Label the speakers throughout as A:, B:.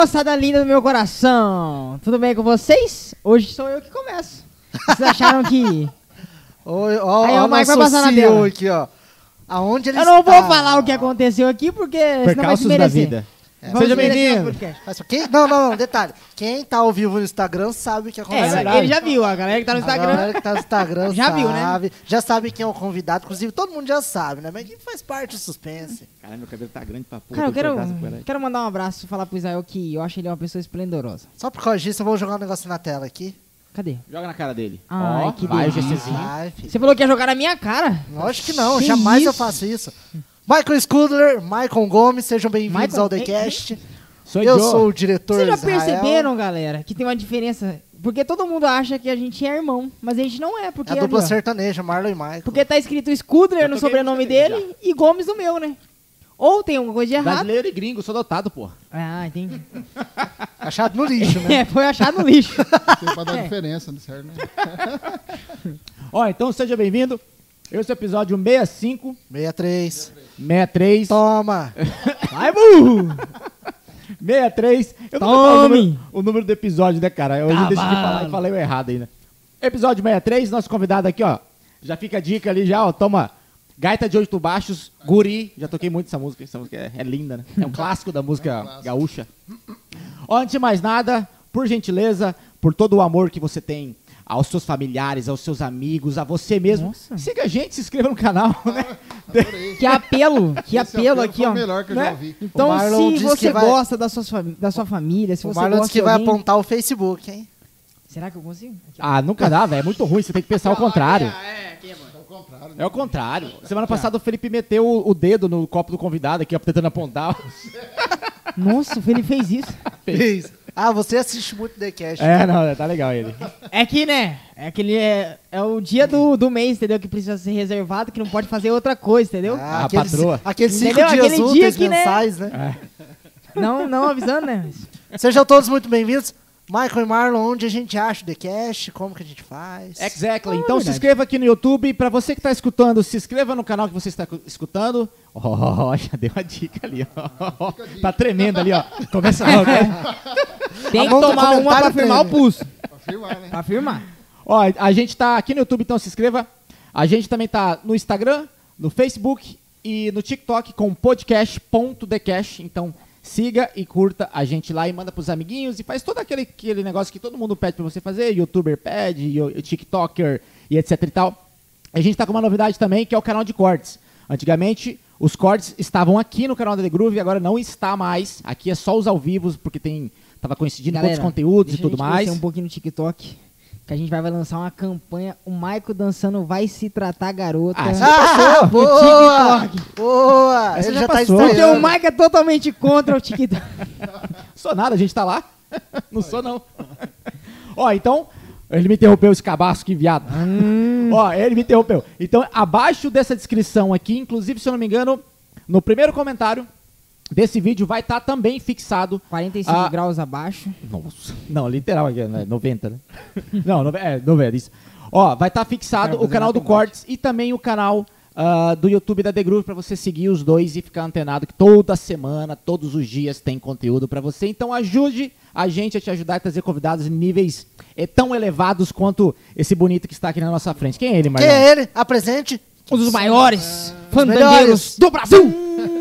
A: Moçada linda do meu coração, tudo bem com vocês? Hoje sou eu que começo. Vocês acharam que.
B: Oi, ó,
A: Aí,
B: ó,
A: ó, o Mike vai
B: nosso
A: passar na
B: CEO
A: tela.
B: aqui, ó. Aonde ele
A: Eu não
B: está?
A: vou falar o que é aconteceu aqui porque senão vai
C: Percalços da
A: desmerecer.
C: vida.
A: Vamos
C: Seja
A: desmerecer
C: bem-vindo.
A: o podcast.
B: Mas quem- não, não, não, detalhe. Quem tá ao vivo no Instagram sabe o que acontece.
A: É, ele já viu, a galera que tá no
B: A
A: Instagram.
B: galera que tá no Instagram
A: Já viu, né?
B: sabe, já sabe quem é o convidado, inclusive todo mundo já sabe, né? Mas que faz parte do suspense.
C: Caralho, meu cabelo tá grande pra porra.
A: Cara, eu
C: tô em
A: quero,
C: casa com ela.
A: quero mandar um abraço e falar pro Israel que eu acho ele uma pessoa esplendorosa.
B: Só por causa disso, eu vou jogar um negócio na tela aqui.
A: Cadê?
C: Joga na cara dele.
A: Ai,
C: Ó,
A: que
C: vai o
A: delícia.
C: GCzinho.
B: Ai, filho.
A: Você falou que ia jogar na minha cara?
B: Lógico que não,
A: Que
B: jamais eu
A: isso?
B: faço isso. Michael Scudler, Michael Gomes, sejam bem-vindos
A: Michael-
B: ao The Cast.
C: Sou
B: eu
C: Joe.
B: sou o diretor
A: Vocês já
B: Israel.
A: perceberam, galera, que tem uma diferença? Porque todo mundo acha que a gente é irmão, mas a gente não é, porque
B: É a
A: ali,
B: dupla
A: ó,
B: sertaneja, Marlon e Michael.
A: Porque tá escrito Scudler
C: Eu
A: no
C: toquei
A: sobrenome
C: pra ele
A: dele e Gomes no meu, né? Ou tem alguma coisa de errado.
C: Brasileiro e gringo, sou dotado, porra.
A: Ah, entendi.
B: Achado no lixo, né?
A: É, foi achado no lixo.
D: Tem pra dar
A: É.
D: diferença, certo? Né?
C: Ó, então seja bem-vindo. Esse é o episódio 65,
B: 63.
C: 63.
B: Toma!
C: Vai, burro! 63. Eu não vou falar o
A: Tome!
C: número, o número do episódio, né, cara? Eu já deixei de falar
A: Cavalo.
C: e falei o errado ainda. Episódio 63, nosso convidado aqui, ó. Já fica a dica ali, já, ó. Toma. Gaita de Oito Baixos, Guri. Já toquei muito essa música. Essa música é, é linda, né? É um clássico da música gaúcha. Ó, antes de mais nada, por gentileza, por todo o amor que você tem aos seus familiares, aos seus amigos, a você mesmo.
A: Nossa.
C: Siga a gente, se inscreva no canal, né?
D: Adorei.
A: Que apelo, que
D: Esse
A: apelo
D: apelo
A: aqui,
D: foi
A: ó.
D: o melhor que eu
A: né?
D: já ouvi.
A: Então,
B: O Marlon
A: se
B: disse
A: você
B: que vai-
A: gosta da sua, fami- da sua família, se
B: O
A: você
B: Marlon
A: gosta
B: disse que
A: de
B: vai um-
A: alguém-
B: apontar o Facebook, hein?
A: Será que eu consigo?
C: Ah, nunca dá, velho. É muito ruim. Você tem que pensar o contrário.
A: é,
D: Ao contrário.
C: É o contrário. Semana passada o Felipe meteu o, o dedo no copo do convidado aqui, ó, tentando apontar.
A: Nossa, ele fez isso.
B: Fez. Ah, você assiste muito The Cast.
C: É, não, tá legal ele.
A: É que, né? É que ele é, é o dia do, do mês, entendeu? Que precisa ser reservado, que não pode fazer outra coisa, entendeu?
B: Ah,
C: A
B: aqueles,
C: patroa.
B: Aqueles cinco
A: Entendeu?
B: dias
A: Aquele
B: úteis
A: dia que, né?
B: mensais, né?
A: Não, não avisando, né?
B: Sejam todos muito bem-vindos. Michael e Marlon, onde a gente acha o The Cast, como que a gente faz?
C: Exactly.
A: Ah,
C: então
A: verdade.
C: se inscreva aqui no YouTube. Pra você que tá escutando, se inscreva no canal que você está cu- escutando. Ó, já deu a dica ali, ó. Tá tremendo ali, ó. Começa logo, né?
A: Tem
B: A
A: que
B: mão do
A: tomar uma pra
B: comentário
A: firmar o
B: treme.
A: pulso.
D: Pra firmar, né?
A: Pra firmar.
C: Ó, a gente tá aqui no YouTube, então se inscreva. A gente também tá no Instagram, no Facebook e no TikTok com podcast.decash. Então siga e curta a gente lá e manda pros amiguinhos e faz todo aquele, aquele negócio que todo mundo pede pra você fazer, youtuber pede, yo- tiktoker e etc e tal. A gente tá com uma novidade também, que é o canal de cortes. Antigamente, os cortes estavam aqui no canal da The Groove, agora não está mais. Aqui é só os ao vivo, porque tem tava coincidindo com outros conteúdos e
A: deixa a
C: tudo
A: gente crescer
C: mais.
A: um pouquinho no TikTok. Que a gente vai, vai lançar uma campanha. O Maico dançando vai se tratar garota.
C: Ah, essa
B: Ah, boa!
A: TikTok.
B: Boa!
C: Essa
B: Ele
C: já
B: já tá
C: passou.
A: Porque o
B: estranhando.
A: Maico é totalmente contra o TikTok.
C: Sou nada, a gente tá lá. Não sou, não. Ó, então. Ele me interrompeu esse cabaço, que viado. Ó, ele me interrompeu. Então, abaixo dessa descrição aqui, inclusive, se eu não me engano, no primeiro comentário desse vídeo vai estar também fixado.
A: 45
C: Ah.
A: graus abaixo.
C: Nossa. Não, literal, aqui, né? 90, né? não, nove- é, 90, isso. Ó, vai estar fixado o canal do Cortes e também o canal ah, do YouTube da The Groove pra você seguir os dois e ficar antenado que toda semana, todos os dias tem conteúdo pra você. Então ajude a gente a te ajudar a trazer convidados em níveis eh, tão elevados quanto esse bonito que está aqui na nossa frente. Quem é ele,
B: Quem
C: Marlon?
B: é ele? Apresente.
A: Um dos maiores
B: melhores.
A: fandangeiros do Brasil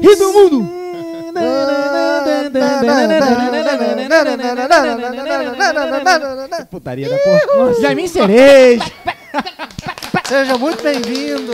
A: e do mundo.
C: Putaria da porra. Jamin Cereja.
B: Seja muito bem-vindo.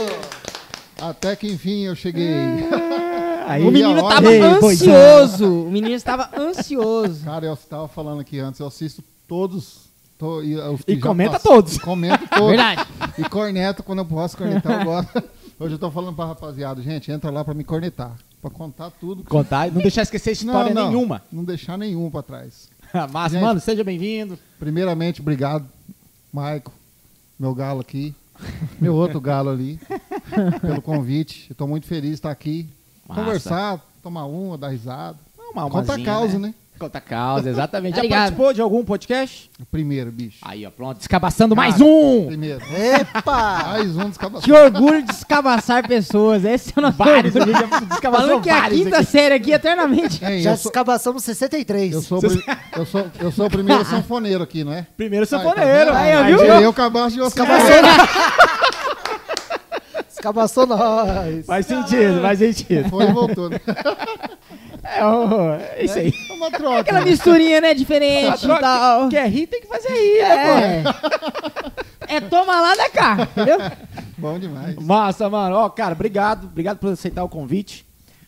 D: Até que enfim eu cheguei.
C: Ah. Aí, é.
A: O menino
D: Olha,
A: estava
C: ei,
A: ansioso. O menino estava ansioso.
D: Cara, eu estava falando aqui antes, eu assisto todos. to- e, os que
C: E
D: já
C: comenta
D: passaram.
C: todos.
D: Comento todos.
A: Verdade.
D: E corneto quando eu posso cornetar, eu gosto. Hoje eu tô falando pra rapaziada, gente, entra lá pra me cornetar. Pra contar tudo.
C: Contar, não deixar esquecer história
D: não,
C: nenhuma.
D: Não deixar nenhum pra trás.
C: Mas,
D: Gente.
C: mano, seja bem-vindo.
D: Primeiramente, obrigado, Maico, meu galo aqui, meu outro galo ali, pelo convite. Estou muito feliz de estar aqui,
C: Massa.
D: conversar, tomar uma, dar risada,
C: Uma
D: contar
C: almazinha,
D: causa, né?
C: Conta causa, exatamente. Já
A: Obrigado.
C: participou de algum podcast?
D: Primeiro, bicho.
C: Aí, ó, pronto, descabaçando mais
D: Cara,
C: um!
D: Primeiro.
B: é? Epa!
D: Mais um descabaçado.
A: Que orgulho de escabaçar pessoas. Esse é o nosso
C: Vários, a
A: orgulho.
C: gente já descabaçou
A: Falando que é a
C: vários
A: quinta
C: aqui.
A: série aqui eternamente.
D: Hein,
B: Já
D: eu sou-
B: descabaçamos 63.
D: eu sou, o pri- eu, sou, eu sou o primeiro sanfoneiro aqui, não é?
C: Primeiro
D: Vai, tá
C: sanfoneiro,
D: vendo?
A: aí, ó,
D: Aí,
A: viu?
D: Eu cabaço e eu sanfoneiro.
B: Descabaçou nós.
C: Faz sentido, faz sentido.
D: Foi e voltou. né?
C: É, ó, é isso aí.
D: É uma troca.
A: Aquela misturinha, né? Diferente e tal.
C: Quer rir, tem que fazer rir, né,
A: É. É toma lá da cá, entendeu?
D: Bom demais.
C: pô? Massa, mano. Ó, cara, obrigado. Obrigado por aceitar o convite.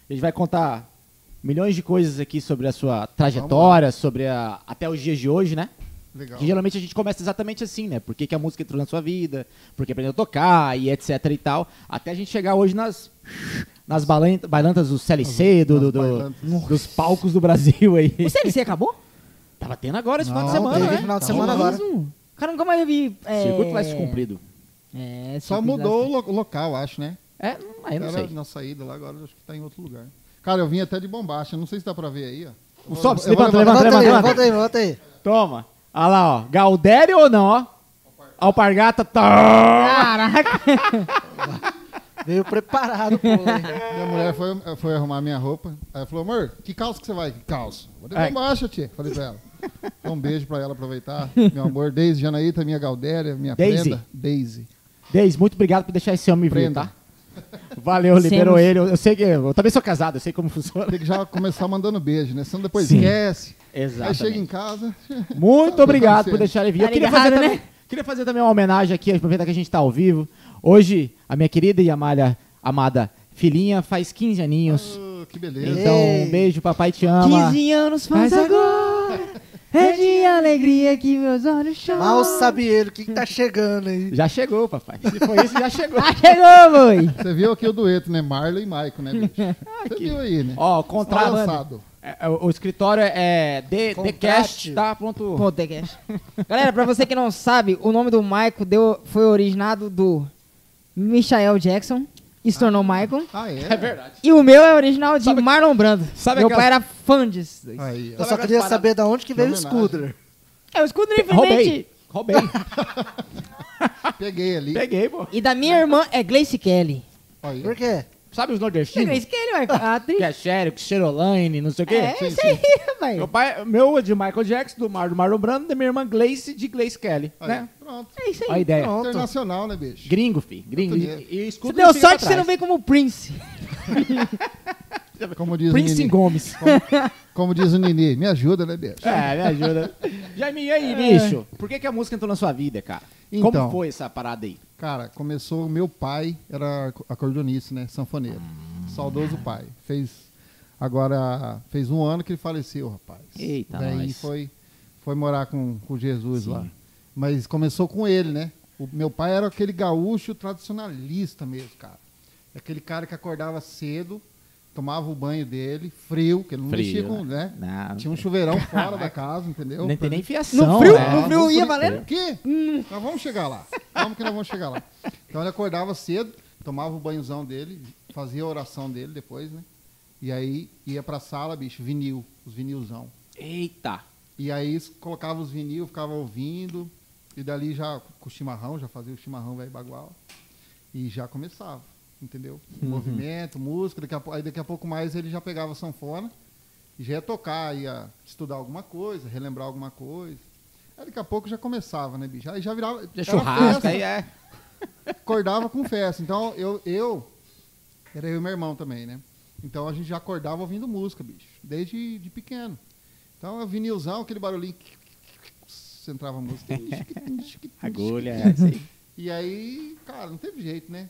C: A gente vai contar milhões de coisas aqui sobre a sua trajetória, sobre a- até os dias de hoje, né?
D: Legal.
C: Que geralmente a gente começa exatamente assim, né? Por que, que a música entrou na sua vida, por que aprendeu a tocar e etc e tal. Até a gente chegar hoje nas, nas balan- bailantas do CLC, do, do- do-
D: bailantas.
C: dos palcos do Brasil aí.
A: O CLC acabou?
C: Tava tendo agora esse
D: Não,
C: final de
B: Não,
C: semana,
B: teve
C: né?
B: final de
D: Tá
B: semana agora.
A: O cara nunca mais vi. É...
C: Circuito vai se cumprido.
A: É,
D: Só
A: circuito
D: mudou o lo- local, acho, né?
C: É, não- aí não
D: Era
C: sei.
D: na saída lá, agora acho que tá em outro lugar. Cara, eu vim até de bombacha, não sei se dá pra ver aí, ó. Eu vou-
C: Sobe,
D: eu vou
C: levanta,
D: levantar-
C: levanta,
B: Volta aí,
C: levanta.
B: volta aí, volta aí.
C: Toma. Olha lá, ó. Galdério ou não, ó? Alpargata.
A: lá.
C: Tá.
A: Caraca.
B: Veio preparado, pô. hein?
D: Minha mulher foi, foi arrumar minha roupa. Aí ela falou, amor, que calça que você vai? Que calça? Vou de
C: Ai.
D: bombacha, tia. Falei pra ela. Então, um beijo pra ela aproveitar. Meu amor, Deise Janaíta, minha Galdéria, minha
C: Daisy.
D: prenda. Daisy.
C: Deis, muito obrigado por deixar esse homem vir,
D: Prenda.
C: tá? Valeu, liberou
A: Semos.
C: ele. Eu eu sei que. Eu também sou casado, eu sei como funciona.
D: Tem que já começar mandando beijo, né? Senão depois
C: Sim.
D: esquece. Aí
C: Exato.
D: chega em casa.
C: Muito obrigado por
D: Tá
C: deixar ele vir. Eu
A: Tá
C: queria
A: ligado,
C: fazer,
A: né?
C: também, queria fazer também uma homenagem aqui, aproveitar que a gente tá ao vivo. Hoje, a minha querida e amália- amada filhinha faz 15 aninhos.
D: "Ah, que beleza.
C: Então,
B: Ei.
C: um beijo, papai te ama.
A: 15 anos faz
C: Faz
A: agora. É de alegria que meus olhos choram.
B: Mal sabe ele o que, que tá chegando aí.
C: Já chegou, papai. Se foi isso, já chegou.
A: Ah, chegou, boi.
D: Você viu aqui o dueto, né? Marlon e Maico, né, bicho? Você viu aí, né?
C: Ó,
D: Tá
C: contrato.
D: lançado.
C: É, é, o, o escritório é The, The
B: Contrate.
C: Cash, tá? Pronto.
A: Ponto de cash. Galera, pra você que não sabe, o nome do Michael deu, foi originado do Michael Jackson e se tornou Michael.
D: Ah, é?
C: verdade.
A: E o meu é original de
C: Sabe-
A: Marlon Brando.
C: sabe
A: meu
C: aquelas-
A: pai era fã disso. dois.
D: Aí, ó.
B: Eu só queria saber da onde que veio o
D: Que
B: Scooter.
A: É, o escudo infelizmente.
C: Roubei. Roubei.
D: Peguei ali.
C: Peguei, pô.
A: E da minha irmã é Gleice Kelly.
D: Aí.
B: Por quê?
C: Sabe os
A: Que é
C: nordestinos?
A: Gleice Kelly, ué? A atriz.
C: Que é sério, que Cheroline, não sei o quê.
A: É,
D: Sim,
A: isso
D: sim.
A: aí, velho.
C: Meu pai, meu é de Michael Jackson, do Mar do Marlon Brando, da minha irmã Glace de Glace Kelly,
D: Aí.
C: né?
D: Pronto.
A: É isso
C: Olha a
A: aí.
C: ideia.
B: Pronto.
D: Internacional, né, bicho?
C: Gringo, fi. Gringo.
D: Muito dinheiro.
C: E, e
A: Você
C: escuta
A: deu
C: isso aí
A: sorte
C: pra
A: que você não
C: trás.
A: veio como Prince.
D: Como diz, o
C: Prince
D: Nini,
C: Gomes.
D: como diz o Nini, me ajuda, né, bicho?
C: é, me ajuda. Jaime, e aí, bicho? Por que, que a música entrou na sua vida, cara? Como
D: Então.
C: foi essa parada aí?
D: Cara, começou, meu pai era ac- acordeonista, né, sanfoneiro.
C: Hum.
D: Saudoso pai. Fez, agora, fez um ano que ele faleceu, rapaz.
C: Eita,
D: Daí
C: nós.
D: foi, foi morar com, com Jesus
C: Sim.
D: lá. Mas começou com ele, né? O meu pai era aquele gaúcho tradicionalista mesmo, cara. Aquele cara que acordava cedo, tomava o banho dele, frio, que ele não
C: Frio,
D: mexia com,
C: né?
D: né?
C: Não,
D: Tinha um chuveirão fora da casa, entendeu?
C: Nem tem nem
A: No
C: fiação,
A: frio,
C: né?
A: no frio ia valendo.
D: O quê? Nós vamos chegar lá. Calma que nós vamos chegar lá. Então ele acordava cedo, tomava o banhozão dele, fazia a oração dele depois, né? E aí ia pra sala, bicho, vinil, os vinilzão.
C: Eita.
D: E aí colocava os vinil, ficava ouvindo, e dali já com o chimarrão, já fazia o chimarrão velho bagual. E já começava, entendeu?
C: Uhum.
D: Movimento, música, daqui a, pou- aí daqui a pouco mais ele já pegava a sanfona, e já ia tocar, ia estudar alguma coisa, relembrar alguma coisa. Aí daqui a pouco já começava, né, bicho? Aí já virava.
C: Já
D: era
C: churrasco,
D: festa,
C: aí é.
D: acordava com festa. Então eu, eu. Era eu e meu irmão também, né? Então a gente já acordava ouvindo música, bicho. Desde de pequeno. Então eu vinilzão, aquele barulhinho. Você entrava a música.
C: Agulha, é isso aí.
D: E aí, cara, não teve jeito, né?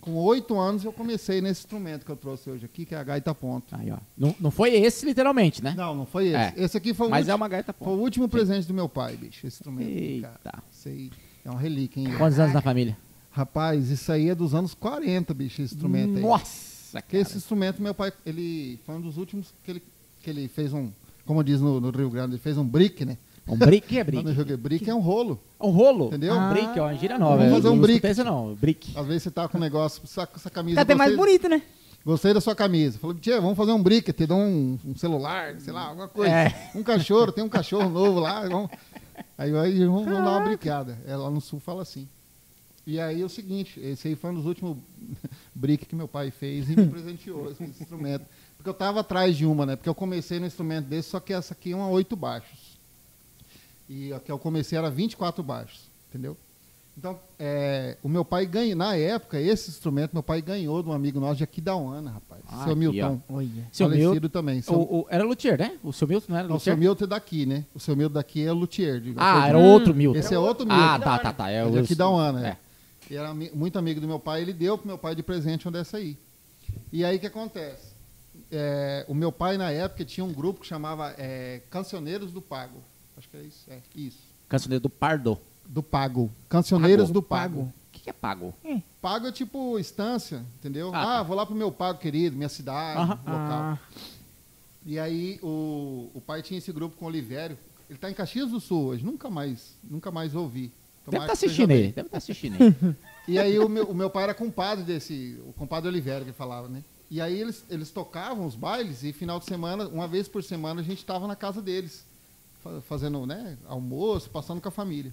D: Com oito anos eu comecei nesse instrumento que eu trouxe hoje aqui, que é a gaita ponto.
C: Aí, ó. Não, não foi esse, literalmente, né?
D: Não, não foi esse.
C: É.
D: Esse aqui foi o,
C: Mas
D: último,
C: é uma gaita
D: foi o
C: ponta.
D: último presente do meu pai, bicho. Esse instrumento. aqui, cara.
C: Eita.
D: Isso aí é uma relíquia, hein?
C: Quantos anos na família?
D: Rapaz, isso aí é dos anos 40, bicho, esse instrumento aí.
C: Nossa,
D: Porque esse instrumento, meu pai, ele foi um dos últimos que ele, que ele fez um, como diz no, no Rio Grande, ele fez um brick, né?
C: Um brick é
D: Lá no
C: brick.
D: jogo é brick, é um rolo.
C: Um rolo?
D: Entendeu?
C: Um brick, é uma gíria nova.
D: Vamos
C: eu
D: fazer um
C: não
D: brick.
C: escutei isso não. Brick.
D: Às vezes você tá com um negócio, essa, essa camisa...
A: Tá até mais
D: você-
A: bonito, né?
D: Gostei da sua camisa. Falou, tia, vamos fazer um brick, te dou um, um celular, sei lá, alguma coisa.
C: É.
D: Um cachorro, tem um cachorro novo lá. Vamos... Aí, aí vamos, vamos dar uma brincada. É, lá no sul fala assim. E aí é o seguinte, esse aí foi um dos últimos brick que meu pai fez e me presenteou esse instrumento. Porque eu tava atrás de uma, né? Porque eu comecei no instrumento desse, só que essa aqui é uma oito baixos. E a que eu comecei era 24 baixos, entendeu? Então, é, o meu pai ganhou, na época, esse instrumento meu pai ganhou de um amigo nosso de Aquidauana, rapaz.
C: Ah,
D: seu
C: aqui,
D: Milton.
B: Olha.
C: Seu
D: falecido
C: Milton.
D: também. Seu,
C: O, o- era Luthier, né? O seu Milton não era
D: Então. não,
C: Luthier?
D: seu Milton é daqui, né? O seu Milton daqui é Luthier. de-
C: Ah, era outro Milton.
D: Esse é outro Milton.
C: Ah, tá, tá, tá. É
D: É
C: o
D: de Aquidauana, é.
C: É.
D: E era ami- muito amigo do meu pai, ele deu pro meu pai de presente uma dessa aí. E aí o que acontece? É, o meu pai, na época, tinha um grupo que chamava é, Cancioneiros do Pago. Acho que é isso. É, isso.
C: Cancioneiro do Pardo.
D: Do Pago. Cancioneiros
C: Pago.
D: do Pago.
C: O que que é pago?
D: Pago é tipo estância, entendeu?
C: Ah,
D: Ah,
C: tá.
D: vou lá pro meu pago querido, minha cidade,
C: Aham. Ah.
D: local. E aí o, o pai tinha esse grupo com o Olivério. Ele tá em Caxias do Sul hoje, nunca mais, nunca mais ouvi.
C: Deve
D: Tomara
C: estar
D: que seja
C: assistindo ele.
D: bem.
C: Deve estar assistindo ele.
D: E aí o meu, o meu pai era compadre desse, o compadre Oliveira que falava, né? E aí eles, eles tocavam os bailes e final de semana, uma vez por semana, a gente estava na casa deles, fa- fazendo né, almoço, passando com a família.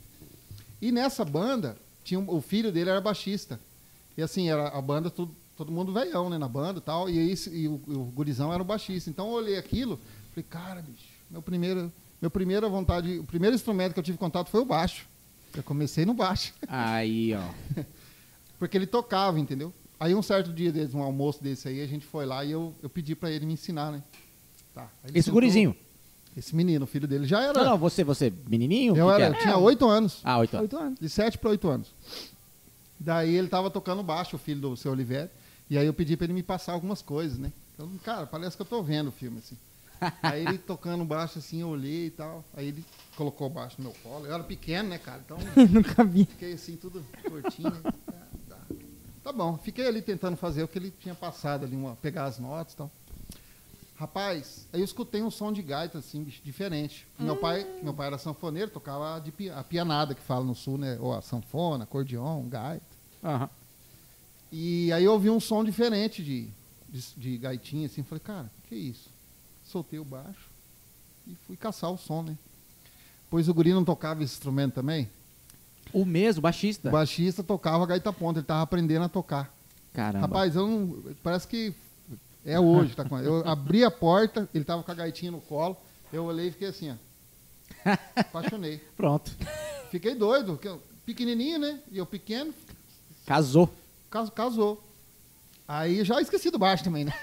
D: E nessa banda, tinha um- o filho dele era baixista. E assim, era a banda, todo, todo mundo velhão, né, na banda e tal. E, aí, se- e o, o gurizão era o baixista. Então eu olhei aquilo, falei, cara, bicho, meu primeiro, meu primeira vontade, o primeiro instrumento que eu tive contato foi o baixo. Eu comecei no baixo.
C: Aí, ó.
D: Porque ele tocava, entendeu? Aí um certo dia deles, um almoço desse aí, a gente foi lá e eu, eu pedi pra ele me ensinar, né? Tá. Aí ele
C: Esse
D: sentou-
C: gurizinho.
D: Esse menino, o filho dele já era.
C: Não, não, você, você, menininho?
D: eu
C: que é? que
D: era, eu tinha oito anos.
C: Ah, oito anos.
A: Oito anos.
D: De sete pra oito anos. Daí ele tava tocando baixo, o filho do seu Oliveira. E aí eu pedi pra ele me passar algumas coisas, né? Então, cara, parece que eu tô vendo o filme, assim. Aí ele tocando baixo, assim, eu olhei e tal. Aí ele colocou baixo no meu colo. Eu era pequeno, né, cara? Então
A: Nunca vi.
D: Fiquei assim, tudo curtinho. né? Ah, tá. Tá bom, fiquei ali tentando fazer o que ele tinha passado ali, uma, pegar as notas e tal. Rapaz, aí eu escutei um som de gaita, assim, bicho, diferente. Meu, pai, meu pai era sanfoneiro, tocava de pi- a pianada que fala no sul, né? Ou a sanfona, acordeon, gaita.
C: Aham.
D: E aí eu ouvi um som diferente de, de, de gaitinha, assim, falei, cara, que isso? Soltei o baixo e fui caçar o som, né? Pois o guri não tocava esse instrumento também?
C: O mesmo, baixista.
D: O baixista tocava gaita ponta, ele tava aprendendo a tocar.
C: Caramba.
D: Rapaz, eu não, parece que é hoje, tá com Eu abri a porta, ele tava com a gaitinha no colo, eu olhei e fiquei assim, ó. Apaixonei.
C: Pronto.
D: Fiquei doido, porque eu- pequenininho, né? E eu pequeno,
C: Casou.
D: cas- casou. Aí já esqueci do baixo também, né?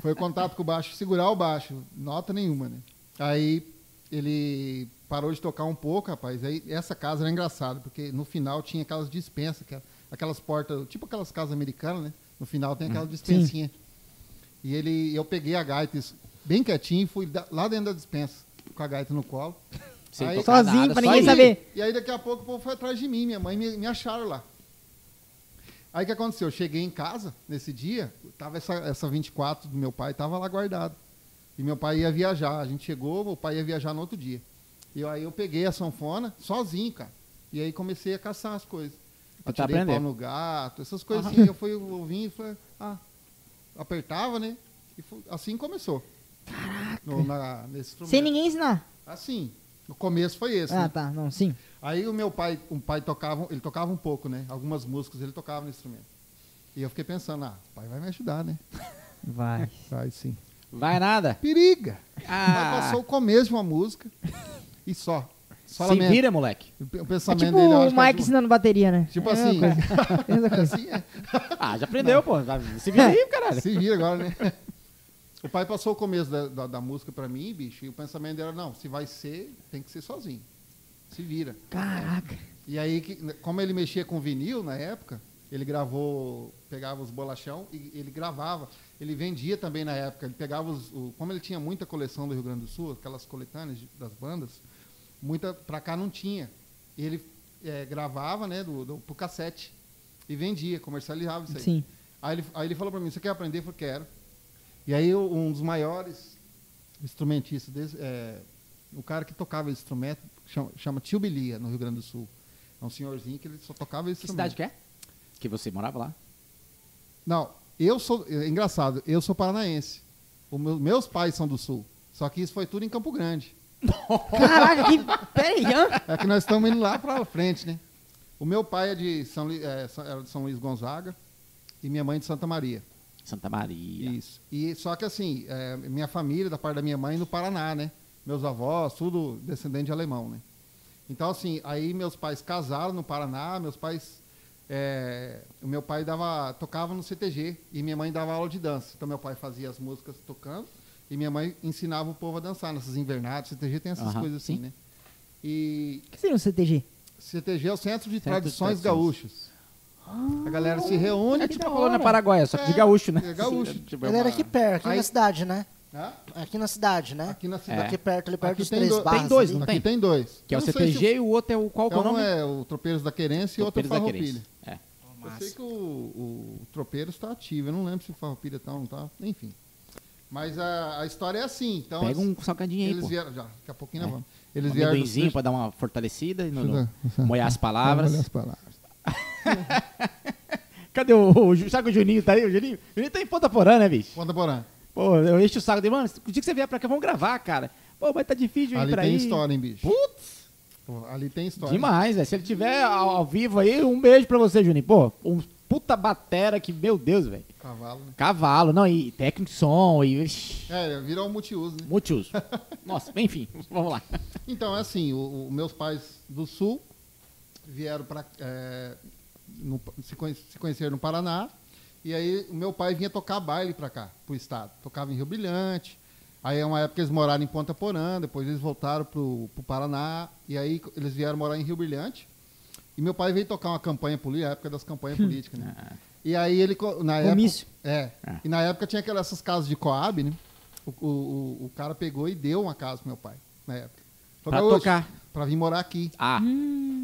D: Foi contato com o baixo, segurar o baixo, nota nenhuma, né? Aí ele parou de tocar um pouco, rapaz. Aí essa casa era engraçada, porque no final tinha aquelas dispensas, aquela- aquelas portas, tipo aquelas casas americanas, né? No final tem aquela dispensinha. E ele, eu peguei a gaita isso, bem quietinho, fui da- lá dentro da dispensa com a gaita no colo.
C: Sem
D: Aí-
C: tocar
A: Sozinho,
C: nada,
A: pra
C: É só
A: ninguém
C: ele.
A: saber.
D: E aí daqui a pouco o povo foi atrás de mim, minha mãe me, me acharam lá. Aí o que aconteceu? Eu cheguei em casa nesse dia, tava essa, essa 24 do meu pai, tava lá guardado. E meu pai ia viajar. A gente chegou, meu pai ia viajar no outro dia. E eu- aí eu peguei a sanfona sozinho, cara. E aí comecei a caçar as coisas.
C: Tu tá
D: Atirei pau
C: aprendendo.
D: no gato, essas
A: Ah.
D: coisinhas. Eu fui ouvindo e falei, ah, apertava, né? E fu- assim começou. Caraca. nesse instrumento.
A: Sem ninguém ensinar.
D: Assim. O começo foi esse. né?
A: Ah, tá. Não, sim.
D: Aí o meu pai, o pai tocava, ele tocava um pouco, né? Algumas músicas ele tocava no instrumento. E eu fiquei pensando, ah, o pai vai me ajudar, né?
A: Vai.
D: Vai sim.
C: Vai nada.
D: Periga! Mas
C: Ah,
D: passou o começo de uma música e só. Só
C: se
D: lamento.
C: vira, moleque.
D: O
A: É
D: pensamento
A: tipo
D: dele, eu
A: o
D: acho que é
A: Mike
D: do-
A: ensinando bateria, né?
D: Tipo
A: É a
D: assim.
A: mesma coisa. Mesma coisa.
D: assim é.
C: Ah, já aprendeu, pô. Se vira aí, caralho.
D: Se vira agora, né? O pai passou o começo da, da, da música pra mim, bicho, e o pensamento dele era, não, se vai ser, tem que ser sozinho. Se vira.
A: Caraca.
D: E aí, que- como ele mexia com vinil na época, ele gravou, pegava os bolachão e ele gravava. Ele vendia também na época. Ele pegava os. o- como ele tinha muita coleção do Rio Grande do Sul, aquelas coletâneas de- das bandas, muita pra cá não tinha. E ele eh, gravava, né, do, do, pro cassete e vendia, comercializava isso aí.
A: Sim.
D: Aí ele, aí ele falou pra mim: Você quer aprender? Eu falei: Quero. E aí, o- um dos maiores instrumentistas, desse, é, o cara que tocava esse instrumento, chama, chama Tio Bilia, no Rio Grande do Sul. É um senhorzinho que ele só tocava esse
C: Que
D: instrumento.
C: cidade que é? Que você morava lá?
D: Não, eu sou. É engraçado, eu sou paranaense. O meu- meus pais são do sul. Só que isso foi tudo em Campo Grande.
A: Caraca, que. Peraí, hã?
D: É que nós estamos indo lá pra frente, né? O meu pai é de São, Lu- é, São- era de São Luís Gonzaga e minha mãe é de Santa Maria.
C: Santa Maria.
D: Isso. E só que assim, é, minha família, da parte da minha mãe, no Paraná, né? Meus avós, tudo descendente de alemão, né? Então, assim, aí meus pais casaram no Paraná, meus pais. é, o meu pai dava, tocava no CTG e minha mãe dava aula de dança. Então, meu pai fazia as músicas tocando e minha mãe ensinava o povo a dançar nessas invernadas. CTG tem essas
C: Aham,
D: coisas assim,
C: sim.
D: né? E
A: O que seria um CTG?
D: CTG é o Centro de
C: Centro de Tradições.
D: Tradições Gaúchas. A galera se reúne.
C: É tipo a colônia paraguaia, só que de gaúcho, né?
D: tá É gaúcho.
C: tipo, é
B: Ele era
C: uma-
B: aqui perto, aqui
D: Aí-
B: na cidade, né?
D: Hã?
B: Aqui na cidade, né?
D: Aqui na cidade.
B: Aqui perto, ali perto
D: Aqui
B: dos
D: tem
B: três
D: do- tem
B: barras.
C: dois,
B: ali.
C: não
D: É. Aqui
C: tem?
D: tem dois.
C: Que é o
D: Eu não sei
C: CTG e o outro é o. Qual que
D: Se
C: é
D: o-
C: o
D: um
C: nome?
D: é o Tropeiros da Querência e o outro é o
C: Tropeiros da Querência.
D: Farroupilha.
C: É.
D: Eu sei que o, o Tropeiros está ativo. Eu não lembro se o Farroupilha tá ou não tá. Enfim. Mas a, a história é assim. Então,
C: Pega
D: eles-
C: um salgadinho aí,
D: eles
C: pô.
D: vieram... Já, daqui a pouquinho
C: É.
D: nós vamos.
C: Um
D: Eles vieram... do
C: amendoinzinho
D: sexto-
C: pra dar uma fortalecida e não,
D: Deixa eu
C: não-
D: dar-
C: molhar as
D: Olha
C: palavras.
D: as palavras.
C: Cadê o, o, Ju- Sabe que o Juninho tá aí? O Juninho, o Juninho tá em Ponta Porã, né, bicho?
D: Conta, Porã.
C: Pô, eu encho o saco dele. Mano, o dia que você vier pra cá, vamos gravar, cara. Pô, mas tá difícil ir
D: Ali
C: pra
D: tem
C: aí.
D: história, hein, bicho?
C: Putz,
D: Pô, Ali tem história.
C: demais, velho. Se ele tiver ao, ao vivo aí, um beijo pra você, Juninho. Pô, um puta batera que, meu Deus, velho.
D: Cavalo, né?
C: Cavalo, não, e técnico de som, e... Ixi,
D: É, virou um multiuso, né?
C: multiuso. Nossa, enfim, vamos lá.
D: Então, é assim, o- o- meus pais do sul vieram para se, conhe- se conheceram no Paraná. E aí o meu pai vinha tocar baile para cá, pro estado. Tocava em Rio Brilhante. Aí é uma época eles moraram em Ponta Porã, depois eles voltaram pro, pro Paraná. E aí co- eles vieram morar em Rio Brilhante. E meu pai veio tocar uma campanha política, a época das campanhas políticas, né? E aí ele co- na
A: Comício.
D: época, é.
C: Ah.
D: E na época tinha aquelas essas casas de Coab, né? O, o, o- o cara pegou e deu uma casa pro meu pai na época.
C: Pra
D: "Gaúcho,
C: tocar."
D: Pra vir morar aqui.
C: Ah,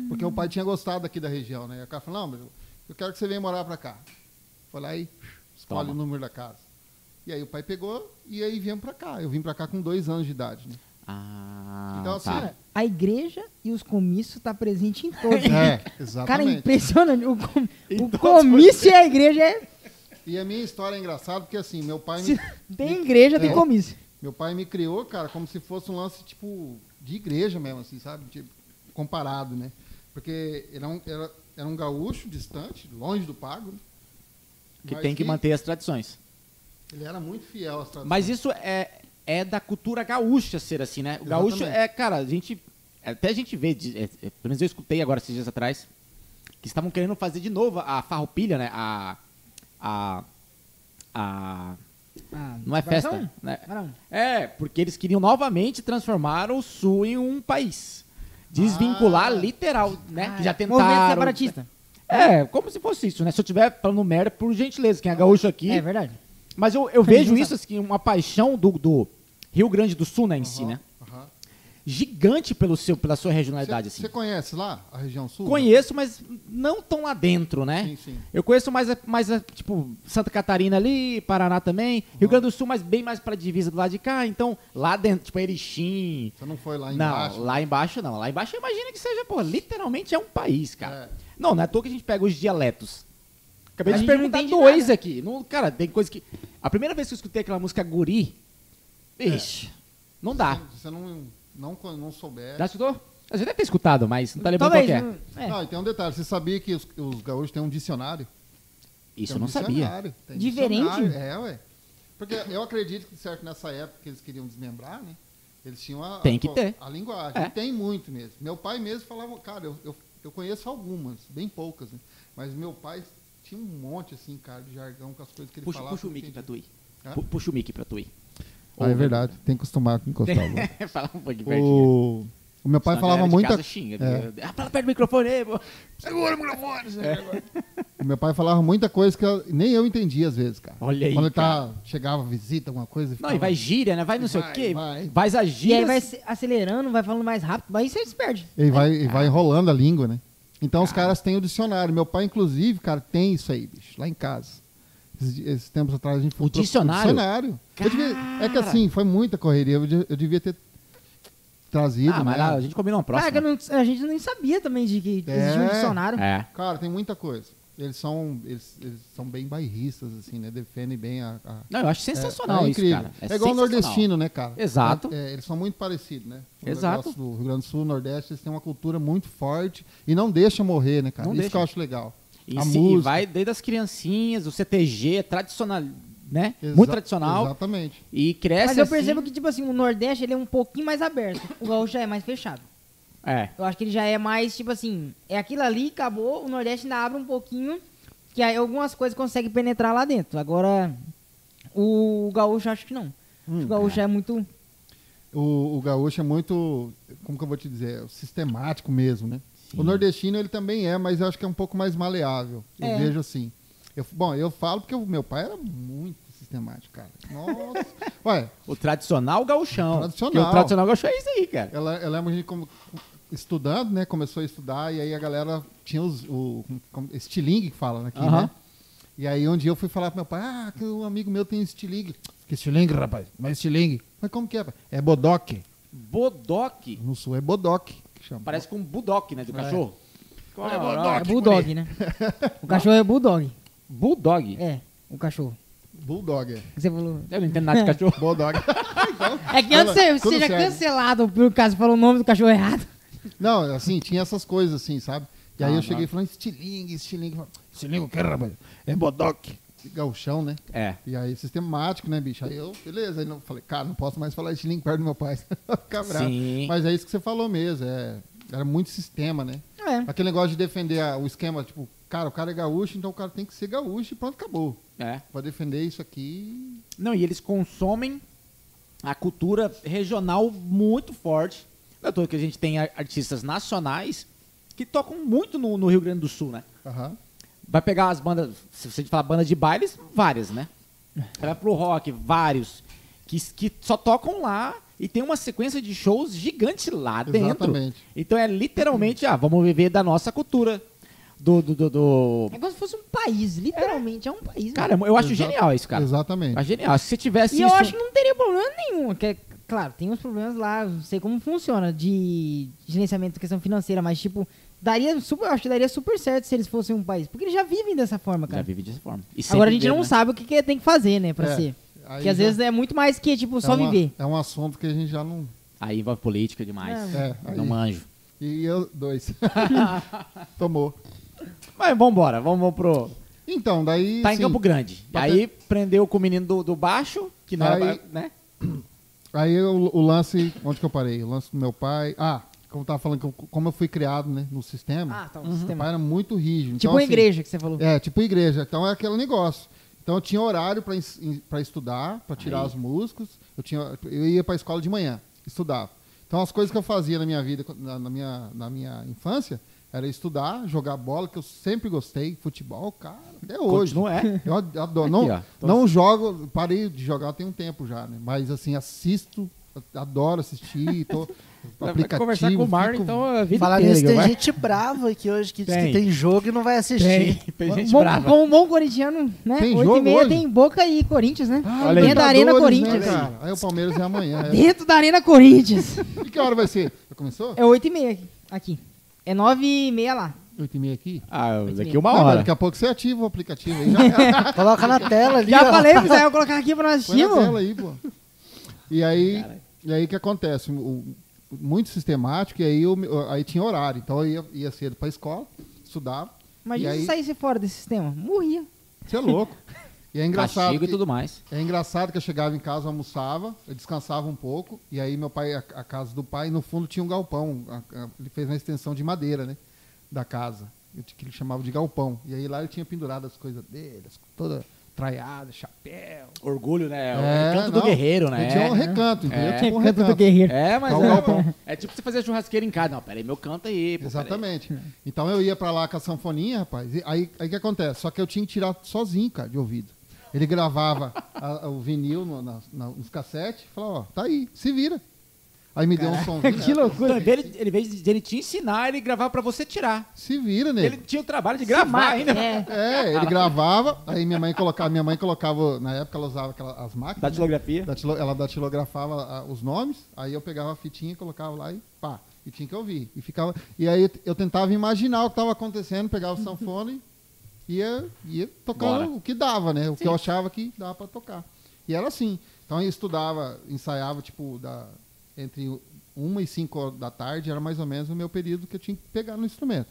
D: Porque o pai tinha gostado aqui da região, né? E o cara falou, não, mas eu- eu quero que você venha morar pra cá. Foi lá e escolhe
C: Toma.
D: o número da casa. E aí o pai pegou e aí viemos pra cá. Eu vim pra cá com dois anos de idade, né?
C: ah
D: então, assim,
C: tá.
A: A igreja e os comícios tá presente em todos.
D: é,
A: Cara, é
D: exatamente.
A: impressionante. O, com-
C: Então,
A: o comício e a igreja é.
D: E a minha história é engraçada porque, assim, meu pai
A: Se
D: me,
A: tem igreja, tem
D: É.
A: comício.
D: meu pai me criou, cara, como se fosse um lance, tipo, de igreja mesmo, assim, sabe? Tipo, comparado, né? Porque era um, era, era um gaúcho distante, longe do pago. né?
C: Que
D: Mas Tá
C: tem que manter as tradições.
D: Ele era muito fiel às tradições.
C: Mas isso é, é da cultura gaúcha ser assim, né? O gaúcho
D: Exatamente.
C: é, cara, a gente. Até a gente vê, de- é, é, pelo menos eu escutei agora esses dias atrás, que estavam querendo fazer de novo a farroupilha, né? A. A. a
A: Ah,
C: não é
A: variação?
C: festa, né?
A: Não.
C: É, porque eles queriam novamente transformar o Sul em um país. Desvincular
D: Ah.
C: literal, né?
A: Ah,
C: Que já
A: Movimento
C: tentaram.
A: separatista.
C: É, como se fosse isso, né? Se eu tiver falando merda, por gentileza, quem é gaúcho aqui,
A: É verdade.
C: mas eu, eu vejo isso, assim, uma paixão do, do Rio Grande do Sul, né, em si, né?
D: Aham.
C: Gigante pelo seu, pela sua regionalidade,
D: Você
C: assim.
D: conhece lá a região sul?
C: Conheço, mas não tão lá dentro, né?
D: Sim, sim.
C: Eu conheço mais, a- mais a, tipo, Santa Catarina ali, Paraná também. Rio Grande do Sul, mas bem mais pra divisa do lado de cá. Então, lá dentro, tipo, Erechim...
D: Você não foi lá
C: Não,
D: embaixo?
C: lá embaixo não. Lá embaixo imagina que seja, pô, literalmente é um país, cara.
D: É.
C: Não, não é à toa que a gente pega os dialetos. Acabei
A: A
C: de
A: gente não
C: perguntar
A: entende
C: dois
A: nada.
C: aqui. Não, cara, tem coisa que. A primeira vez que eu escutei aquela música Guri.
D: É.
C: Ixi, não dá.
D: Se você não, não, con- não souber...
C: Já escutou? Você deve ter escutado, mas não tá lembrando qual
A: Talvez.
C: que é.
A: não- é.
D: Não, e tem um detalhe. Você sabia que os, os gaúchos têm um dicionário?
C: Isso eu
D: Tem um
C: não sabia.
D: dicionário, tem
A: Diferente?
D: dicionário, É, ué. Porque eu acredito que, certo, nessa época que eles queriam desmembrar, né? Eles tinham a,
C: Tem que
D: a,
C: ter.
D: a linguagem.
C: É.
D: E Tem muito mesmo. Meu pai mesmo falava, cara, eu, eu, eu conheço algumas, bem poucas, né? Mas meu pai tinha um monte, assim, cara, de jargão com as coisas que ele
C: Puxa,
D: falava.
C: puxa o
D: eu
C: mic pra
D: entendi.
C: tu aí.
D: Hã?
C: Pu- Puxa o mic pra tu aí.
D: Ah, é verdade. Tem que acostumar com encostar. o louco.
C: Fala um pouquinho pertinho.
D: O, o meu pai
C: Senão a galera de
D: falava muita é,
C: casa Xinga, Ah, fala perto do microfone aí, pô. Segura o microfone.
D: O meu pai falava muita coisa que eu- nem eu entendia às vezes, cara.
C: Olha aí,
D: Quando ele tá, chegava visita, alguma coisa.
C: Não, e vai gíria, né? Vai não sei o
D: Vai,
C: quê.
D: vai.
C: Vai Ah, a
A: E aí
C: gíria.
A: vai se acelerando, vai falando mais rápido, mas aí você se perde.
D: Ele vai, ele
C: É.
D: vai enrolando a língua, né? Então os caras têm o dicionário. Meu pai, inclusive, cara, tem isso aí, bicho, lá em casa. Esses, di- esses tempos atrás a gente foi
C: O
D: pro- pro
C: dicionário?
D: dicionário. Eu devia- é que
C: Cara!
D: assim, foi muita correria. Eu, de- eu devia ter trazido.
C: Ah, mas
D: né?
C: lá, a gente combinou uma próxima.
A: Caraca, não- a gente nem sabia também de que existia um
D: É.
A: dicionário.
C: É.
D: Cara, tem muita coisa. Eles são, eles, eles são bem bairristas, assim, né? Defendem bem a. a-
C: Não, eu acho sensacional
D: é
C: isso,
D: incrível.
C: cara.
D: É, igual o
C: sensacional.
D: nordestino, né, cara?
C: Exato.
D: É, eles são muito parecidos, né? O
C: Exato.
D: negócio Do Rio Grande do Sul, Nordeste, eles têm uma cultura muito forte e não deixa morrer, né, cara?
C: Não
D: Isso
C: deixa.
D: que eu acho legal.
C: E,
D: a
C: se- e
D: música.
C: vai desde as criancinhas, o CTG, tradicional, né?
D: Exa-
C: Muito tradicional.
D: Exatamente.
C: E cresce
A: Mas eu
C: assim-
A: percebo que, tipo assim, o Nordeste ele é um pouquinho mais aberto. O Gaúcho já é mais fechado.
C: É,
A: Eu acho que ele já é mais, tipo assim, é aquilo ali, acabou, o Nordeste ainda abre um pouquinho, que aí algumas coisas conseguem penetrar lá dentro. Agora, o Gaúcho eu acho que não. o Gaúcho é, muito.
D: O, o gaúcho é muito, como que eu vou te dizer, é sistemático mesmo, né? O nordestino ele também é, mas eu acho que é um pouco mais maleável. Eu
A: É.
D: vejo assim. Eu- bom, eu falo porque o meu pai era muito sistemático, cara. Nossa. Ué,
C: o tradicional gauchão.
D: Tradicional.
C: Porque o tradicional gauchão é isso aí, cara.
D: ela, eu lembro a gente como, estudando, né? Começou a estudar e aí a galera tinha os, o como- estilingue que fala aqui,
C: Aham.
D: né? E aí um dia eu fui falar pro meu pai, ah, que um amigo meu tem estilingue. Que estilingue, rapaz? Mas estilingue. Mas como que é, pai? É bodoque.
C: Bodoque.
D: No sul é bodoque. que chama.
C: Parece com um budoque, né, do
D: É.
C: cachorro. Qual é
A: É bulldog, né? O cachorro é bulldog.
C: Bulldog.
A: É, o cachorro.
D: Bulldog, é.
A: Você falou.
C: Eu não entendo nada de cachorro.
D: Bulldog.
A: É que antes
D: Tudo-
A: você
D: tudo
A: seja
D: certo.
A: cancelado por causa falou o nome do cachorro errado.
D: Não, assim, tinha essas coisas assim, sabe? E aí
C: Ah,
D: eu cheguei falando estilingue, estilingue. Eu falava, Estilingue o que, rapaz? É bodoque. Galchão, né?
C: É.
D: E aí, sistemático, né, bicho? Aí eu, beleza. Aí não falei, cara, não posso mais falar estilingue perto do meu pai. Vai Ficar bravo.
C: Sim.
D: Mas é isso que você falou mesmo. É, era muito sistema, né?
A: É.
D: Aquele negócio de defender a- o esquema, tipo, cara, o cara é gaúcho, então o cara tem que ser gaúcho e pronto, acabou.
C: É.
D: Pra defender isso aqui.
C: Não, e eles consomem a cultura regional muito forte. Não é à toa que a gente tem ar- artistas nacionais que tocam muito no, no Rio Grande do Sul, né?
D: Aham.
C: Vai pegar as bandas, se você falar banda de bailes, várias, né? Vai pro rock, vários, que, que só tocam lá e tem uma sequência de shows gigante lá dentro.
D: Exatamente.
C: Então é literalmente, ah, vamos viver da nossa cultura, do... do, do, do-
A: É como se fosse um país, literalmente, é, um país.
C: Cara, eu acho
D: Exato-
C: genial isso, cara.
D: Exatamente.
C: Acho genial. Se você tivesse
A: E eu
C: isso...
A: acho que não teria problema nenhum. Que, é- claro, tem uns problemas lá, não sei como funciona, de gerenciamento, questão financeira, mas tipo, daria super, eu acho que daria super certo se eles fossem um país. Porque eles já vivem dessa forma,
C: Já
A: cara.
C: vive dessa forma. E
A: Agora
C: sempre
A: a gente
C: vê,
A: não
C: né?
A: sabe o que, que tem que fazer, né, pra
D: É,
A: ser.
D: aí
A: Porque às
D: já-
A: vezes é muito mais que, tipo, só
D: é uma-
A: viver.
D: É um assunto que a gente já não.
C: Aí envolve política demais.
D: É,
C: Não
D: aí-
C: manjo.
D: E eu, dois. Tomou.
C: Mas vambora, vamos, vamos pro.
D: Então, daí.
C: Tá em
D: assim,
C: Campo Grande.
D: Bate-
C: Aí prendeu com o menino do, do baixo, que não era.
D: Aí-
C: ba- Né?
D: Aí o, o lance. Onde que eu parei? O lance do meu pai. Ah, como eu tava falando, que eu- como eu fui criado, né? No sistema.
A: Ah, tá, o
D: meu
A: sistema.
D: pai era muito rígido.
A: Tipo
D: então,
A: uma
D: assim,
A: igreja que você falou.
D: É, tipo igreja. Então é aquele negócio. Então eu tinha horário pra ens- em- pra estudar, pra tirar
C: Aí.
D: os músicos. Eu, tinha, eu ia pra escola de manhã, estudava. Então as coisas que eu fazia na minha vida, na, na minha, na minha infância, era estudar, jogar bola, que eu sempre gostei, futebol, cara, até hoje.
C: Continua, é.
D: Eu ad- adoro.
C: Aqui,
D: não,
C: ó. Tô- assim.
D: não jogo, parei de jogar tem um tempo já, né? Mas assim, assisto, adoro assistir, tô
C: Vai
D: aplicativo.
C: conversar com o Mar,
D: fico-
C: então a vida
B: Falar
C: inteira,
B: nisso, tem
C: Guilherme.
B: gente brava aqui hoje que diz
C: Tem.
B: que tem jogo e não vai
C: Tem,
B: assistir.
C: tem gente
A: Bom-
C: brava.
A: Ah, como um bom corintiano, né?
D: tá. Tem
A: Oito e
D: jogo
A: meia
D: hoje?
A: tem Boca e Corinthians, né?
D: Ah,
C: Olha aí.
A: Dentro da Arena
D: Libertadores, né,
A: Corinthians.
D: cara? Aí o Palmeiras é amanhã. é.
A: Dentro da Arena Corinthians.
D: E que hora vai ser? Já começou?
A: É 8 e meia aqui. aqui. É 9 e meia lá.
D: Oito e meia aqui?
C: Ah, daqui
A: bem.
C: uma
D: Ah, mas
C: hora.
D: Daqui a pouco você ativa o aplicativo aí. Já era.
B: Coloca na tela ali.
A: Já
B: ó.
A: falei pra você, eu vou colocar aqui pra nós
D: Põe
A: assistir,
D: na tela
A: mano.
D: aí, pô. E aí, e aí o que acontece? O- o- muito sistemático, e aí, eu, me- aí tinha horário. Então eu ia, ia cedo pra escola, estudava.
A: Imagina
D: e
A: se
D: aí,
A: saísse fora desse sistema. Morria.
D: Você é louco. E é engraçado.
C: Castigo e
D: que-
C: tudo mais.
D: É engraçado que eu chegava em casa, almoçava, eu descansava um pouco, e aí meu pai, a, a casa do pai, no fundo tinha um galpão. a- a- ele fez uma extensão de madeira, né? Da casa. eu t- Que ele chamava de galpão. E aí lá ele tinha pendurado as coisas dele, as- toda traiada, chapéu.
C: Orgulho, né?
D: É,
C: o canto do
D: não.
C: guerreiro,
D: Ele
C: né?
D: tinha um recanto, entendeu?
C: É.
D: Tipo um
A: Canto do
D: recanto.
A: guerreiro.
C: É, mas
D: Tá o galpão.
C: é, é tipo você fazer churrasqueira em casa. Não, peraí, meu canto aí. pô,
D: Exatamente. Então eu ia pra lá com a sanfoninha, rapaz. E aí aí o que acontece? Só que eu tinha que tirar sozinho, cara, de ouvido. Ele gravava a- a- o vinil no, na, na- nos cassetes e falava, ó, tá aí, se vira. Aí me deu um som.
A: que loucura.
C: peraí. Então, ele, ele, em vez de ele te ensinar, ele gravava pra você tirar.
D: Se vira, nego.
C: Ele tinha o trabalho de gravar ainda.
A: É.
D: É, ele gravava, aí minha mãe colocava, minha mãe colocava, na época ela usava aquela, as máquinas. né?
C: Datilografia.
D: Datilo- ela datilografava ah, os nomes, aí eu pegava a fitinha, colocava lá e pá, e tinha que ouvir. E ficava, e aí eu tentava imaginar o que estava acontecendo, pegava o sanfone, ia, ia tocando
C: Bora.
D: o que dava, né? O que eu achava que dava pra tocar. E era assim. Então eu estudava, ensaiava, tipo, da, entre o- uma e cinco da tarde, era mais ou menos o meu período que eu tinha que pegar no instrumento.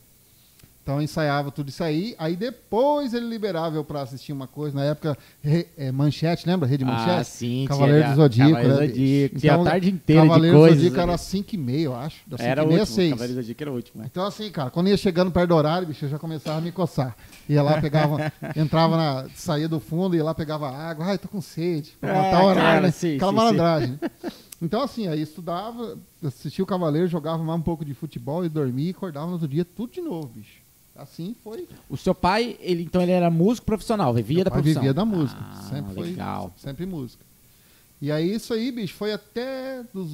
D: Então eu ensaiava tudo isso aí, aí depois ele liberava eu pra assistir uma coisa. Na época, re- eh, Manchete, lembra? Rede Manchete?
C: Ah, sim.
D: Cavaleiro
C: tinha-
D: do Zodíaco,
C: Cavaleiro do
D: né,
C: Zodíaco.
D: bicho?
C: tinha
D: Então,
C: a tarde inteira de
D: Cavaleiro do
C: coisas.
D: Zodíaco
C: ali.
D: era 5 e meia, eu acho. Da 5
C: Era
D: e
C: o
D: meia,
C: último.
D: às 6.
C: Cavaleiro do Zodíaco era o último. né?
D: Então, assim, cara, quando ia chegando perto do horário, bicho, eu já começava a me coçar. Ia lá, pegava, entrava na. saía do fundo, ia lá, pegava água, ai, tô com sede, pra
C: É,
D: matar o horário,
C: cara,
D: né?
C: sim,
D: Aquela
C: sim,
D: malandragem. Então, assim, aí estudava, assistia o Cavaleiro, jogava mais um pouco de futebol e dormia, e acordava no outro dia, tudo de novo, bicho. Assim foi.
C: O seu pai, ele, então, ele era músico profissional,
A: é
C: vivia
D: Meu
C: da
D: pai
C: profissão.
D: vivia da música.
C: Ah,
D: sempre foi.
C: legal.
D: Sempre música. E aí isso aí, bicho, foi até dos.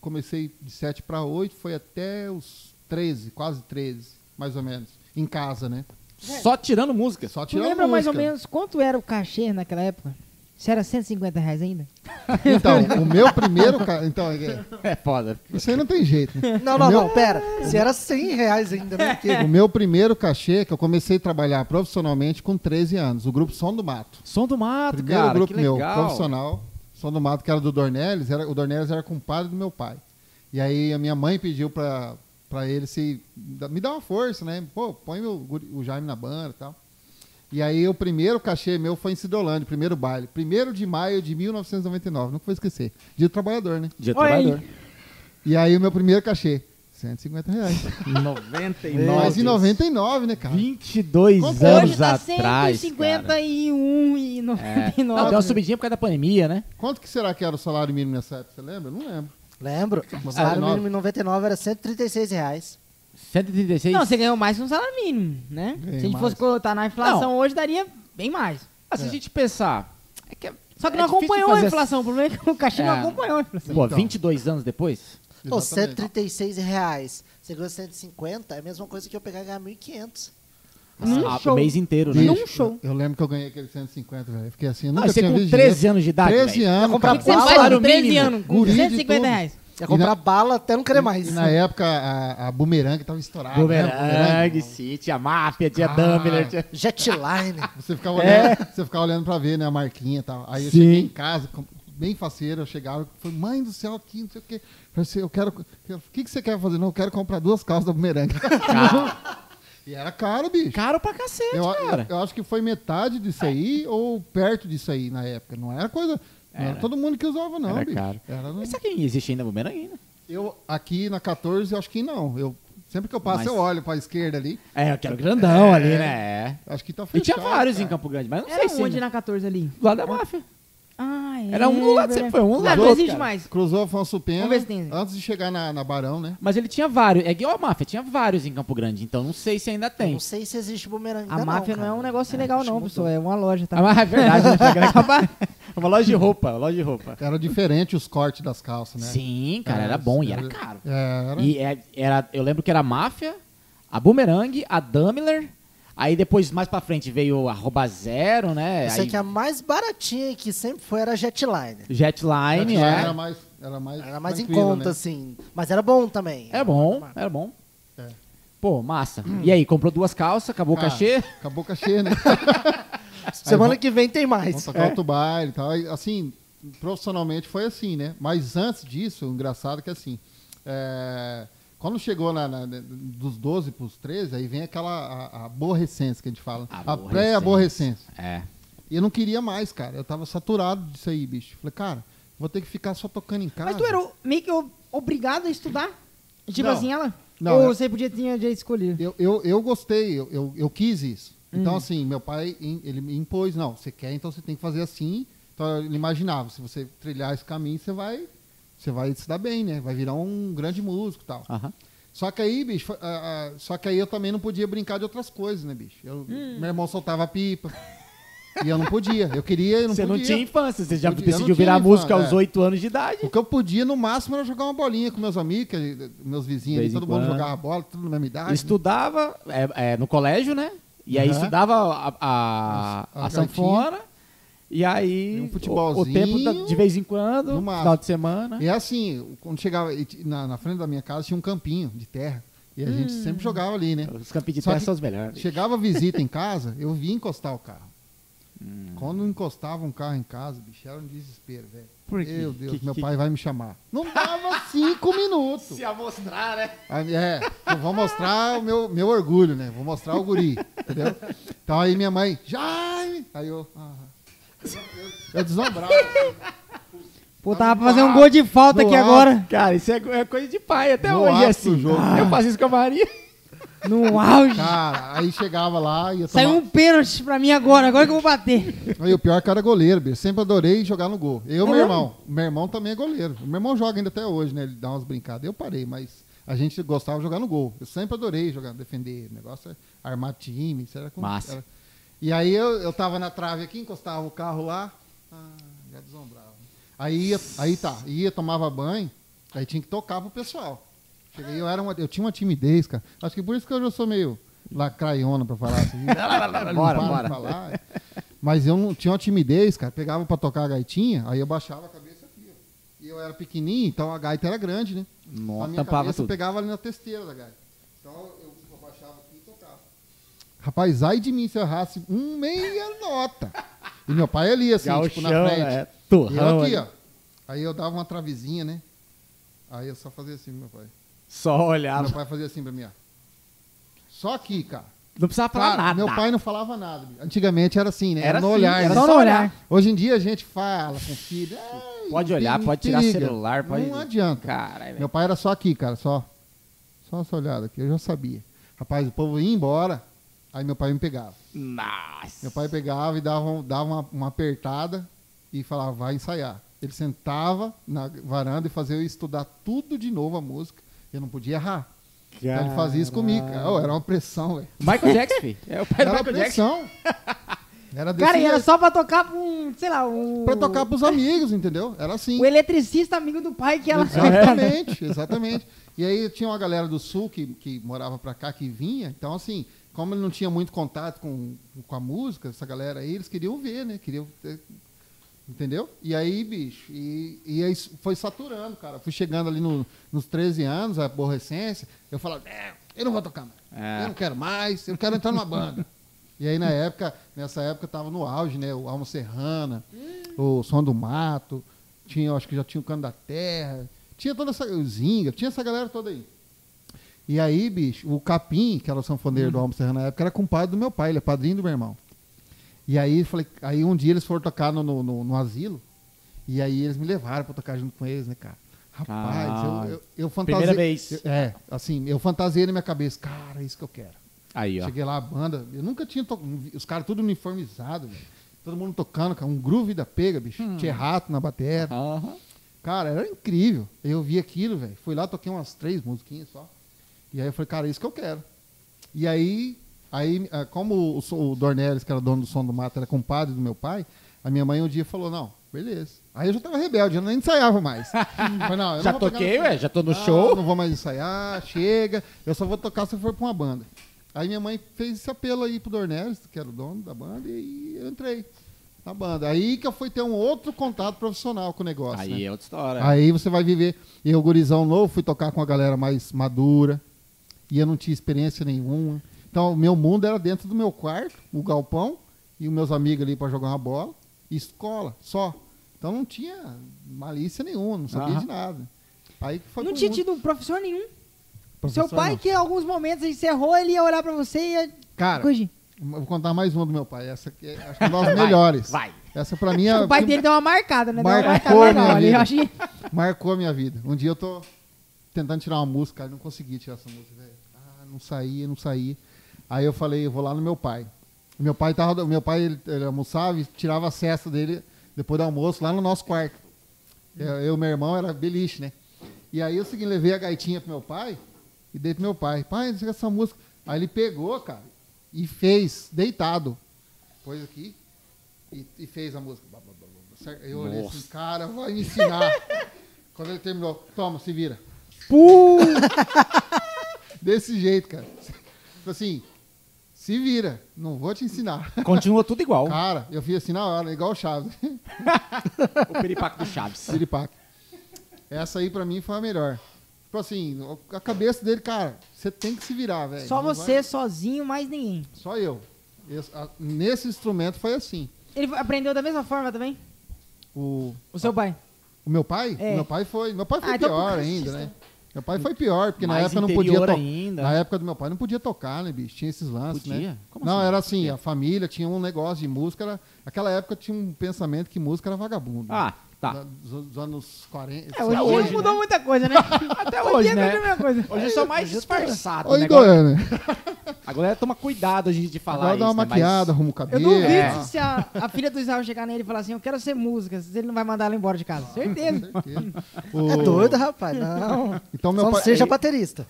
D: Comecei de 7 para 8, foi até os 13, quase 13, mais ou menos. Em casa, né?
C: Só tirando música.
D: Só
A: Tu
D: tirando
A: lembra mais ou
D: música.
A: menos quanto era o cachê naquela época? Se era 150 reais ainda?
D: Então, o meu primeiro. ca- Então, é-
C: É foda.
D: isso aí não tem jeito, né?
B: Não, não, não, pera. Se era 100 reais ainda, né? Porque
D: O meu primeiro cachê, que eu comecei a trabalhar profissionalmente com 13 anos, o grupo Som do Mato.
C: Som do Mato,
D: Primeiro
C: cara.
D: grupo
C: que
D: meu,
C: legal.
D: profissional, Som do Mato, que era do Dornelles, era, o Dornelles era compadre do meu pai. E aí a minha mãe pediu pra, pra ele se. da- me dá uma força, né? Pô, põe meu guri- o Jaime na banda e tal. E aí o primeiro cachê meu foi em Cidolândia, o primeiro baile. Primeiro de maio de 1999, nunca vou esquecer. Dia do trabalhador, né?
C: Dia do
A: Olha aí.
C: trabalhador.
D: E aí o meu primeiro cachê, 150 reais.
C: 99.
D: Mas em 99, né, cara?
C: 22
D: Hoje
C: anos
A: Hoje tá
C: atrás.
A: 151 e
C: É. Não,
A: 99.
C: deu uma subidinha por causa da pandemia, né?
D: Quanto que será que era o salário mínimo nessa época? Você lembra? Eu Não lembro.
B: Lembro. O salário
D: 99.
B: mínimo em 99 era 136 reais.
C: 136.
A: Não, você ganhou mais que um salário mínimo, né? Se
D: Ganhei
A: a gente
D: mais.
A: fosse colocar na inflação hoje, daria bem mais.
C: Ah, se a gente pensar. É que é-
A: Só que
C: é
A: não
C: difícil
A: acompanhou a
C: fazer-
A: inflação. O problema é que o cachê não
C: É.
A: acompanhou a inflação.
C: Pô,
D: Então.
C: 22 anos depois?
B: Pô,
D: Exatamente.
B: 136 reais. Você ganhou 150, é a mesma coisa que eu pegar e ganhar 1.500.
A: Num
C: Ah,
A: show.
C: O mês inteiro, né?
D: Bicho,
A: Num show.
D: Eu lembro que eu ganhei aquele 150, velho. Eu Fiquei assim, eu
C: Não,
D: nunca
C: você
D: tinha
C: com
D: visto
C: 13
D: dinheiro.
C: anos de idade.
D: 13
C: velho. Tá
D: anos,
B: comprar
D: cara.
A: O que você
B: Bala,
A: faz com
C: salário
A: 13
C: mínimo.
A: anos? Com
D: Guri de
A: 150
D: tudo.
A: reais.
B: Ia
D: E
B: comprar
D: na-
B: bala até não querer mais.
D: E na época a, a bumerangue tava estourada. né?
C: Boomerang, sim, tinha máfia, tinha
D: Ah.
C: Dumbler, tinha.
B: Jetline.
D: Você ficava, olhando, você ficava olhando pra ver, né, a marquinha e tal. Aí eu
C: É. Sim.
D: cheguei em casa, com- bem faceiro, eu chegava, falei, mãe do céu, aqui, não sei o quê. Eu falei, eu quero. O que, que você quer fazer? Não, eu quero comprar duas calças da bumerangue. e era caro, bicho.
C: Caro pra cacete,
D: Eu,
C: cara.
D: eu acho que foi metade disso aí ou perto disso aí na época. Não era coisa. Não era,
C: Era.
D: todo mundo que usava, não,
C: Era
D: bicho.
C: caro.
D: Era no-
C: Mas será que existe ainda Boomerang, né?
D: Eu, aqui na 14, eu acho que não. Eu, sempre que eu passo,
C: Mas-
D: eu olho pra esquerda ali.
C: É, eu quero grandão ali, né? É.
D: Acho que tá
C: E
D: fechado.
C: tinha vários então, em
D: cara.
C: Campo Grande, mas não
A: Era
C: sei se.
A: onde né?
C: ainda.
A: na 14 ali?
C: Do lado da máfia.
A: Ah, é,
C: Era um do lado,
A: verdade.
C: sempre foi um do
A: Ah,
C: lado do
A: Não
C: outro,
A: existe
C: cara.
A: mais.
D: Cruzou Afonso Pena
A: Vamos ver se tem.
D: antes de chegar na, na Barão, né?
C: Mas ele tinha vários. É igual a máfia, tinha vários em Campo Grande, então não sei se ainda tem.
B: Não sei se existe bumerangue.
A: A máfia não é um negócio ilegal, não, pessoal. É uma loja,
C: Ah,
A: tá?
C: mas é verdade, né? Tinha grande- Uma loja de roupa, loja de roupa.
D: Era diferente os cortes das calças, né?
C: Sim, cara, era bom e era caro.
D: Era.
C: E é- era, eu lembro que era a máfia, a Boomerang, a Dummler. Aí depois, mais pra frente, veio a Rouba Zero, né?
B: Eu sei
C: Aí,
B: que é a mais baratinha que sempre foi era a Jetline.
C: Jetline,
D: Era-
C: é.
D: Era mais. Era mais,
B: Era mais em
D: tranquilo,
B: conta,
D: né?
B: assim. Mas era bom também.
C: Era é. bom, era bom.
D: É.
C: Pô, massa. E aí, comprou duas calças, acabou o
D: Cara,
C: cachê?
D: Acabou o cachê, né?
B: Semana que vem tem
A: É,
B: mais.
D: Vamos tocar outro baile e tal. E, Assim, profissionalmente foi assim, né? Mas antes disso, o engraçado é que assim, é, quando chegou na, na- dos 12 para os 13, aí vem aquela a, a aborrecência que a gente fala. A
C: Aborrecência.
D: pré-aborrecência.
C: É.
D: E eu não queria mais, cara. Eu tava saturado disso aí, bicho. Falei, cara, vou ter que ficar só tocando em casa.
A: Mas tu era o- meio que o- obrigado a estudar? Tipo
D: Não.
A: assim, ela?
D: Não, né?
A: Ou
D: eu-
A: você podia ter direito de escolher?
D: Eu, eu, eu gostei, eu, eu, eu quis isso.
C: Uhum.
D: Então, assim, meu pai, em- ele me impôs, não, você quer, então você tem que fazer assim. Então, ele imaginava, se você trilhar esse caminho, você vai, você vai se dar bem, né? Vai virar um grande músico e tal.
C: Aham.
D: Só que aí, bicho, ah, ah, só que aí eu também não podia brincar de outras coisas, né, bicho? Eu,
C: Hum.
D: Meu irmão soltava pipa. e eu não podia. Eu queria, eu não
C: Você
D: podia.
C: não tinha infância, você já
D: Podia- eu não
C: decidiu
D: tinha
C: virar
D: infância,
C: música aos
D: é.
C: 8 anos de idade.
D: O que eu podia, no máximo, era jogar uma bolinha com meus amigos, que- eh, meus vizinhos, ali,
C: De vez em
D: todo mundo
C: quando.
D: jogava bola, tudo na mesma idade. né?
C: Estudava é, é, no colégio, né? E aí
D: Aham.
C: estudava a, a,
D: A
C: a sanfona. E aí,
D: E um
C: o- o,
D: futebolzinho.
C: tempo da- de vez em quando,
D: No
C: no
D: máximo.
C: final de semana.
D: E é assim, quando chegava e ti- na, na frente da minha casa tinha um campinho de terra. E a gente sempre jogava ali, né?
C: Os campinhos de
D: Só
C: terra
D: que
C: são os melhores.
D: Chegava visita em casa, eu via encostar o carro.
C: Hum.
D: Quando encostava um carro em casa, bicho, era um desespero, velho.
C: Por quê?
D: Meu Deus,
C: Que-
D: meu
C: que-
D: pai vai me chamar. Não dava cinco minutos.
C: amostrar, né?
D: Ah, É, eu vou mostrar o meu, meu orgulho, né? Vou mostrar o guri, entendeu? Então aí minha mãe, Jaime! Aí eu, ah, eu deslumbrava.
A: Pô, tava pra fazer um gol de falta
D: No
A: aqui
D: alto.
A: agora.
C: Cara, isso é, co- é coisa de pai até
D: No
C: hoje,
D: ápice
C: é assim.
D: do jogo.
C: Ah, Eu faço isso com a Maria.
A: No auge.
D: Cara, aí chegava lá e
A: Saiu um pênalti pra mim agora, agora que eu vou bater.
D: Aí o pior é que eu era goleiro, bicho. Sempre adorei jogar no gol. Eu e meu irmão. Meu irmão também é goleiro. Meu irmão joga ainda até hoje, né? Ele dá umas brincadas. Eu parei, mas a gente gostava de jogar no gol. Eu sempre adorei jogar, defender. O negócio é armar time. Isso era com,
C: Massa.
D: era- E aí eu, eu tava na trave aqui, encostava o carro lá. Ah, já desombrava. Aí, ia- aí tá, ia, tomava banho, aí tinha que tocar pro pessoal. Cheguei, eu, era uma- eu tinha uma timidez, cara. Acho que por isso que eu já sou meio lacraiona pra falar assim. Não
C: Bora,
D: para de
C: bora.
D: falar. Mas eu não tinha uma timidez, cara. Pegava pra tocar a gaitinha, aí eu baixava a cabeça aqui, ó. E eu era pequenininho, então a gaita era grande, né? a
C: Nossa,
D: minha
C: tampava
D: cabeça eu
C: tudo.
D: pegava ali na testeira da gaita. Então eu abaixava aqui e tocava. Rapaz, ai de mim se eu errasse um meia nota. E meu pai ali, assim, tipo, na
C: Gauchão,
D: frente.
C: é,
D: E eu
C: torrão.
D: aqui,
C: né?
D: ó. Aí eu dava uma travezinha, né? Aí eu só fazia assim, pro meu pai.
C: Só
D: Meu
C: olhava.
D: pai fazia assim pra mim, ó. Só aqui, cara.
C: Não precisava falar
D: Cara,
C: nada.
D: Meu pai não falava nada. bicho. Antigamente era assim, né?
C: Era
D: no
C: assim,
D: olhar.
C: era
D: né?
A: Só no olhar.
D: Hoje em dia a gente fala com o filho. "Ai,
C: Pode olhar,
D: te-
C: pode
D: te
C: tirar
D: liga."
C: celular, pode-
D: Não adianta.
C: Caralho, velho.
D: Meu pai era só aqui, cara, só. Só essa olhada aqui, eu já sabia. Rapaz, o povo ia embora, aí meu pai me pegava.
C: Nossa.
D: Meu pai pegava e dava, um- dava uma, uma apertada e falava, vai ensaiar. Ele sentava na varanda e fazia eu estudar tudo de novo a música. Eu não podia errar. Então ele fazia isso comigo, cara. Oh, era uma pressão, velho.
C: Michael Jackson, filho. É o pai
D: Era
C: do
D: uma
C: Michael Jackson.
D: pressão. Era desse
A: Cara, e era
D: jeito.
A: só pra tocar pra um, sei lá, um.
D: Pra tocar pros amigos, entendeu? Era
A: O
D: assim.
A: assim. eletricista amigo do pai que ela.
D: Exatamente, exatamente. E aí tinha uma galera do sul que, que morava pra cá, que vinha. Então, assim, como ele não tinha muito contato com, com a música, essa galera aí, eles queriam ver, né? Queriam. ter- Entendeu? E aí, bicho, e, e aí foi saturando, cara. Fui chegando ali no- nos 13 anos, a aborrecência, eu falava, "É, eu não vou tocar mais.
C: É.
D: Eu não quero mais, eu quero entrar numa banda. E aí, na época, nessa época, tava no auge, né? O Alma Serrana, o Som do Mato, tinha, eu acho que já tinha o Cano da Terra, tinha toda essa. O Zinga, tinha essa galera toda aí. E aí, bicho, o Capim, que era o sanfoneiro
C: Hum.
D: do Alma Serrana na época, era compadre do meu pai, ele é padrinho do meu irmão. E aí, eu falei, aí um dia eles foram tocar no, no, no- no asilo, e aí eles me levaram pra tocar junto com eles, né, cara? Rapaz, eu, eu, eu fantasiei.
C: Ah, Primeira vez.
D: eu- é, assim, eu fantasiei na minha cabeça, cara, é isso que eu quero.
C: Aí, ó.
D: Cheguei lá, a banda. Eu nunca tinha tocado. Os caras tudo uniformizado, bicho. todo mundo tocando, cara. Um groove da pega, bicho.
C: Hum.
D: Tinha rato na bateria.
C: Aham.
D: Cara, era incrível. Eu vi aquilo, velho. Fui lá, toquei umas três musiquinhas só. E aí eu falei, cara, é isso que eu quero. E aí, aí ah, como o, so- o Dornelles, que era dono do som do mato, era compadre do meu pai, a minha mãe um dia falou, não, beleza. Aí eu já tava rebelde, eu nem ensaiava mais. Falei, não, eu
C: Já
D: vou pegar
C: toquei,
D: no-
C: ué, já tô no
D: Não,
C: show.
D: Não vou mais ensaiar, chega. Eu só vou tocar se eu for pra uma banda. Aí minha mãe fez esse apelo aí pro Dornelles, que era o dono da banda, e aí eu entrei na banda. Aí que eu fui ter um outro contato profissional com o negócio, né?
C: Aí é outra história.
D: Aí você vai viver. E eu, gurizão novo, fui tocar com a galera mais madura. E eu não tinha experiência nenhuma. Então, o meu mundo era dentro do meu quarto, o galpão, e os meus amigos ali pra jogar uma bola, e escola, só. Então, não tinha malícia nenhuma, não sabia
C: Aham.
D: de nada. Aí que foi
A: Não
D: pro
A: tinha
D: mundo.
A: tido um professor nenhum.
D: Professor,
A: Seu pai,
D: não.
A: que em alguns momentos encerrou, ele ia olhar pra você e ia.
D: Cara,
A: Corrigir.
D: eu vou contar mais uma do meu pai. Essa aqui é, acho que é uma das
C: Vai,
D: melhores.
C: Vai.
D: Essa pra mim é.
A: O pai dele deu uma marcada, né? Deu uma
D: Marcou
A: marcada na
D: minha
A: hora.
D: vida.
A: Eu achei.
D: Marcou a minha vida. Um dia eu tô tentando tirar uma música, cara, não consegui tirar essa música, velho. Ah, não saía, não saía. Aí eu falei, eu vou lá no meu pai. Meu pai tava, do- meu pai ele, ele almoçava e tirava a cesta dele depois do almoço lá no nosso quarto. Eu, eu e meu irmão era beliche, né? E aí eu segui, levei a gaitinha pro meu pai e dei pro meu pai. Pai, não sei é essa música. Aí ele pegou, cara, e fez, deitado. Pôs aqui e, e fez a música. Blá, blá, blá, blá, blá, certo? Eu olhei assim, cara, vai me ensinar. Quando ele terminou, toma, se vira. Desse jeito, cara. Tipo assim, se vira, não vou te ensinar.
C: Continua tudo igual.
D: Cara, eu fiz assim na hora, igual o Chaves,
C: o peripaco do Chaves.
D: piripaque. Essa aí pra mim foi a melhor. Tipo assim, a cabeça dele, cara, você tem que se virar, velho.
A: Só
D: É, Não vai-
A: você, sozinho, mais ninguém.
D: Só eu. Esse- a- nesse instrumento foi assim.
A: Ele aprendeu da mesma forma também?
D: O,
A: O seu pai?
D: o meu pai?
A: É.
D: O meu pai foi. Meu pai foi
A: Ah, então por
D: pior
A: causa
D: ainda,
A: disso,
D: né? Meu pai foi pior, porque na
C: Mais
D: época não podia
C: interior
D: tocar.
C: ainda.
D: Na época do meu pai não podia tocar, né, bicho? Tinha esses lances,
C: Podia?
D: né?
C: Como
D: não,
C: assim?
D: era assim, a família tinha um negócio de música. Era, aquela época tinha um pensamento que música era vagabundo.
C: Ah,
D: Da-
C: tá.
D: Dos, dos anos 40.
A: É, hoje, em
D: sei
A: dia
D: lá.
A: não mudou muita coisa, né? Até
C: hoje,
A: em dia
C: né?
A: não é a mesma coisa.
C: Hoje é só mais disfarçado,
D: Oi,
C: né? Agora,
D: Goiânia.
C: a galera toma cuidado de, de falar
D: Agora dá uma
C: isso, né? Mas-
D: maquiada, arruma o
A: Eu
D: cabelo.
A: duvido
D: tá?
A: se a, a filha do Israel chegar nele e falar assim, eu quero ser música, se ele não vai mandar ela embora de casa.
D: ah,
A: Certeza.
D: Certeza.
B: É doido, rapaz. Não.
D: Então meu
B: Só não
D: pai. Então-
B: seja baterista.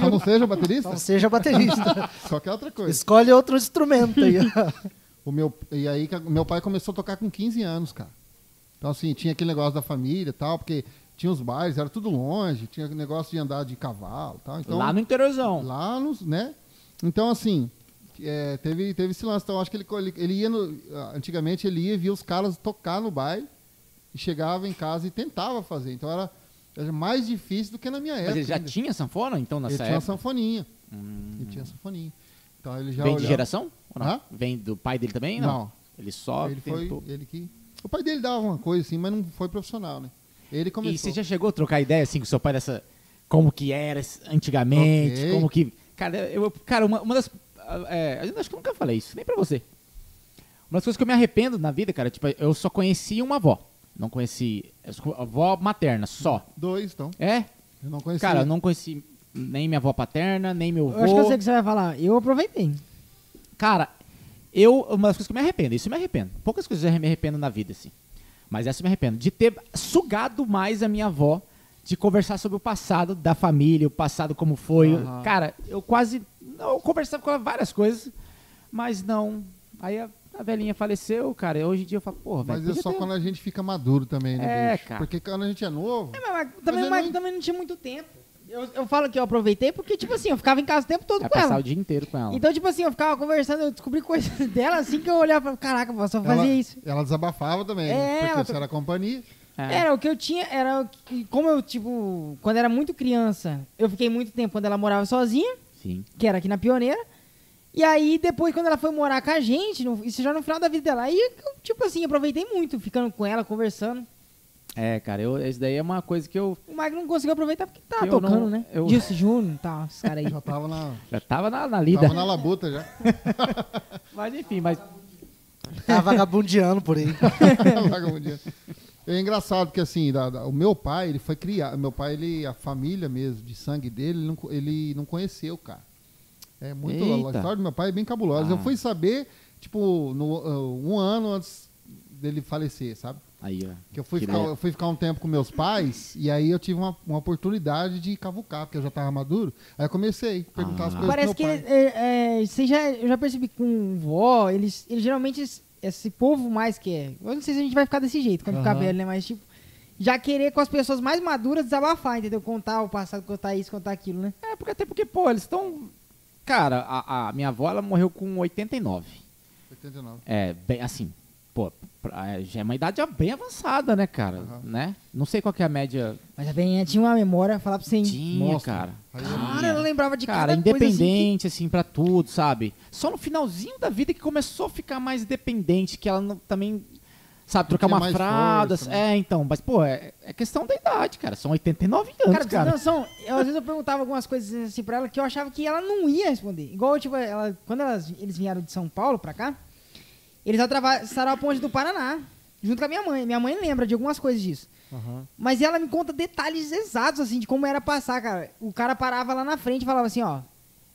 D: Só não seja
B: Só
D: baterista?
B: não seja baterista.
D: Só que é outra coisa.
B: Escolhe outro instrumento aí, ó.
D: O meu, e aí que a- meu pai começou a tocar com 15 anos, cara. Então, assim, tinha aquele negócio da família e tal, porque tinha os bares, era tudo longe, tinha aquele negócio de andar de cavalo e tal. Então,
C: Lá no interiorzão.
D: lá nos, né? Então, assim, é, teve, teve esse lance. Então, acho que ele, co- ele, ele ia no. ah, Antigamente ele ia e via os caras tocar no baile e chegava em casa e tentava fazer. Então era, era mais difícil do que na minha é época.
C: Mas ele já
D: ainda.
C: tinha sanfona, então,
D: Ele
C: nessa
D: tinha uma
C: época?
D: sanfoninha. Ele tinha sanfoninha. Então ele já
C: Vem de
D: olhava-
C: geração? Ou não?
D: Hã?
C: Vem do pai dele também? Não.
D: Não.
C: Ele só
D: ele foi
C: tentou.
D: ele que. O pai dele dava uma coisa assim, mas não foi profissional, né? Ele começou.
C: E você já chegou a trocar ideia assim com seu pai dessa. Como que era antigamente?
D: Troquei.
C: Como que. Cara, eu, cara uma, uma das. É, eu acho que eu nunca falei isso, nem pra você. Uma das coisas que eu me arrependo na vida, cara, tipo, eu só conheci uma avó. Não conheci. eu só- Avó materna, só.
D: Dois, então.
A: Hum.
C: É?
D: Eu não conhecia.
C: Cara, eu não conheci nem minha avó paterna, nem meu avô.
A: um- Eu acho que eu sei o que você vai falar. Eu aproveitei.
C: Cara, eu. Uma das coisas que eu me arrependo, isso eu me arrependo. Poucas coisas eu me arrependo na vida, assim. Mas essa eu me arrependo. De ter sugado mais a minha avó de conversar sobre o passado da família, o passado como foi.
D: Aham.
C: Cara, eu quase. Eu conversava com ela várias coisas, mas não. Aí a, a velhinha faleceu, cara. e Hoje em dia eu falo, porra, velho.
D: Mas é
C: podia
D: só
C: ter-
D: quando a gente fica maduro também, né,
C: É,
D: bicho?
C: cara.
D: Porque quando a gente é novo.
A: É, mas, mas também,
D: eu
A: mas
D: não-
A: também não tinha muito tempo. Eu, eu falo que eu aproveitei porque, tipo assim, eu ficava em casa o tempo todo
C: Ela
A: com
C: passar
A: ela.
C: o dia inteiro com ela.
A: Então, tipo assim, eu ficava conversando, eu descobri coisas dela assim que eu olhava e falava, caraca, eu só fazia
D: ela,
A: isso.
D: Ela desabafava também, né?
A: É,
D: Porque
A: ela-
D: você era companhia.
C: É.
A: Era o que eu tinha, era o que, como eu, tipo, quando era muito criança, eu fiquei muito tempo quando ela morava sozinha,
C: Sim.
A: que era aqui na Pioneira. E aí, depois, quando ela foi morar com a gente, no- isso já no final da vida dela, aí eu, tipo assim, aproveitei muito, ficando com ela, conversando.
C: É, cara, eu, isso daí é uma coisa que eu
A: O Magno não conseguiu aproveitar porque tá
C: Eu
A: tocando,
C: não-
A: né?
C: eu-
A: Gilson Júnior e tal, os caras aí.
D: Já tava na,
C: já tava na, na lida.
D: tava na labuta já.
C: Mas enfim, mas.
B: Tá vagabundeando por aí.
D: Vagabundinho. um É engraçado porque assim, da- da- o meu pai, ele foi criado, meu pai, ele a família mesmo de sangue dele, ele não, co- ele não conheceu, cara. É muito a
C: Eita.
D: história do meu pai é bem cabulosa.
C: Ah.
D: Eu fui saber, tipo, no, uh, um ano antes dele falecer, sabe?
C: Aí, ó.
D: Que eu fui,
C: Que
D: ficar,
C: le-
D: eu fui ficar um tempo com meus pais e aí eu tive uma, uma oportunidade de cavucar, porque eu já tava maduro. Aí eu comecei a perguntar as
C: Ah.
D: coisas
A: Parece
D: pro
A: que
D: meu pai.
A: é, é, você já, eu já percebi que com vó, eles, eles geralmente, es- esse povo mais que é. Eu não sei se a gente vai ficar desse jeito quando ficar
D: Aham.
A: velho, né? Mas tipo, já querer com as pessoas mais maduras desabafar, entendeu? Contar o passado, contar isso, contar aquilo, né?
C: É, porque até porque, pô, eles estão. Cara, a, a minha avó, ela morreu com 89.
D: 89.
C: É, bem assim. Pô, pra- é, já é uma idade bem avançada, né, cara?
D: Aham.
C: Né? Não sei qual que é a média.
A: Mas a velhinha tinha uma memória, falar pra você, hein?
C: Tinha,
D: Nossa.
C: cara.
D: Aí eu-
A: Cara, ela lembrava de
C: Cara,
A: cada coisa, assim,
C: independente, assim, pra tudo, sabe? Só no finalzinho da vida que começou a ficar mais dependente, que ela não- também, sabe, trocar
D: Tinha
C: uma
D: mais
C: fralda.
D: força, né?
C: É, então, mas, pô, é, é questão da idade, cara. São 89 anos,
A: Cara,
C: cara.
A: pra vocês terem noção, eu, às vezes eu perguntava algumas coisas assim pra ela que eu achava que ela não ia responder. Igual, tipo, ela, quando elas- eles vieram de São Paulo pra cá, eles atravessaram a ponte do Paraná, junto com a minha mãe. Minha mãe lembra de algumas coisas disso. Mas ela me conta detalhes exatos, assim, de como era passar, cara. O cara parava lá na frente e falava assim, ó,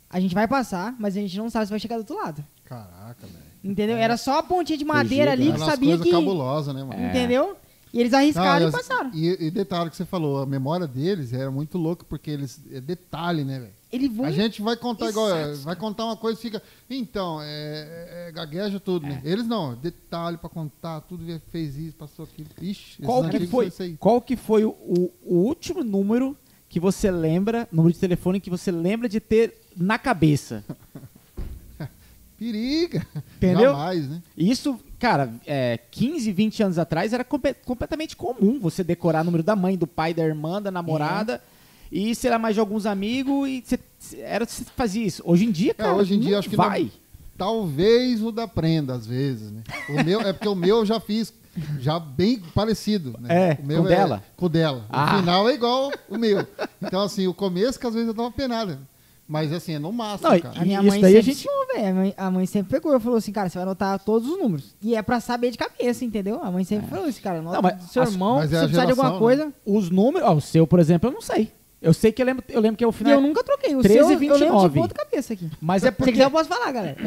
A: a gente vai passar, mas a gente não sabe se vai chegar do outro lado.
D: Caraca, velho.
A: Entendeu? Era só a pontinha de madeira
C: jeito,
A: ali
D: Era
A: que
D: umas
A: sabia
D: coisas
A: que...
D: cabulosas, né, mano?
C: É.
A: Entendeu? E eles
D: Não,
A: arriscaram e
D: as-
A: passaram.
D: E, e detalhe que você falou, a memória deles era muito louca, porque eles. É detalhe, né, velho?
A: Ele voa
D: A
A: em
D: gente vai contar igual. é,
A: Exato,
D: Vai contar uma coisa e fica. Então, é, é- é gagueja tudo, né? Eles não, detalhe pra contar, tudo e fez isso, passou aquilo. Ixi, esses
C: Qual que
D: antigos
C: foi,
D: isso aí.
C: qual que foi o, o- o último número que você lembra, número de telefone que você lembra de ter na cabeça?
D: Periga.
C: Entendeu?
D: Jamais, né?
C: E Isso, cara, é, 15, 20 anos atrás era compe- completamente comum você decorar o número da mãe, do pai, da irmã, da namorada. E sei lá, mais de alguns amigos e cê, cê- era você fazia isso. Hoje em dia,
D: É,
C: cara,
D: hoje em dia
C: não
D: acho que não-
C: vai.
D: Talvez o da prenda, às vezes, né? O meu, é porque o meu eu já fiz, já bem parecido, né?
C: É,
D: o meu
C: com dela?
D: Com dela.
C: Ah.
D: O final é igual o meu. Então, assim, o começo que às vezes eu dava penada. Mas, assim, é no máximo,
C: Não, e-
D: cara.
A: A minha
C: Isso
A: mãe
C: daí a
A: sempre
C: gente-
A: ensinou, velho. A mãe- A mãe sempre pegou e falou assim, cara, você vai anotar todos os números. E é pra saber de cabeça, entendeu? A mãe sempre falou isso, cara. Anota
C: Não, mas
A: do seu
C: as-
A: irmão,
D: É. mas
A: se
D: é a
A: você precisar de
D: geração,
A: alguma
D: né?
A: coisa.
C: Os números, ó, o seu, por exemplo, eu não sei. Eu sei que eu lembro, eu lembro que é o
A: E
C: final.
A: eu nunca troquei. O
C: 13
A: seu,
C: e
A: eu
C: 29.
A: lembro de ponta cabeça aqui.
C: Mas é
A: Se
C: porque.
A: quiser eu posso falar, galera.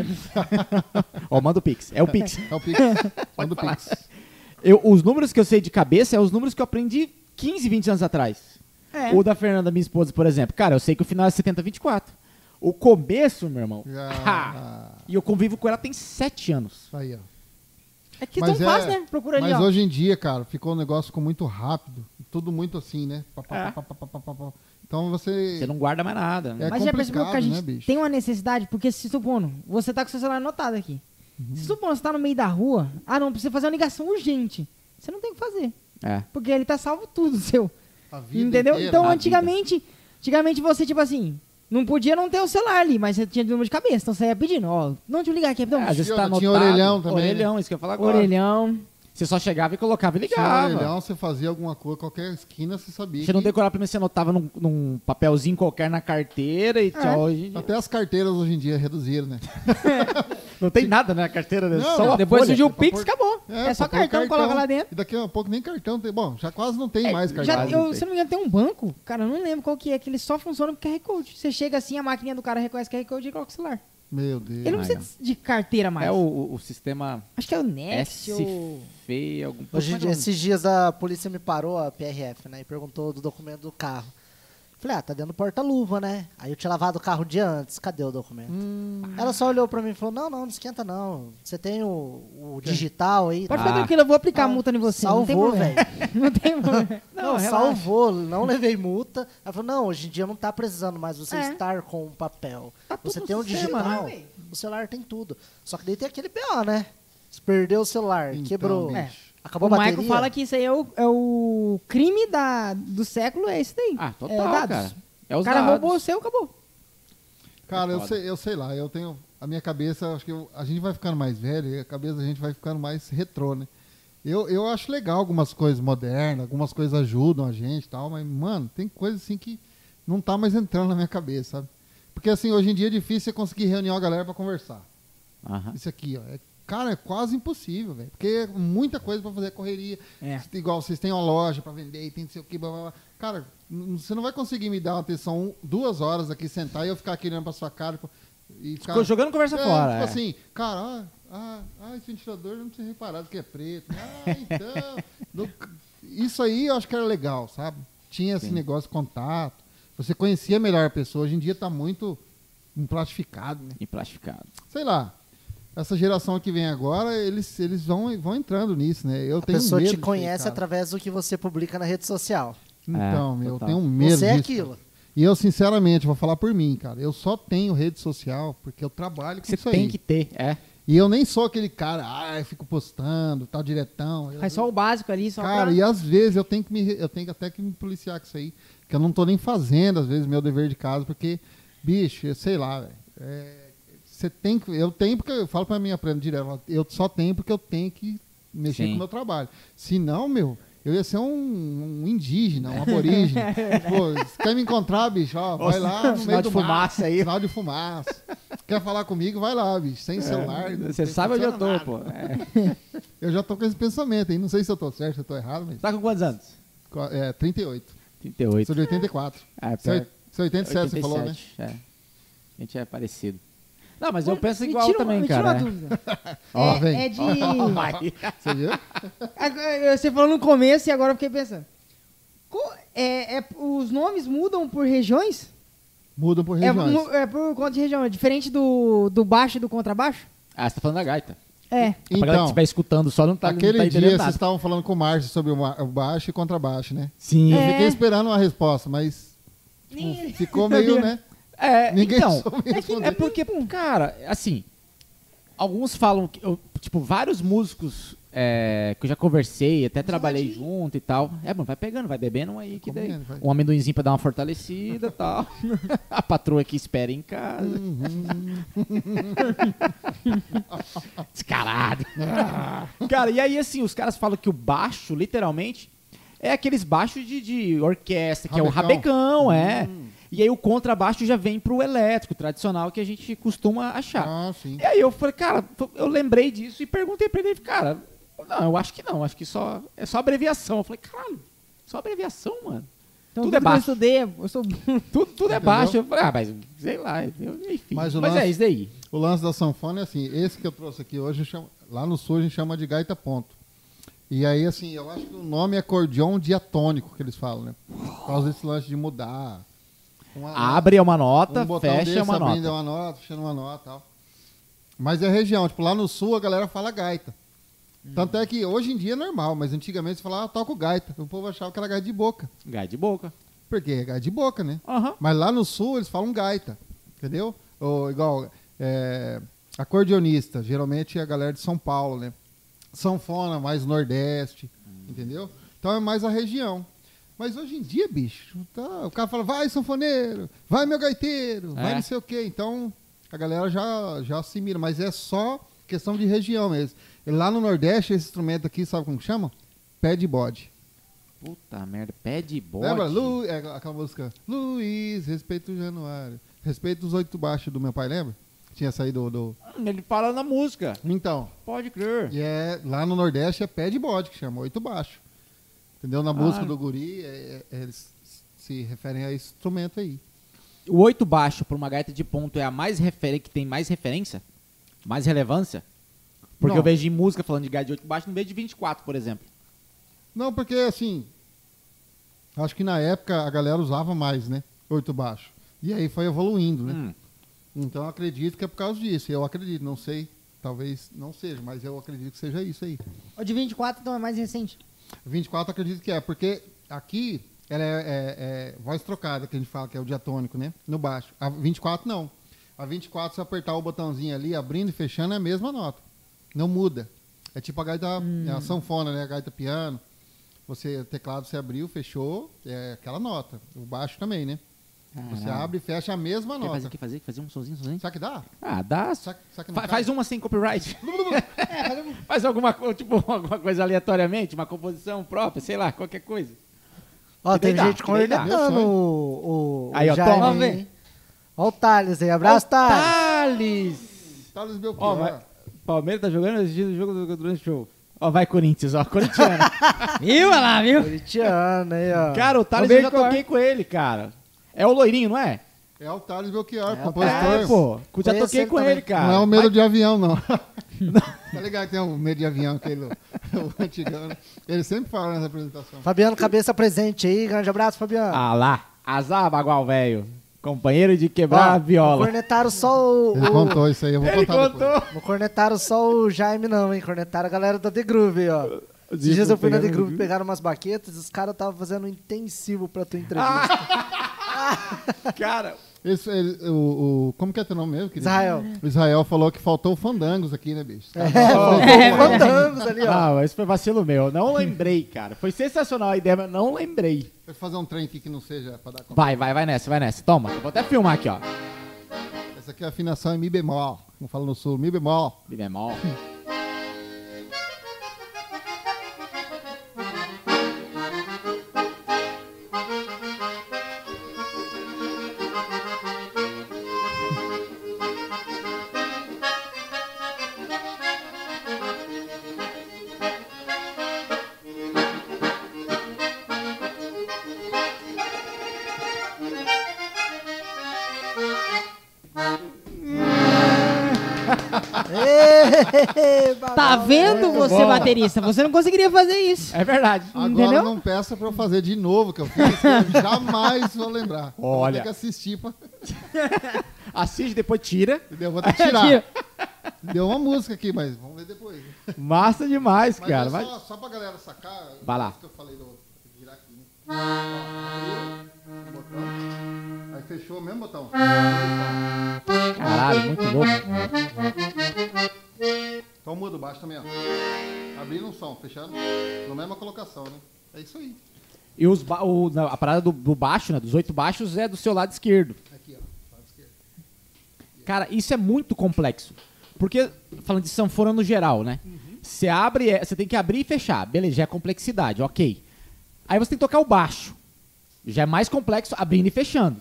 C: Ó, manda o Pix. É o Pix.
D: É o Pix. Manda o Pix.
C: Eu- os números que eu sei de cabeça é os números que eu aprendi 15, 20 anos atrás.
A: É.
C: O da Fernanda, minha esposa, por exemplo. Cara, eu sei que o final é 70, 24. O começo, meu irmão. ha!
D: Já...
C: E eu convivo com ela tem 7 anos.
D: Aí, ó.
A: É que
D: Mas
A: tão
D: é-
A: fácil, né? Procura ali,
D: Mas
A: ó.
D: hoje em dia, cara, ficou um negócio ficou muito rápido. Tudo muito assim, né? Pá, pá,
C: É.
D: pá, pá, pá, pá, pá, pá. Então você.
C: Você não guarda mais nada. né?
D: É
A: Mas já percebeu que a
D: complicado, né,
A: gente
D: bicho?
A: tem uma necessidade? Porque se supondo, você tá com seu celular anotado aqui.
D: Uhum.
A: Se supondo, você tá no meio da rua. Ah, não, precisa fazer uma ligação urgente. Você não tem o que fazer.
C: É.
A: Porque ele tá salvo tudo seu.
D: A vida
A: Entendeu?
D: inteira. né?
A: então,
C: a
A: antigamente, antigamente você, tipo assim, não podia não ter o celular ali, mas você tinha número de cabeça. Então você ia pedindo, ó, não te ligar aqui, então,
C: É, às vezes
D: Tinha-
C: tá anotado.
D: tinha orelhão também,
C: Orelhão, isso que eu ia falar agora.
A: orelhão.
C: Você só chegava e colocava e
D: Se
C: ligava.
D: no orelhão um você fazia alguma coisa, qualquer esquina você sabia.
C: Você não
D: que-
C: decorava pra mim, você anotava num, num papelzinho qualquer na carteira e tchau. Hoje em dia-
D: Até as carteiras hoje em dia reduziram, né?
C: Não tem nada na carteira, né?
D: Não,
C: Só
D: não,
C: uma
A: Depois
C: folha.
A: surgiu o
D: Depois-
A: Pix, acabou. É, só
D: pô, põe o
A: cartão, coloca lá dentro. É,
D: E daqui a um pouco nem cartão tem. Bom, já quase não tem mais cartão.
A: Já,
C: Cartaz, não
A: eu,
C: tem.
A: se eu não me engano, tem um banco, cara, eu não lembro qual que é, que ele só funciona por QR Code. Você chega assim, a maquininha do cara reconhece QR Code e coloca o celular.
D: Meu Deus.
A: Ele não
C: Ah,
A: precisa de carteira mais.
C: É o, o- o sistema
A: Acho que é o Next ou...
C: SFE,
B: Hoje,
C: algum
B: em
C: Como é que
B: dia,
C: é o nome?
B: esses dias a polícia me parou, a PRF, né? E perguntou do documento do carro. Falei, ah, tá dentro do porta-luva, né? Aí eu tinha lavado o carro o dia antes, cadê o documento? Ela só olhou pra mim e falou, não, não, não esquenta não. Você tem o, o digital aí?
A: Pode
B: Ah,
A: ficar tranquilo, eu vou aplicar a multa em você. não tem
B: Salvou,
A: problema.
B: velho.
A: Não tem problema.
B: Não,
C: relaxa.
B: salvou, não levei multa. Ela falou, não, hoje em dia não tá precisando mais você
A: É.
B: estar com o papel.
C: Tá tudo
B: você
C: no
B: tem o
C: sistema,
B: digital,
C: né,
B: o celular tem tudo. Só que daí tem aquele BO, né? Se perdeu o celular,
D: Então,
B: quebrou,
D: bicho.
A: É.
B: acabou
A: o
B: a bateria.
A: Michael fala que isso aí é o, é o crime da, do século, é isso daí.
C: Ah,
A: É
C: total,
A: dados.
C: cara. É
A: O
C: os
A: cara
C: dados.
A: roubou o seu, acabou.
D: Cara, eu
C: Foda.
D: sei, eu sei lá, eu tenho. A minha cabeça, acho que eu- a gente vai ficando mais velho e a cabeça da gente vai ficando mais retrô, né? Eu, eu acho legal algumas coisas modernas, algumas coisas ajudam a gente e tal, mas, mano, tem coisa assim que não tá mais entrando na minha cabeça, sabe? Porque assim, hoje em dia é difícil você conseguir reunir uma galera pra conversar.
C: Aham.
D: Isso aqui, ó. é- cara, é quase impossível, velho. Porque é muita coisa pra fazer correria.
A: É.
D: Igual vocês têm uma loja pra vender e tem não sei o que, blá, blá, blá. Cara, n- você não vai conseguir me dar uma atenção um- duas horas aqui, sentar e eu ficar aqui olhando pra sua cara tipo, e ficar...
C: Ficou jogando conversa
D: É,
C: fora.
D: Tipo
C: é.
D: assim, cara, ó, ah, ah, esse ventilador não precisa reparar do que é preto. Ah, então... No- Isso aí eu acho que era legal, sabe? Tinha esse negócio de contato. Você conhecia melhor a pessoa. Hoje em dia tá muito plastificado, né?
C: E plastificado.
D: sei lá, essa geração que vem agora, eles, eles vão, vão entrando nisso, né? Eu
B: A
D: tenho
B: pessoa
D: medo
B: te
D: disso aí,
B: conhece
D: cara.
B: através do que você publica na rede social.
D: Então,
C: É,
D: meu, eu
C: total.
D: tenho medo
B: você é
D: disso,
B: aquilo.
D: cara. E eu, sinceramente, vou falar por mim, cara. Eu só tenho rede social porque eu trabalho com
C: Você
D: isso
C: tem
D: aí.
C: que ter, é.
D: E eu nem sou aquele cara, ah, eu fico postando, tal, diretão. Eu-
A: Faz só o básico ali, só
D: Cara,
A: pra...
D: e às vezes eu tenho que me, re- eu tenho até que me policiar com isso aí, que eu não tô nem fazendo às vezes meu dever de casa, porque bicho, eu sei lá, velho. é, você tem que, eu tenho porque eu falo para minha prima direto, eu falo, eu só tenho porque eu tenho que mexer
C: Sim.
D: com o meu trabalho. Se não, meu, eu ia ser um, um indígena, um aborígene. Pô, se quer me encontrar, bicho, ó, vai lá no
C: sinal
D: meio
C: de
D: do
C: fumaça
D: mato,
C: aí.
D: Sinal de fumaça. quer falar comigo, vai lá, bicho, sem celular. não
C: É, Você
D: tem
C: sabe onde eu tô,
D: funcionário.
C: pô. É.
D: Eu já tô com esse pensamento aí, não sei se eu tô certo, se eu tô errado, mas...
C: Você tá com quantos anos?
D: Qua- É, 38.
C: 38.
D: Sou de 84.
C: Ah,
D: Sou
C: pior.
D: oit- sou 87, você falou, né?
C: 87, é. A gente é parecido. Não, mas
A: Pô,
C: eu penso
A: me
C: igual
A: tira uma-
C: também,
A: me tira
C: cara.
A: uma
C: é.
A: dúvida.
D: Ó,
A: é,
D: vem.
A: é de...
D: Você viu?
A: Agora, Você falou no começo e agora eu fiquei pensando. Co- É, é- os nomes mudam por regiões?
D: Mudam por
A: É,
D: regiões.
A: mu- é por conta de região. É diferente do, do baixo e do contrabaixo?
C: Ah, você tá falando da gaita.
A: É.
C: Então, pra galera que
D: Então,
C: estiver escutando só não tá, não
D: aquele
C: tá entendendo
D: dia
C: nada.
D: vocês estavam falando com o Márcio sobre o ma- o baixo e contrabaixo, né?
C: Sim.
D: Eu
A: É.
D: fiquei esperando uma resposta, mas tipo,
A: Nem-
D: ficou meio, né?
C: É,
D: Ninguém
C: então,
D: soube
C: é, que- é
D: responder.
C: porque, cara, assim, alguns falam que, eu- tipo, vários músicos é, que eu já conversei, até trabalhei junto e tal. É, mano, vai pegando, vai bebendo um aí que daí.
D: comendo, vai.
C: Um amendoinzinho pra dar uma fortalecida e tal. A patroa que espera em casa.
D: Uhum.
C: Descarado. Cara, e aí assim, os caras falam que o baixo, literalmente, é aqueles baixos de, de orquestra, que é o rabecão,
D: Rabecão.
C: é.
D: Hum.
C: E aí o contrabaixo já vem pro elétrico tradicional que a gente costuma achar.
D: Ah, sim.
C: E aí eu falei, cara, eu lembrei disso e perguntei pra ele, ele, cara, não, eu acho que não, acho que só é só abreviação. Eu falei, caralho, só abreviação, mano.
A: Então,
C: tudo é
A: que eu
C: baixo,
A: estudei, eu sou...
C: tudo, tudo é
D: Entendeu?
C: baixo. Eu falei, ah, mas sei lá, eu- enfim. Mas,
D: Mas o lance-
C: é isso daí.
D: O lance da sanfona é assim, esse que eu trouxe aqui hoje, chama- lá no sul a gente chama de gaita ponto. E aí, assim, eu acho que o nome é acordeon diatônico que eles falam, né? Por causa desse lance de mudar. Uma-
C: Abre é uma nota, fecha é uma
D: um abrindo
C: nota.
D: uma nota, fechando uma nota e tal. Mas é região, tipo, lá no sul a galera fala gaita. Tanto é que hoje em dia é normal, mas antigamente se falava ah, toco gaita. O povo achava que era gaita de boca.
C: Gai de boca.
D: Porque é gaita de boca, né?
C: Aham.
D: Mas lá no sul eles falam gaita, entendeu? Ou igual é, acordeonista, geralmente é a galera de São Paulo, né? Sanfona, mais nordeste, entendeu? Então é mais a região. Mas hoje em dia, bicho, tá- o cara fala, vai sanfoneiro, vai meu gaiteiro, vai
C: É.
D: não sei o quê. Então a galera já, já assimila, mas é só questão de região mesmo. E lá no Nordeste, esse instrumento aqui, sabe como chama? Pé de bode.
C: Puta merda, pé de bode.
D: Lembra? Lu, é, aquela música. Luiz, respeito o Januário. Respeito os oito baixos do meu pai, lembra? Tinha saído do.
C: Hum, Ele fala na música.
D: do- Então,
C: Pode crer.
D: e é, lá no Nordeste é pé de bode que chama, oito baixo. Entendeu? Na música do guri, é- é- eles se referem a esse instrumento aí.
C: O oito baixo pra uma gaita de ponto é a mais referência que tem mais referência? Mais relevância? Porque
D: Não.
C: eu vejo em música falando de gaita de oito baixo no meio de 24, por exemplo.
D: Não, porque assim. Acho que na época a galera usava mais, né? Oito baixo. E aí foi evoluindo, né?
C: Hum.
D: Então eu acredito que é por causa disso. Eu acredito, não sei. Talvez não seja, mas eu acredito que seja isso aí.
A: O de 24, então, é mais recente.
D: 24 acredito que é, porque aqui ela é, é- é voz trocada, que a gente fala que é o diatônico, né? No baixo. A 24 não. A 24, se apertar o botãozinho ali, abrindo e fechando, é a mesma nota. Não muda. É tipo a gaita,
C: Hum.
D: é a sanfona, né? A gaita piano. Você, o teclado, você abriu, fechou, é aquela nota. O baixo também, né? Você abre e fecha a mesma
C: Quer fazer,
D: nota.
C: quer fazer, quer fazer um sozinho, sozinho?
D: Será que dá?
C: Ah, dá.
D: Será, será que não
C: Fa- faz
D: cai?
C: uma sem copyright. faz alguma coisa, tipo, alguma coisa aleatoriamente, uma composição própria, sei lá, qualquer coisa.
B: Ó,
C: Que
B: tem
C: nem dá,
B: gente
C: que nem dá.
B: cornetando
D: Meu sonho.
B: o, o
C: Aí, ó, toma.
B: Jaime. hein? Ó o Thales aí. Abraço, Thales.
C: Thales!
D: Thales Belchior.
C: Ó, vai- Palmeiras tá jogando assistindo o jogo do- durante o show. Ó, vai Corinthians, ó, corintiano.
A: Viu, olha lá, viu?
B: Coritiano aí, ó.
C: cara, o Thales eu já toquei com ele, cara. É o loirinho, não é?
D: É o Thales Belchior, compositor.
C: É, pô. Já
B: Conheço
C: toquei
B: ele
C: com
B: também.
C: ele, cara.
D: Não é o medo de avião, não. tá ligado que tem o medo de avião, aquele o antigão. né? Ele sempre fala nessa apresentação.
B: Fabiano Cabeça presente aí. Grande abraço, Fabiano.
C: Ah lá, azar bagual velho. Companheiro de quebrar a viola.
B: Cornetaram só o...
D: Ele
B: o
D: contou isso aí, eu vou
C: Ele
D: contar depois.
C: contou.
B: não cornetaram só o Jaime, não, hein? Cornetaram a galera da The Groove, ó. Esses dias eu fui na The Groove, pegaram umas baquetas e os caras estavam fazendo um intensivo pra tua entrevista.
C: Ah. Cara,
D: Esse- ele- o, o- como que é teu nome mesmo, querido?
B: Israel.
D: O Israel falou que faltou o fandangos aqui, né, bicho?
B: Mandamos ali, ó.
C: ah, mas foi vacilo meu. Eu Não lembrei, cara. Foi sensacional a ideia, mas eu não lembrei.
D: Deixa eu fazer um trem aqui que não seja pra dar conta.
C: Vai, vai, vai nessa, vai nessa. Toma, eu vou até filmar aqui, ó.
D: Essa aqui é a afinação em Mi bemol. Como fala no sul, Mi bemol.
C: Mi bemol.
A: Tá vendo você,
C: bom.
A: baterista? Você não conseguiria fazer isso.
C: É verdade.
D: Agora
A: Entendeu?
D: não peça pra eu fazer de novo, que eu fiz, que eu jamais vou lembrar. Então Eu Vou
C: Olha.
D: ter que assistir pra...
C: Assiste, depois tira.
D: Eu vou ter que tirar. Deu uma música aqui, mas vamos ver depois. né?
C: Massa demais,
D: Mas
C: cara.
D: é
C: Mas...
D: só, só pra galera sacar,
C: Vai lá.
D: isso que eu falei do virar aqui, né? Ó, abriu, botão. Aí fechou o mesmo botão.
C: Caralho, muito louco.
D: Então muda o baixo também, ó. Abriram um som, fecharam. Na mesma colocação, né? É isso aí.
C: E os ba- o- não, a parada do, do baixo, né? Dos oito baixos é do seu lado esquerdo.
D: Aqui, ó. Lado esquerdo.
C: Cara, isso é muito complexo. Porque, falando de sanfona no geral, né?
D: Uhum.
C: Você abre, é- você tem que abrir e fechar. Beleza, já é complexidade, ok. Aí você tem que tocar o baixo. Já é mais complexo abrindo e fechando.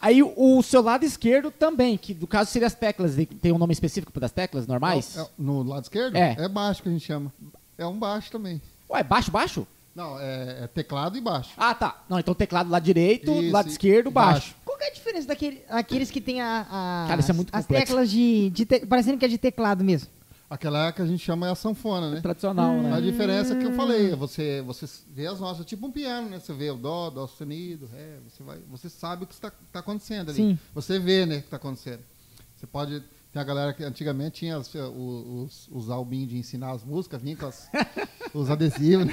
C: Aí o, o seu lado esquerdo também, que no caso seria as teclas, e tem um nome específico para as teclas normais?
D: É- é- no lado esquerdo?
C: É.
D: baixo que a gente chama. É um baixo também.
C: Ué, baixo, baixo?
D: Não, é, é teclado e baixo.
C: Ah, tá. Não, então teclado lado direito,
D: Isso,
C: lado
D: e-
C: esquerdo,
D: e
C: baixo.
D: baixo.
A: Qual que é a diferença daquele, daqueles que tem a, a-
C: Cara, isso é muito
A: as
C: complexo.
A: teclas de, de te- parecendo que é de teclado mesmo?
D: Aquela que a gente chama é a sanfona, né?
C: Tradicional, né?
D: A diferença que eu falei, é você, você vê as notas, tipo um piano, né? Você vê o dó, dó sustenido, ré, você, vai, você sabe o que está tá acontecendo ali.
A: Sim.
D: Você vê, né, o que está acontecendo. Você pode... Tem a galera que antigamente tinha os, os, os albinhos de ensinar as músicas, vinha com as- os adesivos, né?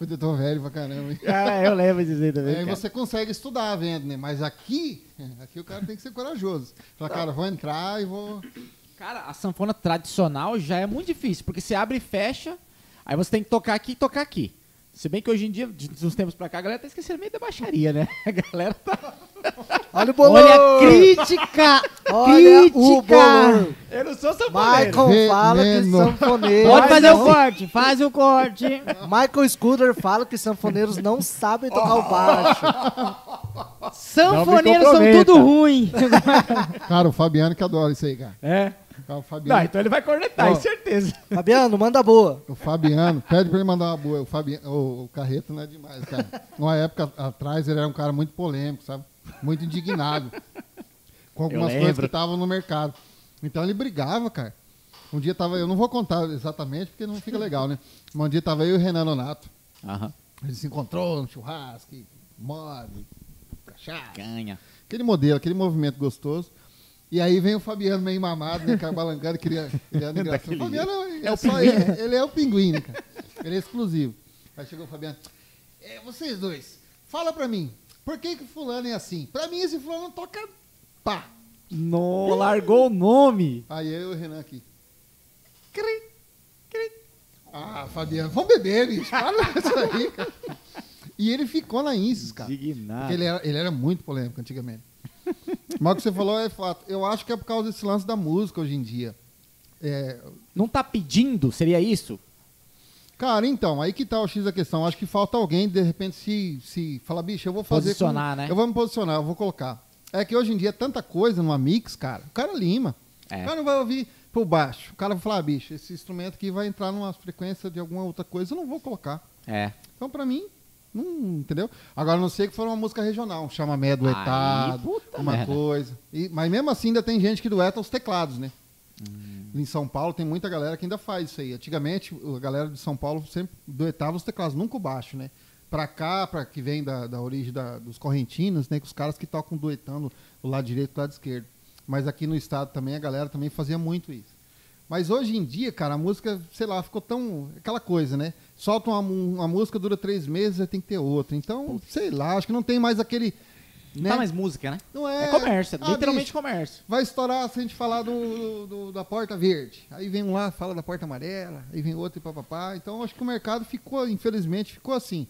D: Eu tô velho pra caramba, hein?
C: Ah, eu lembro disso aí também.
D: Aí
C: cara.
D: você consegue estudar vendo, né? Mas aqui, aqui o cara tem que ser corajoso. Fala, cara, vou entrar e vou...
C: Cara, a sanfona tradicional já é muito difícil, porque você abre e fecha, aí você tem que tocar aqui e tocar aqui. Se bem que hoje em dia, de- dos tempos pra cá, a galera tá esquecendo meio da baixaria, né? A galera tá.
B: Olha o bolão.
A: Olha a crítica!
B: Olha o
A: crítica!
B: bolão.
C: Eu não sou sanfoneiro.
B: Michael fala que
D: Veneno.
B: sanfoneiro.
A: Pode fazer
B: não-
A: o corte, faz o corte.
B: Michael Scudder fala que sanfoneiros não sabem tocar
A: Oh.
B: o baixo.
A: Sanfoneiros são
C: comprometa.
A: tudo ruim.
D: Cara, o Fabiano que adora isso aí, cara.
C: É.
D: Cara, O
C: Não,
D: Fabiano,
C: então ele vai cornetar,
D: Ó.
C: com certeza.
B: Fabiano, manda boa.
D: o Fabiano, pede pra ele mandar uma boa. O, Fabiano, o, o Carreta não é demais, cara. Uma época atrás ele era um cara muito polêmico, sabe? Muito indignado. Com algumas coisas que
C: lembro.
D: estavam no mercado. Então ele brigava, cara. Um dia tava, eu não vou contar exatamente porque não fica legal, né? Mas um dia tava eu e o Renan Nonato.
C: Aham.
D: Ele se encontrou no churrasco, e mole, cachaça.
C: Ganha.
D: Aquele modelo, aquele movimento gostoso. E aí vem o Fabiano meio mamado, né? Cara balangando, criando, criando engraçado. O Fabiano é, é só ele. Ele é o pinguim, né, cara? Ele é exclusivo. Aí chegou o Fabiano. "É, vocês dois, fala pra mim. Por que que fulano é assim? Pra mim esse fulano toca pá.
C: No, largou o nome.
D: Aí eu e o Renan aqui. Cri, cri. Ah, Fabiano, vamos beber, bicho. Fala isso aí, cara. E ele ficou na Insis, cara.
C: Indignado.
D: Porque ele era, ele era muito polêmico antigamente. Mas o que você falou é fato. Eu acho que é por causa desse lance da música hoje em dia. É,
C: Não tá pedindo, seria isso?
D: cara, então, aí que tá o X da questão. Acho que falta alguém, de repente, se, se falar, bicho, eu vou fazer. com-
C: Posicionar, né?
D: Eu vou me posicionar, eu vou colocar. É que hoje em dia é tanta coisa numa mix, cara. O cara lima.
C: É.
D: O cara não vai ouvir pro baixo. O cara vai falar, ah, bicho, esse instrumento aqui vai entrar numa frequência de alguma outra coisa, eu não vou colocar.
C: É.
D: Então, pra mim, não, entendeu? Agora, a não sei que for uma música regional, um chamamé
C: Aí,
D: duetado,
C: puta
D: uma
C: merda.
D: coisa. E- mas mesmo assim, ainda tem gente que dueta os teclados, né?
C: Hum.
D: Em São Paulo tem muita galera que ainda faz isso aí. Antigamente, a galera de São Paulo sempre duetava os teclados, nunca o baixo, né? Pra cá, pra que vem da, da origem da- dos correntinos, né? Que os caras que tocam duetando o lado direito e o lado esquerdo. Mas aqui no estado também, a galera também fazia muito isso. Mas hoje em dia, cara, a música, sei lá, ficou tão. aquela coisa, né? Solta uma, mu- uma música, dura três meses, aí tem que ter outra. Então, sei lá, acho que não tem mais aquele.
C: Não
D: né?
C: tá mais música, né?
D: Não
C: É,
D: é.
C: comércio,
D: Ah,
C: literalmente
D: bicho,
C: comércio.
D: Vai estourar se a gente falar do, do- da porta verde. Aí vem um lá, fala da porta amarela, aí vem outro e papapá. Então acho que o mercado ficou, infelizmente, ficou assim.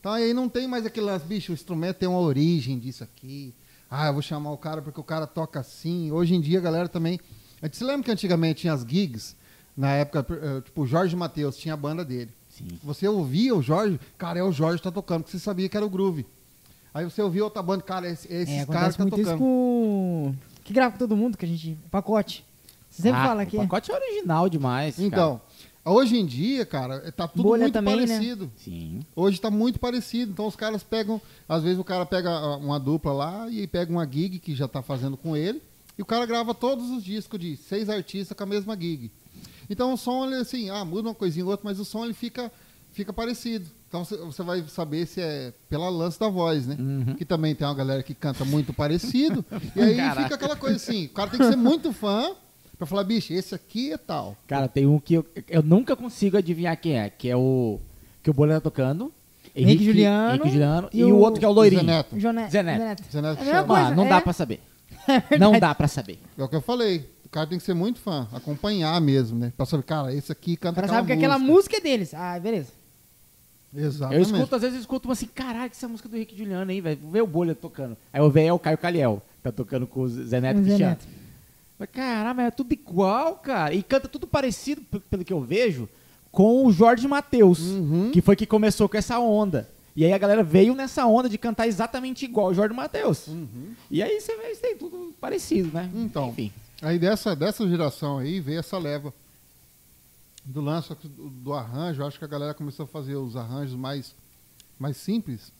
D: Então aí não tem mais aquele lance, bicho, o instrumento tem uma origem disso aqui. Ah, eu vou chamar o cara porque o cara toca assim. Hoje em dia a galera também. Você lembra que antigamente tinha as gigs? Na época, eh, tipo, o Jorge Matheus tinha a banda dele.
C: Sim.
D: Você ouvia o Jorge, cara, é o Jorge que tá tocando, porque você sabia que era o groove. Aí você ouvia outra banda, cara, é esse- é esses
A: É,
D: caras
A: acontece
D: que tá
A: muito isso
D: tocando.
A: com... Que grava com todo mundo, que a gente... Pacote. Você sempre
C: Ah,
A: fala aqui.
C: O pacote é original demais. cara.
D: Então, hoje em dia, cara, tá tudo
A: Bolha
D: muito
A: também, né?
D: parecido.
C: Sim.
D: Hoje tá muito parecido. Então os caras pegam, às vezes o cara pega ah, uma dupla lá e pega uma gig que já tá fazendo com ele, e o cara grava todos os discos de seis artistas com a mesma gig. Então o som ele assim, ah, muda uma coisinha ou outra, mas o som ele fica fica parecido. Então cê- você vai saber se é pela lance da voz, né?
C: Uhum.
D: Que também tem uma galera que canta muito parecido. e aí
C: Caraca.
D: fica aquela coisa assim, o cara tem que ser muito fã pra falar, bicho, esse aqui é tal.
C: Cara, tem um que eu, eu nunca consigo adivinhar quem é, que é o que o Bolha tá tocando.
A: Henrique Juliano.
C: Henrique Juliano. E,
A: E
C: o
A: o
C: outro que é o Loirinho.
D: Zé Neto.
A: Joné...
C: Zé Neto.
A: Zé Neto.
D: Zé
A: É
D: Neto
A: a
D: chama.
A: mesma
C: Ah,
A: coisa,
C: não
A: é.
C: dá pra saber. não dá pra saber.
D: É o que eu falei. cara tem que ser muito fã, acompanhar mesmo, né? Pra saber, cara, esse aqui
A: O
D: canta
A: cara
D: aquela
A: sabe que aquela música é deles. Ah, beleza.
C: Eu
D: Exatamente.
C: escuto, às vezes, eu escuto uma assim, caralho, que essa música do Rick Juliano aí, velho. Vê o Bolha tocando. Aí eu vejo é o Caio Caliel, tá tocando com o Zé Neto
A: Um Zé
C: Cristiano.
A: Neto.
C: Mas, caramba, é tudo igual, cara. E canta tudo parecido, p- pelo que eu vejo, com o Jorge Matheus,
D: Uhum.
C: que foi que começou com essa onda. E aí a galera veio nessa onda de cantar exatamente igual o Jorge Matheus. E aí você vê, isso tem tudo parecido, né?
D: Uhum. Então.
C: Enfim.
D: Aí dessa, dessa geração aí veio essa leva do lance só que do, do arranjo. eu Acho que a galera começou a fazer os arranjos mais, mais simples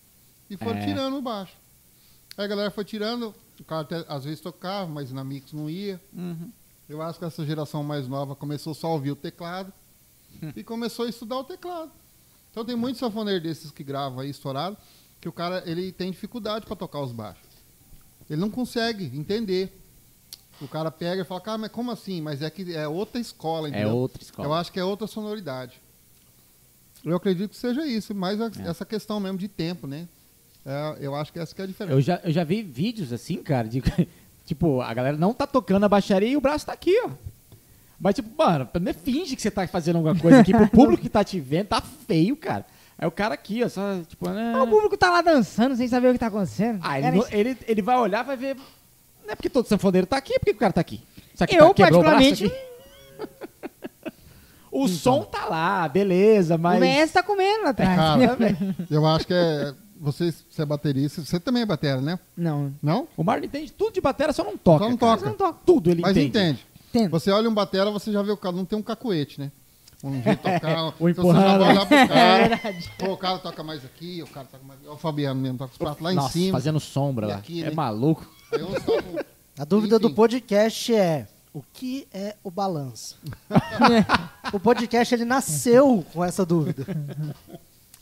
D: e foram
C: É.
D: tirando o baixo. Aí a galera foi tirando, o cara até, às vezes tocava, mas na mix não ia.
C: Uhum.
D: Eu acho que essa geração mais nova começou só a ouvir o teclado e começou a estudar o teclado. Então tem muitos sanfoneiro desses que gravam aí estourado, que o cara ele tem dificuldade para tocar os baixos. Ele não consegue entender. O cara pega e fala, cara, mas como assim? Mas é que é outra escola,
C: É
D: entendeu?
C: outra escola.
D: Eu acho que é outra sonoridade. Eu acredito que seja isso, mas a-
C: É.
D: essa questão mesmo de tempo, né? É, eu acho que essa que é a diferença.
C: Eu já, eu já vi vídeos assim, cara, de, tipo, a galera não tá tocando a baixaria e o braço tá aqui, ó. Mas, tipo, mano, nem finge que você tá fazendo alguma coisa aqui pro público que tá te vendo, tá feio, cara. Aí o cara aqui, ó, só, tipo, né.
A: Ah, o público tá lá dançando sem saber o que tá acontecendo.
C: Ah, ele,
A: Era
C: não-
A: isso.
C: ele, ele vai olhar, vai ver. Não é porque todo sanfoneiro tá aqui, é porque o cara tá aqui. Será que
A: Eu,
C: tá- quebrou o braço
A: particularmente,
C: aqui?
D: Então.
C: O som tá lá, beleza,
A: o
C: mas.
A: Messi tá comendo lá atrás.
D: Cara,
A: entendeu?
D: eu acho que é. Você, você é baterista, você também é batera, né?
A: Não,
D: Não?
C: O Marlon entende tudo de bateria, só não toca.
D: Só não
C: cara.
D: toca.
C: Só não toca. Tudo ele
D: Mas
C: entende.
D: entende.
A: entendo.
D: Você olha um batera, você já vê o cara, não tem um cacuete, né? Um jeito de tocar,
C: É, O
D: então você já
C: empurrando.
D: vai olhar pro
A: É
D: cara.
A: verdade.
D: Pô, o cara toca mais aqui, o cara toca mais. Olha o Fabiano mesmo, toca os pratos lá
C: Nossa,
D: em cima.
C: fazendo sombra
D: E
C: lá.
D: aqui,
C: é
D: né?
C: maluco.
D: Aí uns tocam-
B: A dúvida
D: Enfim.
B: do podcast é o que é o balanço? o podcast ele nasceu com essa dúvida.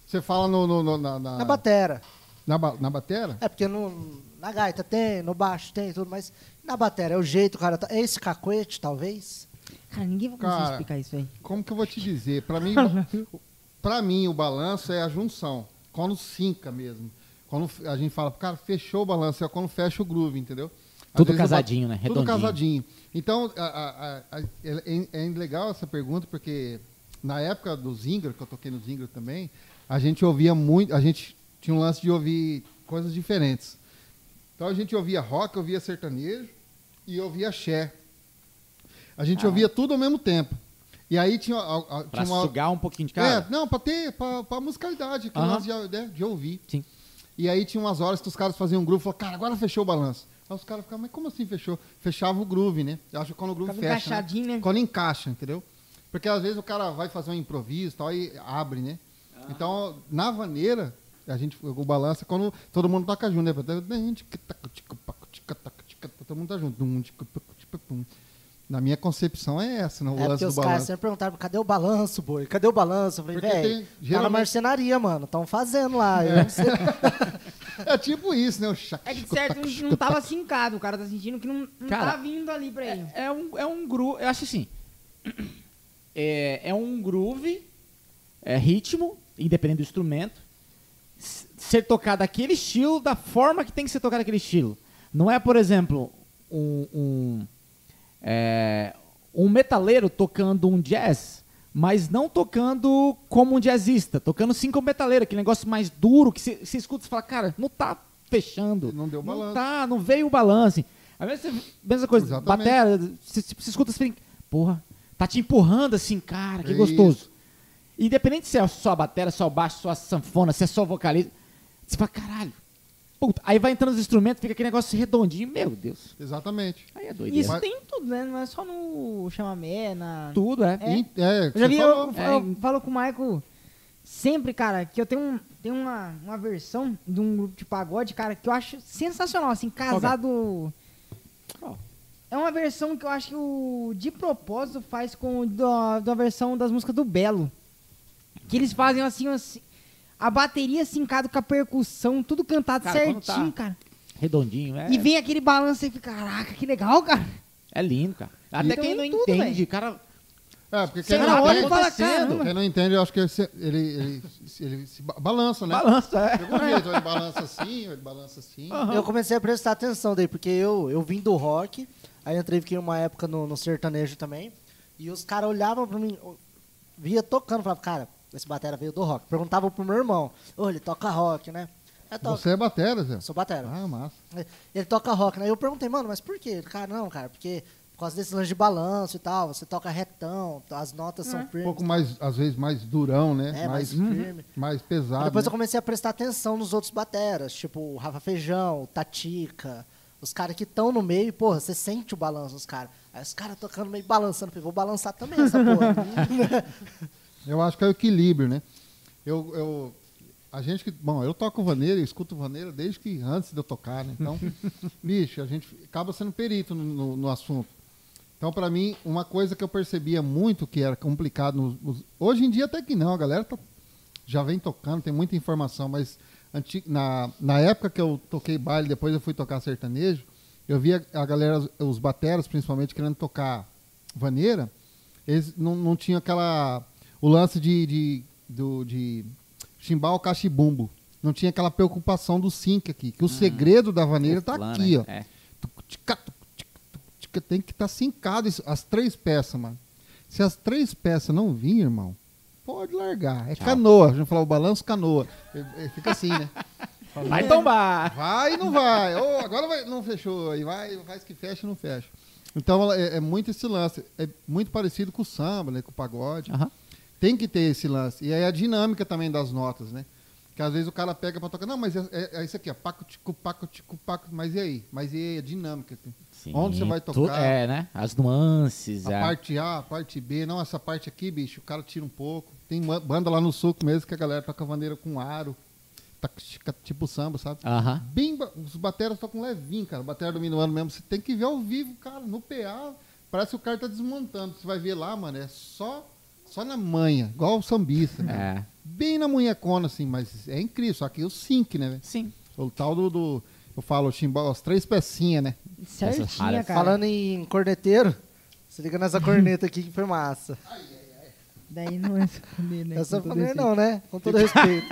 D: Você fala no, no- no- na, na,
B: Na batera.
D: na ba- na batera?
B: É porque no, na gaita tem, no baixo tem, tudo, mas na batera é o jeito, cara. tá- É esse cacuete, talvez?
A: Cara, ninguém vai conseguir
D: Cara.
A: explicar isso aí.
D: Como que eu vou te dizer? Pra mim,
C: Uhum.
D: para mim o balanço é a junção, quando sinca mesmo. Quando f- a gente fala, cara, fechou o balanço, é quando fecha o groove, entendeu? Às
C: Tudo
D: vezes o ba-
C: casadinho, né?
D: Tudo
C: Redondinho.
D: casadinho. Então, a- a- a- a- é, é legal essa pergunta, porque na época do Zingra, que eu toquei no Zingra também, a gente ouvia muito, a gente tinha um lance de ouvir coisas diferentes. Então a gente ouvia rock, ouvia sertanejo e ouvia axé. A gente ouvia tudo ao mesmo tempo. E aí tinha, a- a-
C: Pra
D: tinha uma,
C: sugar um pouquinho de cara.
D: é, não, pra ter, pra, pra musicalidade, que
C: Aham.
D: nós de, né, de ouvir.
C: Sim.
D: E aí tinha umas horas que os caras faziam um groove e falavam, cara, agora fechou o balanço. Aí os caras ficavam, mas como assim fechou? Fechava o groove, né? Eu acho que quando o groove
A: Ficava
D: fecha. né?
A: encaixadinho, né?
D: Quando encaixa, entendeu? Porque às vezes o cara vai fazer um improviso e tal, e abre, né?
C: Ah.
D: Então, na vaneira, a gente, o balanço é quando todo mundo toca junto, né? Todo mundo tá junto. Na minha concepção é essa, né? O
B: é porque
D: lance do
B: os caras
D: balanço.
B: sempre perguntavam, cadê o balanço, boi? Cadê o balanço? Eu falei,
D: Porque tem-
B: velho, tá na
D: geralmente-
B: marcenaria, mano. Tão fazendo lá. Eu não sei.
D: É tipo isso, né? O
A: É que de certo não- não tava sincado, o cara tá sentindo que não, não
C: Cara,
A: tá vindo ali pra ele.
C: É um, é um groove. Eu acho assim. É, é um groove, é ritmo, independente do instrumento. s- Ser tocado daquele estilo, da forma que tem que ser tocado aquele estilo. Não é, por exemplo, um. um é, um metaleiro tocando um jazz, mas não tocando como um jazzista, tocando sim como metaleiro, aquele negócio mais duro que você você escuta e fala, cara, não tá fechando.
D: Não deu balanço."
C: Não tá, não veio o balance. A mesma, mesma coisa,
D: Exatamente.
C: batera, você você escuta assim, porra, tá te empurrando assim, cara, que
D: É Isso.
C: gostoso. Independente se é só a batera, só o baixo, só a sanfona, se é só o vocalista, você fala, caralho. Puta, aí vai entrando os instrumentos, fica aquele negócio redondinho, meu Deus.
D: Exatamente.
C: Aí é
A: E
C: doideira.
A: Isso
D: Mas-
A: tem em tudo, né? Não é só no chamamé, na...
C: Tudo, é.
A: É.
D: E- É,
A: Eu já
D: você
A: vi, eu,
D: falou.
A: eu- eu falo com o Maico sempre, cara, que eu tenho, um, tenho uma, uma versão de um grupo de pagode, cara, que eu acho sensacional, assim, casado...
C: é? Qual?
A: É uma versão que eu acho que o De Propósito faz com o da, da versão das músicas do Belo. Que eles fazem assim, assim, a bateria sincada com a percussão, tudo cantado
C: Cara, quando tá-
A: certinho, cara.
C: Redondinho, é.
A: E vem aquele balanço e fica, caraca, que legal, cara.
C: É lindo, cara. Até
A: Então,
C: quem não
A: em tudo,
C: entende, cara.
D: É, porque
C: Sei
D: quem
A: lá, olha
D: não,
A: e
D: entende,
A: fala,
C: acontecendo.
A: caramba.
D: quem não entende, eu acho que ele, se- ele, ele, ele se ba- balança, né?
C: Balança,
D: De
C: é.
D: algum jeito, ou ele balança assim, ou ele balança assim.
C: Aham.
B: Eu comecei a prestar atenção daí, porque eu, eu vim do rock, Aí eu entrei fiquei uma época no, no sertanejo também. E os caras olhavam pra mim, eu via tocando, falava, cara, esse batera veio do rock. Perguntavam pro meu irmão, ô, ele toca rock, né? Eu toco,
D: Você é batera, Zé?
B: sou batera.
D: Ah, massa.
B: Ele toca rock, né? Eu perguntei, mano, mas por quê? Ele, Cara, não, cara, porque por causa desse lance de balanço e tal, você toca retão, as notas são
D: Um
B: firmes.
D: pouco mais, às vezes, mais durão, né?
B: É, mais
D: mais,
B: firme.
D: mais
B: Aí
D: pesado.
B: depois
D: né?
B: eu comecei a prestar atenção nos outros bateras, tipo o Rafa Feijão, o Tatica, os caras que estão no meio, porra, você sente o balanço dos caras. Aí os caras tocando meio balançando, eu falei, vou balançar também essa porra.
D: Eu acho que é o equilíbrio, né? Eu, eu, a gente que. Bom, eu toco vaneira, eu escuto vaneira desde que antes de eu tocar, né? Então, bicho, a gente acaba sendo perito no, no- no assunto. Então, pra mim, uma coisa que eu percebia muito que era complicado. nos- nos- hoje em dia, até que não, a galera tá- já vem tocando, tem muita informação, mas anti- na, na época que eu toquei baile, depois eu fui tocar sertanejo, eu via a galera, os bateras principalmente, querendo tocar vaneira, eles não, não tinham aquela. o lance de, de, do, de chimbal, caixa e bumbo. Não tinha aquela preocupação do sync aqui, que o segredo da vaneira tá
C: Lá,
D: aqui,
C: né?
D: ó.
C: É.
D: Tuc, tica, tuc, tic, tuc, tica. Tem que estar tá sincado isso, as três peças, mano. Se as três peças não vir, irmão, pode largar. É canoa. A gente fala o balanço canoa. É- é- Fica assim, né?
C: É. Vai tombar!
D: Vai e não vai. Ou agora vai- não fechou. Aí vai, faz que fecha e não fecha. Então ela- é, é muito esse lance. É muito parecido com o samba, né? Com o pagode.
C: Aham.
D: Tem que ter esse lance. E aí a dinâmica também das notas, né? Que às vezes o cara pega pra tocar. Não, mas é, é- é isso aqui, ó. Paco, tico, paco, tico, paco. Mas e aí? Mas e aí a dinâmica?
C: Sim,
D: Onde você vai
C: tu-
D: tocar?
C: É, né? As nuances. é.
D: A
C: a-
D: parte A, a parte B, não, essa parte aqui, bicho, o cara tira um pouco. Tem ma- banda lá no suco mesmo que a galera toca bandeira com aro, tá, chica- tipo samba, sabe?
C: Aham.
D: Bem, ba- os bateras tocam levinho, cara. Batera do Minuano mesmo, você tem que ver ao vivo, cara, no PA. Parece que o cara tá desmontando. Você vai ver lá, mano, é só, só na manha, igual o sambista. cara.
C: É.
D: Bem na munhecona, assim, mas é incrível. Só que o sync, né, velho?
C: Sim.
D: O tal do, do- eu falo, o chimbal, as três pecinhas, né?
A: Certinha,
C: raras.
A: cara.
B: Falando em corneteiro, se liga nessa corneta aqui que foi massa.
A: Daí não é esconder, né?
B: Essa
A: Com todo
B: falei
C: é
A: respeito.
B: não, né? Com todo respeito.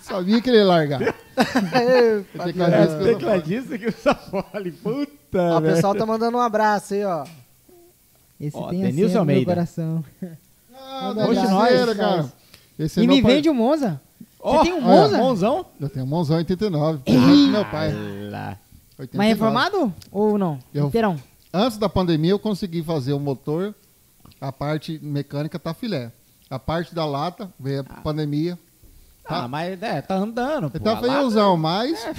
D: Sabia que ele ia largar.
B: Ei,
D: Eu tenho que
B: Fabiano.
D: largar isso que eu não falo.
C: tecladista que usa fole. Puta,
B: Ó, o pessoal tá mandando um abraço aí, ó.
A: Esse
C: Ó,
A: tem
C: Denilson
A: assim no meu
C: Almeida.
A: coração.
D: Ah,
A: Manda
D: da
A: abraço.
D: Lajeira,
A: Nós,
D: cara.
A: nós.
D: Esse é
A: E
D: meu
A: me
D: pai-
A: vende um- o Monza? Você tem um
D: olha,
A: Monza?
C: Monzão?
D: Eu tenho um Monzão 89, presente do meu pai.
C: Lá.
D: 89.
A: Mas reformado ou não?
D: Eu-
A: Inteirão.
D: Antes da pandemia, eu consegui fazer o motor, a parte mecânica tá filé. A parte da lata, veio a pandemia.
C: Ah, mas é, tá andando, pô.
D: Então
C: a
D: foi
C: lata-
D: usão, mas.
A: É.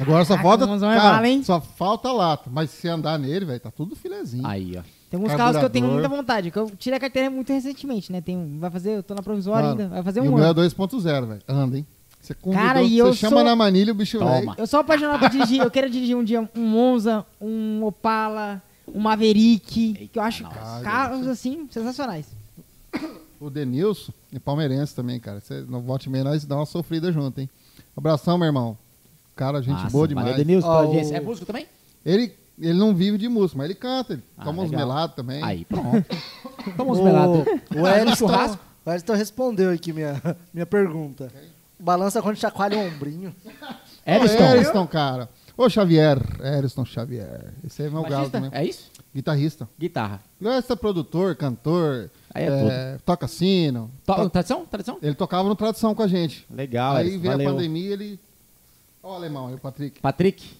D: Agora só falta.
A: o Monzão é
D: cara,
A: bala, hein?
D: Só falta a lata. Mas se andar nele, velho, tá tudo filezinho.
C: Aí, ó.
A: Tem alguns carros que eu tenho
D: Carburador.
A: muita vontade, que eu tirei a carteira muito recentemente, né? Tem, um- vai fazer, eu tô na provisória
D: Mano,
A: ainda, vai fazer
D: e
A: um
D: o meu é
A: ano.
D: 2.0, velho. Anda, hein? Você convidou,
A: Cara, e
D: você
A: eu
D: chama
A: sou-
D: na manilha o bicho
C: Toma.
D: velho.
A: Eu sou apaixonado por dirigir, eu quero dirigir um dia um Monza, um Opala, um Maverick, que eu acho
D: nossa.
A: carros, assim, sensacionais.
D: O Denilson, e palmeirense também, cara. Você não volte meio, nós dá uma sofrida junto, hein? Abração, meu irmão. Cara, gente
C: Massa,
D: boa demais.
C: Valeu, Denilson, pela
B: Ó,
C: audiência.
B: o-
C: É músico também?
D: Ele, ele não vive de música, mas ele canta, ele
C: Ah,
D: toma uns
C: legal.
D: melados também.
C: Aí, pronto. Toma uns
B: O-
C: melados.
B: O Wellington,
C: churrasco?
B: o Wellington Então, respondeu aqui minha, minha pergunta. Balança quando chacoalha o ombrinho.
D: Eriston.
C: Eriston.
D: Ah, Eriston, cara. Ô, Xavier. Eriston Xavier. Esse aí é meu galo
C: Baixista?
D: também.
C: É isso?
D: Guitarrista.
C: Guitarra.
D: Ele é produtor, cantor,
C: Aí é
D: toca sino.
C: To-
D: To-
C: Tradição? Tradição?
D: Ele tocava no Tradição com a gente.
C: Legal,
D: Tá. aí
C: Eriston,
D: veio
C: valeu.
D: a pandemia ele... Ó o alemão aí, o Patrick.
C: Patrick.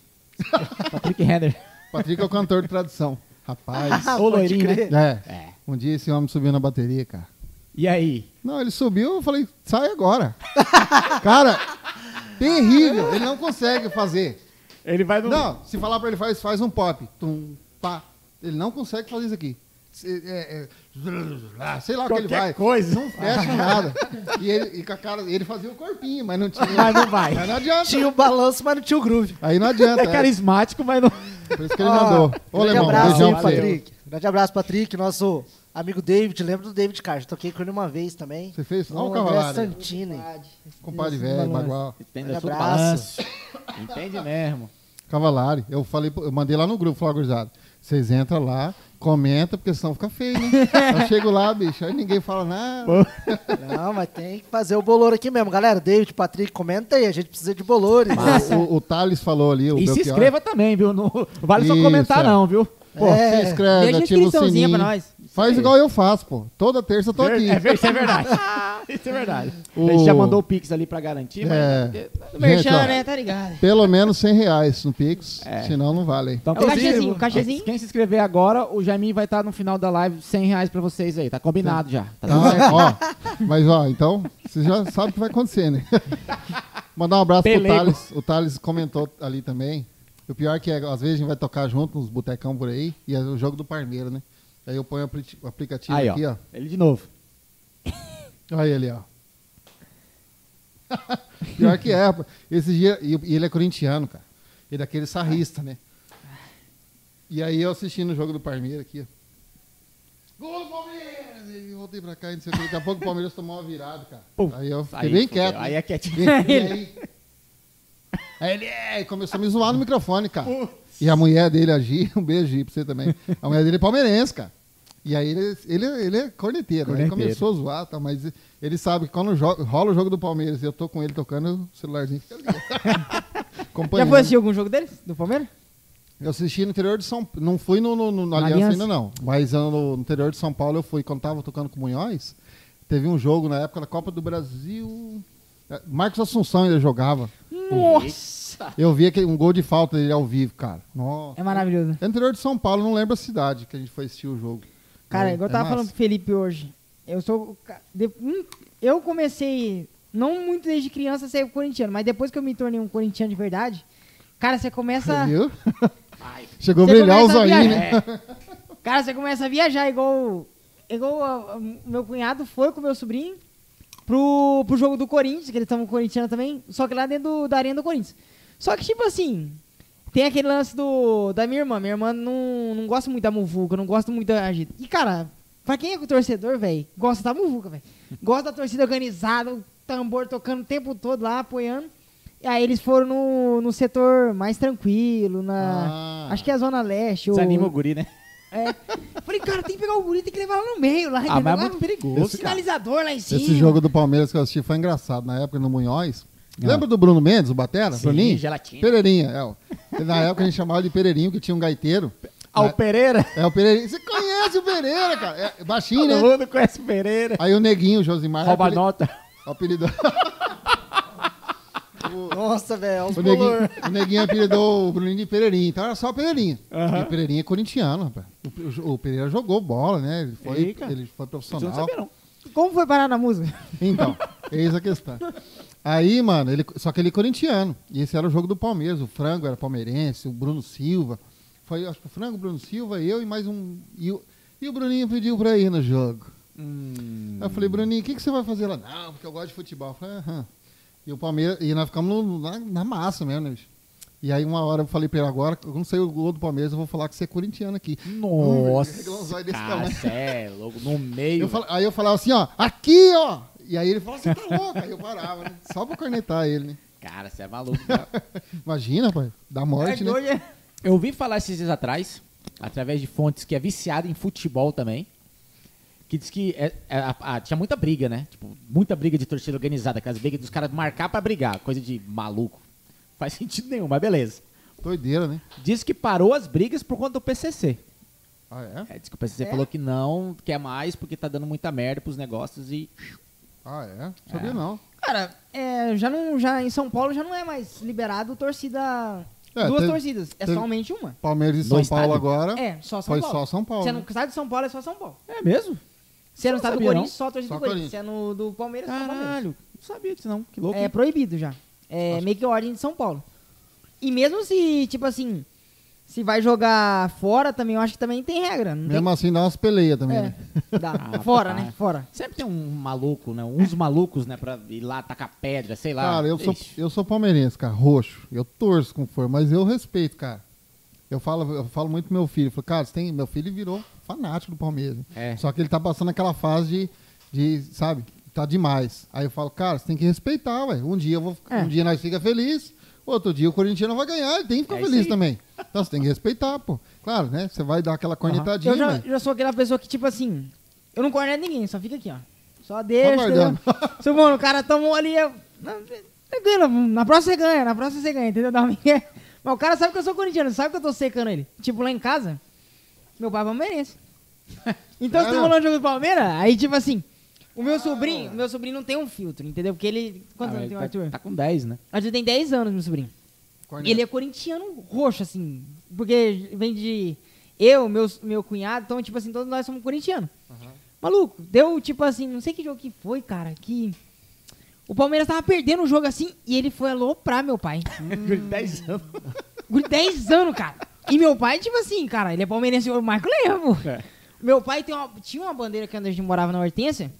C: Patrick Henner.
D: Patrick é o cantor de Tradição. Rapaz.
C: Ô, loirinho, né?
D: É.
C: É.
D: Um dia esse homem subiu na bateria, cara.
C: E aí?
D: Não, ele subiu, eu falei, sai agora. cara, terrível. Ele não consegue fazer.
C: Ele vai no...
D: Não, se falar pra ele, faz, faz um pop. Tum, pá. Ele não consegue fazer isso aqui. Se- é, é, sei lá o que ele
C: Qualquer
D: vai.
C: coisa.
D: Não fecha nada. E ele, e com a cara, ele fazia o corpinho, mas não tinha.
C: Mas não vai.
D: Mas não adianta.
B: Tinha o balanço, mas não tinha o groove.
D: Aí não adianta.
C: É
D: É,
C: carismático, mas não...
D: por isso que ele mandou. Ô,
B: grande
D: Lemão,
B: abraço
D: beijão
B: aí,
D: pra você.
B: Patrick. Grande abraço, Patrick, nosso amigo David. Lembra do David, cara? Já toquei com ele uma vez também.
D: Você fez? Olha
B: Não,
D: o
B: André
D: cavalário.
B: Santini.
D: Compadre velho, bagual.
C: Entende
B: Grande
C: assunto,
B: abraço.
C: balanço. Entende mesmo.
D: Cavalari. Eu falei, eu mandei lá no grupo, falou, gurizada. Vocês entram lá, Comenta, porque senão fica feio, né? Eu chego lá, bicho, aí ninguém fala nada.
B: Não, mas tem que fazer o bolor aqui mesmo. Galera, David, Patrick, comenta aí. A gente precisa de bolores.
D: O, o Thales falou ali, o
C: E se
D: Belchior.
C: inscreva também, viu? Não vale só
D: Isso,
C: comentar,
D: é.
C: não, viu?
D: Pô,
B: É.
D: se inscreve,
A: Deixa a
D: ativa o
A: inscriçãozinha
D: sininho.
A: pra nós.
D: Faz igual eu faço, pô. Toda terça eu tô
C: Ver-
D: aqui.
C: é ver- isso é verdade. isso é verdade.
D: O-
C: A gente já mandou o Pix ali pra garantir, mas.
D: É.
A: Do
D: Gente,
A: Merchan,
D: ó,
A: né? Tá ligado.
D: Pelo menos 100 reais no Pix,
C: É.
D: senão não vale.
C: Então,
A: É o
C: quem-
A: cachezinho, o cachezinho.
C: Quem se inscrever agora, o Jamin vai estar no final da live 100 reais pra vocês aí. Tá combinado já. Tá tudo certo.
D: Ah, ó, mas ó, então, você já sabe o que vai acontecer, né? Mandar um abraço
C: Pelego.
D: pro Thales. O Thales comentou ali também. O pior é que às vezes a gente vai tocar junto nos botecão por aí, e é o jogo do Parmeiro, né? Aí eu ponho o apli- o aplicativo
C: Aí, ó.
D: aqui, ó.
C: Ele de novo.
D: Olha ele, ó. Pior que é, pô. Esse dia, e e ele é corintiano, cara. Ele é aquele sarrista, né? E aí eu assistindo o jogo do Palmeiras aqui, ó. Gol do Palmeiras! E eu voltei pra cá, e não sei o que. Daqui a pouco o Palmeiras tomou uma virada, cara.
C: Pum.
D: Aí eu fiquei
C: Aí
D: bem
C: fudeu.
D: quieto. né?
C: Aí é quietinho.
D: E aí? Aí ele é, e começou a me zoar no microfone, cara. E a mulher dele, a Gi, um beijo aí pra você também. A mulher dele é palmeirense, cara. E aí ele, ele, ele é corneteiro, né? Ele
C: Corneteiro.
D: começou a zoar, tá? mas ele sabe que quando jo- rola o jogo do Palmeiras e eu tô com ele tocando, o celularzinho fica ali.
A: Já
D: Acompanhando.
A: foi assistir algum jogo deles? Do Palmeiras?
D: Eu assisti no interior de São Paulo. Não fui no, no- no- na
A: Na
D: Aliança,
A: Aliança?
D: ainda, não. Mas eu, no, no interior de São Paulo eu fui quando tava tocando com o Munhoz. Teve um jogo na época da Copa do Brasil. eh, Marcos Assunção ainda jogava.
A: Nossa!
D: Eu vi aquele, um gol de falta dele ao vivo, cara. Nossa.
A: É maravilhoso. né?
D: É interior de São Paulo, não lembro a cidade que a gente foi assistir o jogo.
A: Cara,
D: É,
A: igual eu
D: é
A: tava
D: massa.
A: falando pro Felipe hoje. Eu sou. o ca- de- hum, Eu comecei, não muito desde criança, a ser corintiano, mas depois que eu me tornei um corintiano de verdade, cara, você começa.
D: Viu? Chegou a
A: Você
D: brilhar o
A: começa a
D: zoinho, né?
A: viajar. É. Cara, você começa a viajar igual. Igual a- a- meu cunhado foi com meu sobrinho pro, pro jogo do Corinthians, que eles estão corintiano também, só que lá dentro do- da arena do Corinthians. Só que, tipo assim, tem aquele lance do, da minha irmã. Minha irmã não, não gosta muito da muvuca, não gosta muito da agita. E, cara, pra quem é torcedor, velho, gosta da muvuca, velho. Gosta da torcida organizada, o tambor tocando o tempo todo lá, apoiando. E aí eles foram no, no setor mais tranquilo, na.
D: Ah.
A: Acho que é a Zona Leste. ou-
C: Desanima o guri, né?
A: é. Falei, cara, tem que pegar o guri, tem que levar lá no meio, lá,
C: Ah,
A: entendeu?
C: mas é
A: Lá
C: muito
A: no-
C: perigoso,
A: Sinalizador lá em cima.
D: Esse jogo do Palmeiras que eu assisti foi engraçado. Na época, no Munhoz. Lembra do Bruno Mendes, o Batera?
C: Ah. Sim,
D: Bruninho?
C: gelatina.
D: Pereirinha, é. ó. Na época a gente chamava de Pereirinho, que tinha um gaiteiro.
C: Ao Ah, Pereira.
D: É o Pereirinha. Você conhece o Pereira, cara? É baixinho,
C: Todo
D: né? Ah,
C: mundo conhece o Pereira.
D: Aí o Neguinho, o Josimar.
C: Rouba
D: apeli-
C: nota.
D: apelidou-
B: Nossa, velho, é uns
D: O Neguinho,
B: bolor.
D: o Neguinho apelidou o Bruninho de Pereirinha, então era só o Pereirinha. E o Pereirinha é corintiano, rapaz. O, o Pereira jogou bola, né? Ele foi,
C: Ih, cara.
D: ele foi
C: Vocês não
D: profissional.
C: sabiam, não.
D: é
A: Como foi parar na música?
D: Então, eis a questão. Aí, mano, ele, só que ele é corintiano. E esse era o jogo do Palmeiras. O Frango era palmeirense, o Bruno Silva. Foi, acho que o Frango, o Bruno Silva, eu e mais um. E o, e o Bruninho pediu pra ir no jogo. Aí eu falei, Bruninho, o que, que você vai fazer lá? Não, porque eu gosto de futebol. Eu falei, aham. E o Palmeiras. E nós ficamos no- na, na massa mesmo, né, bicho? E aí, uma hora eu falei pra ele agora, quando sair o gol do Palmeiras, eu vou falar que você é corintiano aqui.
C: Nossa,
D: Reglãozóio desse
C: cara,
D: tamanho.
C: cê é louco. No meio.
D: Eu fala- aí eu falava assim, ó, aqui, ó. E aí ele falava, você tá louco? Aí eu parava, né? Só pra cornetar ele, né?
C: Cara, você é maluco.
D: Imagina, pai, da morte, né?
A: Hoje é-
C: Eu ouvi falar esses dias atrás, através de fontes que é viciada em futebol também, que diz que é- é- a- a- tinha muita briga, né? Tipo, muita briga de torcida organizada, aquelas brigas dos caras marcar pra brigar, coisa de maluco. Faz sentido nenhum, mas beleza.
D: Doideira, né?
C: Diz que parou as brigas por conta do PCC.
D: Ah, é?
C: É, diz que o PCC falou que não quer mais porque tá dando muita merda pros negócios e...
D: Ah, é? Sabia não.
A: Cara, é, já não, já em São Paulo já não é mais liberado torcida.
D: É,
A: duas
D: teve-
A: torcidas. É
D: teve-
A: somente uma.
D: Palmeiras e
C: No
D: São
C: estádio?
D: Paulo agora.
A: É, só São
D: Foi
A: Paulo.
D: só São Paulo.
A: Você
D: né?
A: não está de São Paulo, é só São Paulo.
C: É mesmo?
A: Você não
C: não
A: está do
C: sabia,
A: Corinthians, só torcida
D: Só
A: do Corinthians.
D: Corinthians.
A: Você é no, do Palmeiras, só Palmeiras.
C: Caralho, não sabia disso não, que louco.
A: É
C: hein?
A: proibido já. É meio que ordem de São Paulo. E mesmo se, tipo assim, se vai jogar fora também, eu acho que também tem regra. Não tem
D: Mesmo assim, dá umas peleias também, né?
A: É, dá.
C: Ah,
A: Fora,
C: tá.
A: né? Fora.
C: Sempre tem um maluco, né? Uns malucos, né? Pra ir lá tacar pedra, sei lá.
D: Cara, eu sou,
C: Ixi.
D: eu sou palmeirense, cara, roxo. Eu torço com for, mas eu respeito, cara. Eu falo, eu falo muito pro meu filho. Eu falo, cara, você tem, meu filho virou fanático do Palmeiras.
C: É.
D: Só que ele tá passando aquela fase de, de, sabe, tá demais. Aí eu falo, cara, você tem que respeitar, velho. Um dia eu vou,
A: É.
D: um dia nós fica feliz, outro dia o corintiano vai ganhar, ele tem que ficar
C: É isso
D: feliz
C: aí.
D: também. Então você tem que respeitar, pô. Claro, né? Você vai dar aquela cornetadinha,
A: Eu já,
D: mas-
A: eu já sou aquela pessoa que, tipo assim, eu não corneto ninguém, só fica aqui, ó. Só deixa.
D: guardando.
A: entendeu? Se, mano, o cara tomou ali, eu... não, tranquilo, na próxima você ganha, na próxima você ganha, entendeu? Dá uma migué. Mas o cara sabe que eu sou corintiano, sabe que eu tô secando ele. Tipo, lá em casa, meu pai é palmeirense. Então, se
D: Ah,
A: tá
D: não.
A: rolando jogo do Palmeiras, aí, tipo assim, o meu sobrinho, meu sobrinho não tem um filtro, entendeu? Porque ele... Quantos
C: Ah,
A: anos
C: ele
A: tem o
C: tá-
A: Arthur?
C: Tá com 10, né?
A: Arthur tem 10 anos, meu sobrinho.
D: corneta.
A: E ele é corintiano roxo, assim. Porque vem de. Eu, meu, meu cunhado, então, tipo assim, todos nós somos corintianos. Maluco, deu, tipo assim, não sei que jogo que foi, cara, que. O Palmeiras tava perdendo o jogo assim e ele foi aloprar meu pai.
C: Hum. 10 anos.
A: Guri, 10 anos, cara. E meu pai, tipo assim, cara, ele é palmeirense, o Marco lembro.
C: É.
A: Meu pai tem uma- tinha uma bandeira que a gente morava na Hortência,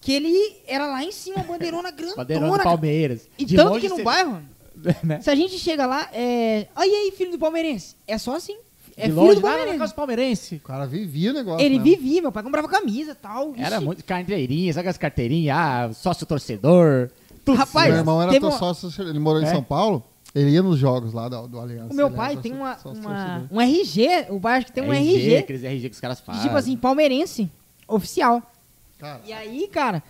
A: que ele era lá em cima, uma bandeirona grandona.
C: Padeirão do
A: cara.
C: Palmeiras.
A: E
C: De
A: tanto
C: longe
A: que no
C: você-
A: bairro,
C: né?
A: se a gente chega lá, é. Olha aí, filho do palmeirense. É só assim. É
C: de
A: filho
C: longe,
A: do
C: lá na
A: palmeirense.
C: casa palmeirense.
D: O cara vivia o negócio. né?
A: Ele
D: mesmo.
A: vivia, meu pai comprava camisa e tal.
C: Era
A: Ixi,
C: muito carteirinha, sabe as carteirinhas? Ah, sócio torcedor. Tudo
A: Rapaz,
D: Meu irmão era
A: teve
D: teu
A: uma-
D: sócio, ele morou em
C: É?
D: São Paulo, ele ia nos jogos lá do, do Aliança.
A: O meu
D: ele era
A: pai
D: sócio-
A: tem uma,
D: sócio
A: uma-
D: torcedor.
A: um RG, o pai acho que tem um RG,
C: Aqueles RG que os caras
A: de,
C: fazem.
A: tipo assim, palmeirense, oficial.
D: Cara,
A: E aí, cara,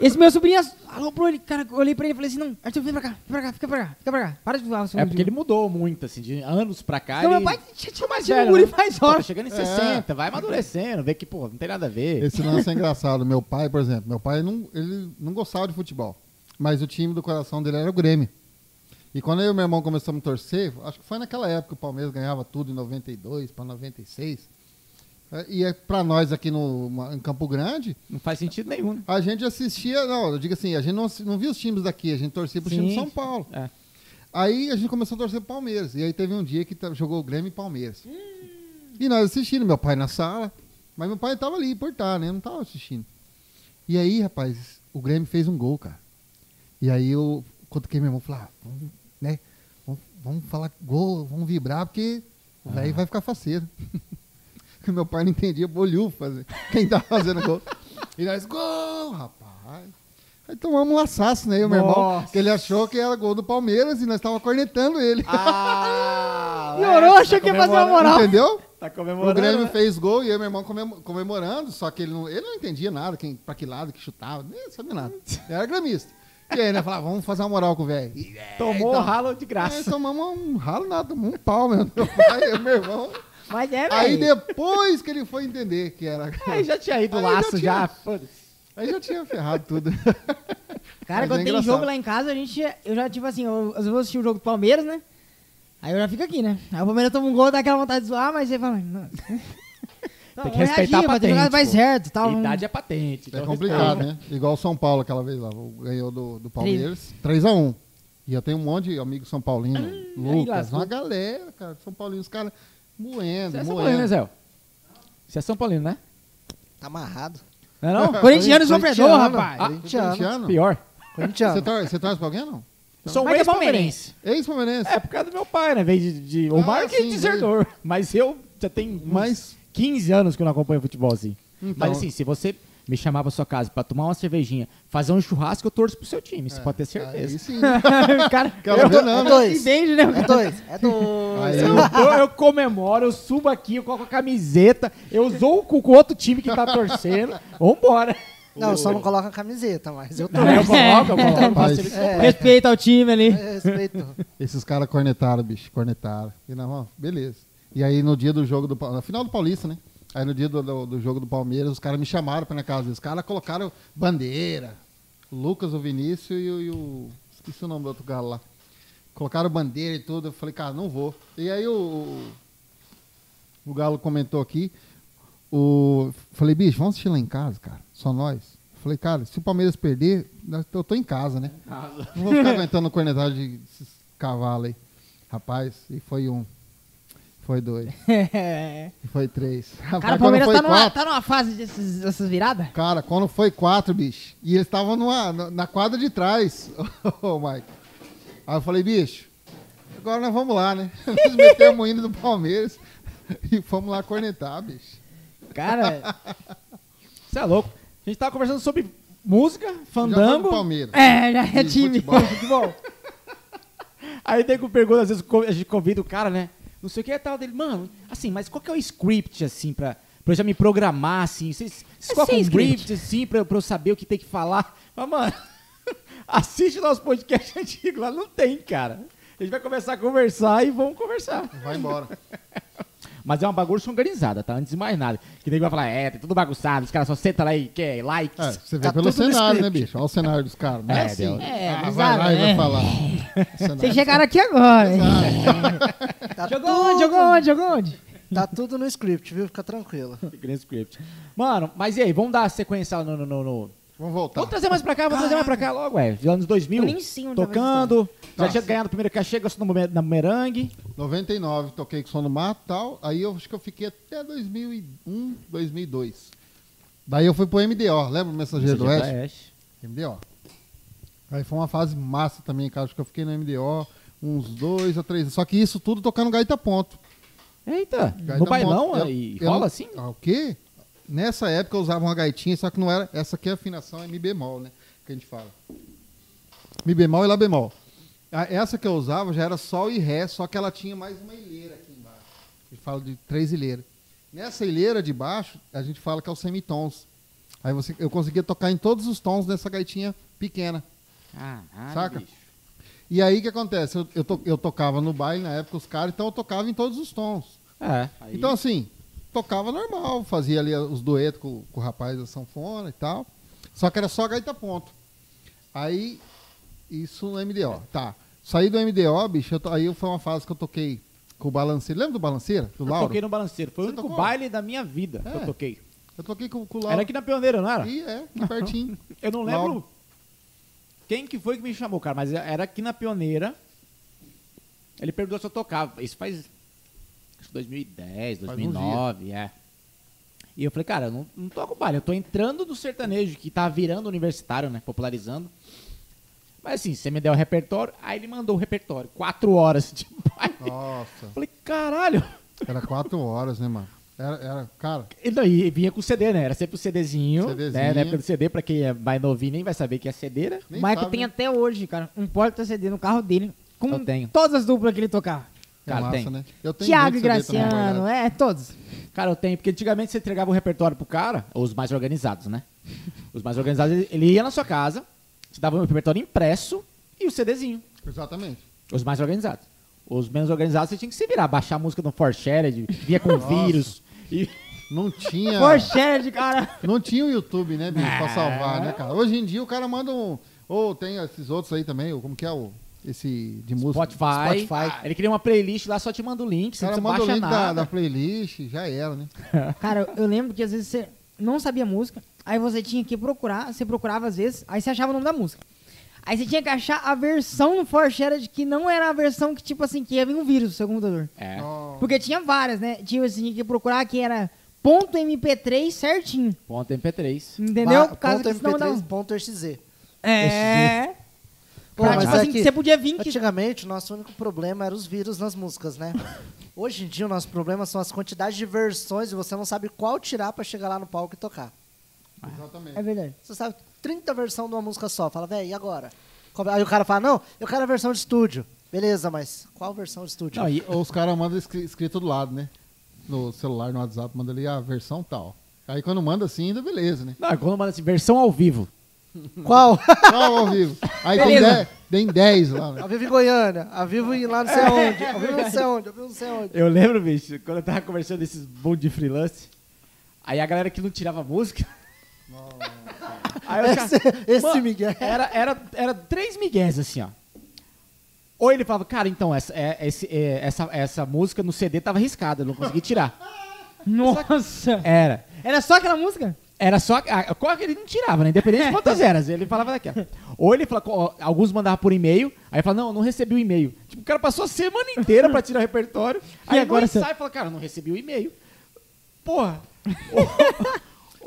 A: esse meu sobrinho ass- aloprou ele, cara, eu olhei pra ele e falei assim, não, Arthur, vem pra cá, vem pra cá, fica pra cá, fica pra cá, para de falar.
C: É porque ele mudou muito, assim, de anos pra cá.
A: Então,
C: ele
A: meu pai tinha tinha mais
C: Sério,
A: um guri
C: né?
A: faz
C: Pô, tá
A: horas.
C: chegando em
D: É.
C: 60, vai amadurecendo, vê que, pô, não tem nada a ver.
D: esse lance é engraçado. Meu pai, por exemplo, meu pai não, ele não gostava de futebol, mas o time do coração dele era o Grêmio. E quando eu e meu irmão começamos a torcer, acho que foi naquela época que o Palmeiras ganhava tudo em 92 para 96. É, E é pra nós aqui no, ma- em Campo Grande,
C: Não faz sentido nenhum, né?
D: a gente assistia, não, eu digo assim, a gente não, assi- não via os times daqui, a gente torcia pro time de
C: Sim.
D: São Paulo.
C: É.
D: Aí a gente começou a torcer pro Palmeiras. E aí teve um dia que ta- jogou o Grêmio e Palmeiras. E nós assistindo, meu pai na sala. Mas meu pai tava ali, por tá, né? Não tava assistindo. E aí, rapaz, o Grêmio fez um gol, cara. E aí eu cutuquei meu irmão e falei, ah, vamos, né? Vamos, vamos falar gol, vamos vibrar, porque o velho vai ficar faceiro. Porque meu pai não entendia bolhufas, fazer quem tá fazendo gol. E nós, gol, rapaz. Aí tomamos um laçaço, né? E o meu irmão,
C: Nossa.
D: que ele achou que era gol do Palmeiras e nós tava cornetando ele.
C: Ah!
A: Piorou, achou que ia fazer uma moral.
D: Entendeu?
C: Tá
D: O
C: comemorando.
D: Grêmio
C: né?
D: fez gol e eu e meu irmão comemo- comemorando, só que ele não, ele não entendia nada, quem, pra que lado que chutava, nem sabia nada. Ele era gremista. E aí, né, falava, vamos fazer uma moral com o velho. E
C: Tomou
A: então.
C: o ralo de
D: aí,
A: É,
C: graça.
D: tomamos um ralo nada, tomamos um pau, meu, meu pai e meu irmão.
A: Mas é,
D: Aí
A: velho.
D: depois que ele foi entender que era...
A: então,
C: Aí já tinha ido o
D: Aí
C: laço,
D: já
C: já.
D: tinha. Aí já tinha ferrado tudo.
A: Cara, quando
D: Mas é
A: tem
D: engraçado.
A: jogo lá em casa, a gente. Eu já, tipo assim, eu, às vezes eu vou assistir o jogo do Palmeiras, né? Aí eu já fico aqui, né? Aí o Palmeiras toma um gol, dá aquela vontade de zoar, mas você fala. Não.
C: Tem que respeitar a
A: vai ter
C: patente,
A: jogado mais
C: pô.
A: certo, tal. não-
C: Idade é patente.
D: É
C: então
D: complicado,
C: respeita.
D: né? Igual o São Paulo aquela vez lá, ganhou do, do Palmeiras. 3x1. E eu tenho um monte de amigo São
C: Ah,
D: Paulino,
C: é,
D: Lucas,
C: lascou.
D: uma galera, cara, São Paulino, os caras moendo,
C: Você é São Paulino, né,
D: moendo.
C: Zé? Você é São Paulino, né?
B: Tá amarrado.
C: Não é não?
A: Corintiano sofredor,
D: Corintiano,
A: rapaz.
B: Corintiano.
D: Corintiano?
C: Pior.
D: Você
B: Corintiano.
D: tor- é você tá torce pra alguém, não?
C: Sou um
A: Mas é
C: ex-palmeirense.
D: Ex-palmeirense.
C: É por causa do meu pai, né? Veio de, de o
D: Ah,
C: Marco que é
D: sim,
C: desertor. Mas eu já tenho mais
D: Mas-
C: 15 anos que eu não acompanho futebol assim.
D: Então-
C: Mas assim, se você me chamar pra sua casa pra tomar uma cervejinha, fazer um churrasco, eu torço pro seu time. Você pode ter
D: Aí
C: certeza.
D: sim. né?
A: o
D: Ah,
A: cara.
D: Quero ver, não,
B: é
D: né?
B: dois.
A: Entende, né?
B: É dois. É dois.
D: Aí,
C: Eu, tô- eu comemoro, eu subo aqui, eu coloco a camiseta, eu zoo com o outro time que tá torcendo. Vambora.
B: Não, eu só não coloco a camiseta, mas eu tô.
C: Eu coloco, eu coloco, eu faço
D: É, Rapaz.
C: serviço
B: É.
C: completo.
A: Respeita ao time ali.
B: Eu respeito.
D: Esses caras cornetaram, bicho, cornetaram. E nós, ó, beleza. E aí no dia do jogo do Pau- na final do Paulista, né? Aí no dia do, do- do jogo do Palmeiras, os caras me chamaram pra ir na casa. Os caras colocaram bandeira. O Lucas, o Vinícius e o, e o- Esqueci o nome do outro galo lá. Colocaram bandeira e tudo. Eu falei, cara, não vou. E aí o. O Galo comentou aqui. O... Falei, bicho, vamos assistir lá em casa, cara. Só nós. Falei, cara, se o Palmeiras perder, nós- eu tô em casa, né? Não vou ficar aguentando cornetagem desses cavalos aí. Rapaz, e foi um. Foi dois. E foi três. Rapaz,
A: É. Cara, o
D: quando
A: Palmeiras
D: foi
A: tá numa,
D: quatro.
A: tá numa fase desses- dessas viradas.
D: Cara, quando foi quatro, bicho. E eles estavam numa- na- na quadra de trás, ô Mike. Aí eu falei, bicho, agora nós vamos lá, né? Nós metemos o hino do Palmeiras e fomos lá cornetar, bicho.
A: Cara,
C: Você é louco. A gente tava conversando sobre música,
D: Já foi do
C: fandango.
D: Palmeiras.
A: é, já é
D: E
A: time.
D: futebol.
A: Futebol.
C: Aí tem que pergunta, às vezes co- a gente convida o cara, né? não sei o que e tal. Dele, mano, assim, mas qual que é o script, assim, pra, pra eu já me programar, assim? Vocês vocês
E: É Sem
C: colocam um
E: script.
C: script, assim, pra, eu- pra eu saber o que tem que falar? Mas, mano, assiste nosso podcast antigo lá, não tem, cara. A gente vai começar a conversar e vamos conversar.
D: Vai embora.
C: Mas é uma bagunça organizada, tá? Antes de mais nada. Que nem vai falar, é, tá tudo bagunçado, os caras só sentam lá e quer likes.
D: É, você vê
B: Tá
D: pelo
B: tudo no
D: cenário, né,
B: script.
D: bicho? Olha o cenário dos caras. Não é,
C: É,
D: assim.
C: Deus.
E: É,
D: ah, vai
E: bizarro,
D: lá e vai
E: né?
D: falar. O
A: Vocês
D: cenário-
A: chegaram aqui agora, hein?
B: Tá
A: Jogou onde? Jogou onde? Jogou onde?
B: Tá tudo no script, viu? Fica tranquilo.
C: Green Script. Mano, mas e aí, vamos dar sequência lá no. no, no, no-
D: Vamos voltar.
C: Vamos trazer mais pra cá, vamos trazer mais pra cá logo, ué. Dos anos 2000.
E: Eu nem sei onde
C: tocando, já
D: Tá.
C: tinha ganhado o primeiro cachê, gostou da na bumerangue.
D: 99, toquei com som no mato e tal. Aí eu acho que eu fiquei até 2001, 2002. Daí eu fui pro MDO, lembra o Mensageiro do
C: Seja
D: Oeste?
C: Oeste.
D: MDO. Aí foi uma fase massa também, cara. Acho que eu fiquei no MDO uns dois a três anos. Só que isso tudo tocando gaita ponto.
C: Eita,
D: Gaita
C: no bailão
D: ponto. Eu-
C: aí,
D: eu
C: rola
D: não-
C: assim?
D: Ah, o quê? Nessa época eu usava uma gaitinha, só que não era. Essa aqui é a afinação é Mi bemol, né? Que a gente fala. Mi bemol e Lá bemol. A- Essa que eu usava já era Sol e Ré, só que ela tinha mais uma ilheira aqui embaixo. A gente fala de três ilheiras. Nessa ilheira de baixo, a gente fala que é os semitons. Aí você, eu conseguia tocar em todos os tons nessa gaitinha pequena.
C: Caralho,
D: Saca?
C: bicho.
D: E aí o que acontece? Eu, eu, to- eu tocava no baile na época os caras, então eu tocava em todos os tons.
C: É. aí-
D: Então assim, tocava normal, fazia ali os duetos com, com o rapaz da sanfona e tal. Só que era só gaita ponto. Aí, isso no MDO, tá. Saí do MDO, bicho, eu to- aí foi uma fase que eu toquei com o Balanceiro. Lembra do Balanceiro? Do
C: eu
D: Lauro?
C: toquei no balanceiro. Foi o
D: Você
C: único
D: tocou?
C: baile da minha vida que
D: É.
C: eu toquei.
D: Eu toquei com, com o Lauro.
C: Era aqui na Pioneira, não era?
D: E é, aqui pertinho.
C: Eu não lembro
D: Lauro.
C: quem que foi que me chamou, cara, mas era aqui na Pioneira. Ele perguntou se eu tocava. Isso faz acho que 2010,
D: Faz uns
C: 2009, é. E eu falei, cara, eu não, não toco baile, eu tô entrando no sertanejo, que tá virando universitário, né, popularizando. Mas assim, você me deu o repertório, aí ele mandou o repertório, quatro horas de baile.
D: Nossa,
C: Eu falei, caralho.
D: era quatro horas, né, mano? Era, era cara,
C: E não, e vinha com o CD, né, era sempre o CDzinho, né,
D: CDzinho.
C: na época do CD, pra quem é mais novinho nem vai saber que é CD, né.
D: nem
A: o Michael
D: sabe,
A: tem
D: né?
A: até hoje, cara, um porta CD no carro dele. Com
C: Eu tenho.
A: todas as duplas que ele tocava.
D: É
C: Cara,
D: massa,
C: tem.
D: né? Eu tenho
A: Tiago e
D: muito CD também guardado.
A: Graciano, é, todos.
C: Cara, eu tenho, porque antigamente você entregava o repertório pro cara, os mais organizados, né? Os mais organizados, ele- ele ia na sua casa, você dava o repertório impresso e o CDzinho.
D: Exatamente.
C: Os mais organizados. Os menos organizados, você tinha que se virar, baixar a música do Forshared, via com vírus. E...
D: Não tinha.
A: Poxa, de cara.
D: Não tinha o YouTube, né, bicho, pra salvar,
C: É.
D: né, cara? Hoje em dia o cara manda um. Ou tem esses outros aí também, ou como que é o. Esse de música.
C: Spotify.
B: Spotify.
C: Ele cria uma playlist lá, só te manda o link,
D: O
C: você
D: cara
C: não
D: manda o
C: baixa
D: link da,
C: nada.
D: da playlist, já era, né?
A: Cara, eu lembro que às vezes você não sabia a música, aí você tinha que procurar, você procurava às vezes, aí você achava o nome da música. Aí você tinha que achar a versão no Forshared que não era a versão que, tipo assim, que ia vir um vírus no seu computador.
C: É.
D: Ó,
A: Porque tinha várias, né? Tinha assim, tinha que procurar que era ponto .mp3 certinho,
C: Ponto MP3.
A: entendeu?
B: Ba-
A: Por causa
B: ponto
A: que senão dá um...
B: MP3, ponto RXZ.
A: É...
B: Pô,
A: Pra,
B: mas
A: tipo
B: é
A: assim,
B: que-
A: você podia vir que...
B: Antigamente, o nosso único problema era os vírus nas músicas, né? Hoje em dia, o nosso problema são as quantidades de versões e você não sabe qual tirar pra chegar lá no palco e tocar.
A: É
D: Exatamente.
A: verdade.
B: Você sabe 30 versões de uma música só. Fala, velho, e agora? Qual- Aí o cara fala, não, eu quero a versão de estúdio. Beleza, mas qual versão de estúdio?
C: Não, e-
D: Ou os caras mandam escri- escrito do lado, né? No celular, no WhatsApp, manda ali a versão tal. Aí quando manda assim, ainda beleza, né?
C: Não, quando manda assim, versão ao vivo.
B: Qual?
D: Tchau, ao vivo. Aí tem
A: Beleza.
D: dez- tem 10 lá, né?
B: a vivo em Goiânia, a vivo em lá não sei onde, a vivo não sei onde, a vivo não sei onde.
C: Eu lembro, bicho, quando eu tava conversando desses bons de freelance, aí a galera que não tirava música. Aí os
B: Esse,
C: caras-
B: esse
C: Mano,
B: Miguel.
C: Era, era, era três migués, assim, ó. Ou ele falava, cara, então, essa, é- esse- é- essa, essa música no CD tava arriscada, eu não consegui tirar.
A: Nossa!
C: Era.
A: É. Era só aquela música?
C: Era só. A, qual que ele não tirava, né? Independente de quantas eras. Ele falava daqui. ó. Ou ele falava, ó, alguns mandavam por e-mail, aí falava, não, eu não recebi o e-mail. Tipo, o cara passou a semana inteira pra tirar o repertório. Aí
A: agora
C: agora
A: você-
C: sai e fala, cara, eu não recebi o e-mail. Porra! ou,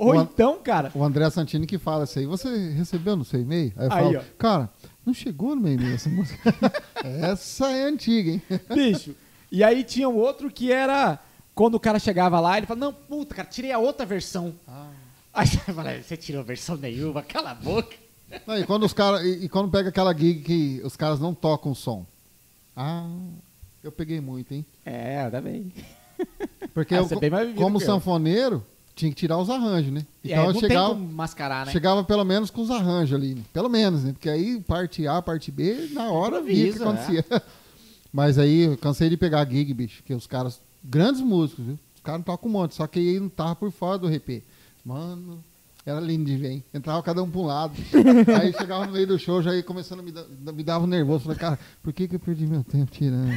C: ou
D: Uma-
C: então, cara.
D: O André Santini que fala isso aí. Você recebeu no seu e-mail? Aí eu
C: Aí,
D: falo,
C: ó.
D: cara, não chegou no meu e-mail essa música. essa é antiga, hein?
C: Bicho. E aí tinha um outro que era. Quando o cara chegava lá, ele falava, não, puta, cara, tirei a outra versão.
D: Ah.
C: Aí você fala, você tirou versão nenhuma, cala a boca.
D: Não, e quando os caras. E, e quando pega aquela gig que os caras não tocam o som. Ah, Eu peguei muito, hein?
C: É, ainda bem.
D: Porque
C: Ah,
D: eu,
C: você é bem mais vivido
D: como
C: que eu.
D: sanfoneiro, tinha que tirar os arranjos, né?
C: é,
D: Então eu
C: não
D: chegava,
C: tem como mascarar, né?
D: chegava pelo menos com os arranjos ali. né? Pelo menos, né? Porque aí parte A, parte B, na hora via o que
C: Improvisa,
D: acontecia. Mas aí eu cansei de pegar gig, bicho, que os caras, grandes músicos, viu? Os caras tocam um monte, só que aí não tava por fora do RP. Mano, era lindo de ver, hein? Entrava cada um pra um lado. aí chegava no meio do show, já ia começando a me, dar- me dava um nervoso. Falei, cara, por que, que eu perdi meu tempo tirando?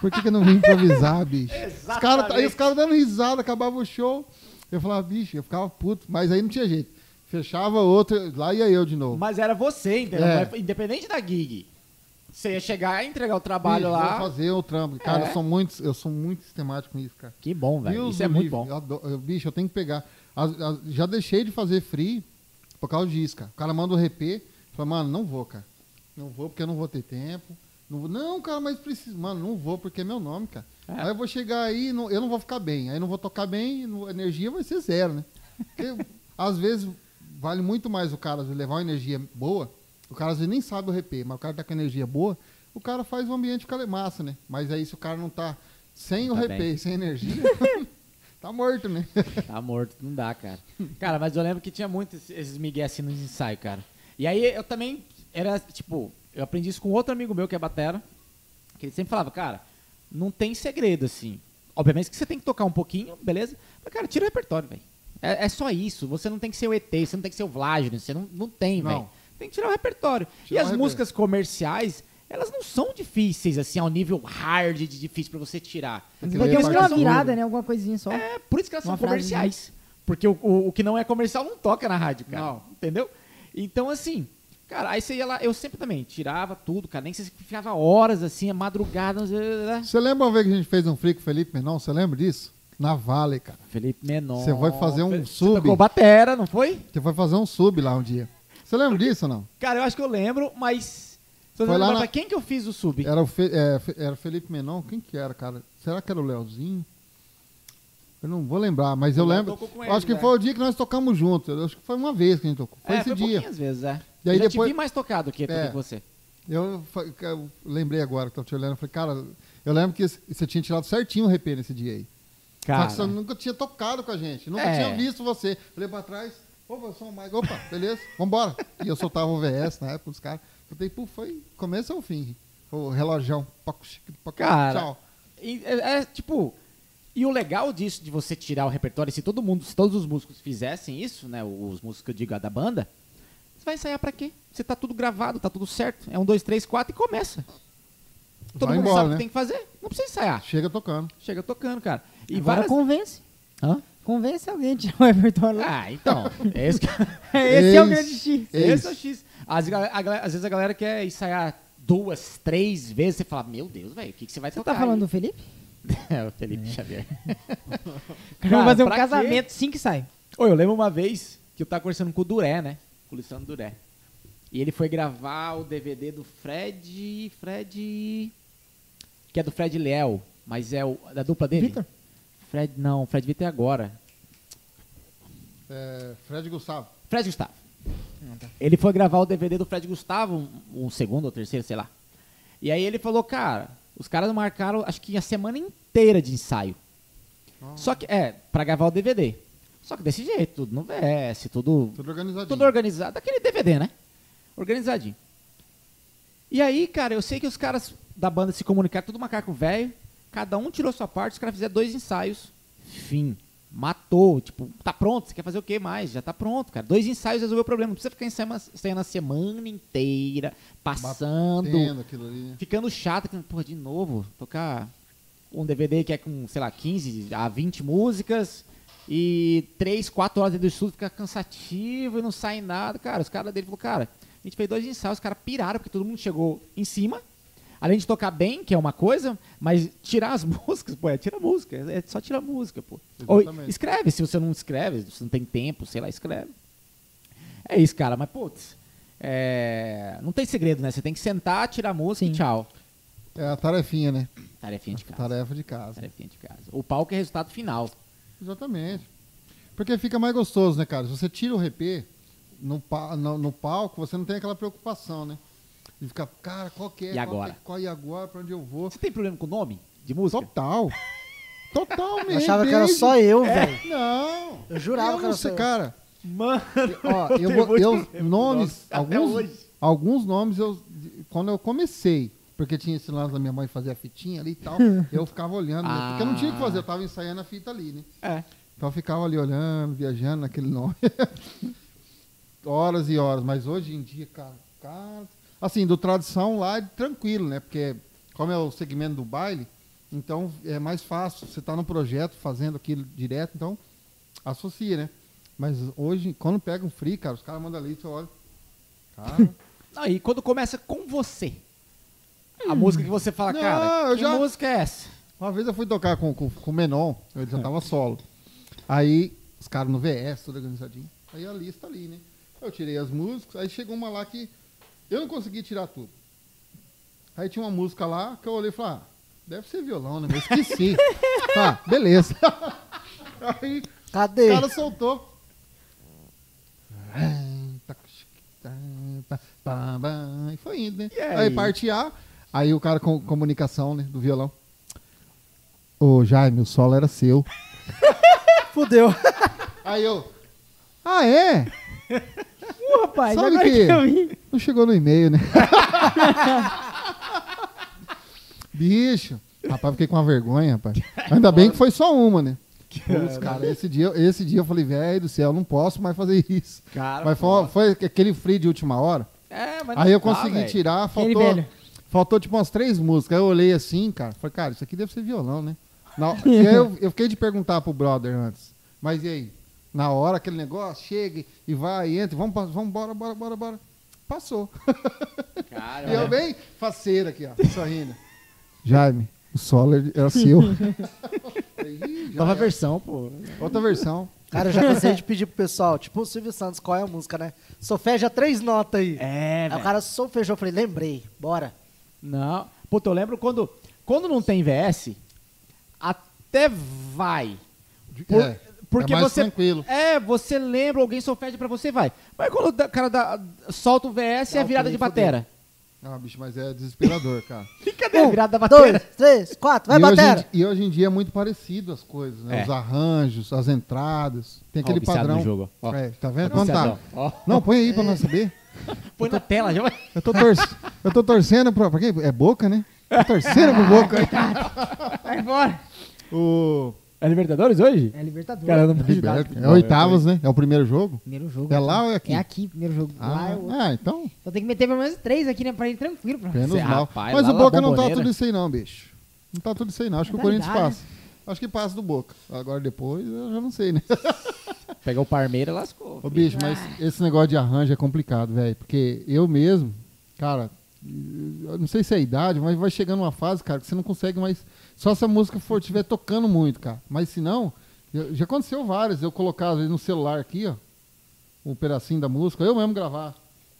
D: Por que, que eu não vim improvisar, bicho? Os cara, tá, aí os caras dando risada, acabava o show. Eu falava, bicho, eu ficava puto, mas aí não tinha jeito. Fechava outra, lá ia eu de novo.
C: Mas era você, entendeu?
D: É.
C: Mas Independente da gig. Você ia chegar e entregar o
D: Bicho,
C: trabalho
D: vou
C: lá.
D: fazer o trampo. Cara, eu, sou muito, eu sou muito sistemático com isso, cara.
C: Que bom, velho.
D: Deus
C: Isso é
D: do
C: muito
D: livre.
C: bom.
D: Eu adoro- eu- bicho, eu tenho que pegar. As- as- já deixei de fazer free por causa disso, cara. O cara manda o RP, fala, mano, não vou, cara. Não vou porque eu não vou ter tempo. Não, vou. não cara, mas preciso. Mano, não vou porque é meu nome, cara. Aí eu vou chegar aí, não- eu não vou ficar bem. Aí não vou tocar bem, não- a energia vai ser zero, né? Porque, às vezes vale muito mais o cara às vezes, levar uma energia boa. O cara às vezes nem sabe o RP, mas o cara tá com energia boa, o cara faz o ambiente ficar massa, né? Mas aí se o cara não tá sem
C: Não
D: o
C: tá
D: RP,
C: bem.
D: sem energia, tá morto, né?
C: Tá morto, não dá, cara. Cara, mas eu lembro que tinha muito esse- esses migué assim nos ensaios, cara. E aí eu também era, tipo, eu aprendi isso com outro amigo meu que é batera, que ele sempre falava, cara, não tem segredo, assim. Obviamente que você tem que tocar um pouquinho, beleza? Mas, cara, tira o repertório, velho. É, é só isso. Você não tem que ser o ET, você não tem que ser o Vlágio, você não, não tem,
D: Não.
C: velho. Tem que tirar o repertório.
D: Tirar
C: e
D: o
C: as
D: reper-
C: músicas comerciais, elas não são difíceis, assim, ao nível hard de difícil pra você tirar.
D: Aquele
A: Pelo menos
D: parte
A: uma
D: do-
A: virada, né? Alguma coisinha só.
C: É, por isso que elas
A: Uma
C: são comerciais. Porque o, o, o que não é comercial não toca na rádio, cara.
D: Não.
C: Entendeu? Então, assim, cara, aí você ia lá, eu sempre também tirava tudo, cara, nem que você ficava horas assim, a madrugada. às vezes, né?
D: Você lembra uma vez que a gente fez um free com o Felipe Menon? Você lembra disso? Na Vale, cara.
C: Felipe Menon.
D: Você vai fazer um
C: Você
D: sub?
C: Tocou batera, não foi?
D: Você foi fazer um sub lá um dia. Você lembra disso ou não?
C: Cara, eu acho que eu lembro, mas. Se eu
D: Foi lá
C: lembrar
D: na-
C: pra quem que eu fiz o sub?
D: Era o Fe- é, Fe- era o Felipe Menon? Quem que era, cara? Será que era o Leozinho? Eu não vou lembrar, mas eu,
C: Eu
D: lembro.
C: tocou com
D: Eu
C: ele,
D: acho que
C: né?
D: foi o dia que nós tocamos juntos. Eu acho que foi uma vez que a gente tocou. Foi
C: é,
D: esse
C: foi
D: dia.
C: pouquinhas vezes, é.
D: E aí
C: eu já
D: depois-
C: te vi mais tocado que,
D: É.
C: que você.
D: Eu, fa- eu lembrei agora que eu tava te olhando. Eu falei, cara, eu lembro que você tinha tirado certinho o RP nesse dia aí.
C: Cara,
D: Só que você nunca tinha tocado com a gente. Nunca
C: É.
D: tinha visto você. Falei pra trás, opa, eu sou o Mike. Opa, beleza, vambora. E eu soltava o VS na época, os caras. Soltei, pô, foi começo ao fim. Foi o relojão. Paco, chique, paco,
C: Cara.
D: Tchau.
C: E, é, é, tipo. E o legal disso, de você tirar o repertório, se todo mundo, se todos os músicos fizessem isso, né? Os músicos que eu digo a da banda, você vai ensaiar pra quê? Você tá tudo gravado, tá tudo certo. É um, dois, três, quatro e começa. Todo
D: Vai
C: mundo
D: embora,
C: sabe o
D: né?
C: que tem que fazer. Não precisa ensaiar.
D: Chega tocando.
C: Chega tocando, cara. E
A: E Agora um,
C: várias-
A: convence.
C: Hã?
A: Convence alguém de tirar o repertório lá.
C: Ah, então. É isso que...
A: Esse é o
D: Esse-
A: grande X.
D: É
C: Esse é o X. Às, gal- a galera- às vezes a galera quer ensaiar duas, três vezes, você fala, meu Deus, velho, o que, que você vai
A: Você
C: tocar?
A: tá falando do Felipe?
C: aí?" é, o Felipe Xavier.
A: Vamos fazer um
C: pra quê?
A: casamento, sim que sai.
C: Ô, eu lembro uma vez que eu tava conversando com o Duré, né? Com o Luciano Duré. E ele foi gravar o DVD do Fred. Fred. Que é do Fred Léo, mas é o, da dupla dele?
A: Vitor?
C: Fred, não, Fred Vitor é agora.
D: É, Fred Gustavo.
C: Fred Gustavo. Ele foi gravar o DVD do Fred Gustavo, um, um segundo ou terceiro, sei lá. E aí ele falou, cara, os caras marcaram acho que a semana inteira de ensaio. Só que, é, pra gravar o DVD. Só que desse jeito, tudo no VS, tudo
D: Tudo organizadinho.
C: tudo organizado. Aquele DVD, né? Organizadinho. E aí, cara, eu sei que os caras da banda se comunicaram, tudo macaco velho. Cada um tirou sua parte, os caras fizeram dois ensaios. Fim. Matou. Tipo, tá pronto, você quer fazer o que mais? Já tá pronto, cara. Dois ensaios resolveu o problema. Não precisa ficar ensaiando a- ensaiando a semana inteira, passando
D: Tendo aquilo ali, né?
C: ficando chato, que, porra, de novo, tocar um DVD que é com, sei lá, 15 a 20 músicas e 3, 4 horas dentro do estudo fica cansativo e não sai nada. Cara, os caras dele falou, cara, a gente fez dois ensaios, os caras piraram, porque todo mundo chegou em cima. Além de tocar bem, que é uma coisa, mas tirar as músicas, pô, é tira a música, é só tirar a música, pô. Ou
D: Exatamente.
C: escreve, se você não escreve, se não tem tempo, sei lá, escreve. É isso, cara, mas putz, é, não tem segredo, né? Você tem que sentar, tirar a música e tchau.
D: É a tarefinha, né?
C: Tarefinha de casa.
D: Tarefa de casa.
C: Tarefinha de casa. O palco é resultado final.
D: Exatamente. Porque fica mais gostoso, né, cara? Se você tira o RP no, pa- no, no palco, você não tem aquela preocupação, né? E ficar, cara, qual que é?
C: E
D: qual
C: agora?
D: que é, qual e agora? Pra onde eu vou?
C: Você tem problema com nome de música?
D: Total. Total mesmo.
B: Eu achava que era só eu, velho.
D: Não.
B: Eu jurava que era só
D: sei,
B: eu.
D: cara.
C: Mano,
D: Ó, eu,
C: tenho
D: vou-
C: muito
D: eu-
C: problema com
D: nomes,
C: Até
D: alguns,
C: hoje.
D: alguns nomes eu quando eu comecei, porque tinha esse lance da minha mãe fazer a fitinha ali e tal, eu ficava olhando, mesmo, porque eu não tinha o que fazer, eu tava ensaiando a fita ali, né?
C: É.
D: Então eu ficava ali olhando, viajando naquele nome. horas e horas, mas hoje em dia, cara, cara, assim, do tradição lá é tranquilo, né? Porque como é o segmento do baile, então é mais fácil, você tá no projeto fazendo aquilo direto, então associa, né? Mas hoje, quando pega um free, cara, os caras mandam ali, você olha. Cara,
C: Aí, quando começa com você. A música que você fala,
D: Não,
C: cara,
D: eu
C: que
D: já-
C: música é essa?
D: uma vez eu fui tocar com, com, com o Menon, ele já tava solo. Aí, os caras no VS, tudo organizadinho. Aí a lista ali, né? Eu tirei as músicas, aí chegou uma lá que eu não consegui tirar tudo. Aí tinha uma música lá que eu olhei e falei, ah, deve ser violão, né? Mas esqueci. ah, beleza. aí
B: Cadê?
D: O cara soltou. E foi indo, né?
C: E aí?
D: aí? parte A. Aí o cara com comunicação, né? Do violão. Ô, Jaime, o solo era seu.
B: Fudeu.
D: Aí eu. Ah, é?
A: Uh, rapaz,
D: Sabe
A: agora
D: que-
A: que eu vi.
D: Não chegou no e-mail, né? Bicho. Rapaz, fiquei com uma vergonha, rapaz. Ainda bem que foi só uma, né? Putz, cara, esse dia, esse dia eu falei, velho do céu, não posso mais fazer isso.
C: Cara,
D: Mas foi, foi aquele free de última hora.
C: É, mas
D: Aí
C: não
D: eu
C: dá,
D: consegui
C: velho.
D: tirar,
A: Aquele
D: faltou,
A: velho.
D: faltou tipo umas três músicas. Aí eu olhei assim, cara, falei, cara, isso aqui deve ser violão, né? Na- e aí eu, eu fiquei de perguntar pro brother antes. Mas e aí? Na hora, aquele negócio, chega e vai, e entra, vamos, pa- vamos, bora, bora, bora, bora. Passou.
C: Cara,
D: E eu bem faceiro aqui, ó, sorrindo. Jaime, o solo era seu. Ih, já
C: nova
D: era.
C: versão, pô.
D: Outra versão.
B: Cara, eu já cansei de pedir pro pessoal, tipo o Silvio Santos, qual é a música, né? Sofeja três notas aí.
C: É,
B: aí o
C: velho.
B: cara sofejou, eu falei, lembrei, bora.
C: Não. Puta, eu lembro quando. Quando não tem VS, até vai. Por-
D: É,
C: porque
D: é mais
C: você.
D: tranquilo.
C: É, você lembra, alguém só pede pra você, vai. Mas quando o da- cara dá- solta o VS, é
B: Dá
C: a
B: o
C: virada
B: play,
C: de batera.
D: Ah, bicho, mas é desesperador, cara.
C: E cadê Um, a virada da
B: dois,
C: batera?
B: três, quatro, vai
D: e, hoje em,
B: batera.
D: di- e hoje em dia é muito parecido as coisas, né?
C: É.
D: Os arranjos, as entradas. Tem
C: Ó,
D: aquele
C: o viciado
D: padrão.
C: no jogo, ó.
D: É, tá vendo?
C: Ó,
D: Então tá.
C: viciadão, ó.
D: Não, põe aí pra nós saber.
C: Põe na tela, já vai.
D: Eu tô, torce- eu tô torcendo pra. pra quem? É boca, né? Tô torcendo pro boca.
A: Vai embora.
D: o...
C: É Libertadores hoje?
A: É Libertadores.
C: Cara, eu não
D: É,
C: Libertadores.
D: oitavos, né? É o primeiro jogo?
A: Primeiro jogo.
D: É lá ou é aqui?
A: É aqui, primeiro jogo. Lá
D: Ah,
A: é o
D: ah, então,
A: Então tem que meter pelo menos três aqui, né? Pra ir tranquilo. Pra...
D: menos
C: Cê-
D: mal.
C: rapaz,
D: Mas
C: lá
D: o
C: na
D: Boca não tá
C: Bombonera.
D: tudo isso aí, não, bicho. Não tá tudo isso aí, não.
C: É
D: Acho que o
A: Mentalidade,
D: Corinthians passa. Acho que passa do Boca. Agora depois, eu já não sei, né?
C: Pegar o Parmeira, lascou.
D: Ô, bicho, mas esse negócio de arranjo é complicado, velho. Porque eu mesmo, cara, eu não sei se é a idade, mas vai chegando uma fase, cara, que você não consegue mais. Só se a música for estiver tocando muito, cara. Mas se não, eu- já aconteceu várias. Eu colocar, às vezes, no celular aqui, ó, um pedacinho da música, eu mesmo gravar.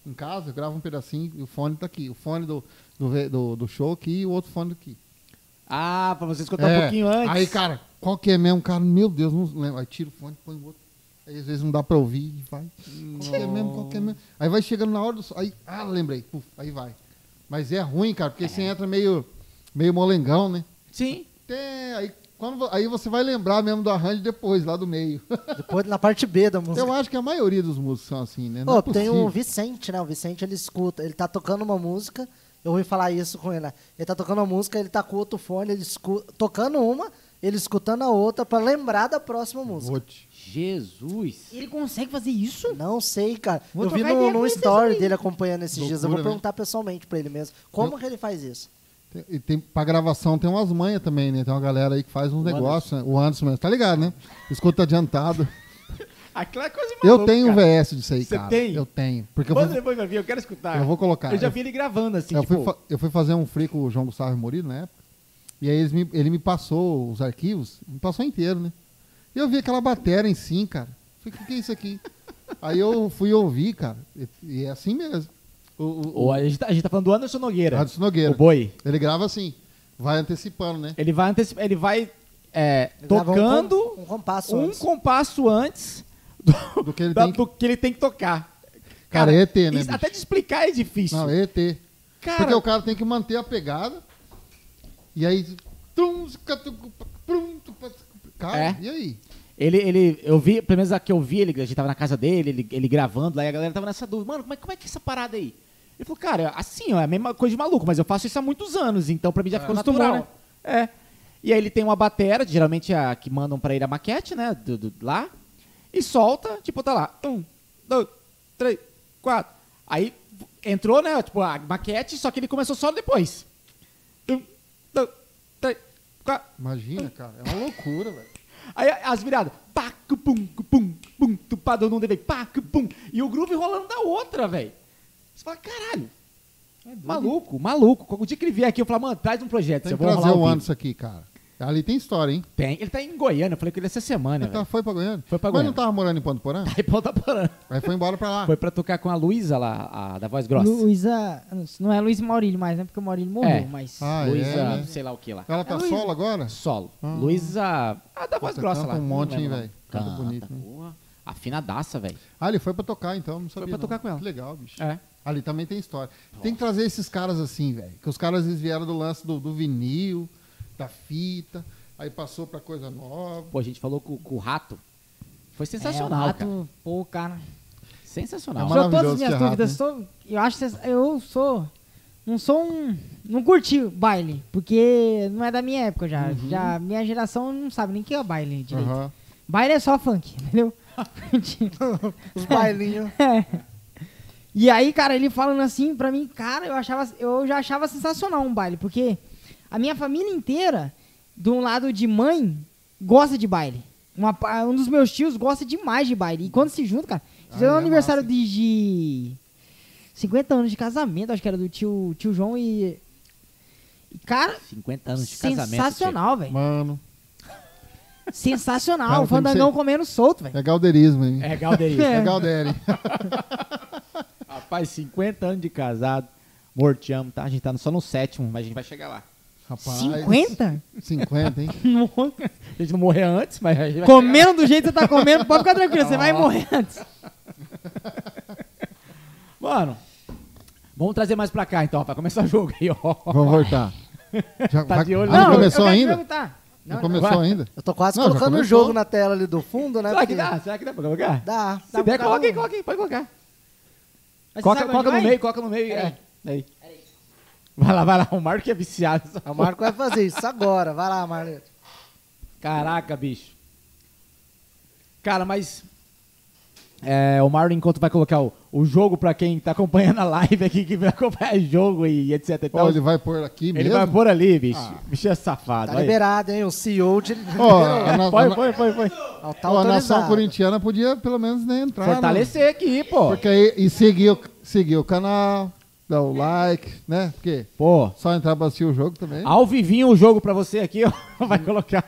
D: Em casa, eu gravo um pedacinho e o fone tá aqui. O fone do, do, ve- do, do show aqui e o outro fone aqui.
C: Ah, pra você escutar um
D: É.
C: pouquinho antes.
D: Aí, cara, qual que é mesmo, cara? Meu Deus, não lembro. Aí tira o fone, põe o outro. Aí às vezes não dá pra ouvir e vai. Qual que é mesmo, qual que é mesmo? Aí vai chegando na hora do. so- Aí, ah, lembrei. Puf, aí vai. Mas é ruim, cara, porque você entra meio, meio molengão, né?
C: Sim.
D: Até aí, quando, vo- aí você vai lembrar mesmo do arranjo depois, lá do meio.
B: Depois na parte B da música.
D: Eu acho que a maioria dos músicos são assim, né? Não
B: Ô,
D: é
B: tem um
D: possível.
B: o Vicente, né? O Vicente, ele escuta, ele tá tocando uma música, eu ouvi falar isso com ele, né? Ele tá tocando uma música, ele tá com outro fone, ele escuta, tocando uma, ele escutando a outra pra lembrar da próxima música.
D: Vote.
C: Jesus.
A: Ele consegue fazer isso?
B: Não sei, cara.
A: Vou
B: eu vi
A: trocar
B: no,
A: ideia
B: no
A: com esses
B: story
A: aí.
B: dele acompanhando esses dias. Eu vou
D: Loucura, né?
B: perguntar pessoalmente pra ele mesmo. Como que ele faz isso?
D: Tem- E tem, pra gravação tem umas manhas também, né? Tem uma galera aí que faz uns negócios. né? O Anderson mesmo, tá ligado, né? Escuta adiantado.
C: Aquela é coisa
D: Eu
C: maluca,
D: tenho um
C: cara.
D: VS disso aí,
C: Você
D: cara.
C: tem?
D: Eu tenho. Porque eu
C: Manda
D: fui,
C: depois pra mim, eu quero escutar.
D: eu vou colocar.
C: Eu já
D: Eu-
C: vi ele gravando, assim,
D: eu,
C: tipo...
D: fui, fa- eu fui fazer um free com o João Gustavo Murilo na época. E aí eles me- ele me passou os arquivos, me passou inteiro, né? E eu vi aquela bateria em sim, cara. Falei, o que, que é isso aqui? aí eu fui ouvir, cara. E, e é assim mesmo. O, o,
C: Ô, a, gente tá, a gente tá falando do Anderson Nogueira.
D: Anderson Nogueira.
C: O boi.
D: Ele grava assim, vai antecipando, né?
C: Ele vai, anteci- ele vai é,
B: Ele grava um
C: tocando
B: com- um compasso
C: um
B: antes.
C: compasso antes do,
D: Do que ele
C: da-
D: tem que-
C: do que ele tem que tocar.
D: Cara, é ET, né,
C: isso-
D: bicho?
C: Até de explicar é difícil.
D: Não, é ET.
A: Cara,
D: Porque o cara tem que manter a pegada. E aí. trum, tucu, prum, tucu, tucu. Cara,
C: É.
D: e aí?
C: Ele, ele, eu vi, pelo menos a que eu vi, ele, a gente tava na casa dele, ele, ele gravando lá, e a galera tava nessa dúvida, mano, como é, como é que é essa parada aí? Ele falou, cara, assim, ó, é a mesma coisa de maluco, mas eu faço isso há muitos anos, então pra mim já ficou
A: Acostumou,
C: natural. É. E aí ele tem uma batera, geralmente é a que mandam pra ele a maquete, né, do, do- lá, e solta, tipo, tá lá, um, dois, três, quatro. Aí entrou, né, tipo, a maquete, só que ele começou só depois. Um, dois, três, quatro.
D: Imagina, cara. É uma loucura, velho.
C: Aí as viradas, pá, cupum, cupum, pum, tupado não deve, pá, cupum. E o groove rolando da outra, velho. Você fala, caralho,
D: É
C: maluco, maluco. Qualquer dia que ele vier aqui, eu falo, mano, traz um projeto.
D: Tem
C: eu
D: que
C: vou
D: trazer
C: rolar
D: o
C: um
D: ano
C: vídeo.
D: isso aqui, cara. Ali tem história, hein?
C: Tem, ele tá em Goiânia, eu falei com ele essa semana,
D: Ele tá-
C: É, velho.
D: foi pra Goiânia?
C: Foi pra
D: Mas
C: Goiânia.
D: não tava morando em Ponto Porã?
C: Aí Ponta Porã.
D: Aí foi embora pra lá.
C: Foi pra tocar com a Luísa lá, a da voz grossa.
A: Luísa. Não é Luiz Maurílio mais, né? Porque o Maurílio morreu,
C: É.
A: mas.
D: Ah, é,
C: Luísa,
D: né? Ah.
C: sei lá o que lá.
D: Ela tá solo agora?
C: Solo. Luísa, a da voz
D: Puta,
C: grossa
D: canta
C: lá.
D: um
C: não Tá,
D: monte,
C: lembro
D: hein,
C: o nome.
D: velho? Canta bonito, hein?
C: porra. Afinadaça, velho.
D: Ah, ele foi pra tocar, então. Não sabia,
C: pra
D: não.
C: tocar com ela.
D: Que legal, bicho.
C: É.
D: Ali também tem história. Tem que trazer esses caras assim, velho. Que os caras eles vieram do lance do, do vinil, da fita, aí passou pra coisa nova.
C: Pô, a gente falou com, com o Rato. Foi sensacional,
A: é, o rato,
C: cara.
A: Pô, cara.
C: Sensacional.
D: É
A: Tirou todas
D: maravilhoso
A: as minhas
D: esse rato,
A: dúvidas.
D: hein?
A: sou- eu acho que cês- eu sou. Não sou um. Não curti baile, porque não é da minha época já. Já minha geração não sabe nem o que é baile direito.
D: Uhum. Aham.
A: Baile é só funk, entendeu?
B: Os bailinhos.
A: É. E aí, cara, ele falando assim pra mim, cara, eu, achava, eu já achava sensacional um baile, porque a minha família inteira, de um lado de mãe, gosta de baile. Uma pa- um dos meus tios gosta demais de baile. E quando se junta, cara, fizeram
D: Ah,
A: um
D: é
A: aniversário
D: massa,
A: de, de 50 anos de casamento, acho que era do tio, tio João e. e, Cara,
C: 50 anos de casamento.
A: sensacional, velho.
D: Mano,
A: Sensacional.
D: Cara,
A: o
D: como
A: Fandangão
D: você-
A: comendo solto, velho.
D: é galderismo, hein?
C: É Galdeir.
A: É.
D: É, Galderi.
C: Rapaz, 50 anos de casado. Morteamos, tá? A gente tá só no sétimo, mas a gente vai chegar lá.
D: Rapaz.
A: 50?
D: 50, hein?
A: Nunca.
C: A gente não morrer antes, mas a gente vai
A: Comendo do jeito que você tá comendo, pode ficar tranquilo, você vai morrer antes.
C: chegar. Mano, vamos trazer mais pra cá então, pra começar o jogo aí, ó.
D: Vamos voltar. Já,
C: Tá
D: vai-
C: de olho
D: ah,
C: na-
D: não
A: eu
D: começou
A: quero te
D: ainda?
A: perguntar.
D: Não,
A: Não,
D: começou
C: vai.
D: ainda?
B: Eu tô quase
D: Não, já
B: colocando o
D: começou.
B: jogo na tela ali do fundo, né?
C: Será que
B: porque-
C: dá? Será que dá pra colocar?
B: Dá. um.
C: Se der, coloca aí, coloca aí, pode colocar.
A: Mas você
C: Coloca,
A: sabe
C: coloca
A: onde
C: no
A: vai?
C: meio, coloca no meio.
A: Peraí.
C: É, aí. Vai lá, vai lá. O Marco é viciado. nessa
B: O Marco vai fazer isso agora. Vai lá,
D: Tá
B: Marleto.
C: Caraca, bicho. Cara, mas. é, o Mauro, enquanto vai colocar o, o jogo pra quem tá acompanhando a live aqui, que vai acompanhar o jogo e etc. e
D: Ó,
C: tal,
D: ele vai pôr aqui
C: ele
D: mesmo?
C: vai pôr ali, bicho.
D: Ah.
C: Bicho é safado.
B: Tá
C: olha aí.
B: liberado, hein? O CEO de.
D: Ó, a, na- a
C: Foi,
D: na-
C: foi, foi, foi.
B: Ó, tá
D: ó, a nação
B: autorizado.
D: corintiana podia pelo menos né, entrar. no-
C: Fortalecer aqui, pô.
D: Porque aí, e seguir o, seguir o canal, dar o like, né? Porque
C: Pô.
D: só entrar pra assistir o jogo também.
C: Ao vivinho o jogo pra você aqui, ó. Vai colocar.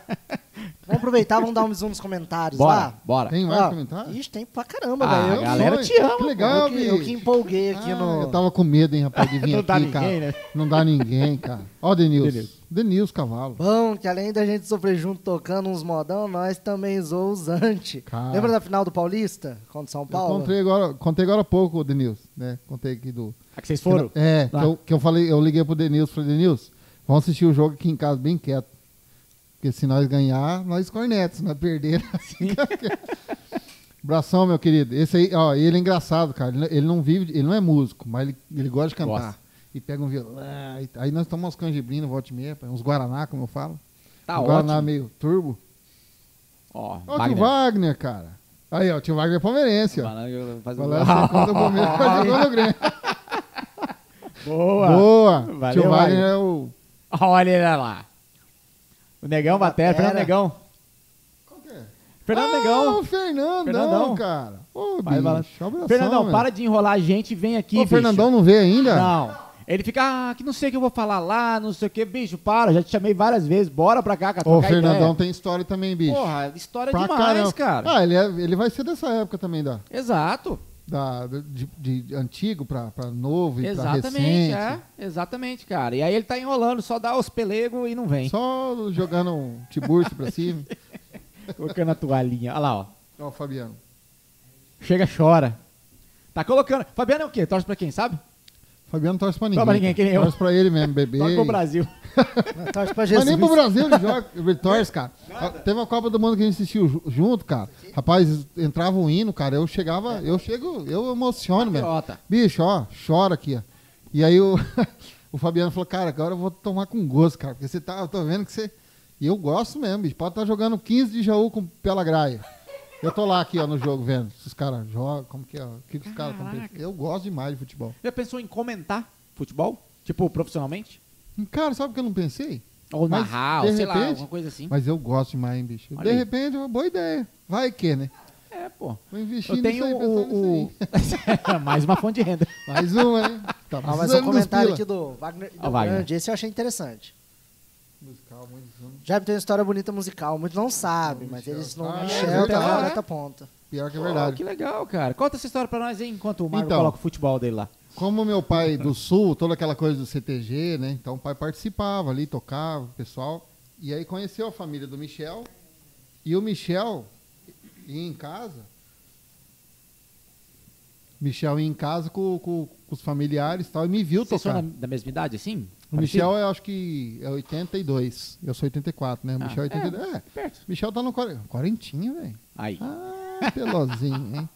B: Vamos aproveitar, vamos dar um zoom nos comentários
C: Bora,
B: lá.
C: bora.
D: Tem mais
B: Ó,
D: comentário?
B: Ixi, tem pra caramba,
C: Ah,
B: velho. Eu-
C: galera te ama,
D: Que legal,
B: eu, que, eu que
D: bicho.
B: empolguei aqui
D: Ah,
B: no.
D: Eu tava com medo, hein, rapaz, de vir
C: Não
D: aqui,
C: dá ninguém,
D: cara.
C: né?
D: Não dá ninguém, cara. Ó, Denilson. Denilson Cavalo.
B: Bom, que além da gente sofrer junto tocando uns modão, nós também zoou os anti.
D: Cara.
B: Lembra da final do Paulista? Contra o São
D: Eu
B: Paulo?
D: contei agora, contei agora há pouco, ô, Denilson, né? Contei aqui do...
C: Ah, que vocês foram?
D: É, que
C: Lá.
D: eu, que eu falei, eu liguei pro Denilson, falei, Denilson, vamos assistir o jogo aqui em casa bem quieto. Porque se nós ganhar, nós cornetos, se nós perder. nós fica quieto. Abração, meu querido. Esse aí, ó, ele é engraçado, cara. Ele- Ele não vive, de- ele não é músico, mas ele, ele gosta de cantar.
C: Gosta.
D: E pega um violão. e- Aí nós tomamos umas canjibrinas, volta e meia, uns Guaraná, como eu falo.
C: Tá
D: um
C: ótimo.
D: Guaraná meio turbo.
C: Ó,
D: Ó, o tio Wagner, cara. Aí, ó, o tio Wagner é palmeirense, ó.
C: Wagner faz um-
D: Falando assim, contra o Palmeiras, faz igual no Grêmio.
C: Boa.
D: Boa!
C: Valeu,
D: Tio Wagner
C: Wagner.
D: é o.
C: Olha ele lá. O Negão bateu, Fernando
B: Batera.
C: Negão.
D: Qual que é?
C: Fernando
D: Ah,
C: Negão.
D: o Fernandão,
C: Fernandão.
D: cara.
C: Vai,
D: Ô, bicho,
C: vai lá.
D: abração,
C: Fernandão,
D: velho.
C: para de enrolar a gente e vem aqui,
D: um Ô, O
C: bicho.
D: Fernandão não veio ainda?
C: Não. Ele fica, ah, que não sei o que eu vou falar lá, não sei o que, bicho, para, já te chamei várias vezes, bora pra cá, cara.
D: Ô, O
C: trocar
D: Fernandão
C: ideia.
D: tem história também, bicho.
C: Porra, história
D: Pra
C: demais,
D: caramba.
C: cara.
D: Ah, ele, é- ele vai ser dessa época também, da,
C: Exato,
D: da, de, de antigo pra, pra novo e pra
C: exatamente,
D: recente.
C: é, exatamente, cara. E aí ele tá enrolando, só dá os pelego e não vem.
D: Só jogando um tiburcio pra cima.
C: Colocando a toalhinha, olha lá, ó.
D: Ó, o Fabiano.
C: Chega, chora. Tá colocando. Fabiano é o quê? Torce pra quem, sabe?
D: Fabiano torce pra ninguém.
C: pra ninguém, que nem eu.
D: Torce pra ele mesmo, bebê.
C: Toca pro Brasil.
B: Torce pra
D: Mas
B: Jesus.
D: nem pro Brasil ele joga, ele torce, cara. Ah, Teve uma Copa do Mundo que a gente assistiu ju- junto, cara. Rapaz, entrava um hino, cara. Eu chegava, eu chego, eu emociono mesmo.
C: Patriota.
D: Bicho, ó, chora aqui, ó. E aí o, o Fabiano falou, cara, agora eu vou tomar com gosto, cara. Porque você tá, eu tô vendo que você. E eu gosto mesmo, bicho. Pode estar jogando 15 de Jaú com pela graia. Eu tô lá aqui, ó, no jogo, vendo. Se os caras jogam, como que é? O que, que os caras
A: Caraca.
D: competem? Eu gosto demais de futebol.
C: Já pensou em comentar futebol? Tipo, profissionalmente?
D: Cara, sabe o que eu não pensei?
C: Ou
D: Mas,
C: narrar,
D: de
C: ou sei lá,
D: repente-
C: alguma coisa assim.
D: Mas eu gosto demais, hein, bicho.
C: Olha
D: de
C: aí.
D: repente, é uma boa ideia. Vai que, né?
C: É, pô.
D: Vou investir
C: Eu tenho
D: nisso aí, pensando
C: o.
D: nisso aí.
C: o- Mais uma fonte de renda.
D: Mais uma, né? Tá
B: Ah, mas um
D: precisando dos
B: comentário
D: pila.
B: aqui do Wagner, do
D: Ah,
C: Ó, Wagner.
B: Grande, esse eu achei interessante.
D: Musical, muitos anos.
B: Já tem uma história bonita musical, muitos não sabem, mas eles não
D: Ah, é
B: enxergam
C: verdade.
B: a garota ponta.
D: Pior que é
C: Pô,
D: verdade.
C: Oh, que legal, cara. Conta essa história pra nós, hein? Enquanto o Marco
D: Então.
C: coloca o futebol dele lá.
D: Como meu pai do Sul, toda aquela coisa do CTG, né? Então o pai participava ali, tocava, o pessoal. E aí conheceu a família do Michel. E o Michel ia em casa. Michel ia em casa com, com- com os familiares e tal. E me viu
C: Vocês são
D: tocar.
C: da, da mesma idade, assim?
D: O Michel, eu acho que é 82. Eu sou 84, né? O Michel é 82. É.
C: Perto.
D: Michel tá no quare- quarentinha, velho.
C: Aí.
D: Ah, pelozinho, hein?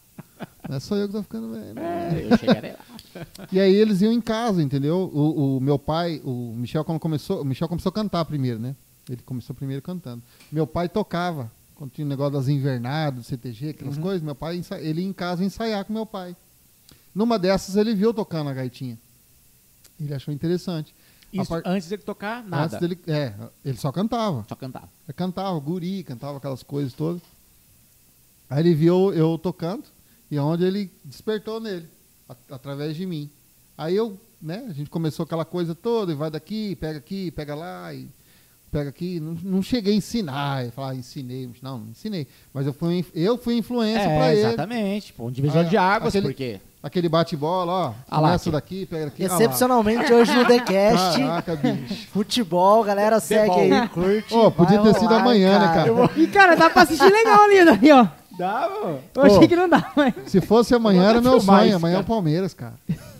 D: Não é só eu que tô ficando velho. né?
C: É, eu chegarei lá.
D: E aí eles iam em casa, entendeu? O, o meu pai, o Michel quando começou, o Michel começou a cantar primeiro, né? Ele começou primeiro cantando. Meu pai tocava, quando tinha o negócio das invernadas, do CTG, aquelas coisas, meu pai, ensa- ele ia em casa ensaiar com meu pai. Numa dessas ele viu eu tocando a gaitinha. Ele achou interessante. A
C: Isso,
D: par-
C: Antes dele tocar, nada.
D: Antes dele, é, ele só cantava.
C: Só cantar.
D: Eu cantava guri, cantava aquelas coisas todas. Aí ele viu eu tocando e é onde ele despertou nele, a- através de mim. Aí eu, né, a gente começou aquela coisa toda e vai daqui, pega aqui, pega lá e pega aqui. Não, não cheguei a ensinar, e falar, ensinei, não, não ensinei. Mas eu fui, inf- eu fui influência
C: É,
D: pra ele.
C: exatamente. Pô, um divisor
D: Ah,
C: de águas,
D: aquele-
C: porque.
D: Aquele bate-bola, ó,
C: Ah lá,
D: começa
C: aqui.
D: daqui, pega aqui. ah lá. Ah,
B: Excepcionalmente, hoje no TheCast,
D: Caraca, bicho.
B: futebol, galera, segue
C: ball.
B: aí, curte.
D: Ô, podia
B: vai
D: ter sido
B: rolar,
D: amanhã, né, cara?
A: E, cara, dá pra assistir legal ali, daí, ó.
C: Dá, mano.
A: Eu
D: Ô.
A: achei que não dá, mas...
D: Se fosse amanhã,
C: Eu
D: era
C: não
D: meu
C: filmo mais,
D: sonho. Amanhã é o
C: cara.
D: Palmeiras, cara.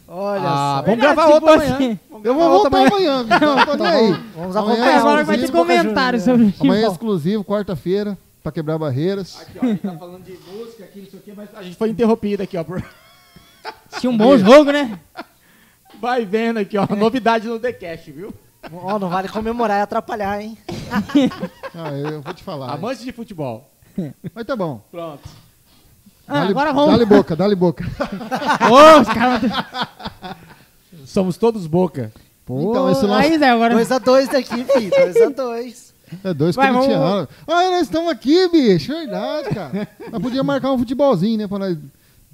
B: Olha
C: Ah,
B: só.
C: vamos
A: Verdade,
C: gravar outro
A: tipo
C: amanhã.
A: assim.
D: Eu vou voltar amanhã, bicho. Eu
A: tá
D: tô nem aí.
B: Vamos um
D: Amanhã
B: acompanhar.
D: é
A: agora vai ter
D: exclusivo.
A: comentários sobre isso.
D: Amanhã é exclusivo, quarta-feira, pra quebrar barreiras.
C: Aqui, ó, a gente tá falando de música aqui, não sei o quê, mas a gente foi interrompido aqui, ó. por-
A: Tinha um bom jogo, né?
C: Vai vendo aqui, ó. Novidade no The Cash, viu?
B: Ó, não vale comemorar e atrapalhar, hein?
D: Ah, eu, eu vou te falar.
C: Amante de futebol.
D: Mas tá bom.
C: Pronto.
A: Ah,
D: Dá-lhe-
A: agora vamos.
D: Dá-lhe boca, dá-lhe boca.
A: Ô, os caras...
C: Somos todos boca.
A: Pô,
D: Então, esse nosso-
A: Aí, Zé, agora...
B: 2x2 daqui, filho. 2x2.
D: É dois
A: Vai, vamos-
D: corintianos. Ah, nós estamos aqui, bicho. Verdade, cara. Nós podíamos marcar um futebolzinho, né? Pra nós.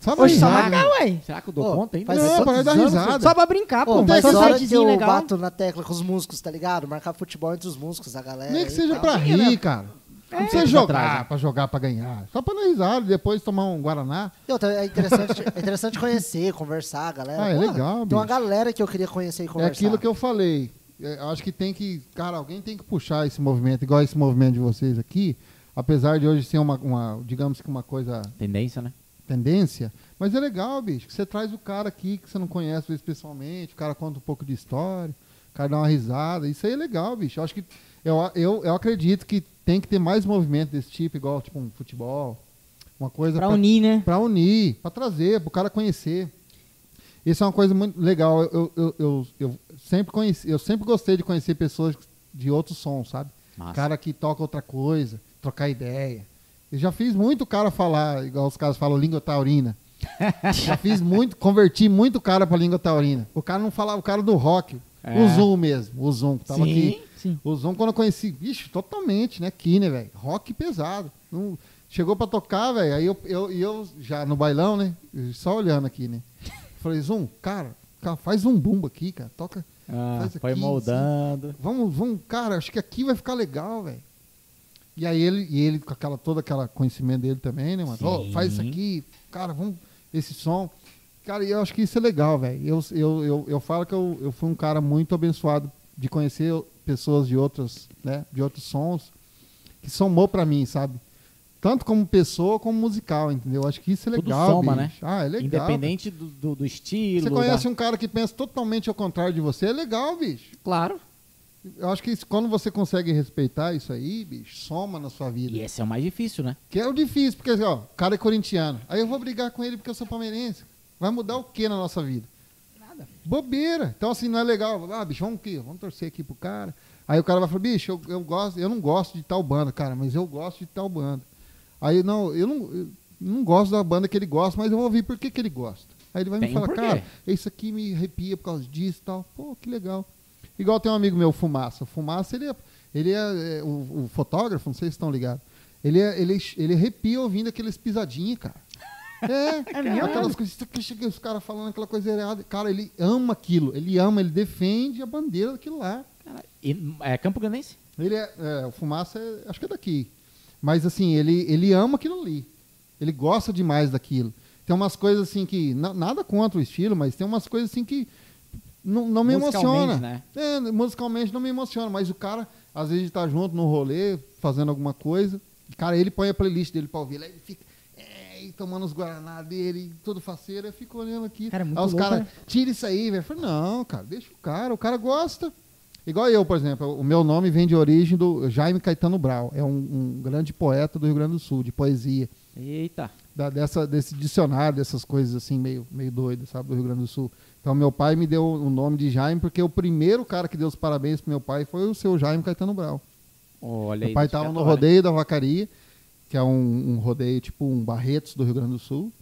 D: Só pra
A: Oxe, só
D: risada,
A: marcar, um
D: né?
A: ué.
C: Será que eu dou
B: Ô,
C: conta ainda?
B: faz-
D: Não, pra nós dar risada.
A: Só pra brincar, pô.
B: Pô,
A: Vai
B: mas
A: ter
D: só
A: um
D: na
B: hora que
A: sitezinho
B: eu
A: legal.
B: bato na tecla com os músicos, tá ligado? Marcar futebol entre os músicos, a galera.
D: Nem que
A: É,
B: aí,
D: seja
B: tá?
D: pra
A: né?
D: rir, cara. Não precisa
A: tá
C: Anos
D: jogar,
C: atrás, né?
D: pra jogar, pra ganhar. Só pra nós risada, depois tomar um Guaraná.
B: Não, tá- é, interessante, é interessante conhecer, conversar, a galera.
D: Ah, é
B: Porra,
D: legal,
B: Tem uma
D: bicho.
B: galera que eu queria conhecer e
D: É
B: conversar.
D: aquilo que eu falei. É, eu acho que tem que. Cara, alguém tem que puxar esse movimento, igual esse movimento de vocês aqui. Apesar de hoje ser uma, uma digamos que uma coisa
C: Tendência, né?
D: tendência. Mas é legal, bicho, que você traz o cara aqui que você não conhece às vezes, pessoalmente, o cara conta um pouco de história, o cara dá uma risada. Isso aí é legal, bicho. Eu acho que. Eu, eu, eu acredito que tem que ter mais movimento desse tipo, igual tipo um futebol. Uma coisa
A: Pra unir, né?
D: Pra unir, pra trazer, pro cara conhecer. Isso é uma coisa muito legal. Eu, eu, eu, eu sempre conheci, eu sempre gostei de conhecer pessoas de outro som, sabe?
C: Massa.
D: Cara que toca outra coisa, trocar ideia. Eu já fiz muito cara falar, igual os caras falam, língua taurina. já fiz muito, converti muito cara pra língua taurina. O cara não falava, o cara do rock.
C: É.
D: O Zoom mesmo, o Zoom que tava
C: Sim.
D: aqui.
A: Sim.
D: O Zoom, quando eu conheci, bicho, totalmente, né? Aqui, né, velho? Rock pesado. Não- Chegou pra tocar, velho. Aí eu, eu, e eu já no bailão, né? Só olhando aqui, né? Falei, Zoom, cara, cara, faz um bumbo aqui, cara. Toca.
C: Ah,
D: Faz
C: foi
D: aqui,
C: moldando.
D: Vamos, vamos, cara, acho que aqui vai ficar legal, velho. E aí ele, e ele com aquela, todo aquele conhecimento dele também, né, mano? Ó,
C: Sim.
D: faz isso aqui, cara, vamos, esse som. Cara, e eu acho que isso é legal, velho. Eu, eu, eu, eu falo que eu, eu fui um cara muito abençoado de conhecer pessoas de outros, né, de outros sons, que somou pra mim, sabe? Tanto como pessoa, como musical, entendeu? Acho que isso é
C: Tudo
D: legal,
C: soma, né?
D: bicho. Ah, é legal.
C: Independente do, do- do estilo.
D: Você conhece
C: da-
D: um cara que pensa totalmente ao contrário de você, é legal, bicho.
C: Claro.
D: Eu acho que isso- quando você consegue respeitar isso aí, bicho, soma na sua vida.
C: E esse é o mais difícil, né?
D: Que é o difícil, porque ó, o cara é corintiano. Aí eu vou brigar com ele porque eu sou palmeirense. Vai mudar o que na nossa vida?
A: Nada.
D: Bobeira. Então, assim, não é legal. Ah, bicho, vamos, aqui, vamos torcer aqui pro cara. Aí o cara vai falar, bicho, eu, eu gosto, eu não gosto de tal banda, cara, mas eu gosto de tal banda. Aí, não, eu não, eu não gosto da banda que ele gosta, mas eu vou ouvir por que, que ele gosta. Aí ele vai
C: Tem
D: me
C: um
D: falar,
C: porquê.
D: cara, isso aqui me arrepia por causa disso e tal. Pô, que legal. Igual tem um amigo meu, Fumaça. O Fumaça, ele é, ele é, é, o, o fotógrafo, não sei se estão ligados. Ele, é- ele, ele arrepia ouvindo aqueles pisadinhas, cara. É, aquelas coisas que chega os caras falando aquela coisa errada. Cara, ele ama aquilo, ele ama, ele defende a bandeira daquilo lá.
C: Cara, e- é Campo Grandense?
D: Ele é, é, o Fumaça, é- acho que é daqui. Mas assim, ele, ele ama aquilo ali. Ele gosta demais daquilo. Tem umas coisas assim que. na- nada contra o estilo, mas tem umas coisas assim que. Não, não me
C: Musicalmente,
D: emociona.
C: né?
D: É, musicalmente não me emociona, mas o cara, às vezes, tá junto no rolê, fazendo alguma coisa. e, Cara, ele põe a playlist dele pra ouvir. Ele aí fica. é, e tomando os Guaraná dele, todo faceiro, eu fico olhando aqui.
A: Cara, é muito
D: aí os
A: louco,
D: caras,
A: né?
D: tira isso aí, velho. Eu falei, não, cara, deixa o cara, o cara gosta. Igual eu, por exemplo, o meu nome vem de origem do Jaime Caetano Brau, é um, um grande poeta do Rio Grande do Sul, de poesia,
C: Eita.
D: da- dessa, desse dicionário, dessas coisas assim, meio, meio doidas, sabe, do Rio Grande do Sul. Então, meu pai me deu o nome de Jaime, porque o primeiro cara que deu os parabéns pro meu pai foi o seu Jaime Caetano Brau.
C: Olha aí.
D: Meu pai estava no
C: dedicatória.
D: rodeio da Vacaria, que é um, um rodeio tipo um Barretos do Rio Grande do Sul.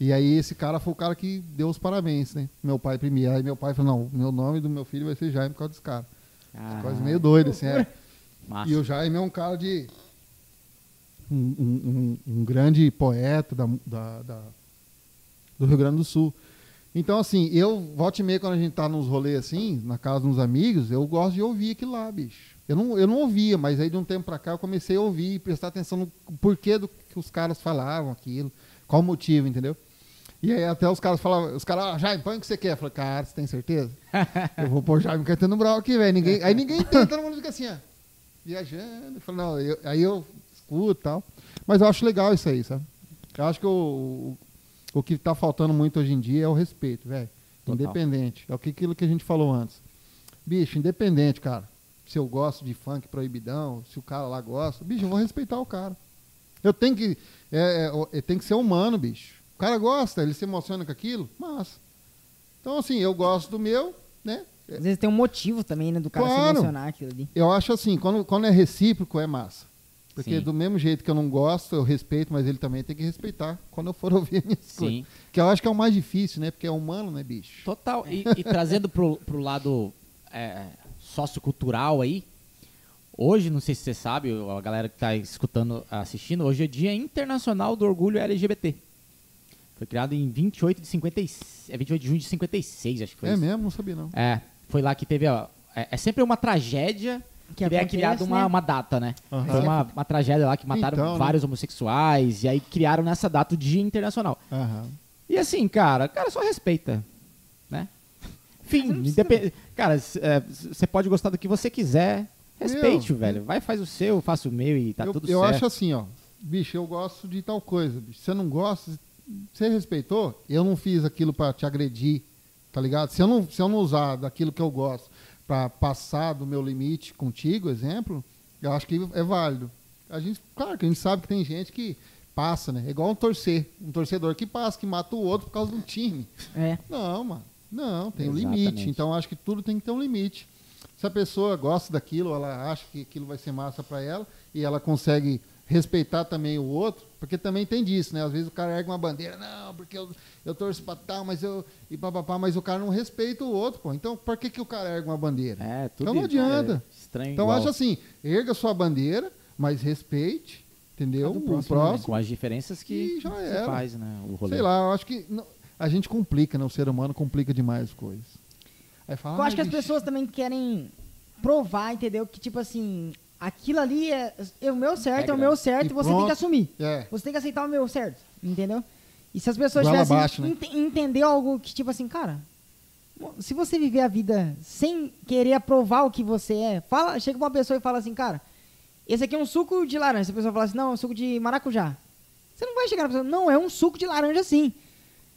D: E aí esse cara foi o cara que deu os parabéns, né? Meu pai primeiro. Aí meu pai falou, não, meu nome do meu filho vai ser Jaime por causa desse cara.
C: Ah,
D: Quase meio doido, assim, é.
C: massa.
D: E o Jaime é um cara de... Um, um- um- um grande poeta da, da- da- do Rio Grande do Sul. Então, assim, eu, volta e meia, quando a gente tá nos rolês, assim, na casa dos amigos, eu gosto de ouvir aquilo lá, bicho. Eu não, eu não ouvia, mas aí de um tempo pra cá eu comecei a ouvir e prestar atenção no porquê do que os caras falavam aquilo, qual o motivo, entendeu? E aí até os caras falavam, os caras, ah, Jaime, põe o que você quer. Eu falei, cara, você tem certeza? eu vou pôr Jaime Caetano Brau aqui, velho. Ninguém, aí ninguém entende, todo mundo fica assim, ó, viajando. Eu falei, não, eu- aí eu escuto e tal. Mas eu acho legal isso aí, sabe? Eu acho que o, o que tá faltando muito hoje em dia é o respeito, velho.
C: Total.
D: Independente. É o que- aquilo que a gente falou antes. Bicho, independente, cara. Se eu gosto de funk proibidão, se o cara lá gosta, bicho, eu vou respeitar o cara. Eu tenho que. É, é, o- eu tenho que ser humano, bicho. O cara gosta, ele se emociona com aquilo, mas. Então, assim, eu gosto do meu, né?
A: Às vezes tem um motivo também, né, do cara se
D: Claro.
A: emocionar aquilo ali.
D: Eu acho assim, quando, quando é recíproco, é massa. Porque
C: Sim.
D: do mesmo jeito que eu não gosto, eu respeito, mas ele também tem que respeitar quando eu for ouvir a minha escolha.
C: Sim.
D: Que eu acho que é o mais difícil, né? Porque é humano, né, bicho?
C: Total. E, e trazendo pro, pro lado é, sociocultural aí, hoje, não sei se você sabe, ou a galera que tá escutando, assistindo, hoje é Dia Internacional do Orgulho LGBT. Foi criado em 28 de, 56, é 28 de junho de 56, acho que foi
D: é
C: isso.
D: mesmo? Não sabia, não.
C: É, foi lá que teve, ó. É, é sempre uma tragédia que,
A: Que
C: é
A: acontece,
C: criada uma,
A: né?
C: uma data, né?
D: Aham.
C: Foi uma, uma tragédia lá que mataram
D: Então, né?
C: vários homossexuais e aí criaram nessa data o Dia Internacional.
D: Aham.
C: E assim, cara, cara só respeita, né? Fim, independ... cara, é, você pode gostar do que você quiser, respeite,
D: Meu,
C: velho. Vai, faz o seu, faça o meu e tá
D: eu,
C: tudo
D: eu
C: certo.
D: acho assim, ó. Bicho, eu gosto de tal coisa. bicho. Você não gosta, você respeitou? Eu não fiz aquilo pra te agredir, tá ligado? Se eu não, se eu não usar daquilo que eu gosto pra passar do meu limite contigo, exemplo, eu acho que é válido. A gente, claro que a gente sabe que tem gente que passa, né? É igual um torcer, um torcedor que passa, que mata o outro por causa de um time.
A: É.
D: Não, mano. Não, tem um
C: Exatamente.
D: limite. Então acho que tudo tem que ter um limite. Se a pessoa gosta daquilo, ela acha que aquilo vai ser massa pra ela e ela consegue respeitar também o outro, porque também tem disso, né? Às vezes o cara ergue uma bandeira, não, porque eu, eu torço pra tal, mas eu e papapá, mas o cara não respeita o outro, pô. Então por que que o cara ergue uma bandeira?
C: É, tudo
D: Então não
C: é
D: adianta.
C: estranho
D: então
C: igual.
D: acho assim, erga sua bandeira, mas respeite, entendeu? O próximo,
C: né? Com as diferenças que
D: Ih, já
C: você
D: era.
C: faz, né? O rolê.
D: Sei lá, eu acho que não- a gente complica, né? O ser humano complica demais as coisas. Aí fala,
A: Eu acho que
D: "Ai,
A: as
D: bicho,
A: pessoas também querem provar, entendeu? Que tipo assim, aquilo ali é, é o meu certo, é
C: Regra.
A: o meu certo,
D: E
A: você tem
D: pronto.
A: que assumir.
D: É.
A: Você tem que aceitar o meu certo, entendeu? E se as pessoas
D: Goela
A: tivessem
D: abaixo, né?
A: ente- entender algo que tipo assim, cara, se você viver a vida sem querer aprovar o que você é, fala, chega pra uma pessoa e fala assim, cara, Esse aqui é um suco de laranja. Se a pessoa falar assim, não, é um suco de maracujá. Você não vai chegar na pessoa, não, é um suco de laranja sim.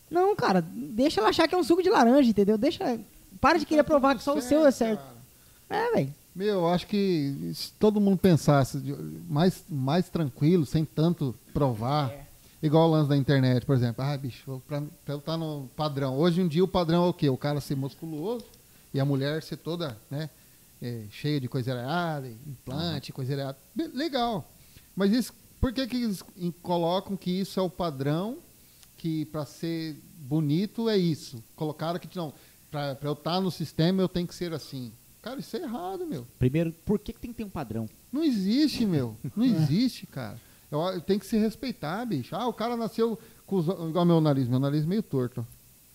A: Não, cara, deixa ela achar que é um suco de laranja, entendeu? Deixa. Para de querer provar que só o seu é certo.
D: cara.
A: É, velho.
D: Meu, eu acho que se todo mundo pensasse de- mais, mais tranquilo, sem tanto provar,
A: É.
D: igual o lance da internet, por exemplo. Ah, bicho, pra, pra eu estar no padrão. Hoje em dia o padrão é o quê? O cara ser musculoso e a mulher ser toda, né, é, cheia de coisa errada, implante, coisa errada. Be- Legal. Mas isso, por que que eles em- colocam que isso é o padrão, que pra ser bonito é isso? Colocaram que, não, pra, pra eu estar no sistema eu tenho que ser assim. Cara, isso é errado, meu.
C: Primeiro, por que, que tem que ter um padrão?
D: Não existe, meu. Não existe, cara. Eu, eu tenho que se respeitar, bicho. Ah, o cara nasceu com os, igual meu nariz. Meu nariz meio torto, ó,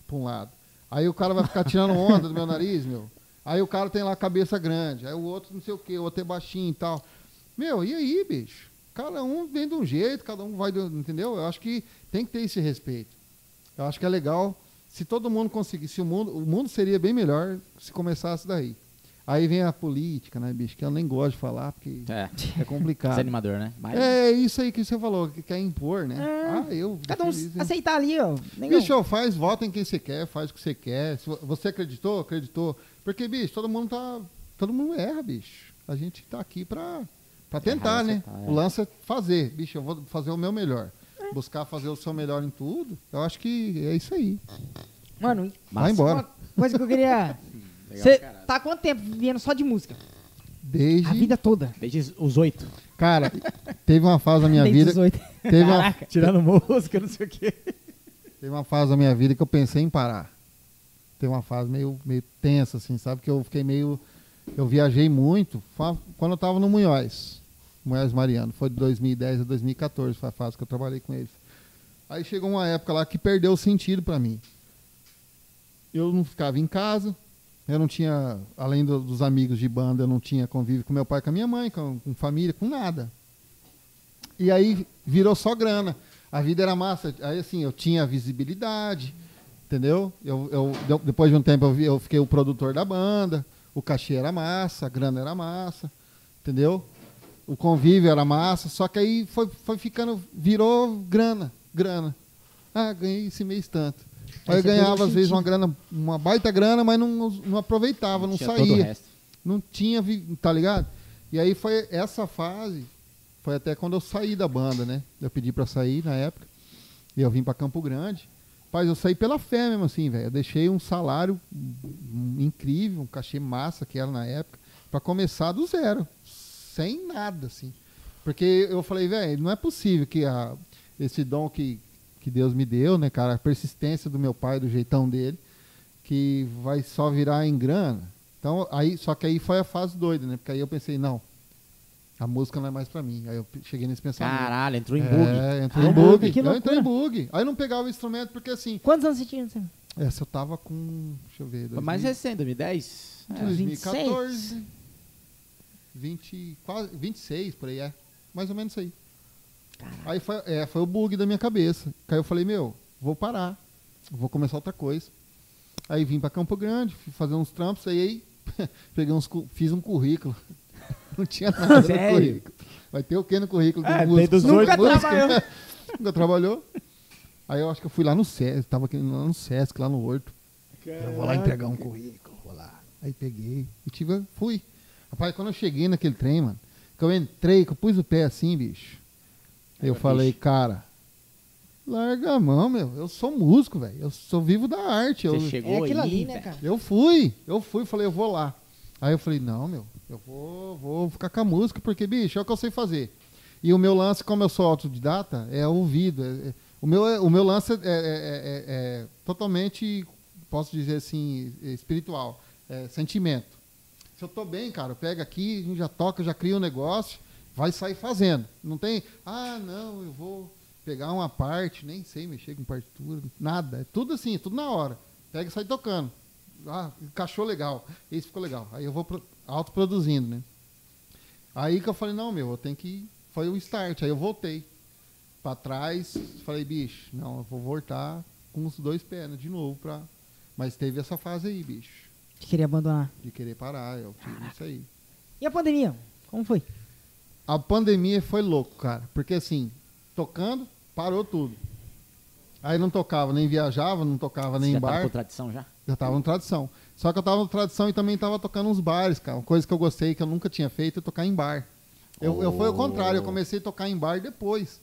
D: pra um lado. Aí o cara vai ficar tirando onda do meu nariz, meu. Aí o cara tem lá a cabeça grande. Aí o outro não sei o quê, o outro é baixinho e tal. Meu, e aí, bicho? Cada um vem de um jeito, cada um vai de um- Entendeu? Eu acho que tem que ter esse respeito. Eu acho que é legal. Se todo mundo conseguisse, o mundo, o mundo seria bem melhor se começasse daí. Aí vem a política, né, bicho? Que eu nem gosto de falar, porque
C: É,
D: é complicado.
C: desanimador, né? Mas
D: É isso aí que você falou, que quer impor, né?
A: É.
D: Ah, eu.
A: Cada um
D: defendo isso, hein?
A: aceitar ali, ó. Negão.
D: Bicho, faz, vota em quem você quer, faz o que você quer. Se vo- você acreditou, acreditou. Porque, bicho, todo mundo tá. Todo mundo erra, bicho. A gente tá aqui pra, pra tentar,
C: Errar,
D: né?
C: acertar, é.
D: O lance é fazer, bicho, eu vou fazer o meu melhor. Buscar fazer o seu melhor em tudo. Eu acho que é isso aí.
A: Mano,
D: Vai
C: Massa.
D: embora.
A: uma coisa que eu queria. Você tá há quanto tempo vivendo só de música?
D: Desde.
A: A vida toda.
C: Desde os oito.
D: Cara, teve uma fase da minha
A: Desde
D: vida.
A: 18.
D: Teve uma,
C: Caraca. Tirando música, não sei o quê.
D: Teve uma fase da minha vida que eu pensei em parar. Teve uma fase meio, meio tensa, assim, sabe? Que eu fiquei meio. Eu viajei muito fa- quando eu tava no Munhoz. Munhoz Mariano. Foi de 2010 a 2014, foi a fase que eu trabalhei com eles. Aí chegou uma época lá que perdeu o sentido pra mim. Eu não ficava em casa, eu não tinha, além do- dos amigos de banda, eu não tinha convívio com meu pai, com a minha mãe, com, com família, com nada. E aí virou só grana. A vida era massa. Aí assim, eu tinha visibilidade, entendeu? Eu, eu- de- depois de um tempo eu, vi- eu fiquei o produtor da banda, o cachê era massa, a grana era massa, entendeu? O convívio era massa, só que aí foi, foi ficando, virou grana, grana. Ah, ganhei esse mês tanto. Aí,
A: Aí
D: eu
A: você
D: ganhava
A: perdeu o
D: às vezes uma
A: sentido.
D: grana, uma baita grana, mas não, não aproveitava, não
C: Tinha todo o
D: saía
C: resto.
D: não tinha, vi- tá ligado? E aí foi essa fase, foi até quando eu saí da banda, né? Eu pedi pra sair na época, e eu vim pra Campo Grande. Mas eu saí pela fé mesmo, assim, velho. Eu deixei um salário hum, incrível, um cachê massa que era na época, pra começar do zero, sem nada, assim. Porque eu falei, velho, não é possível que a, esse dom que, que Deus me deu, né, cara, a persistência do meu pai, do jeitão dele, que vai só virar em grana. Então, aí, só que aí foi a fase doida, né? Porque aí eu pensei, não, a música não é mais pra mim. Aí eu pe- cheguei nesse pensamento.
C: Caralho, entrou em bug.
D: É, entrou
A: Caralho,
D: em bug.
A: que
D: Eu
A: loucura.
D: entrei em bug. Aí eu não pegava o instrumento porque assim,
A: Quantos anos você tinha? Sam?
D: essa eu tava com, deixa eu ver,
C: Foi mais
D: 2000,
C: recente, 2010.
A: Ah,
C: É.
D: 2014, 20, quase, 26 por aí, é. Mais ou menos isso aí. Aí foi, é, foi o bug da minha cabeça. Que Aí eu falei, meu, vou parar. Vou começar outra coisa. Aí vim pra Campo Grande, fui fazer uns trampos, aí, aí peguei uns, cu- fiz um currículo. Não tinha nada no
C: Sério?
D: currículo. Vai ter o que no currículo do
C: É, tem
D: músico?
C: dos
D: Nunca
C: oito músicos.
D: trabalhou. Nunca trabalhou. Aí eu acho que eu fui lá no Sesc, tava aqui lá no Sesc, lá no Horto. Eu vou lá entregar um currículo, vou lá. Aí peguei e tive, fui. Rapaz, quando eu cheguei naquele trem, mano, que eu entrei, que eu pus o pé assim, bicho. Eu
C: Era
D: falei,
C: bicho.
D: cara, larga a mão, meu. Eu sou músico, velho. Eu sou vivo da arte. Eu,
C: Você chegou
A: É aquilo
C: aí,
A: ali, né,
C: velho.
A: cara?
D: eu fui, eu fui, falei, eu vou lá. Aí eu falei, não, meu, eu vou, vou ficar com a música, porque, bicho, é o que eu sei fazer. E o meu lance, como eu sou autodidata, é ouvido. é- é- o, meu, é- o meu lance é, é- é- é- é totalmente, posso dizer assim, é espiritual, é sentimento. Se eu tô bem, cara, eu pego aqui, a gente já toca, já cria um negócio, vai sair fazendo. Não tem, ah, não, eu vou pegar uma parte, nem sei mexer com partitura, nada. É tudo assim, é tudo na hora. Pega e sai tocando. Ah, encaixou legal. Isso ficou legal. Aí eu vou pro- autoproduzindo, né? Aí que eu falei, não, meu, eu tenho que. Foi o start. Aí eu voltei pra trás. Falei, bicho, não, eu vou voltar com os dois pés né, de novo pra. Mas teve essa fase aí, bicho,
A: Que queria abandonar.
D: é de querer parar. Eu tive isso aí.
A: E a pandemia? Como foi?
D: A pandemia foi louco, cara. Porque assim, tocando, parou tudo. Aí não tocava, nem viajava, não tocava nem
E: já
D: em
E: tava
D: bar.
E: com tradição já?
D: Já tava no tradição. Só que eu tava no tradição e também tava tocando uns bares, cara. Uma coisa que eu gostei, que eu nunca tinha feito, é tocar em bar. Eu, eu foi o contrário, eu comecei a tocar em bar depois.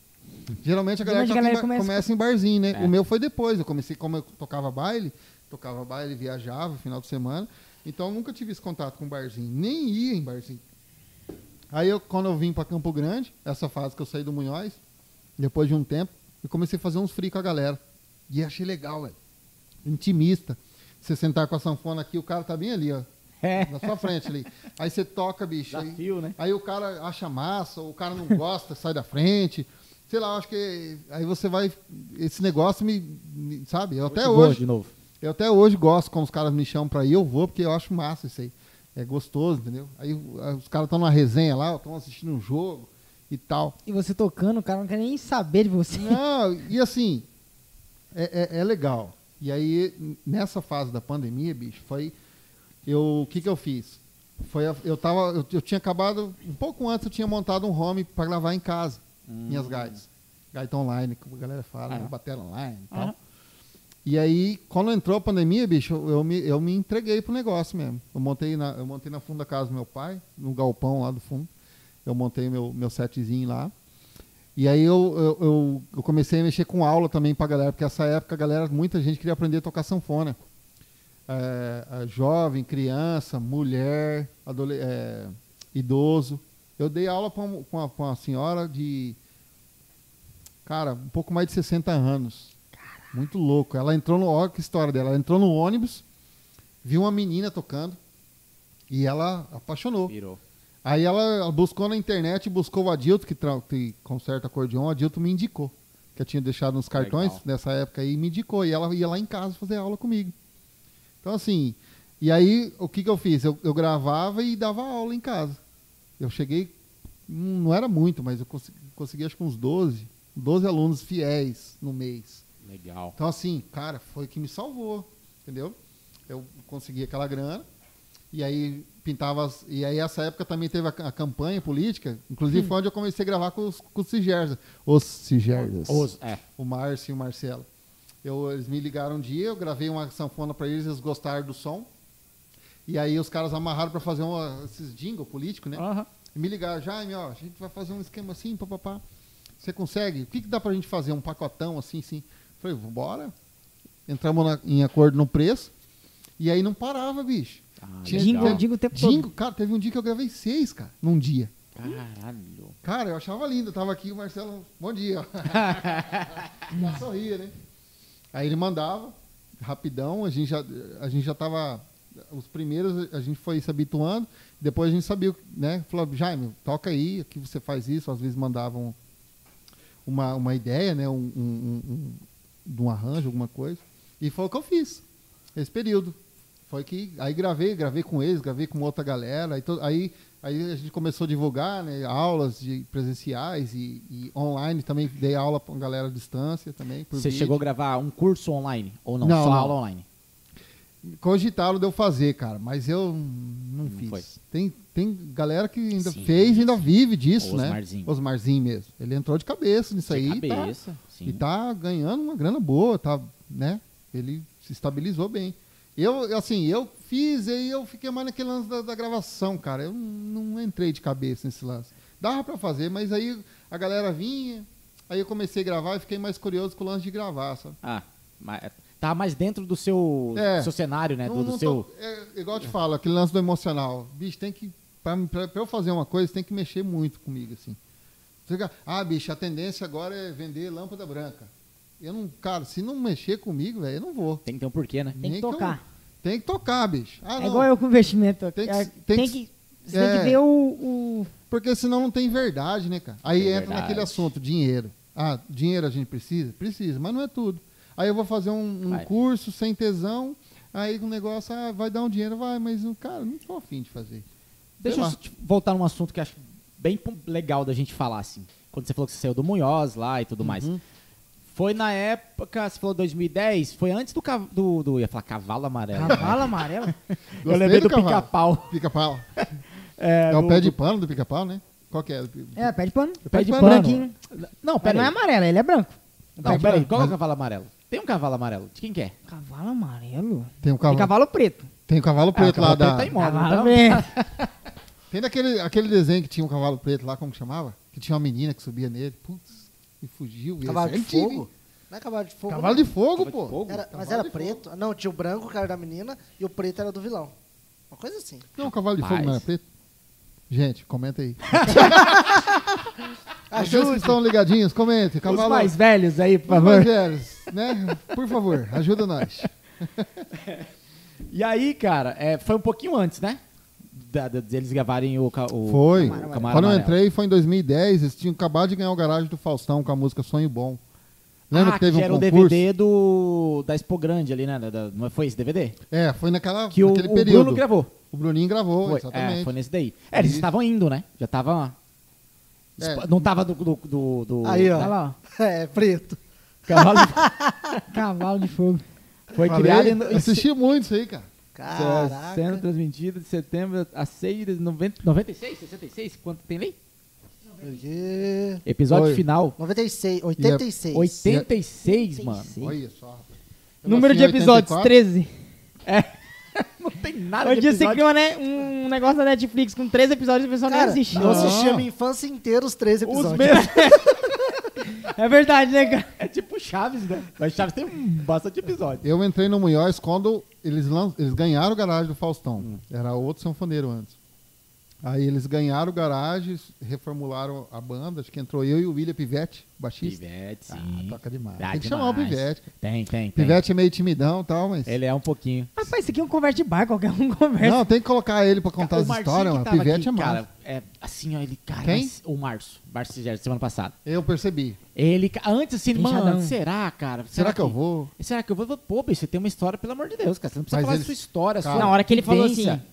D: Geralmente a
A: Geralmente
D: galera,
A: a
D: toca em
A: galera
D: bar-
A: começa- É.
D: começa... em barzinho, né? O meu foi depois. Eu comecei, como eu tocava baile, tocava baile, viajava final de semana. Então eu nunca tive esse contato com barzinho, nem ia em barzinho. Aí eu, quando eu vim pra Campo Grande, essa fase que eu saí do Munhoz, depois de um tempo, eu comecei a fazer uns free com a galera. E achei legal, velho. Intimista. Você sentar com a sanfona aqui, o cara tá bem ali, ó.
C: É.
D: Na sua frente ali. Aí você toca, bicho. aí-
C: Desafio, né?
D: Aí o cara acha massa, ou o cara não gosta, sai da frente. Sei lá, eu acho que. Aí você vai. Esse negócio me. me- sabe? Eu até
C: Boa,
D: hoje.
C: de novo.
D: Eu até hoje gosto quando os caras me chamam pra ir, eu vou, porque eu acho massa isso aí. É gostoso, entendeu? Aí uh, os caras estão numa resenha lá, estão assistindo um jogo e tal.
A: E você tocando, o cara não quer nem saber de você.
D: Não, e assim, é, é- é legal. E aí, n- nessa fase da pandemia, bicho, foi. Eu, o que, que eu fiz? Foi, a- eu, tava, eu, eu tinha acabado, um pouco antes eu tinha montado um home para gravar em casa, minhas guides. Gaita online, como a galera fala, né? batera online e tal. E aí, quando entrou a pandemia, bicho, eu, eu me, eu me entreguei pro negócio mesmo. Eu montei na, eu montei na fundo da casa do meu pai, no galpão lá do fundo. Eu montei meu, meu setzinho lá. E aí eu, eu, eu, eu comecei a mexer com aula também pra galera, porque nessa época a galera, muita gente queria aprender a tocar sanfona. É, a jovem, criança, mulher, adole- é, idoso. Eu dei aula pra um- com uma, com uma senhora de, cara, um pouco mais de 60 anos. Muito louco. Ela entrou no. Olha que história dela. Ela entrou no ônibus, viu uma menina tocando e ela apaixonou.
E: Virou.
D: Aí ela, ela buscou na internet, buscou o Adilto, que, tra- que conserta acordeon, o Adilto me indicou. Que eu tinha deixado nos cartões
E: Legal.
D: nessa época aí, me indicou. E ela ia lá em casa fazer aula comigo. Então, assim, e aí o que, que eu fiz? Eu, eu gravava e dava aula em casa. Eu cheguei, hum, não era muito, mas eu consegui, consegui acho que uns 12, 12 alunos fiéis no mês.
E: Legal.
D: Então, assim, cara, foi o que me salvou, entendeu? Eu consegui aquela grana, e aí pintava. as- E aí, essa época também teve a, ca- a campanha política, inclusive foi onde eu comecei a gravar com os, com os Sigersas. Os Sigersas.
E: Os, é.
D: O Márcio e o Marcelo. Eu, eles me ligaram um dia, eu gravei uma sanfona pra eles, eles gostaram do som. E aí os caras amarraram pra fazer uma, esses jingle político, né?
E: Aham.
D: E me ligaram, Jaime, ó, a gente vai fazer um esquema assim, papapá. Você consegue? O que, que dá pra gente fazer? Um pacotão assim, assim? Falei, vambora. Entramos na- em acordo no preço. E aí não parava, bicho.
E: Ah,
D: Tinha-
A: Jingle,
D: teve-
A: jingle o tempo
D: jingle, cara, teve um dia que eu gravei seis, cara, num dia.
E: Caralho.
D: Cara, eu achava lindo, eu tava aqui, o Marcelo, bom dia. já sorria, né? Aí ele mandava, rapidão, a gente já, a gente já tava. Os primeiros a gente foi se habituando, depois a gente sabia, né? Falou, Jaime, toca aí, aqui você faz isso, às vezes mandavam uma, uma ideia, né? Um, um, um- um- de um arranjo, alguma coisa. E foi o que eu fiz esse período. Foi que. Aí gravei, gravei com eles, gravei com outra galera. Aí, to- aí, aí a gente começou a divulgar, né? Aulas de presenciais e, e online também. Dei aula pra galera à distância também. por
E: Você
D: vídeo.
E: chegou a gravar um curso online? Ou não?
D: Não,
E: Só
D: não.
E: aula online?
D: Cogitaram de eu fazer, cara, mas eu não, fiz.
E: foi.
D: Tem, tem galera que ainda
E: Sim,
D: fez e ainda vive disso,
E: Osmarzinho.
D: né? Osmarzinho mesmo. Ele entrou de cabeça nisso aí.
E: De
D: e tá-
E: cabeça, sim.
D: E tá ganhando uma grana boa, tá, né? Ele se estabilizou bem. Eu, assim, eu fiz e eu fiquei mais naquele lance da, da gravação, cara. Eu não entrei de cabeça nesse lance. Dava pra fazer, mas aí a galera vinha, aí eu comecei a gravar e fiquei mais curioso com o lance de gravar, sabe?
E: Ah, mas tá mais dentro do seu,
D: É.
E: do seu cenário, né?
D: Não-
E: do do
D: não
E: seu.
D: tô- é, igual eu te falo, aquele lance do emocional. Bicho, tem que. Pra, mim- pra- pra eu fazer uma coisa, tem que mexer muito comigo, assim. Você fica, ah, bicho, a tendência agora é vender lâmpada branca. Eu não, cara, se não mexer comigo, velho, eu não vou.
E: Tem que ter um porquê, né?
A: Tem que
D: Nem eu-
A: tocar.
D: tem que tocar, bicho. Ah,
A: é
D: não.
A: igual eu com investimento.
D: Tem que-
A: É,
D: tem
A: tem
D: que-
A: que- você tem
D: é.
A: que ver o, o-
D: Porque senão não tem verdade, né, cara? Aí
E: Tem
D: entra
E: verdade.
D: naquele assunto, dinheiro. Ah, dinheiro a gente precisa? Precisa, mas não é tudo. Aí eu vou fazer um, um
E: Vai.
D: curso sem tesão, aí o negócio, ah, vai dar um dinheiro, vai, mas, cara, não tô afim de fazer.
E: Deixa
D: Sei
E: eu
D: lá.
E: te- voltar num assunto que eu acho bem pom- legal da gente falar, assim. Quando você falou que você saiu do Munhoz lá e tudo mais.
D: Uhum.
E: Foi na época, você falou 2010, foi antes do, cav- do, do- Eu ia falar cavalo
A: o
E: amarelo. né?
A: cavalo amarelo.
E: Eu
D: Gostei
E: lembrei do,
D: é do cavalo.
E: pica-pau.
D: Pica-pau.
E: É,
D: É o
E: do-
D: pé de pano do pica-pau, né? Qual que é? Não,
A: É, pé de pano.
C: Pé de pano.
A: Branquinho.
C: Não,
A: Mas não é
C: peraí.
A: amarelo, ele é branco.
C: Não, peraí. Qual é o cavalo amarelo? Tem um cavalo amarelo. De quem que é?
A: Cavalo amarelo?
D: Tem
A: Tem
D: um cavalo,
A: cavalo preto.
D: tem um cavalo preto
C: Ah, o cavalo
D: lá da.
C: preto tá imóvel,
A: Cavalo
C: então.
A: preto.
D: Tem daquele aquele desenho que tinha um cavalo preto lá, como que chamava? Que tinha uma menina que subia nele. Putz, e fugiu. e
B: Cavalo
D: esse é
B: de
D: antigo,
B: fogo?
D: hein?
B: Não é cavalo de fogo.
D: Cavalo de fogo, pô.
B: não. Era- mas era preto. Não, tinha o branco, que era da menina, e o preto era do vilão. Uma coisa assim.
D: Não, cavalo de fogo não era preto. Gente, comenta aí. Vocês que estão ligadinhos, comente. Cavalo,
C: Os mais velhos aí, por
D: os mais
C: favor.
D: velhos, né? Por favor, ajuda nós.
C: E aí, cara, é, foi um pouquinho antes, né? Da, da- deles gravarem o, ca- o
D: Foi.
C: o Camaro
D: Quando eu
C: Amarelo.
D: entrei, foi em 2010. Eles tinham acabado de ganhar o garagem do Faustão com a música Sonho Bom. Lembra
C: ah,
D: que teve um
C: era
D: concurso?
C: o DVD do, da Expo Grande ali, né? Da- da- não foi esse DVD?
D: É, foi naquela,
C: Que o,
D: naquele
C: o
D: período.
C: Bruno gravou.
D: O Bruninho gravou,
C: Foi,
D: exatamente.
C: é, foi nesse daí. É, eles
D: Isso.
C: estavam indo, né? Já tava.
D: É.
C: Expo- Não tava do. do, do- do-
B: Aí,
A: Olha
B: ó.
A: lá,
B: É, preto.
C: do cavalo.
A: ó. Cavalo de fogo.
C: Foi
D: Falei,
C: criado em.
D: Assisti muito isso aí, cara.
B: Caraca.
C: é, Sendo transmitido de setembro a 6 de 90, 96, 66, quanto tem ali?
B: Porque-
C: Episódio
D: Foi.
C: final.
D: é
B: 96, 86.
C: 86, mano.
D: Olha só, rapaz. Eu
A: Número de
D: nasci em
A: episódios,
D: 84.
A: 13.
C: Não tem nada
A: Hoje
C: de
A: dia você
C: episódio.
A: cria uma ne- um negócio da Netflix com 13 episódios e o
D: né,
A: pessoal nem
B: Cara,
A: assiste.
B: eu
D: Não.
B: assisti a minha infância inteira os três
C: Os
B: episódios.
C: mesmos.
A: É verdade, né, cara?
C: É tipo Chaves, né? Mas Chaves tem um bastante episódio.
D: Eu entrei no Munhoz quando eles, lan- eles ganharam o garagem do Faustão.
C: Hum.
D: Era outro sanfoneiro antes. Aí eles ganharam o garagem, reformularam a banda. Acho que entrou eu e o William Pivete, baixista.
C: Pivete,
D: Ah, toca demais.
C: Ah,
D: Tem que chamar o
C: demais.
D: Pivete.
C: Tem, tem, tem.
D: Pivete é meio timidão e tal, mas.
C: Ele é um pouquinho.
A: Rapaz, isso aqui é um conversa de bar, qualquer um conversa.
D: Não, tem que colocar ele pra contar
C: O
D: as
C: Marcinho
D: histórias,
C: que
D: mano.
C: tava
D: Pivete
C: aqui,
D: é massa.
C: Cara, é assim, ó, ele, cara,
D: Quem?
C: mas- o Março, Março Sigero, semana passada.
D: Eu percebi.
C: Ele, ca- antes assim,
A: Inchadão.
C: mano, será, cara?
D: Será, que eu vou?
C: Será que eu vou? Pô, bicho, você tem uma história, pelo amor de Deus, cara. Você não precisa
D: Mas
C: falar
D: ele-
C: sua história,
D: Cara.
C: sua
A: Na hora que ele falou assim,
C: vivência.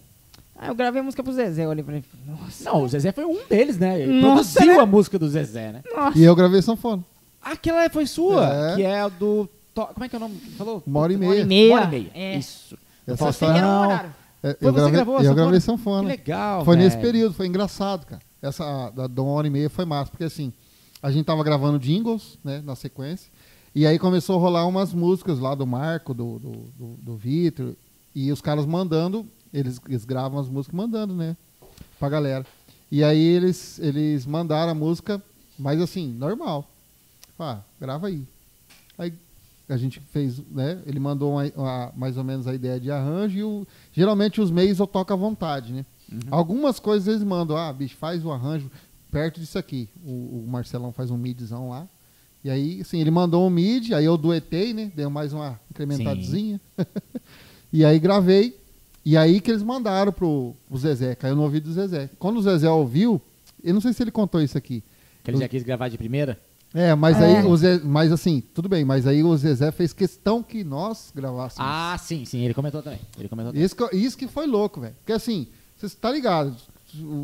A: ah, eu gravei a música pro Zezé, eu olhei pra ele. e falei, Nossa,
C: Não, o Zezé foi um deles, né? Ele
A: Nossa,
C: produziu
A: né?
C: a música do Zezé, né?
A: nossa.
D: E eu gravei sanfona.
C: Aquela foi sua,
D: É.
C: que é a do. to- Como é que é o nome? que Falou?
D: Uma hora e meia.
A: meia.
C: Uma hora e meia.
A: É.
C: Isso.
D: Eu
A: Só
D: faço-
A: sei que era um
C: Não.
A: horário.
D: É,
C: Foi
D: eu
C: você
D: gravei,
C: que gravou a
D: eu
C: sanfona?
D: gravei
C: Que
D: sanfona.
C: legal.
D: Foi nesse
C: velho.
D: período, foi engraçado, cara. Essa a, da Dom Hora e Meia foi massa, porque assim, a gente tava gravando jingles, né, na sequência, e aí começou a rolar umas músicas lá do Marco, do, do, do, do Vitor, e os caras mandando, eles, eles gravam as músicas mandando, né, pra galera. E aí eles, eles mandaram a música, mas assim, normal. Ah, grava aí. Aí a gente fez, né? Ele mandou uma- uma- mais ou menos a ideia de arranjo e o- geralmente os meios eu toco à vontade, né? Algumas coisas eles mandam, ah, bicho, faz o arranjo perto disso aqui. O, o Marcelão faz um midzão lá. E aí, assim, ele mandou um mid, aí eu duetei, né? Deu mais uma incrementadinha. e aí gravei. E aí que eles mandaram pro, pro Zezé, caiu no ouvido do Zezé. Quando o Zezé ouviu, eu não sei se ele contou isso aqui.
C: Que ele já quis gravar de primeira?
D: É, mas
A: É.
D: aí o Zé, mas assim, tudo bem, mas aí o Zezé fez questão que nós gravássemos.
C: Ah, sim, sim. Ele comentou também. Ele comentou também.
D: Isso que, isso que foi louco, velho. Porque assim, você tá ligado,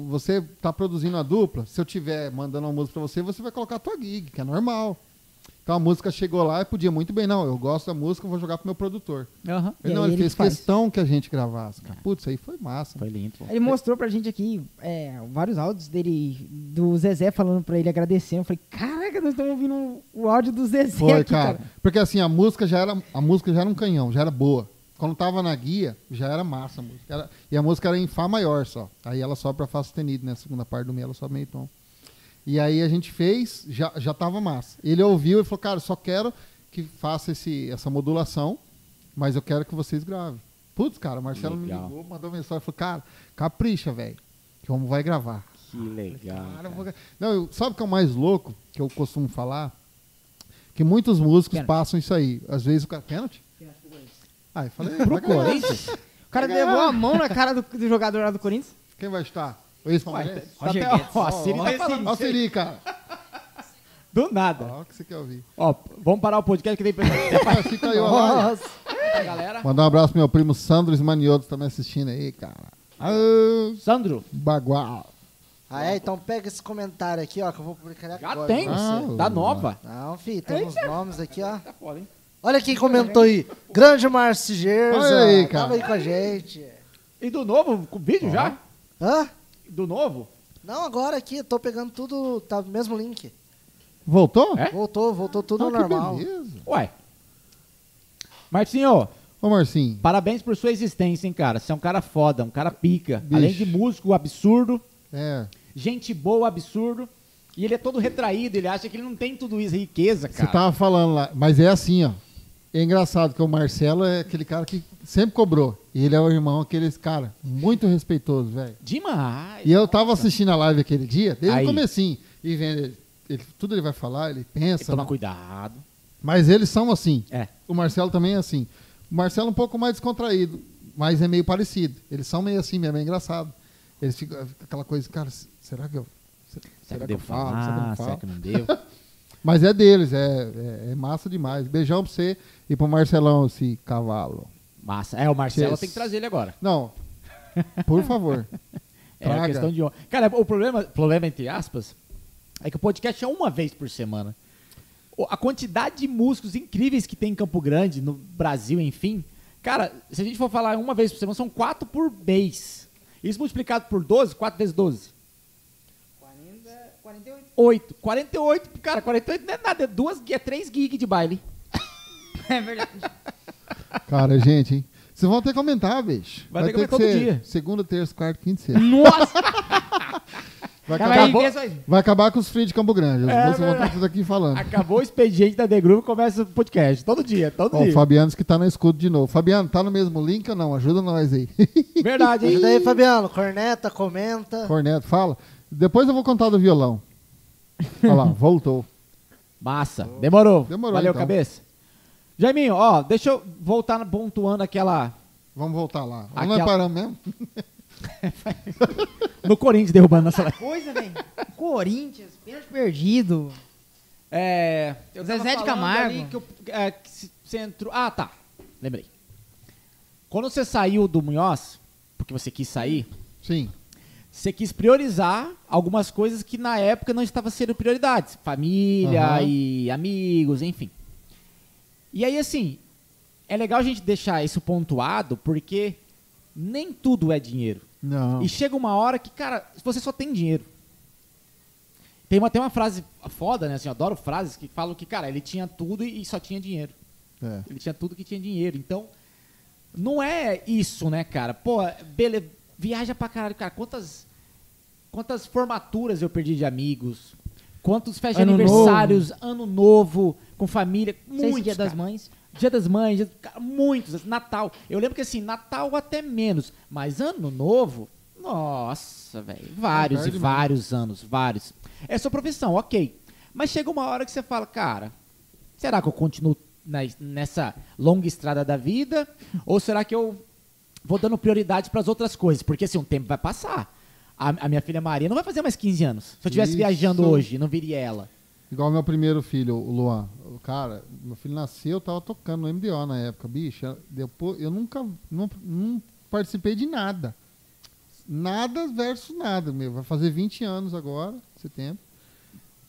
D: você tá produzindo a dupla, se eu tiver mandando uma música pra você, você vai colocar a tua gig, que é normal. Então a música chegou lá e podia muito bem, não, eu gosto da música, eu vou jogar pro meu produtor.
C: Aham.
A: E aí
D: não, ele,
A: ele
D: fez
A: que faz. É.
D: questão que a gente gravasse, cara. Putz, aí foi massa. né?
C: Foi lindo. pô.
A: Ele mostrou pra gente aqui é, vários áudios dele, do Zezé falando pra ele agradecendo. Eu falei, caraca, nós estamos ouvindo o áudio do Zezé
D: Foi,
A: aqui,
D: cara. Porque assim, a música já era, a música já era um canhão, já era boa. Quando tava na guia, já era massa a música. Era- e a música era em Fá maior só. Aí ela sobe pra Fá sustenido, né? A segunda parte do meio, ela sobe meio tom. E aí a gente fez, já, já tava massa. Ele ouviu e falou, cara, só quero que faça esse, essa modulação, mas eu quero que vocês gravem. Putz, cara, o Marcelo
C: Legal.
D: me ligou, mandou mensagem, falou, cara, capricha, velho, que o homem vai gravar.
C: Que legal.
D: Cara, eu vou- Não, eu- sabe o que é o mais louco que eu costumo falar? Que muitos músicos
A: Pênalti.
D: passam isso aí. Às vezes o cara. Pênalti? Ah, eu falei. Pro
C: Corinthians?
A: O cara levou a mão na cara do, do jogador lá do Corinthians.
D: Quem vai estar? O ex-palmeirense?
C: Tá até, ó, a Siri tá falando
D: Olha o Siri, cara.
C: do nada.
D: Olha o que você quer ouvir.
C: Ó, vamos parar o podcast que tem
D: Ah, Fica aí, ó.
B: Nossa.
C: galera.
D: Mandar um abraço pro meu primo Sandro Esmanioto também assistindo aí, cara. Aô,
C: Sandro,
D: bagual.
B: Ah, é? Então pega esse comentário aqui, ó, que eu vou publicar ele
C: já
B: agora.
C: tem.
D: Ah,
C: você. da
D: o-
C: nova.
B: Não, fi, tem uns nomes aqui, ó.
C: Tá foda, hein?
B: Olha quem comentou aí. Grande Márcio Gerza.
D: Olha aí, cara.
B: Tava aí com a gente.
C: E do novo, com vídeo já?
B: Hã?
C: Do novo?
B: Não, agora aqui, eu tô pegando tudo, tá no mesmo link.
D: Voltou?
C: É?
B: Voltou, voltou tudo
D: Ah,
B: ao
D: que
B: normal.
D: beleza.
C: Ué. Martinho,
D: Ô, Marcinho,
C: parabéns por sua existência, hein, cara. Você é um cara foda, um cara pica.
D: Bicho.
C: Além de músico absurdo,
D: é,
C: gente boa absurdo. E ele é todo retraído, ele acha que ele não tem tudo isso, riqueza,
D: você tá-
C: cara.
D: tava falando lá, mas é assim, ó. É engraçado que o Marcelo é aquele cara que sempre cobrou. E ele é o irmão, aqueles cara muito respeitoso, velho.
C: Demais.
D: E eu tava assistindo a live aquele dia, desde
C: Aí.
D: o comecinho, e vendo ele, ele- tudo ele vai falar, ele pensa.
C: Toma
D: né?
C: cuidado.
D: Mas eles são assim.
C: É.
D: O Marcelo também é assim. O Marcelo é um pouco mais descontraído, mas é meio parecido. Eles são meio assim mesmo, é engraçado. Eles ficam fica aquela coisa, cara, s- será que eu. se-
C: Será, que eu devo falar?
D: Será que eu não
C: Será
D: falo?
C: que não devo?
D: Mas é deles, é, é, é massa demais. Beijão pra você e pro Marcelão, esse cavalo.
C: Massa. É, o Marcelo
D: Cheers.
C: tem que trazer ele agora.
D: Não, por favor.
C: É uma
D: Traga.
C: questão de honra. Cara, o problema, problema, entre aspas, é que o podcast é uma vez por semana. O- A quantidade de músicos incríveis que tem em Campo Grande, no Brasil, enfim. Cara, se a gente for falar uma vez por semana, são quatro por mês. Isso multiplicado por 12, 4 vezes 12.
A: 40, 48.
C: 8. 48, cara, 48 não é nada, é, duas, é 3 gigs de baile.
A: É verdade.
D: Cara, gente, hein? Vocês vão ter que aumentar, bicho.
C: Vai ter que aumentar todo
D: ser
C: dia.
D: Segunda, terça, quarta, quinta e sexta.
C: Nossa! Tá
D: Vai
A: Ela
D: acabar,
A: aí, vê só aí.
D: vai acabar com os free de Campo Grande. Os
C: É
D: moços vão estar
C: verdade.
D: tudo aqui falando.
C: Acabou o expediente da The Groove, começa o podcast. Todo dia, todo
D: Ó, o
C: dia.
D: Fabiano disse que tá no escudo de novo. Fabiano, tá no mesmo link ou não? Ajuda nós aí.
C: Verdade, hein?
B: Ajuda aí, Fabiano. Corneta, comenta.
D: Corneto, fala. Depois eu vou contar do violão. Olha lá, voltou.
C: Massa. Demorou.
D: Demorou,
C: Valeu,
D: então.
C: cabeça. Jaiminho, ó, deixa eu voltar na- pontuando aquela.
D: Vamos voltar lá. Onde
C: Aquela-
D: Nós paramos mesmo?
C: No Corinthians derrubando nossa live.
A: Coisa, velho. Corinthians, pênalti perdido.
C: É. eu tava
A: Zezé de
C: falando
A: Camargo.
C: ali que eu- é, que se- você entrou. Ah, tá. Lembrei. Quando você saiu do Munhoz, porque você quis sair,
D: Sim.
C: você quis priorizar algumas coisas que na época não estavam sendo prioridades. Família
D: Aham.
C: e amigos, enfim. E aí, assim, é legal a gente deixar isso pontuado, porque nem tudo é dinheiro.
D: Não.
C: E chega uma hora que, cara, você só tem dinheiro. Tem uma, tem uma frase foda, né? Assim, eu adoro frases que falam que, cara, ele tinha tudo e só tinha dinheiro.
D: É.
C: Ele tinha tudo que tinha dinheiro. Então, não é isso, né, cara? Pô, beleza, viaja pra caralho, cara. Quantas, quantas formaturas eu perdi de amigos? Quantos festa de
A: Ano
C: aniversários, ano novo, com família?
A: Seis
C: Muitos,
A: dia é das
C: cara.
A: mães.
C: Dia das Mães, dia- cara, muitos, Natal. Eu lembro que assim, Natal até menos, mas Ano Novo, nossa, velho, vários
D: É
C: e
D: verdade, mano.
C: vários anos, vários. É sua profissão, ok. Mas chega uma hora que você fala, cara, será que eu continuo na- nessa longa estrada da vida? Ou será que eu vou dando prioridade para as outras coisas? Porque assim, um tempo vai passar. A, a minha filha Maria não vai fazer mais 15 anos. Se eu estivesse
D: Isso.
C: viajando hoje, não viria ela.
D: Igual meu primeiro filho, o Luan. O cara, meu filho nasceu, eu tava tocando no MDO na época, bicho. eu- Depois, eu nunca não, não participei de nada. Nada versus nada, meu. Vai fazer 20 anos agora, setembro.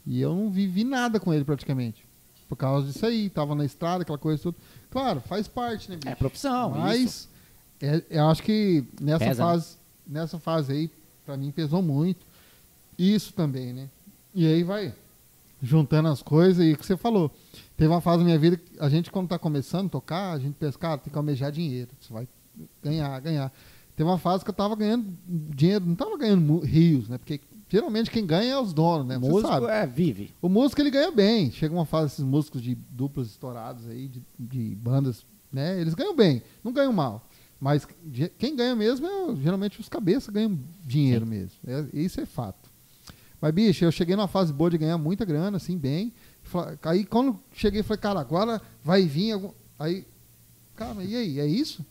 D: E eu não vivi nada com ele praticamente. Por causa disso aí, tava na estrada, aquela coisa toda. Claro, faz parte, né, bicho?
C: É profissão, isso.
D: Mas é- eu acho que nessa
C: Pesa, né?
D: fase, nessa fase aí, pra mim pesou muito. Isso também, né? E aí vai juntando as coisas e o que você falou. Teve uma fase da minha vida que a gente, quando tá começando a tocar, a gente pensa, cara, tem que almejar dinheiro. Você vai ganhar, ganhar. Teve uma fase que eu tava ganhando dinheiro, não tava ganhando mu- rios, né? Porque geralmente quem ganha é os donos, né? Você sabe.
C: Músico, é, vive.
D: O músico ele ganha bem. Chega uma fase, esses músicos de duplas estourados aí, de, de bandas, né? Eles ganham bem, não ganham mal. Mas ge- quem ganha mesmo é o- geralmente os cabeças ganham dinheiro mesmo. É- isso é fato. Mas, bicho, eu cheguei numa fase boa de ganhar muita grana, assim, bem. Fa- Aí quando cheguei, falei, cara, agora vai vir algum. Aí, cara, e aí? É isso?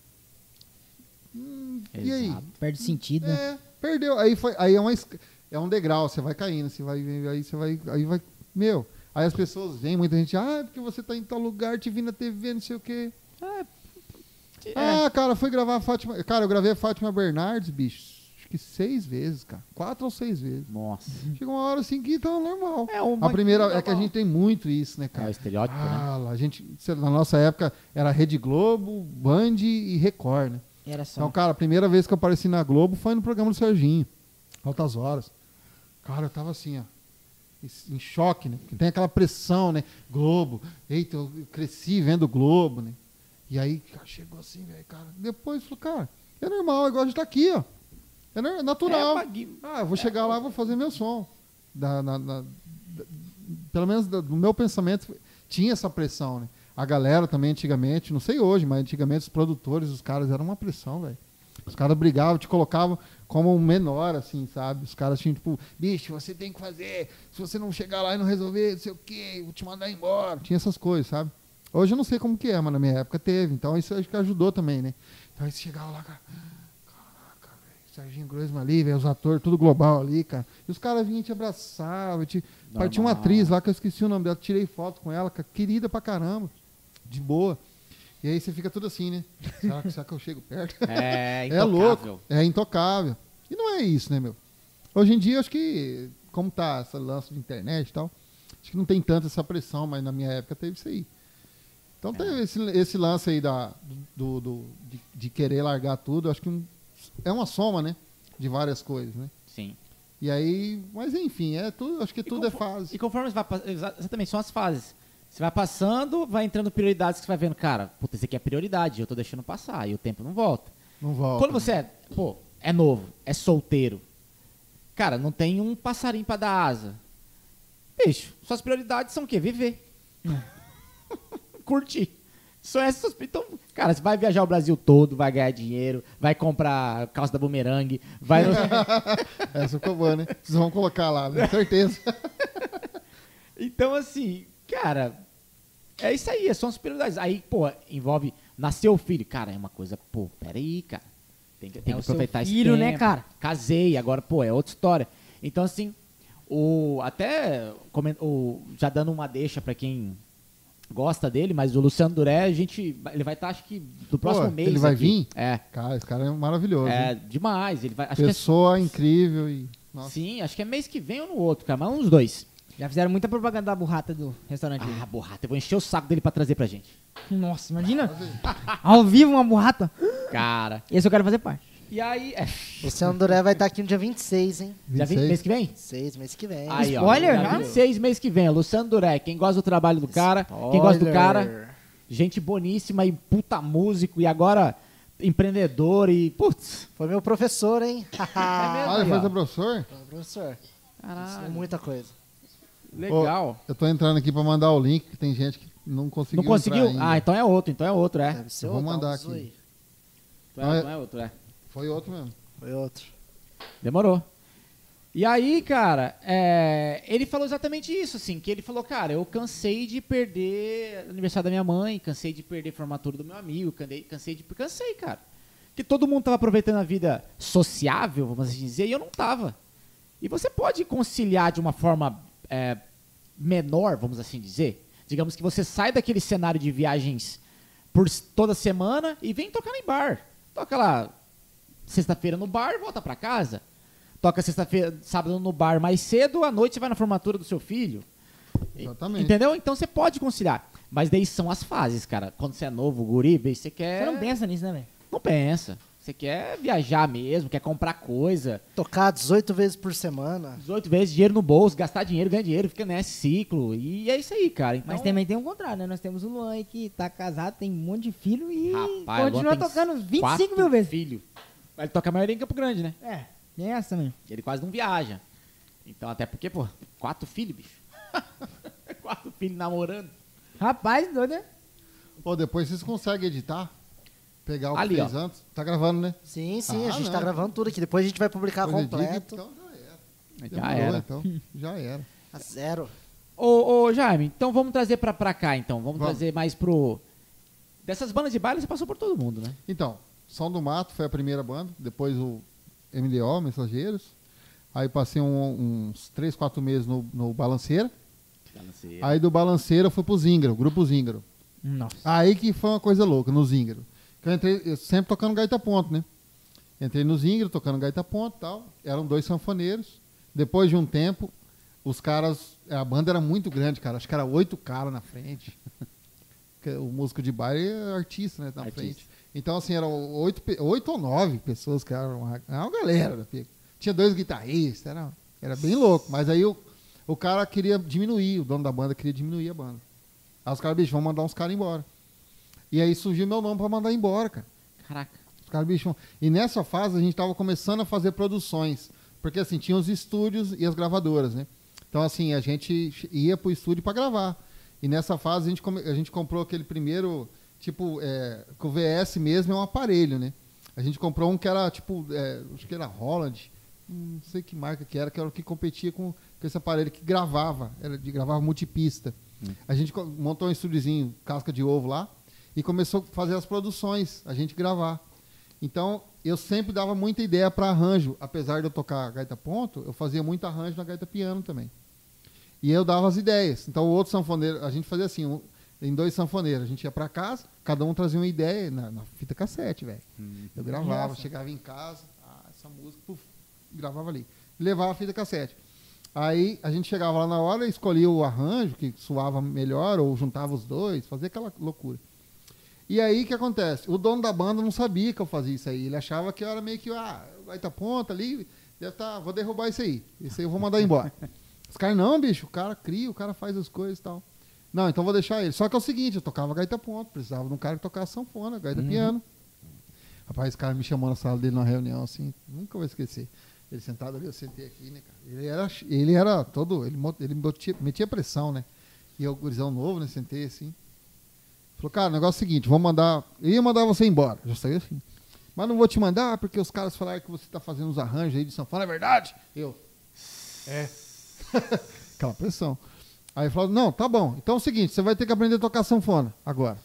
D: Hum, e aí?
C: É Exato.
A: Perde sentido. né?
D: É, perdeu. Aí, foi, aí é, uma, esc- é um degrau, você vai caindo, você vai, aí você vai, aí vai, meu. Aí as pessoas vêm, muita gente, ah, é porque você tá em tal lugar, te vi na TV, não sei o quê.
C: é,
D: Ah, cara, fui gravar a Fátima, cara, eu gravei a Fátima Bernardes, bicho, acho que seis vezes, cara, quatro ou seis vezes.
C: Nossa.
D: Chegou uma hora assim que tá normal.
C: Hum. É uma
D: a primeira
C: que
D: é que a gente tem muito isso, né,
C: É o
D: cara?
C: estereótipo, né?
D: Ah, lá, a gente, sei lá, na nossa época era Rede Globo, Band e Record, né?
A: Era
D: Então,
A: só.
D: cara, a primeira vez que eu apareci na Globo foi no programa do Serginho, Altas Horas. Cara, eu tava assim, ó. Em choque, né? Porque tem aquela pressão, né? Globo. Eita, eu cresci vendo Globo, né? E aí, cara, chegou assim, velho, cara. Depois falou, cara, é normal, igual a gente tá aqui, ó. É na- natural.
C: É, Magui-
D: ah, eu vou chegar lá, vou fazer meu som. Da- na- na- da- pelo menos da- do meu pensamento, tinha essa pressão, né? A galera também, antigamente, não sei hoje, mas antigamente os produtores, os caras, eram uma pressão, velho. Os caras brigavam, te colocavam como um menor, assim, sabe? Os caras tinham, tipo, bicho, você tem que fazer. Se você não chegar lá e não resolver, não sei o quê, eu vou te mandar embora. Tinha essas coisas, sabe? Hoje eu não sei como que é, mas na minha época teve. Então isso acho que ajudou também, né? Então eles chegavam lá, cara. Caraca, velho. Serginho Groisman ali, velho, os atores, tudo global ali, cara. E os caras vinham e te abraçavam. Te... Partia uma atriz lá que eu esqueci o nome dela, tirei foto com ela, cara, querida pra caramba. De boa. E aí você fica tudo assim, né? Será que, será que eu chego perto?
C: É,
D: É
C: intocável.
D: louco, é intocável. E não é isso, né, meu? Hoje em dia, acho que, como tá esse lance de internet e tal, acho que não tem tanta essa pressão, mas na minha época teve isso aí. Então
C: É.
D: teve esse, esse lance aí da, do, do- de, de querer largar tudo, acho que um- é uma soma, né? De várias coisas, né?
C: Sim.
D: E aí, mas enfim, é tudo, acho que tudo é
C: confo-
D: fase.
C: E conforme você vai pa- exa- Exatamente, são as fases. Você vai passando, vai entrando prioridades que você vai vendo, cara, puta, isso aqui é prioridade, eu tô deixando passar, e o tempo não volta.
D: Não volta.
C: Quando você é, pô, é novo, é solteiro, cara, não tem um passarinho pra dar asa. Bicho, suas prioridades são o quê? Viver. Curtir. Só essas suas. Então, cara, você vai viajar o Brasil todo, vai ganhar dinheiro, vai comprar calça da bumerangue, vai. no-
D: Essa ficou boa, né? Vocês vão colocar lá, né? certeza.
C: Então, assim, cara, é isso aí, são as prioridades. Aí, pô, envolve nascer o filho. Cara, é uma coisa, pô, peraí, cara. Tem que, tem
A: É
C: que
A: o seu
C: aproveitar esse
A: filho,
C: tempo.
A: né, cara?
C: Casei, agora, pô, é outra história. Então, assim, o, até comen- o, já dando uma deixa pra quem gosta dele, mas o Luciano Duré, a gente, ele vai estar, acho que, do próximo mês.
D: ele vai
C: aqui.
D: vir?
C: É,
D: Cara, esse cara é maravilhoso. hein?
C: é demais. Ele vai, acho que é-
D: Pessoa incrível e. Nossa.
C: sim, acho que é mês que vem ou no outro, cara, mas uns dois.
A: Já fizeram muita propaganda da burrata do restaurante dele.
C: Ah, borrata, eu vou encher o saco dele pra trazer pra gente.
A: Nossa, imagina. Ao vivo uma burrata.
C: Cara.
A: Esse eu quero fazer parte.
C: E aí. É,
B: Luciano Duré vai estar aqui no dia 26, hein?
C: já vem
D: 26.
C: mês que vem? né?
B: 26, mês que vem.
C: Aí, ó,
A: Spoiler,
C: dia
A: já?
C: 26 mês que vem. Luciano Duré, quem gosta do trabalho do cara, quem gosta do cara, gente boníssima e puta músico e agora empreendedor e. Putz.
B: Foi meu professor, hein?
D: Ah, ele
C: Aí,
D: foi
C: ó.
D: seu professor?
B: Foi meu professor. Caralho. Muita coisa.
C: Legal.
D: Eu tô entrando aqui pra mandar o link, que tem gente que não conseguiu.
C: Não conseguiu?
D: entrar
C: Ah,
D: ainda.
C: então é outro, então é outro, é.
B: Deve ser
D: eu vou
B: outro,
D: mandar
B: um
D: aqui.
B: Zui.
C: Então é, então é outro, é.
D: Foi outro mesmo.
B: Foi outro.
C: Demorou. E aí, cara, é, ele falou exatamente isso, assim, que ele falou, cara, eu cansei de perder aniversário da minha mãe, cansei de perder formatura do meu amigo, cansei, cansei de... Cansei, cara. Que todo mundo tava aproveitando a vida sociável, vamos assim dizer, e eu não tava. E você pode conciliar de uma forma é, menor, vamos assim dizer? Digamos que você sai daquele cenário de viagens por s- toda semana e vem tocar em bar. Toca lá sexta-feira no bar, volta pra casa. Toca sexta-feira, sábado no bar mais cedo, à noite você vai na formatura do seu filho.
D: Exatamente.
C: Entendeu? Então você pode conciliar. Mas daí são as fases, cara. Quando você é novo, guri, bem, você quer.
A: Você não pensa nisso, né, velho?
C: Não pensa. Você quer viajar mesmo, quer comprar coisa.
B: Tocar 18 vezes por semana.
C: 18 vezes dinheiro no bolso, gastar dinheiro, ganhar dinheiro, fica nesse ciclo. E é isso aí, cara. Então,
A: Mas também tem um contrário, né? Nós temos o Luan aí que tá casado, tem um monte de filho e
C: Rapaz,
A: continua tocando 25 mil vezes.
C: Filho. Ele toca a maioria em Campo Grande, né?
A: É, tem essa também.
C: Ele quase não viaja. Então, até porque, pô, quatro filhos, bicho. quatro filhos namorando.
A: Rapaz, doido, né?
D: Pô, depois vocês conseguem editar? Pegar o
C: Ali,
D: que fez antes? Tá gravando, né?
B: Sim, sim,
D: Ah,
B: a gente
D: não.
B: tá gravando tudo aqui. Depois a gente vai publicar
D: Depois edita,
B: Tá completo.
D: Então já era.
A: é
C: Já
D: Demorou,
C: era.
D: Então. Já era.
B: A tá zero.
C: Ô, ô, Jaime, então vamos trazer pra, pra cá, então. Vamos,
D: Vamos.
C: trazer mais pro... Dessas bandas de baile, você passou por todo mundo, né?
D: Então, Som do Mato foi a primeira banda, depois o MDO, Mensageiros. Aí passei um- uns 3, 4 meses no, no Balanceira. Aí do Balanceira eu fui pro Zíngaro, Grupo Zíngaro.
A: Nossa.
D: Aí que foi uma coisa louca, no Zíngaro. Que eu entrei, eu sempre tocando gaita ponto, né? Entrei no Zíngaro, tocando gaita ponto e tal. Eram dois sanfoneiros. Depois de um tempo, os caras... A banda era muito grande, cara. Acho que era oito caras na frente. Porque o músico de baile é artista, né? Na
C: Artista.
D: frente. Então, assim, eram é oito, pe- oito ou nove pessoas que eram... Uma, era uma galera. né, Pico? Tinha dois guitarristas, era, Era bem louco. Mas aí o, o cara queria diminuir, o dono da banda queria diminuir a banda. Aí os caras, bicho, vão mandar uns caras embora. E aí surgiu meu nome pra mandar embora, cara.
E: Caraca.
D: Os caras, bicho. E nessa fase a gente tava começando a fazer produções. Porque assim, tinha os estúdios e as gravadoras, né? Então, assim, a gente ia pro estúdio pra gravar. E nessa fase a gente, come- a gente comprou aquele primeiro, tipo, é, que o VS mesmo é um aparelho, né? A gente comprou um que era, tipo, é, acho que era Holland, não sei que marca que era, que era o que competia com, com esse aparelho que gravava, era de gravava multipista. A gente co- montou um estúdiozinho, casca de ovo lá, e começou a fazer as produções, a gente gravar. Então, eu sempre dava muita ideia para arranjo, apesar de eu tocar gaita ponto, eu fazia muito arranjo na gaita piano também. E eu dava as ideias. Então, o outro sanfoneiro, a gente fazia assim, um- em dois sanfoneiros, a gente ia para casa, cada um trazia uma ideia na, na fita cassete, velho. eu gravava, chegava em casa, ah, essa música, puf, gravava ali. Levava a fita cassete. Aí a gente chegava lá na hora, escolhia o arranjo que suava melhor ou juntava os dois, fazia aquela loucura. E aí o que acontece? O dono da banda não sabia que eu fazia isso aí. Ele achava que eu era meio que, ah, vai tá ponta ali, deve tá, vou derrubar isso aí. Isso aí eu vou mandar embora. Os caras, não, bicho, o cara cria, o cara faz as coisas e tal. Não, então vou deixar ele. Só que é o seguinte, eu tocava gaita ponta, precisava de um cara que tocasse sanfona, gaita piano. Rapaz, esse cara me chamou na sala dele numa reunião assim, nunca vou esquecer. Ele sentado ali, eu sentei aqui, né, cara? Ele era, ele era todo, ele, mo- ele botia- metia pressão, né? E eu, gurizão novo, né, sentei assim. Falou, cara, o negócio é o seguinte, vou mandar. Eu ia mandar você embora. Já saiu assim. Mas não vou te mandar, porque os caras falaram que você tá fazendo uns arranjos aí de sanfona, é verdade? Eu. É. Aquela pressão. Aí falou, não, tá bom. Então é o seguinte, você vai ter que aprender a tocar sanfona agora.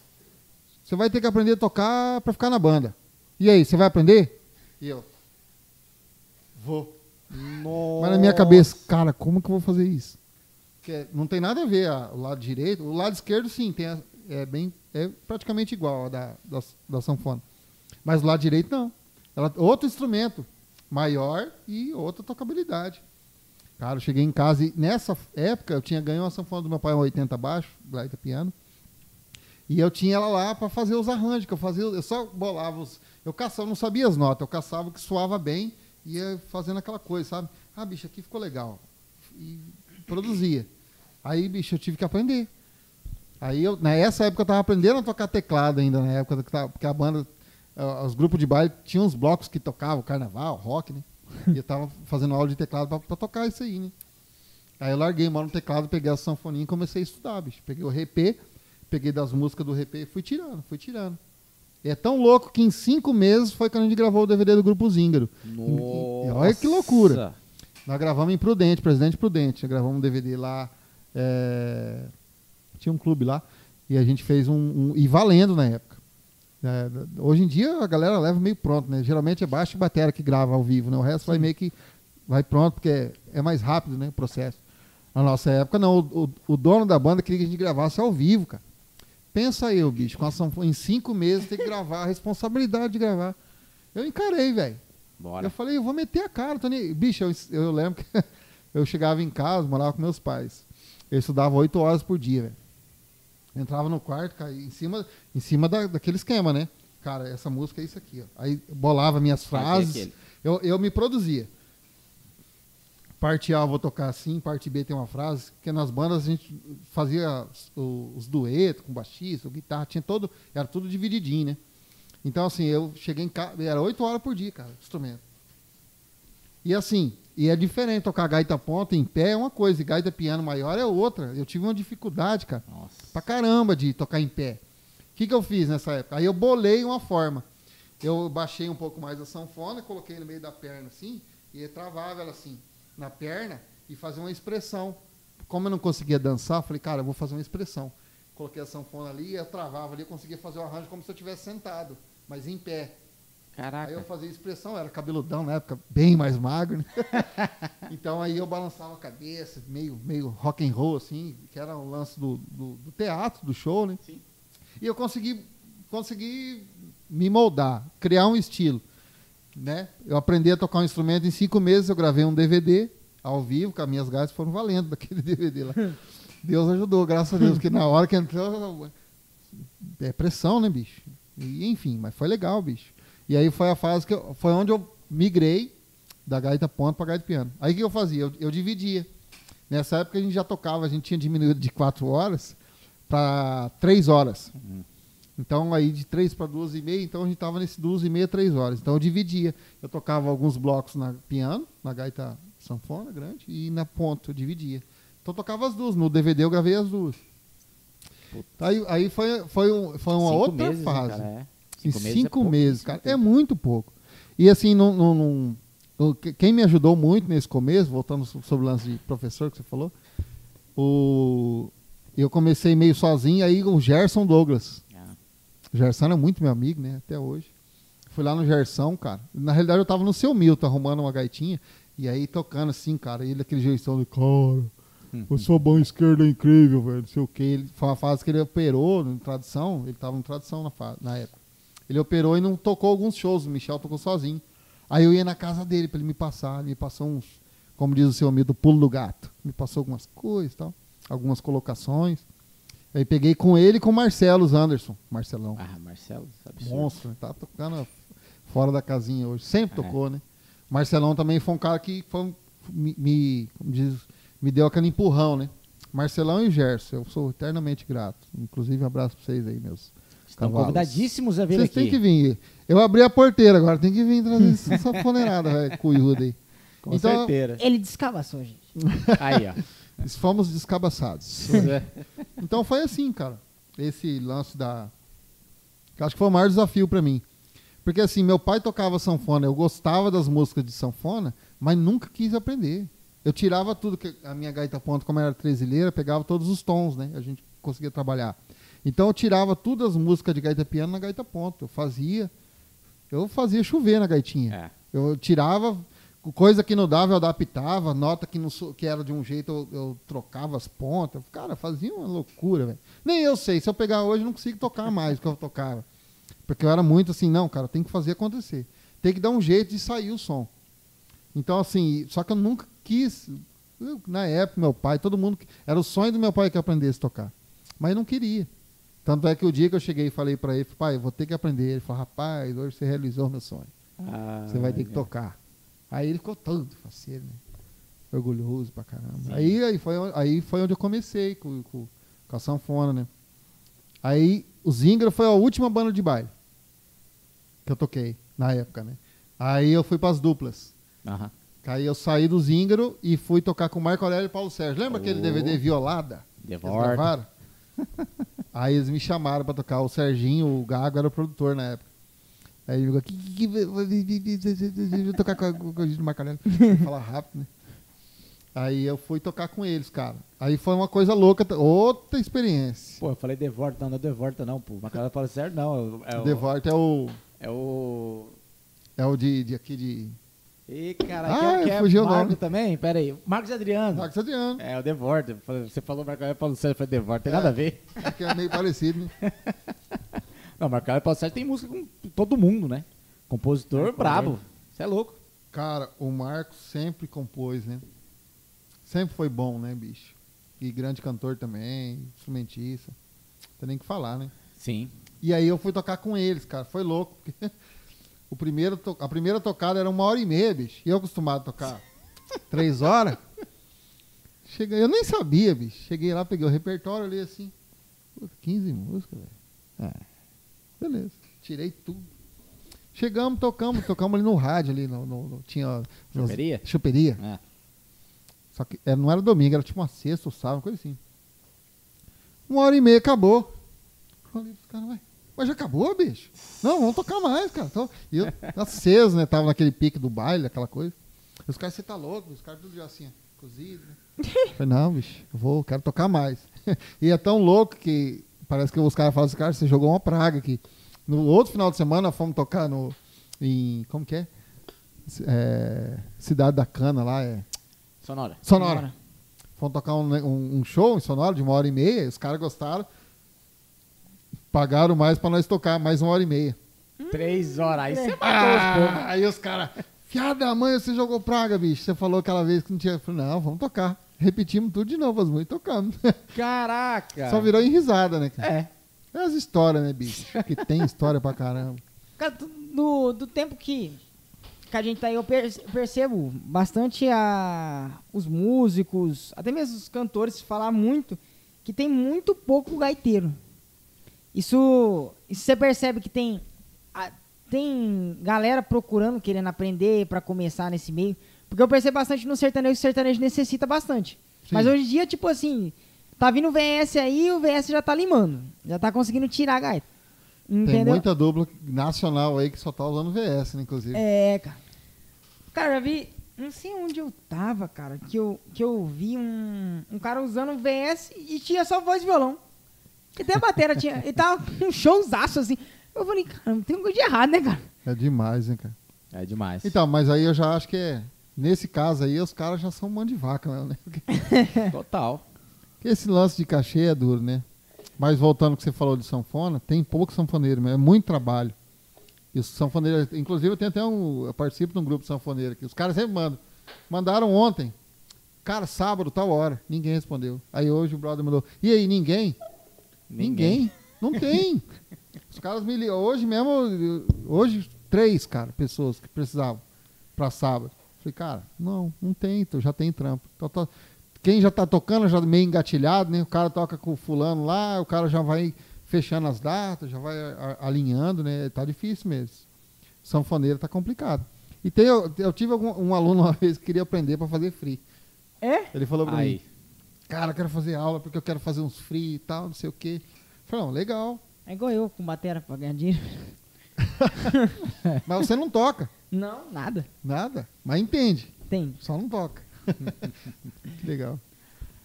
D: Você vai ter que aprender a tocar pra ficar na banda. E aí, você vai aprender? E eu. Vou. Mas na minha cabeça, cara, como que eu vou fazer isso? Porque é, não tem nada a ver a- o lado direito. O lado esquerdo, sim, tem a- é, bem, é praticamente igual a da, da, da sanfona. Mas o lado direito, não. Ela, outro instrumento, maior e outra tocabilidade. Cara, eu cheguei em casa e nessa época eu tinha ganho uma sanfona do meu pai, um 80 baixo, gaita piano. E eu tinha ela lá para fazer os arranjos, que eu fazia, eu só bolava os. Eu caçava, eu não sabia as notas, eu caçava o que suava bem e ia fazendo aquela coisa, sabe? Ah, bicho, aqui ficou legal. E produzia. Aí, bicho, eu tive que aprender. Aí eu, nessa época eu tava aprendendo a tocar teclado ainda, na época que tava, porque a banda, ah, os grupos de baile tinham uns blocos que tocavam, carnaval, rock, né? E eu tava fazendo aula de teclado pra, pra tocar isso aí, né? Aí eu larguei mano no teclado, peguei a sanfoninha e comecei a estudar, bicho. Peguei o repê, peguei das músicas do repê e fui tirando, fui tirando. E é tão louco que em cinco meses foi quando a gente gravou o DVD do Grupo Zíngaro. E- e- Olha que loucura. Nós gravamos em Prudente, Presidente Prudente. Nós gravamos um DVD lá. é, Tinha um clube lá. E a gente fez um. um- E valendo na época. É, hoje em dia a galera leva meio pronto, né? Geralmente é baixo e batera que grava ao vivo, né? O resto vai meio que. Vai pronto, porque é, é mais rápido, né? O processo. Na nossa época, não. O, o- o dono da banda queria que a gente gravasse ao vivo, cara. Pensa eu, bicho, com a sanfona, em cinco meses tem que gravar, a responsabilidade de gravar. Eu encarei, velho. Eu
E: Bora.
D: falei, eu vou meter a cara, Tony. Bicho, eu, eu lembro que eu chegava em casa, morava com meus pais. Eu estudava oito horas por dia, velho. Eu Entrava no quarto, cara, em cima, em cima da, daquele esquema, né? Cara, essa música é isso aqui, ó. Aí eu bolava minhas
E: Fazia
D: frases.
E: aquele.
D: Eu, eu me produzia. Parte A eu vou tocar assim, parte B tem uma frase, porque nas bandas a gente fazia os, os duetos com baixista, guitarra, tinha todo, era tudo divididinho, né? Então, assim, eu cheguei em casa, era oito horas por dia, cara, instrumento. E assim, e é diferente tocar gaita ponta em pé é uma coisa, e gaita piano maior é outra. Eu tive uma dificuldade, cara, pra caramba de tocar em pé. O que, que eu fiz nessa época? Aí eu bolei uma forma. Eu baixei um pouco mais a sanfona, coloquei no meio da perna assim, e eu travava ela assim, na perna, e fazia uma expressão. Como eu não conseguia dançar, eu falei, cara, eu vou fazer uma expressão. Coloquei a sanfona ali, eu travava ali, eu conseguia fazer o arranjo como se eu estivesse sentado, mas em pé. Aí eu
E: Caraca.
D: fazia expressão, eu era cabeludão na época, bem mais magro, né? então aí eu balançava a cabeça, meio, meio rock and roll, assim, que era um lance do, do, do teatro, do show, né? E eu consegui, consegui me moldar, criar um estilo, né? Eu aprendi a tocar um instrumento em cinco meses, eu gravei um DVD ao vivo, com as minhas gaitas foram valendo daquele DVD lá. Deus ajudou, graças a Deus, porque na hora que entrou, é pressão, né, bicho? E, enfim, mas foi legal, bicho. E aí foi a fase que eu, foi onde eu migrei Da gaita ponto pra gaita piano. Aí o que eu fazia? Eu, eu dividia. Nessa época a gente já tocava, a gente tinha diminuído de quatro horas para três horas.
E: Uhum.
D: Então aí de três para duas e meia, então a gente tava nesse duas e meia, três horas. Então eu dividia. Eu tocava alguns blocos na piano, na gaita sanfona grande, e na ponta eu dividia. Então eu tocava as duas. No DVD eu gravei as duas. Aí, aí foi, foi, um- foi uma
E: Cinco
D: outra
E: meses, né,
D: fase.
E: cara? É.
D: Em
E: Cinco meses é
D: cinco
E: pouco.
D: meses, cara. É muito pouco. E assim, não, não- não- o que- quem me ajudou muito nesse começo, voltando so- sobre o lance de professor que você falou, o, eu comecei meio sozinho, aí o Gerson Douglas.
E: Ah.
D: O Gerson era muito meu amigo, né, até hoje. Fui lá no Gerson, cara. Na realidade, eu tava no seu Milton arrumando uma gaitinha, e aí tocando assim, cara. E ele, aquele jeitão de, cara, eu sou bom esquerdo, é incrível, velho, não sei o quê. Ele, foi uma fase que ele operou em tradução, ele tava em tradução na, fa- na época. Ele operou e não tocou alguns shows, o Michel tocou sozinho. Aí eu ia na casa dele pra ele me passar, ele me passou uns, como diz o seu amigo, do pulo do gato. Me passou algumas coisas e tal, algumas colocações. Aí peguei com ele e com o Marcelo Anderson, Marcelão.
E: Ah, Marcelo, absurdo.
D: Monstro, né? tá tocando fora da casinha hoje.
E: É.
D: Sempre tocou, né? Marcelão também foi um cara que foi um- me, me, como diz, me deu aquele empurrão, né? Marcelão e Gerson, eu sou eternamente grato. Inclusive, um abraço pra vocês aí, meus
E: Estão
D: cavalos.
E: convidadíssimos a vir
D: Vocês
E: Tá
D: têm
E: aqui.
D: que vir. Eu abri a porteira agora, tem que vir trazer essa safoneirada, velho, cuiuda aí.
E: Com
D: Então-
E: certeza.
A: Ele descabaçou, gente.
E: Aí, ó.
D: Fomos descabaçados. Então foi assim, cara. Esse lance da. que Acho que foi o maior desafio pra mim. Porque assim, meu pai tocava sanfona, eu gostava das músicas de sanfona, mas nunca quis aprender. Eu tirava tudo que a minha gaita ponta, como era trezileira, pegava todos os tons, né? A gente conseguia trabalhar. Então eu tirava todas as músicas de gaita piano na gaita ponta. Eu fazia, eu fazia chover na gaitinha.
E: É.
D: Eu tirava coisa que não dava, eu adaptava, nota que, não, so- que era de um jeito, eu, eu trocava as pontas. Cara, fazia uma loucura, velho. Nem eu sei, se eu pegar hoje, eu não consigo tocar mais o que eu tocava. Porque eu era muito assim, não, cara, tem que fazer acontecer. Tem que dar um jeito de sair o som. Então, assim, só que eu nunca quis. Eu, na época, meu pai, todo mundo. Era o sonho do meu pai que eu aprendesse a tocar. Mas não queria. Tanto é que o dia que eu cheguei e falei pra ele, pai, eu vou ter que aprender. Ele falou, rapaz, hoje você realizou meu sonho.
E: Ah,
D: Você vai ter que tocar. Aí ele ficou todo faceiro, né? Orgulhoso pra caramba. Aí, aí, foi, on- aí foi onde eu comecei com, com, com a sanfona, né? Aí o Zingra foi a última banda de baile que eu toquei na época, né? Aí eu fui pras duplas.
E: Aham.
D: Aí eu saí do Zíngaro e fui tocar com o Marco Aurélio e Paulo Sérgio. Lembra aquele
E: Oh.
D: DVD Violada? Que eles
E: Devorta.
D: gravaram? Aí eles me chamaram pra tocar. O Serginho, o Gago, era o produtor na época. Aí ele ficou... "Que- que- que- Vou tocar com a- com o Gil Marco Aurélio. Fala rápido, né? Aí eu fui tocar com eles, cara. Aí foi uma coisa louca, t- outra experiência.
E: Pô, eu falei Devorta, não, não é Devorta, não, pô. Mas cara fala certo, não. É o.
D: Devorta é o...
E: É o.
D: É o de, de aqui de...
E: Ih, cara,
D: Ah,
E: que, é- que é
D: fugiu o
E: Marco
D: nome.
E: também? Pera aí. Marcos Adriano.
D: Marcos Adriano.
E: É, o Devorta. Você falou Marco Aurélio Paulo Sérgio, eu falei Devorta, tem nada a ver.
D: É que é meio parecido, né?
E: Não, Marco Aurélio Paulo Sérgio tem música com todo mundo, né? Compositor brabo. Você é louco.
D: Cara, o Marco sempre compôs, né? Sempre foi bom, né, bicho? E grande cantor também, instrumentista. Não tem nem o que falar, né?
E: Sim.
D: E aí eu fui tocar com eles, cara. Foi louco. Porque o primeiro to- A primeira tocada era uma hora e meia, bicho. E eu acostumado a tocar três horas. Cheguei... Eu nem sabia, bicho. Cheguei lá, peguei o repertório, olhei assim. Puta, 15 músicas, velho. É, Beleza. Tirei tudo. Chegamos, tocamos, tocamos ali no rádio, ali no, no- no- tinha...
E: Choperia?
D: Choperia.
E: É.
D: Só que era- não era domingo, era tipo uma sexta ou sábado, uma coisa assim. Uma hora e meia acabou. Falei pros caras, "Ué, mas já acabou, bicho? Não, vamos tocar mais, cara. Então, e eu, aceso, né? Tava naquele pique do baile, aquela coisa. Os caras, você tá louco? Os caras tudo já assim, ó, cozido, né? Falei, não, bicho, eu vou, eu quero tocar mais. e é tão louco que parece que os caras falam assim, cara, você jogou uma praga aqui. No outro final de semana, fomos tocar no. Em. Como que é? C- é Cidade da Cana lá, é.
E: Sonora.
D: Sonora. Fomos tocar um, ne- um- um show em Sonora de uma hora e meia, os caras gostaram. Pagaram mais pra nós tocar, mais uma hora e meia.
E: Três horas. Aí você
D: Ah, aí os caras, fiada mãe, você jogou praga, bicho. Você falou aquela vez que não tinha. Eu falei, não, vamos tocar. Repetimos tudo de novo, as músicas tocando.
E: Caraca.
D: Só virou em risada, né, cara?
E: É.
D: É as histórias, né, bicho? Que tem história pra caramba.
A: Cara, tu- do, do tempo que que a gente tá aí, eu per- percebo bastante a, os músicos, até mesmo os cantores, falar muito que tem muito pouco gaiteiro. Isso, isso você percebe que tem, a- tem galera procurando, querendo aprender para começar nesse meio. Porque eu percebo bastante no sertanejo, que o sertanejo necessita bastante.
D: Sim.
A: Mas hoje em dia, tipo assim, tá vindo o VS aí, o VS já tá limando. Já tá conseguindo tirar a gaita. Entendeu?
D: Tem muita dupla nacional aí que só tá usando VS, né, inclusive.
A: É, cara. Cara, eu já vi. Não sei onde eu tava, cara, que eu, que eu vi um, um cara usando um VS e tinha só voz e violão. E até a batera tinha. Ele tava com um showzaço assim. Eu falei, caramba, tem um coisa de errado, né, cara?
D: É demais, hein, cara.
E: É demais.
D: Então, mas aí eu já acho que é. Nesse caso aí, os caras já são um monte de vaca, né? Porque
E: Total.
D: esse lance de cachê é duro, né? Mas voltando ao que você falou de sanfona, tem pouco sanfoneiro, mas é muito trabalho. E os sanfoneiros, inclusive eu tenho até um. Eu participo de um grupo sanfoneiro aqui. Os caras sempre mandam. Mandaram ontem. Cara, sábado, tal hora. Ninguém respondeu. Aí hoje o brother mandou. E aí, ninguém? Ninguém. Não tem. Os caras me ligam. Hoje mesmo, eu- hoje, três, cara, pessoas que precisavam pra sábado. Falei, cara, não, não tem, então já tem trampo. Então, tá- quem já tá tocando já meio engatilhado, né? O cara toca com o fulano lá, o cara já vai fechando as datas, já vai a- alinhando, né? Tá difícil mesmo. Sanfoneiro tá complicado. E tem, eu, eu tive algum- um aluno uma vez que queria aprender pra fazer free.
A: É?
D: Ele falou pra mim,
E: Aí.
D: cara, eu quero fazer aula porque eu quero fazer uns free e tal, não sei o quê. Eu Falei, não, legal,
A: É igual eu com batera pra ganhar dinheiro.
D: mas você não toca,
A: Não, nada.
D: nada, mas entende,
A: Tem.
D: só não toca. que legal.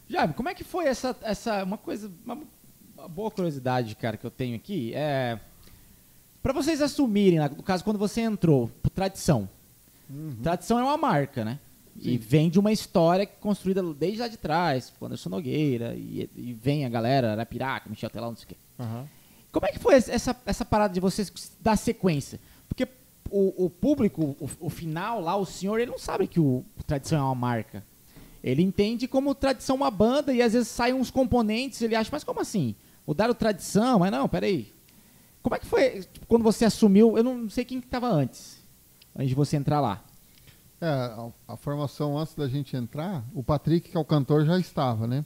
E: Jaime, como é que foi essa, essa uma coisa, uma, uma boa curiosidade, cara, que eu tenho aqui é para vocês assumirem, lá, no caso quando você entrou, por tradição. Tradição é uma marca, né? E vem de uma história construída desde lá de trás, com Anderson Nogueira, e, e vem a galera, Arapiraca, Michel Telão, não sei o quê.
D: Aham.
E: Como é que foi essa, essa parada de vocês dar sequência? Porque o, o público, o, o final lá, o senhor, ele não sabe que o tradição é uma marca. Ele entende como tradição é uma banda e às vezes saem uns componentes, ele acha, mas como assim? Mudaram tradição? Mas não, peraí. Como é que foi tipo, quando você assumiu? Eu não sei quem que tava antes, antes de você entrar lá.
D: É, a, a formação antes da gente entrar, o Patrick, que é o cantor, já estava, né?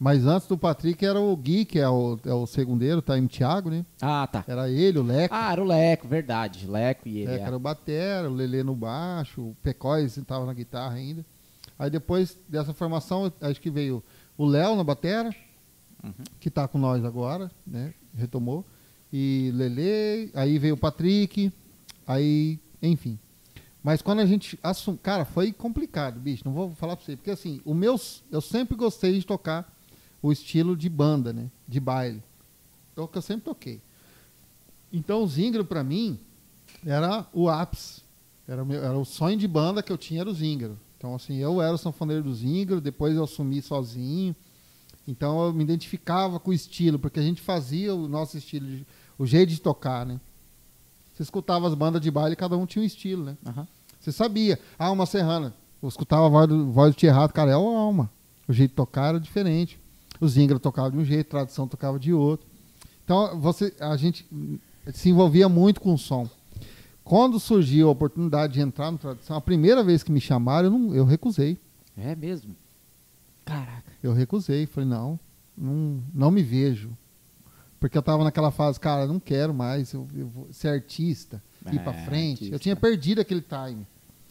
D: Mas antes do Patrick era o Gui, que é o, é o segundeiro, tá aí o Thiago, né?
E: Ah, tá.
D: Era ele, o Leco.
E: Ah, era o Leco, verdade. Leco e ele.
D: É,
E: é.
D: que era o Batera, o Lelê no baixo, o Pecóis estava na guitarra ainda. Aí depois dessa formação, acho que veio o Léo na Batera, que tá com nós agora, né? Retomou. E Lelê, aí veio o Patrick, aí, enfim. Mas quando a gente assumiu. Cara, foi complicado, bicho. Não vou falar pra você. Porque assim, o meu. Eu sempre gostei de tocar o estilo de banda, né? De baile. É o que eu sempre toquei. Então o Zingro, pra mim, era o ápice. Era, o meu- era o sonho de banda que eu tinha era o Zingro. Então, assim, eu era o sanfoneiro do Zingro, depois eu assumi sozinho. Então, eu me identificava com o estilo, porque a gente fazia o nosso estilo, de- o jeito de tocar, né? Você escutava as bandas de baile, cada um tinha um estilo, né?
E: Aham.
D: Você sabia. Ah, uma serrana. Eu escutava a voz do, voz do Tierrado, cara, é o alma. O jeito de tocar era diferente. O Zingra tocava de um jeito, a tradição tocava de outro. Então, você, a gente hum, se envolvia muito com o som. Quando surgiu a oportunidade de entrar no tradição, a primeira vez que me chamaram, eu, não- eu recusei.
E: É mesmo.
A: Caraca.
D: Eu recusei. Falei, não, não, não me vejo. Porque eu tava naquela fase, cara, não quero mais eu, eu vou ser artista, ir pra
E: É,
D: frente.
E: artista.
D: Eu tinha perdido aquele time.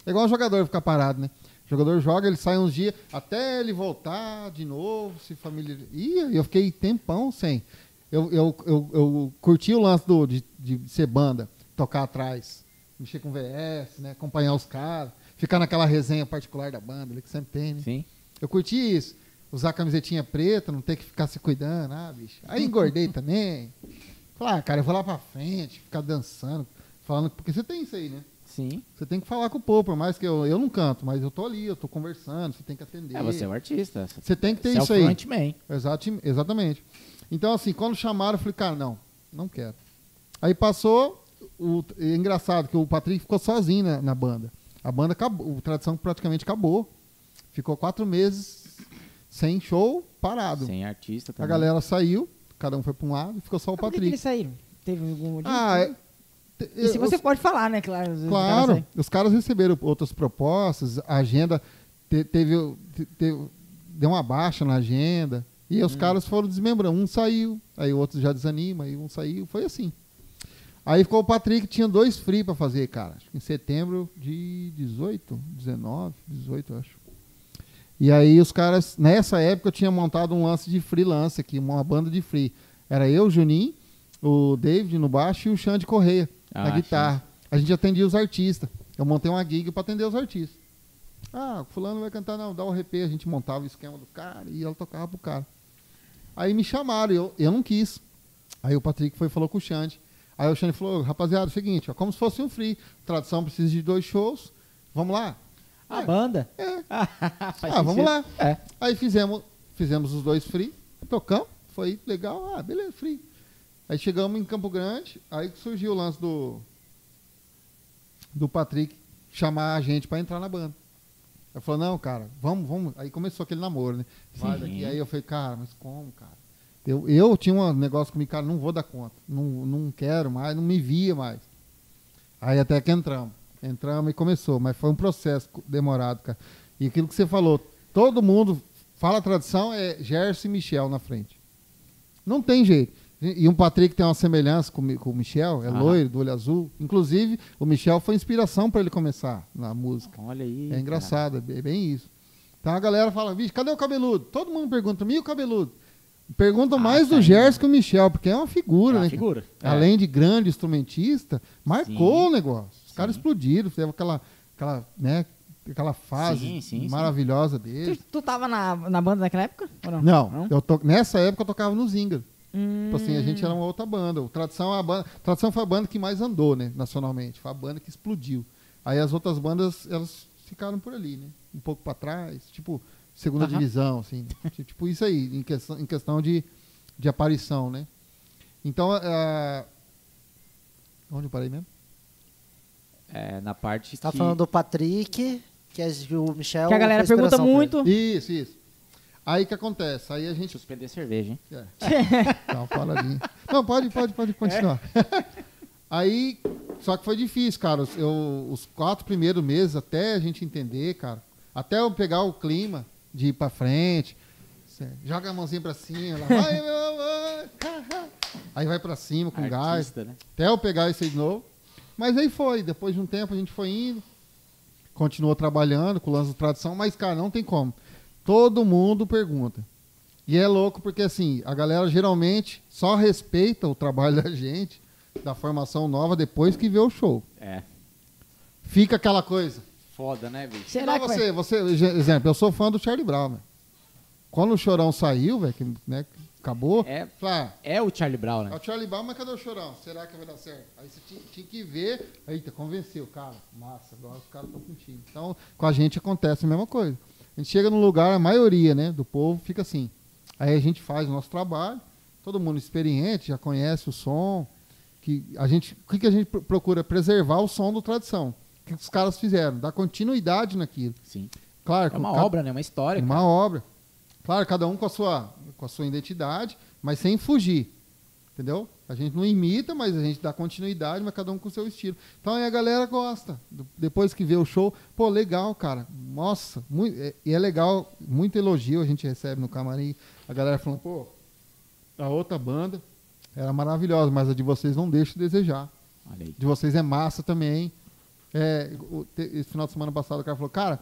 D: É igual jogador ficar parado, né? O jogador joga, ele sai uns dias, até ele voltar de novo, se familiar. Ih, eu fiquei tempão sem. Eu, eu, eu, eu curti o lance do, de, de ser banda, tocar atrás, mexer com VS, né? Acompanhar os caras, ficar naquela resenha particular da banda, ali que sempre tem, né?
E: Sim.
D: Eu curti isso. Usar a camisetinha preta, não ter que ficar se cuidando, ah, bicho. Aí engordei também. Falar, ah, cara, eu vou lá pra frente, ficar dançando, falando. Porque você tem isso aí, né?
E: Sim.
D: Você tem que falar com o povo, por mais que eu, eu não canto, mas eu tô ali, eu tô conversando, você tem que atender.
E: É, você é o artista.
D: Você tem que ter
E: você
D: isso
E: é o
D: aí.
E: frontman.
D: Exati- exatamente. Então, assim, quando chamaram, eu falei, cara, não, não quero. Aí passou, o, é engraçado que o Patrick ficou sozinho né, na, na banda. A banda acabou, o Tradição praticamente acabou. Ficou quatro meses sem show, parado.
E: Sem artista
D: a
E: também.
D: galera saiu, cada um foi para um lado, e ficou só o
A: Por que, que
D: Patrick.
A: eles saíram? Teve algum motivo?
D: Ah, é-
A: E se
D: eu-
A: você pode falar, né? Claro. os- os caras
D: Claro,
A: aí.
D: os caras receberam outras propostas, a agenda te- teve, te- teve- deu uma baixa na agenda, e
A: Hum.
D: os caras foram desmembrando. Um saiu, aí o outro já desanima, aí um saiu, foi assim. Aí ficou o Patrick, tinha dois free pra fazer, cara. Acho que em setembro de 18, 19, 18, eu acho. E aí os caras, nessa época eu tinha montado um lance de freelance aqui, uma banda de free. Era eu, Juninho, o David no baixo e o Xande Correia na
E: Ah,
D: guitarra. A gente atendia os artistas. Eu montei uma gig pra atender os artistas. Ah, fulano vai cantar, não, dá o RP. A gente montava o esquema do cara e ela tocava pro cara. Aí me chamaram, eu, eu não quis. Aí o Patrick foi e falou com o Xande. Aí o Xande falou, rapaziada, é o seguinte, ó, como se fosse um free. Tradução precisa de dois shows. Vamos lá?
C: A
D: É.
C: banda. ah,
D: É. ah, vamos lá.
C: É.
D: Aí fizemos, fizemos os dois free, tocamos, foi legal, ah, beleza, free. Aí chegamos em Campo Grande, aí que surgiu o lance do do Patrick chamar a gente pra entrar na banda. Aí falou, não, cara, vamos, vamos. Aí começou aquele namoro, né? Vai daqui. Aí eu falei, cara, mas como, cara? Eu, eu tinha um negócio comigo, cara, não vou dar conta. Não, não quero mais, não me via mais. Aí até que entramos. Entramos e começou, mas foi um processo co- demorado, cara. E aquilo que você falou, todo mundo fala a tradução é Gerson e Michel na frente. Não tem jeito. E e um Patrick tem uma semelhança com, o Mi- com o Michel, é
E: Aham.
D: loiro, do olho azul. Inclusive, o Michel foi inspiração para ele começar na música.
E: Olha aí.
D: É engraçado, é bem- é bem isso. Então a galera fala, bicho, cadê o cabeludo? Todo mundo pergunta, mim e o cabeludo?
E: Ah,
D: Perguntam mais do Gerson que o Michel, porque é uma
E: cara.
D: figura,
E: tá né? É uma
D: né? cara?
E: figura. É.
D: Além de grande instrumentista, marcou o negócio. Os caras explodiram, teve aquela, aquela, né, aquela fase
E: Sim, sim, sim.
D: maravilhosa dele.
A: Tu, tu tava na, na banda naquela época? Ou não? Hum,
D: Não, eu to- nessa época eu tocava no Zinga. Tipo assim, a gente era uma outra banda. O Tradição, é a banda, Tradição foi a banda que mais andou, né, nacionalmente. Foi a banda que explodiu. Aí as outras bandas, elas ficaram por ali, né? Um pouco pra trás, tipo, segunda divisão, assim. tipo isso aí, em questão, em questão de, de aparição, né? Então, ah, onde eu parei mesmo?
E: É, na parte
B: Você tá
E: que...
B: falando do Patrick, que é de- o Michel.
A: Que a galera
B: foi
A: pergunta
B: inspiração pra ele.
A: muito.
D: Isso, isso. Aí que acontece? Aí a gente
E: Suspender a cerveja, hein?
D: Dá uma paradinha. Não, pode, pode, pode continuar. Aí, só que foi difícil, cara. Os- Eu, os quatro primeiros meses, até a gente entender, cara. Até eu pegar o clima de ir pra frente. cê Joga a mãozinha pra cima. Lá, vai, meu amor. Aí vai pra cima com Um gás.
E: Artista, né?
D: Até eu pegar isso aí de novo. Mas aí foi. Depois de um tempo a gente foi indo. Continuou trabalhando com o lance da tradução. Mas, cara, não tem como. Todo mundo pergunta. E é louco porque, assim, a galera geralmente só respeita o trabalho da gente, da formação nova, depois que vê o show.
E: É.
D: Fica aquela coisa.
E: Foda, né, bicho?
A: Será
D: Não,
A: que
D: você, você, ge- exemplo, eu sou fã do Charlie Brown, né? Quando o Chorão saiu, velho, que, né, que acabou,
E: É.
D: eu falei, ah,
E: É o Charlie Brown,
D: é
E: né?
D: o Charlie Brown, mas cadê o Chorão? Será que vai dar certo? Aí você tinha, tinha que ver, eita, convenceu, cara, massa, agora os caras estão contigo. Então, com a gente acontece a mesma coisa. A gente chega num lugar, a maioria, né, do povo fica assim. Aí a gente faz o nosso trabalho, todo mundo experiente, já conhece o som, que a gente, o que, que a gente pro- procura? Preservar o som do tradição. O que os caras fizeram? Dar continuidade naquilo.
E: Sim.
D: Claro,
E: É uma
D: com ca-
E: obra, né? Uma história.
D: uma obra. Claro, cada um com a sua, com a sua identidade, mas sem fugir. Entendeu? A gente não imita, mas a gente dá continuidade, mas cada um com o seu estilo. Então aí a galera gosta. Do- Depois que vê o show, pô, legal, cara. Nossa, mui- é- e é, legal, muito elogio a gente recebe no camarim. A galera falando, pô, a outra banda era maravilhosa, mas a de vocês não deixa de desejar
E: Olha aí.
D: de vocês é massa também. É, o- te- esse final de semana passado o cara falou, cara,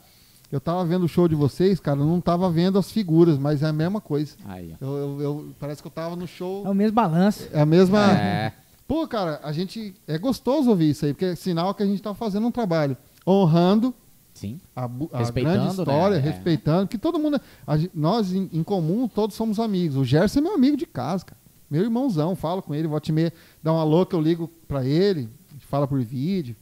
D: eu tava vendo o show de vocês, cara, eu não tava vendo as figuras, mas é a mesma coisa.
E: Aí, ó.
D: Eu, eu- eu- parece que eu tava no
A: É
D: show.
A: o mesmo balanço.
D: É a mesma.
E: É.
D: Pô, cara, a gente. É gostoso ouvir isso aí, porque é sinal que a gente tá fazendo um trabalho honrando
E: Sim.
D: a, bu- a
E: Respeitando,
D: grande história,
E: né? É.
D: respeitando, que todo mundo. a gen- nós, em, em comum, todos somos amigos. O Gerson é meu amigo de casa, cara. Meu irmãozão, falo com ele, volte e meia, dá uma louca, eu ligo pra ele, a gente fala por vídeo.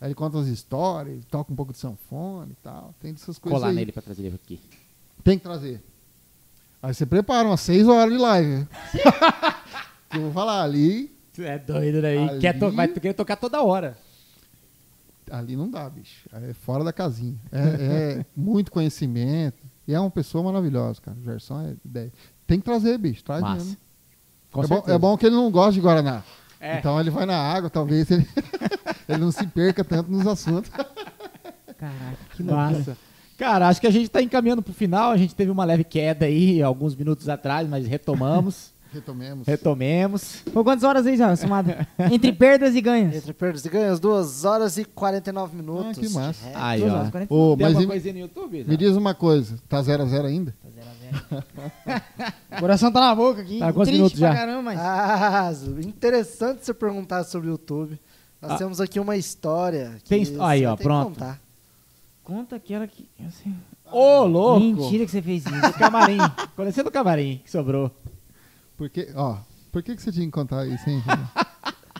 D: Aí ele conta as histórias, ele toca um pouco de sanfone e tal. Tem essas coisas
E: Colar
D: aí.
E: nele pra trazer ele aqui.
D: Tem que trazer. Aí você prepara umas 6 horas de live. né? Que eu vou falar, ali,
E: Você é doido, né?
D: E quer to- vai
E: querer tocar toda hora.
D: ali não dá, bicho. É fora da casinha. É, é muito conhecimento. E é uma pessoa maravilhosa, cara. O Gerson é 10. Tem que trazer, bicho. Traz
E: Massa.
D: mesmo.
E: Com
D: é, bom,
E: certeza.
D: é bom que ele não gosta de Guaraná. Então ele vai na água, talvez ele, ele não se perca tanto nos assuntos.
A: Caraca, que loucura.
C: Massa. Cara, acho que a gente tá encaminhando pro final. A gente teve uma leve queda aí alguns minutos atrás, mas retomamos.
D: Retomemos.
C: retomemos.
A: Foi quantas horas aí, já, somado? Entre perdas e ganhos.
B: Entre perdas e ganhos, 2 horas e 49 minutos.
D: que massa.
B: de ré.
C: Aí,
A: duas
C: ó.
A: horas, quarenta-
D: Ô,
C: Tem
D: mas
C: alguma
D: e-
C: coisinha no YouTube?
D: me diz uma coisa, tá 0x0 zero a zero ainda?
A: O coração tá na boca aqui.
C: Tá, quantos
A: triste
C: minutos
A: pra
C: já?
A: caramba, mas...
B: Ah, Zu, interessante você perguntar sobre o YouTube. Nós
C: Ah.
B: temos aqui uma história. Que
C: Tem his-
B: você
C: aí, ó,
B: vai ter que
C: pronto.
B: contar.
A: Conta aquela que... eu sei.
C: Ô, louco!
A: Mentira que você fez isso.
C: Do camarim. Conhecendo do camarim que sobrou.
D: Porque, ó, por que, que você tinha que contar isso, hein?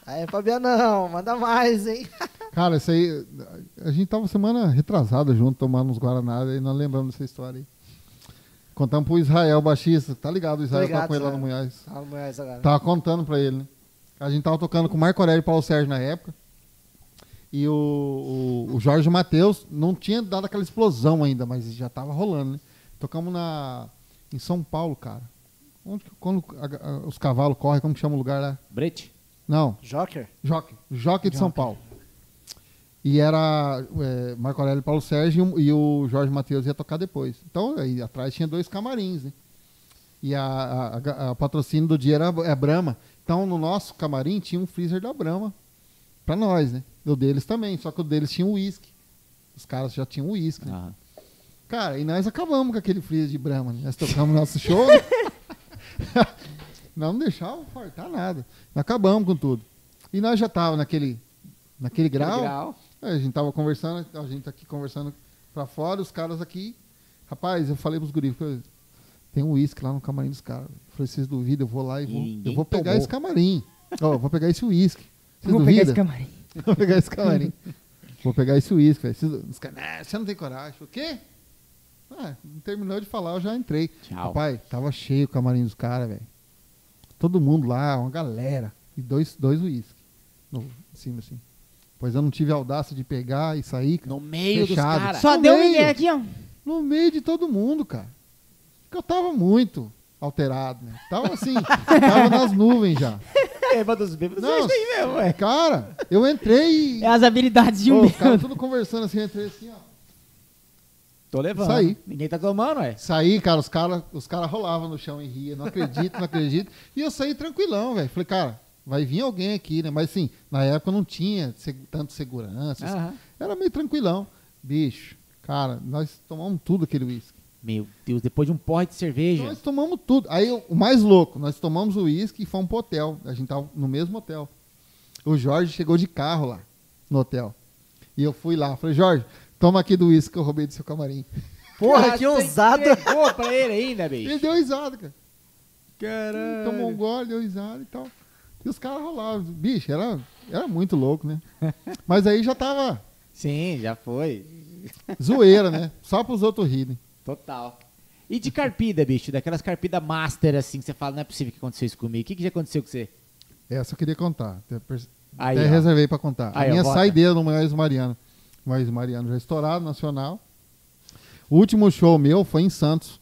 B: Aí, Fabianão, manda mais, hein?
D: Cara, isso aí. A gente tava semana retrasada junto, tomando uns Guaraná, e nós lembramos dessa história aí. Contamos pro Israel Baixista, tá ligado? O Israel
B: ligado,
D: tá com ele lá no
B: Israel.
D: Munhais.
B: Fala mais agora.
D: Tava contando pra ele, né? A gente tava tocando com o Marco Aurélio e Paulo Sérgio na época. E o, o, o Jorge Matheus não tinha dado aquela explosão ainda, mas já tava rolando, né? Tocamos na, em São Paulo, cara. Onde que- quando a- a- os cavalos correm, como que chama o lugar lá?
C: Brete?
D: Não.
B: Joker?
D: Jockey. Jockey de São Paulo. E era é, Marco Aurélio Paulo Sérgio e o- e o Jorge Matheus ia tocar depois. Então, aí atrás tinha dois camarins, né? E a, a- a ga- a patrocínio do dia era é Brahma. Então, no nosso camarim tinha um freezer da Brahma pra nós, né? E O deles também, só que o deles tinha um uísque. Os caras já tinham uísque, né?
C: Aham.
D: Cara, e nós acabamos com aquele freezer de Brahma, né? Nós tocamos nosso show. né? não deixava faltar nada. Nós acabamos com tudo. E nós já tava naquele, naquele grau. É, A gente tava conversando, a gente tá aqui conversando pra fora, os caras aqui. Rapaz, eu falei pros guris, falei, tem um uísque lá no camarim dos caras. Eu falei, vocês duvidam, eu vou lá e vou,
C: ninguém
D: eu vou pegar
C: tomou.
D: esse camarim. Ó, eu vou pegar esse uísque. Vocês
A: Vou pegar
D: duvidam?
A: esse camarim.
D: Vou pegar esse camarim. Vou pegar esse uísque, velho. Esses- Os caras, "Ah, você não tem coragem. O quê? Ah, não terminou de falar, eu já entrei.
C: Tchau.
D: Rapaz, tava cheio o camarim dos caras, velho. Todo mundo lá, uma galera. E dois, dois uísque. No- Em cima, assim. Pois eu não tive a audácia de pegar e sair, cara.
C: No meio
D: Fechado.
C: dos caras.
A: Só
D: no
A: deu um
D: meio.
A: ideia aqui, ó.
D: No meio de todo mundo, cara. Porque eu tava muito alterado, né? Tava assim, tava nas nuvens já.
C: Bêbado dos bêbados.
D: Não,
C: é isso aí mesmo, ué.
D: Cara, eu entrei e.
A: É as habilidades de um
D: Ô, os caras
A: bêbado.
D: tudo conversando assim, eu entrei assim, ó.
C: Tô levando.
D: Isso aí.
C: Ninguém tá tomando, ué.
D: Saí, cara, os caras os cara rolavam no chão e ria, não acredito, não acredito. E eu saí tranquilão, velho. Falei, cara, vai vir alguém aqui, né? Mas assim, na época não tinha se- tanto segurança. assim.
C: Aham.
D: Era meio tranquilão. Bicho, cara, nós tomamos tudo aquele uísque.
C: Meu Deus, depois de um porre de cerveja.
D: Nós tomamos tudo. Aí o mais louco, nós tomamos o uísque e fomos pro hotel. A gente tava no mesmo hotel. O Jorge chegou de carro lá no hotel. E eu fui lá, falei, Jorge, toma aqui do uísque que eu roubei do seu camarim.
B: Porra,
C: Cara,
B: que
C: você
B: ousado.
C: entregou pra ele ainda, bicho.
D: Ele deu risada, cara.
C: Caralho.
D: tomou um gole, deu risada e tal. E os caras rolavam. Bicho, era, era muito louco, né? Mas aí já tava
C: Sim, já foi.
D: zoeira, né? Só pros outros rirem.
C: Total. E de carpida, bicho? Daquelas carpida master, assim, que você fala, não é possível que aconteceu isso comigo. O que, que já aconteceu com você?
D: Essa eu queria contar. Até, pers-
C: Aí,
D: até
C: ó.
D: reservei pra contar.
C: Aí, ó,
D: a minha
C: bota.
D: saideira no Moisés Mariano. Moisés Mariano já estourado, nacional. O último show meu foi em Santos.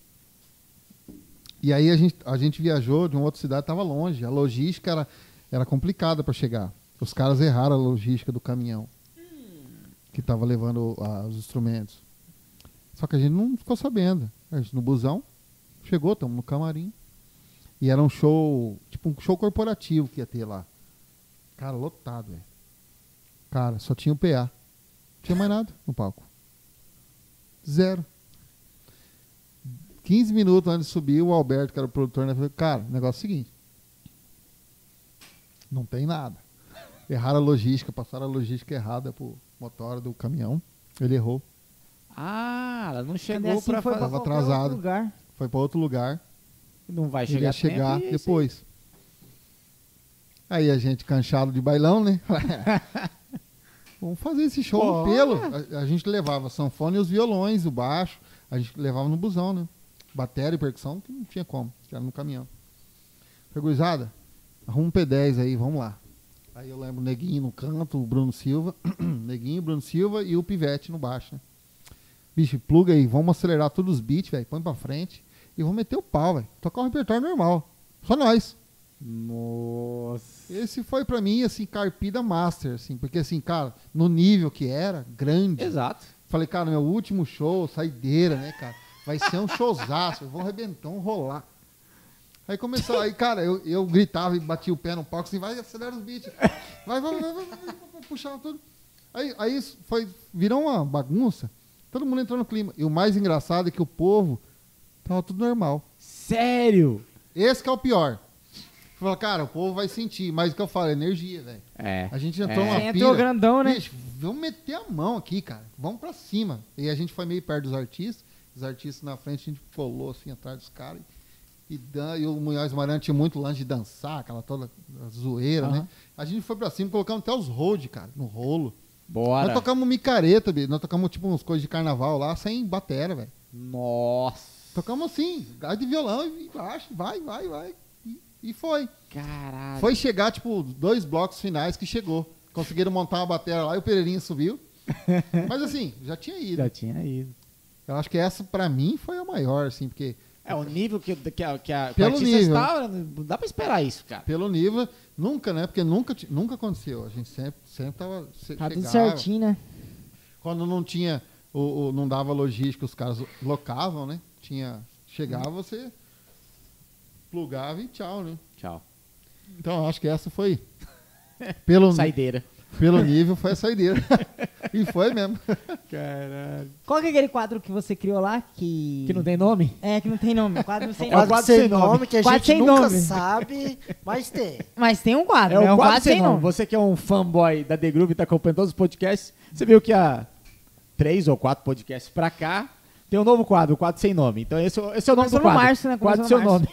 D: E aí a gente, a gente viajou de uma outra cidade, tava longe. A logística era, era complicada pra chegar. Os caras erraram a logística do caminhão que tava levando ah, os instrumentos. Só que a gente não ficou sabendo. A gente no busão, chegou, estamos no camarim. E era um show, tipo um show corporativo que ia ter lá. Cara, lotado, velho. Cara, só tinha o PA. Não tinha mais nada no palco. Zero. 15 minutos antes de subir, o Alberto, que era o produtor, né, falou, cara, o negócio é o seguinte. Não tem nada. Erraram a logística, passaram a logística errada pro motor do caminhão. Ele errou.
C: Ah, ela não
A: Quando
C: chegou
A: é assim,
C: pra
A: foi
C: fazer.
A: pra
D: Tava
A: qualquer
D: atrasado.
A: outro lugar.
D: Foi para outro lugar.
C: Não vai
D: Ele
C: chegar
D: ia chegar
C: tempo e é isso aí.
D: depois. Aí a gente canchado de bailão, né? Vamos fazer esse show no pelo. A, a gente levava a sanfona e os violões, o baixo. A gente levava no busão, né? Bateria e percussão, que não tinha como. que Era no caminhão. Perguizada, arruma um P10 aí, vamos lá. Aí eu lembro o Neguinho no canto, o Bruno Silva. Neguinho, Bruno Silva e o Pivete no baixo, né? Bicho, pluga aí, vamos acelerar todos os beats, velho. Põe pra frente e vamos meter o pau, velho. Tocar um repertório normal. Só nós.
C: Nossa.
D: Esse foi pra mim, assim, carpida master, assim, porque assim, cara, no nível que era, grande.
C: Exato.
D: Falei, cara, meu último show, saideira, né, cara? Vai ser um showzaço, eu vou arrebentar, um rolar. Aí começou, aí, cara, eu, eu gritava e batia o pé no palco, assim, vai, acelera os beats. Vai, vai, vai, vai, vai, vai, vai, puxava tudo. Aí, aí isso foi, virou uma bagunça, todo mundo entrou no clima. E o mais engraçado é que o povo tava tudo normal.
C: Sério?
D: Esse que é o pior. Falou, cara, o povo vai sentir, mas o que eu falo, é energia, velho.
C: É.
D: A gente entrou
C: É.
D: numa
A: Você
D: pira.
A: entrou grandão, né?
D: Bicho, vamos meter a mão aqui, cara. Vamos pra cima. E a gente foi meio perto dos artistas. Os artistas na frente, a gente colou assim atrás dos caras. E, dan- e o Munhoz Marante tinha muito lance de dançar, aquela toda zoeira, né? A gente foi pra cima, colocamos até os hold, cara, no rolo.
C: Bora.
D: Nós tocamos micareta, bicho. Nós tocamos tipo uns coisas de carnaval lá, sem batera, velho.
C: Nossa.
D: Tocamos assim, gás de violão e baixo, vai, vai, vai. E, e foi.
C: Caralho.
D: Foi chegar, tipo, dois blocos finais que chegou. Conseguiram montar uma bateria lá e o Pereirinha subiu. Mas assim, já tinha ido.
C: Já tinha ido.
D: Eu acho que essa, pra mim, foi a maior, assim, porque
C: É, o nível que, que, a- que a que o
D: Pelo
C: artista
D: nível.
C: está, não dá pra esperar isso, cara.
D: pelo nível, nunca, né? Porque nunca, ti- nunca aconteceu. A gente sempre, sempre tava. se-
A: Tá tudo
D: chegava.
A: certinho, né?
D: Quando não tinha, o, o- não dava logística, os caras locavam, né? Tinha, chegava, você plugava e tchau, né?
C: Tchau.
D: Então, eu acho que essa foi. Pelo,
C: Saideira.
D: pelo nível, foi a saideira. e foi mesmo.
C: Caralho.
A: Qual que é aquele quadro que você criou lá que...
C: Que não tem nome?
A: É, que não tem nome. Quadro sem
B: É o
A: nome.
B: quadro sem nome que a
A: Quadro
B: gente
A: sem
B: nunca
A: nome.
B: sabe, mas tem.
A: Mas tem um
C: É,
A: quadro, né?
C: Você que é um fanboy da The Groove e tá acompanhando todos os podcasts, você viu que há três ou quatro podcasts pra cá tem um novo quadro, o quadro sem nome. Então esse, esse é o nome
A: Começou no
C: do quadro.
A: março, né?
C: Quadro
A: Começou
C: seu
A: no
C: nome.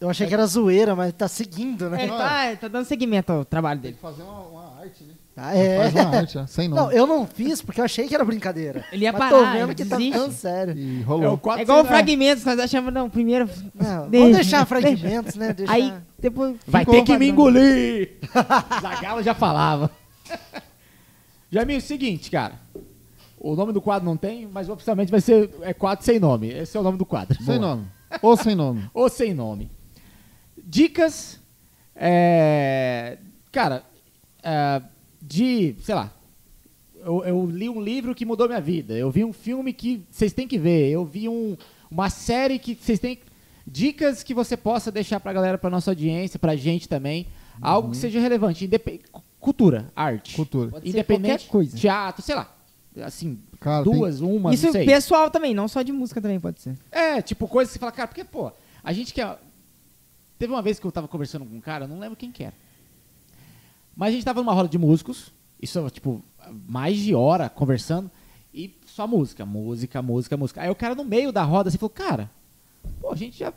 B: Eu achei
D: É
B: que era zoeira, mas tá seguindo,
A: É,
B: né?
A: ele tá, tá dando seguimento ao trabalho
D: Tem
A: dele.
D: que fazer uma, uma arte, né?
B: Ah, é.
D: Faz uma arte, ó, sem nome.
B: Não, eu não fiz porque eu achei que era brincadeira.
A: Ele ia
B: mas
A: parar,
B: tô vendo
A: ele
B: que
A: desiste.
B: tá tão sério.
D: E
C: É o
D: rolou.
C: quadro
A: É igual o
C: sem nome.
A: fragmentos, nós achamos, não, primeiro.
B: Não,
A: Deixa,
B: vamos deixar
A: deixa.
B: fragmentos, né? Deixar...
A: Aí depois.
C: Vai
A: ficou
C: ter que me
A: quadro.
C: engolir! Zagalo já falava. Jamil, é o seguinte, cara. O nome do quadro não tem, mas oficialmente vai ser é quadro sem nome. Esse é o nome do quadro.
D: Sem nome. Ou sem nome.
C: Ou sem nome. Dicas. é, cara, é, de. sei lá. Eu, eu li um livro que mudou minha vida. Eu vi um filme que vocês têm que ver. Eu vi um, uma série que vocês têm. Dicas que você possa deixar pra galera, pra nossa audiência, pra gente também. Algo que seja relevante. Independ... Cultura, arte.
D: Uhum. Cultura.
A: Pode ser
C: Independente.
A: qualquer coisa.
C: Teatro, sei lá. Assim,
D: Cara, tem-
C: duas, uma,
A: Isso
C: não sei.
A: pessoal também, não só de música também pode ser.
C: É, tipo, coisas que você fala, cara, porque, pô, a gente quer. Teve uma vez que eu tava conversando com um cara, eu não lembro quem que era. Mas a gente tava numa roda de músicos, isso, tipo, mais de hora conversando, e só música, música, música, música. Aí o cara no meio da roda, assim, falou, cara, pô, a gente já,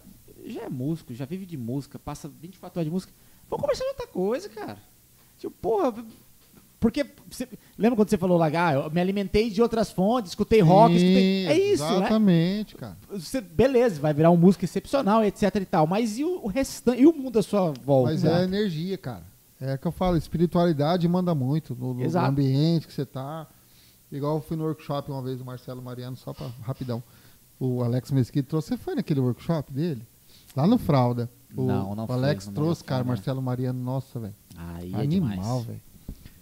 C: já é músico, já vive de música, passa 24 horas de música, vamos conversar de outra coisa, cara. Tipo, porra, porque, você- lembra quando você falou lá, ah, eu me alimentei de outras fontes, escutei rock, escutei... É isso, né?
D: Exatamente, cara.
C: você, beleza, vai virar um músico excepcional, etc e tal. Mas e o, restante, e o mundo à sua volta?
D: Mas é energia, cara. É que eu falo, espiritualidade manda muito no, no
C: Exato.
D: ambiente que você tá. Igual eu fui no workshop uma vez do Marcelo Mariano, só pra rapidão. O Alex Mesquita trouxe. Você foi naquele workshop dele? Lá no Fralda. O,
C: Não, não
D: o
C: fui,
D: Alex
C: não era
D: trouxe, cara,
C: Fralda.
D: Marcelo Mariano, nossa, velho.
C: Aí é
D: Animal,
C: demais.
D: velho.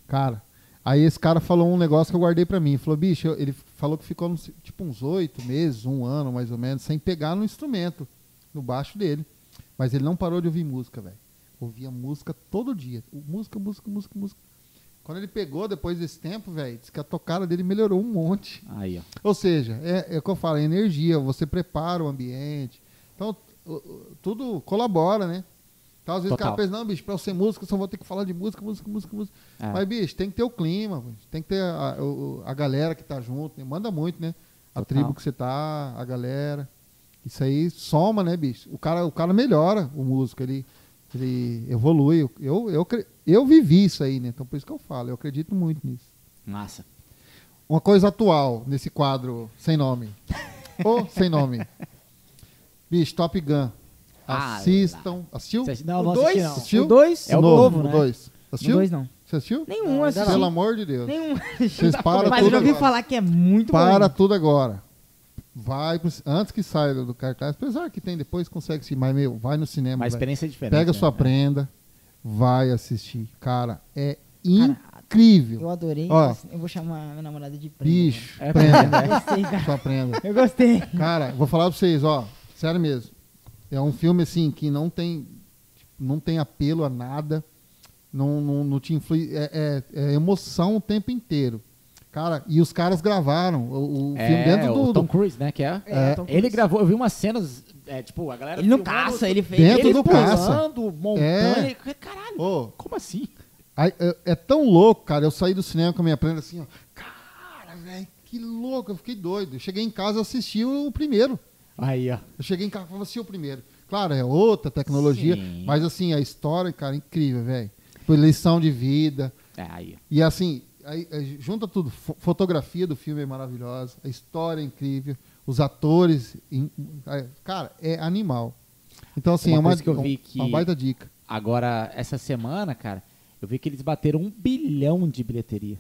D: Cara, aí esse cara falou um negócio que eu guardei pra mim. Falou, bicho, eu- ele falou que ficou uns- tipo uns oito meses, um ano mais ou menos, sem pegar no instrumento, no baixo dele. Mas ele não parou de ouvir música, velho. Ouvia música todo dia. O- Música, música, música, música. Quando ele pegou depois desse tempo, velho, disse que a tocada dele melhorou um monte.
C: Aí, ó.
D: Ou seja, é, é o que eu falo, é energia, você prepara o ambiente. Então, o- o- tudo colabora, né? Então, às vezes
C: Total.
D: o cara pensa, não, bicho, pra eu ser músico, eu só vou ter que falar de música, música, música, música.
C: É.
D: Mas, bicho, tem que ter o clima, bicho, tem que ter a, o- a galera que tá junto, né? manda muito, né? A
C: Total.
D: tribo que você tá, a galera. Isso aí soma, né, bicho? O cara, o cara melhora o músico, ele, ele evolui. Eu, eu, cre- eu vivi isso aí, né? Então, por isso que eu falo, eu acredito muito nisso
C: Massa.
D: uma coisa atual nesse quadro sem nome. Ou sem nome. Bicho, Top Gun.
C: Ah,
D: Assistam. Assistiu?
C: Você- Não,
A: O
C: não
A: dois?
C: assisti, não.
D: Assistiu?
A: O dois?
C: É o
D: Novo,
C: novo, né?
D: O dois.
A: O
D: Assistiu?
A: dois não.
D: Você assistiu?
A: Nenhum
B: ainda
A: assisti.
D: Pelo amor de Deus.
A: Nenhum.
D: Vocês param
A: Mas eu já
D: tudo
A: ouvi
D: agora.
A: falar que é muito bom.
D: Para tudo agora. Vai pro, ci- antes que saia do, do cartaz, apesar que tem depois, consegue se. Mas, meu, vai no cinema.
E: Mas a
D: velho.
E: experiência é diferente.
D: Pega
E: né?
D: sua prenda, vai assistir. Cara, é incrível.
A: Eu adorei.
D: Ó.
A: Eu vou chamar minha namorada de prenda.
C: né?
D: Bicho,
E: É
D: prenda. né?
A: mano. Eu gostei, cara.
D: Sua prenda.
A: Eu gostei.
D: Cara, vou falar pra vocês, ó. Sério mesmo. É um filme, assim, que não tem, tipo, não tem apelo a nada. Não, não, não te influi. É, é- é emoção o tempo inteiro. Cara, e os caras gravaram o, o filme
E: É,
D: dentro
E: o
D: do.
E: Tom
D: do-
E: Cruise, né? Que é.
A: É, Tom
E: Ele
A: Cruise.
E: gravou, eu vi umas cenas, é, tipo, a galera.
A: Ele não
E: filmando,
A: caça, ele fez.
D: Dentro
E: ele
D: do caça. É.
E: pulando, montanha. Caralho,
D: Ô,
E: como assim?
D: Aí, é, é tão louco, cara. Eu saí do cinema com a minha prenda assim, ó. Cara, velho, que louco. Eu fiquei doido. Eu cheguei em casa e assisti o, o primeiro.
E: Aí, ó.
D: Eu cheguei em casa e falei assim, o primeiro. Claro, é outra tecnologia.
E: Sim.
D: Mas, assim, a história, cara, é incrível, velho. Foi lição de vida.
E: É, aí.
D: E, assim, aí, aí junta tudo. Fo- fotografia do filme é maravilhosa. A história é incrível. Os atores... in- é, cara, é animal. Então, assim,
E: Uma
D: é uma,
E: coisa que eu vi
D: um-
E: que-
D: uma baita dica.
E: Agora, essa semana, cara, eu vi que eles bateram um bilhão de bilheteria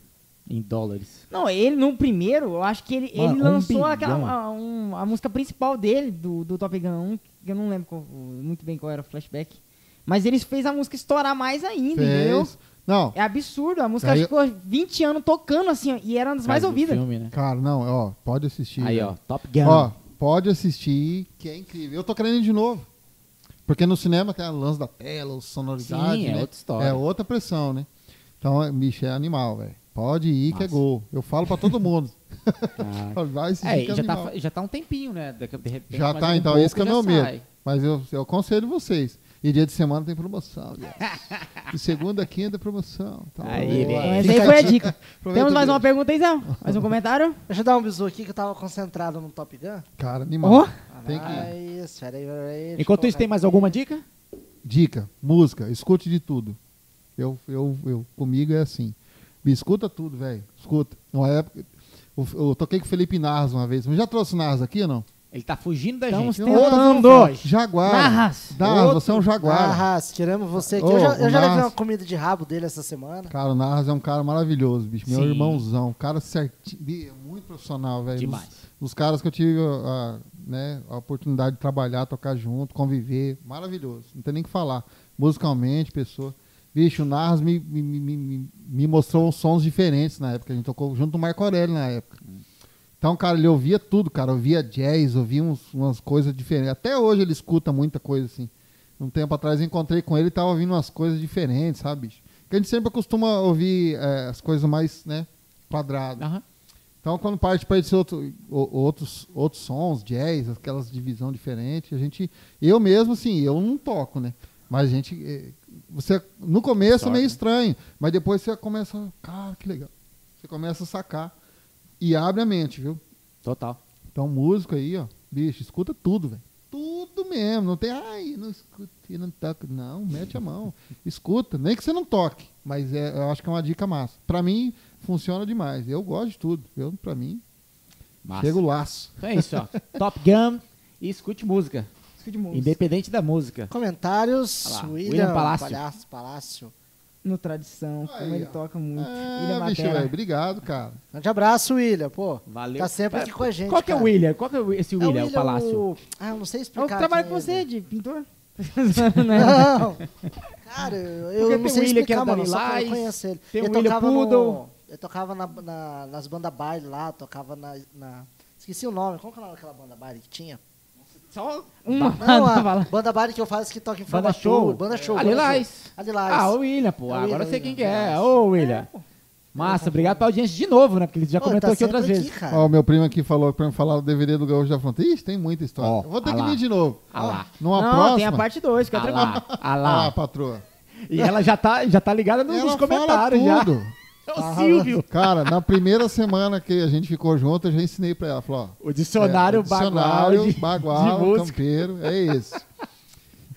E: em dólares.
A: Não, ele no primeiro, eu acho que ele,
E: Mano,
A: ele
E: um
A: lançou
E: bilhão.
A: aquela, a, um- a música principal dele, do, do Top Gun 1, que eu não lembro qual- muito bem qual era o flashback. Mas ele fez a música estourar mais ainda, entendeu?
D: Fez. Não,
A: É absurdo, a música
D: Aí eu-
A: ficou 20 anos tocando assim, ó, e era uma das mais
E: Caso do
A: ouvidas.
E: Filme, né?
D: cara, não. Ó, pode assistir.
E: Aí,
D: velho.
E: ó, Top Gun.
D: né? Ó, pode assistir, que é incrível. Eu tô querendo ir de novo. Porque no cinema tem a lance da tela, o sonoridade,
E: Sim, é
D: né?
E: outra história.
D: É outra pressão, né? Então, é- bicho, é animal, velho. Pode ir que é
E: Massa.
D: gol. Eu falo pra todo mundo.
E: Caraca.
D: Vai assistir
E: É,
D: que
E: e
D: é
E: já tá,
D: animal.
E: fa- já tá um tempinho, né? Daqui- de repente,
D: Já
E: mais
D: tá,
E: um
D: então,
E: pouco
D: esse que é o
E: já
D: meu
E: sai.
D: medo. Mas eu, eu aconselho vocês. E dia de semana tem promoção, aliás. De segunda a quinta é promoção. Então,
E: Aí, é.
D: boa.
E: velho.
A: É, Essa aí
D: Fica
A: foi a
D: dica.
A: dica.
D: Aproveita
A: Temos mais
D: o
A: uma
D: dia.
A: pergunta aí, Zé? Mais um comentário?
B: Deixa eu dar um bisu aqui que eu tava concentrado no Top Gun.
D: Cara,
A: Ó,
D: animal. Tem que ir.
B: Mas, peraí, peraí. deixa eu
E: Enquanto isso,
B: colocar
E: tem mais alguma dica?
D: Dica, música, escute de tudo. Eu, eu, eu, comigo é assim. Me escuta tudo, velho. Escuta. Uma época. Eu, eu toquei com o Felipe Narras uma vez. Mas já trouxe o Narras aqui ou não?
E: Ele tá fugindo da
A: Estamos
E: gente.
A: tentando.
D: Jaguar.
A: Narras.
D: Narras, você é um jaguar.
B: Arras, queremos Ah, você aqui.
D: Ô,
B: eu já, eu
D: o
B: já levei
D: Nas-
B: uma comida de rabo dele essa semana.
D: Cara, o Narras é um cara maravilhoso, bicho. Meu
E: Sim.
D: irmãozão. Um cara certinho. Bi, é Muito profissional, velho.
E: Demais.
D: Dos, dos caras que eu tive a, a, né, a oportunidade de trabalhar, tocar junto, conviver. Maravilhoso. Não tem nem o que falar. Musicalmente, pessoa. Bicho, o Narras me, me, me, me, me mostrou sons diferentes na época. A gente tocou junto com o Marco Aurélio na época. Então, cara, ele ouvia tudo, cara. Ouvia jazz, ouvia uns- umas coisas diferentes. Até hoje ele escuta muita coisa assim. Um tempo atrás eu encontrei com ele e tava ouvindo umas coisas diferentes, sabe, bicho? Porque a gente sempre costuma ouvir eh, as coisas mais, né, quadradas.
E: Aham.
D: Então, quando parte para esses outro, o- outros, outros sons, jazz, aquelas divisão diferente, a gente. Eu mesmo, assim, eu não toco, né? Mas a gente. eh, Você, no começo é meio estranho, mas depois você começa. Cara, que legal. Você começa a sacar. E abre a mente, viu?
E: Total.
D: Então, músico aí, ó. Bicho, escuta tudo, velho. Tudo mesmo. Não tem, ai, não escuta, e não toca. Não, mete a mão. Escuta. Nem que você não toque. Mas é, eu acho que é uma dica massa. Pra mim, funciona demais. Eu gosto de tudo. Eu, pra mim,
E: Massa.
D: chega o laço.
E: Então é isso, ó. Top Gun e escute música.
A: escute música.
E: Independente da música.
B: Comentários,
E: Olha lá,
B: William,
E: William Palácio.
B: Palácio. Palhaço, Palácio.
A: No Tradição, como
D: Aí,
A: ele
D: ó.
A: toca
E: Hum,
A: muito. Ele é
D: É, bicho, velho.
A: batera.
D: Obrigado, cara.
B: Grande abraço, William, pô.
E: Valeu.
B: Tá sempre aqui com a gente,
E: Qual que é o
B: cara.
E: William? Qual que é o- esse
B: É
E: William? É o Palácio.
B: Ah, eu não
A: Eu
B: sei explicar.
A: trabalho
B: quem
A: com
B: é
A: você,
B: ele.
A: de pintor. Né?
B: Não. Cara, eu
E: Porque
B: eu não
E: tem
B: sei
E: o William que
B: explicar,
E: era da
B: mano. Só que eu
E: Lilás,
B: conheço ele.
E: tem o
B: eu
E: William
B: tocava no-
E: Poodle.
B: Eu tocava na, na- nas bandas baile lá, tocava na, na- Esqueci o nome. Qual que era aquela banda baile que tinha?
E: Só
A: Uma
B: Não,
A: banda
B: a
A: fala.
B: banda baile que eu faço que toca em
E: Banda
B: formatura.
E: show.
B: Banda show.
E: Ah,
B: banda
E: Lilás.
B: show. A Lilás.
E: Ah, o William, pô.
B: É o William,
E: Agora eu sei quem
B: William,
E: que é.
B: William.
E: Ô, William. Massa, obrigado pela audiência de novo, né? Porque ele já
B: Pô,
E: comentou
B: tá
E: aqui outras
B: sempre
E: vezes.
B: cara.
D: Ó, o meu primo aqui falou pra eu falar do DVD do Gaúcho da Fronteira. Ixi, tem muita história.
E: Ó,
D: Eu vou ter
E: ah
D: que
E: lá.
D: vir de novo.
E: Ah lá.
D: Numa
A: não,
D: próxima.
A: tem a parte 2, fica
E: Ah
A: tranquilo.
E: lá, ah
D: Ah,
E: lá.
D: patroa.
E: E ela já tá, já tá ligada nos
D: Ela
E: comentários
D: fala
E: já.
D: tudo.
E: É o Silvio.
D: Cara, na primeira semana que a gente ficou junto, eu já ensinei pra ela. Falou, ó,
E: O dicionário,
D: É, dicionário,
E: bagual de,
D: bagual,
E: de música.
D: campeiro, é isso.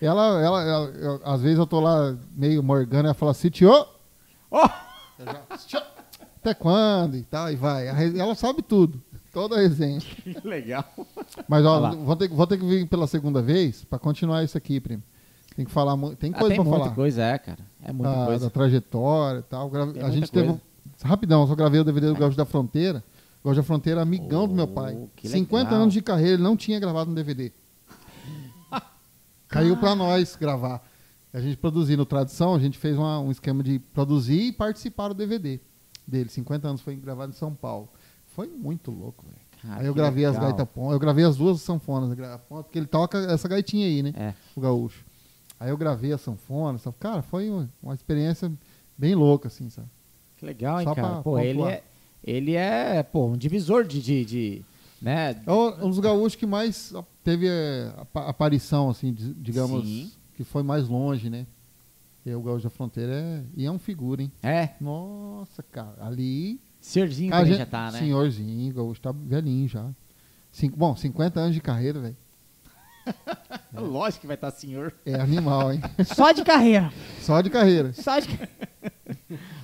D: Ela, ela, ela- eu- às vezes eu tô lá meio morgana, ela fala, sitiô,
E: Ó,
D: até quando e tal, e vai. A re- Ela sabe tudo, toda a resenha.
E: que legal.
C: Ah,
D: Mas
E: Olha
D: ó,
E: lá.
D: vou ter, que- vou ter que vir pela segunda vez pra continuar isso aqui, primo. Tem que falar, mu- tem
E: Ah,
D: coisa
E: tem
D: pra
E: muita
D: falar. Ah,
E: coisa, é, cara. É muita
D: da,
E: coisa.
D: da trajetória e tal. Gra-
E: Tem
D: A
E: muita
D: gente teve.
E: coisa.
D: um- Rapidão, eu só gravei o DVD do Gaúcho da Fronteira. Loja Fronteira, amigão do meu pai.
C: Oh, que
D: 50
C: legal.
D: anos de carreira, ele não tinha gravado um DVD. Caiu pra nós gravar. A gente produziu no Tradição, a gente fez uma- um esquema de produzir e participar do DVD dele. 50 anos foi gravado em São Paulo. Foi muito louco, velho.
C: Ah,
D: aí eu
C: que
D: gravei as
C: legal.
D: gaitas pon, eu gravei as duas sanfonas, né, gra- pon- porque ele toca essa gaitinha aí, né?
C: É.
D: O gaúcho. Aí eu gravei a sanfona, sabe? cara, foi uma, uma experiência bem louca, assim, sabe?
C: Que legal, hein,
D: Só
C: cara?
D: pra
C: Pô, ele
D: pontuar.
C: é, ele é, pô, um divisor de, de, de, né?
D: É o- um dos gaúchos que mais teve é, apa- aparição, assim, di- digamos,
C: Sim.
D: que foi mais longe, né? E o gaúcho da fronteira é, e é um figura, hein?
C: É,
D: Nossa, cara, ali...
C: senhorzinho
D: Cara,
C: também
D: gente-
C: já tá, né?
D: Senhorzinho, o gaúcho tá velhinho já. Cin- bom, 50 anos de carreira, velho.
C: É Lógico que vai estar senhor.
D: É animal, hein?
A: Só de carreira.
D: Só de carreira.
A: Só de carreira.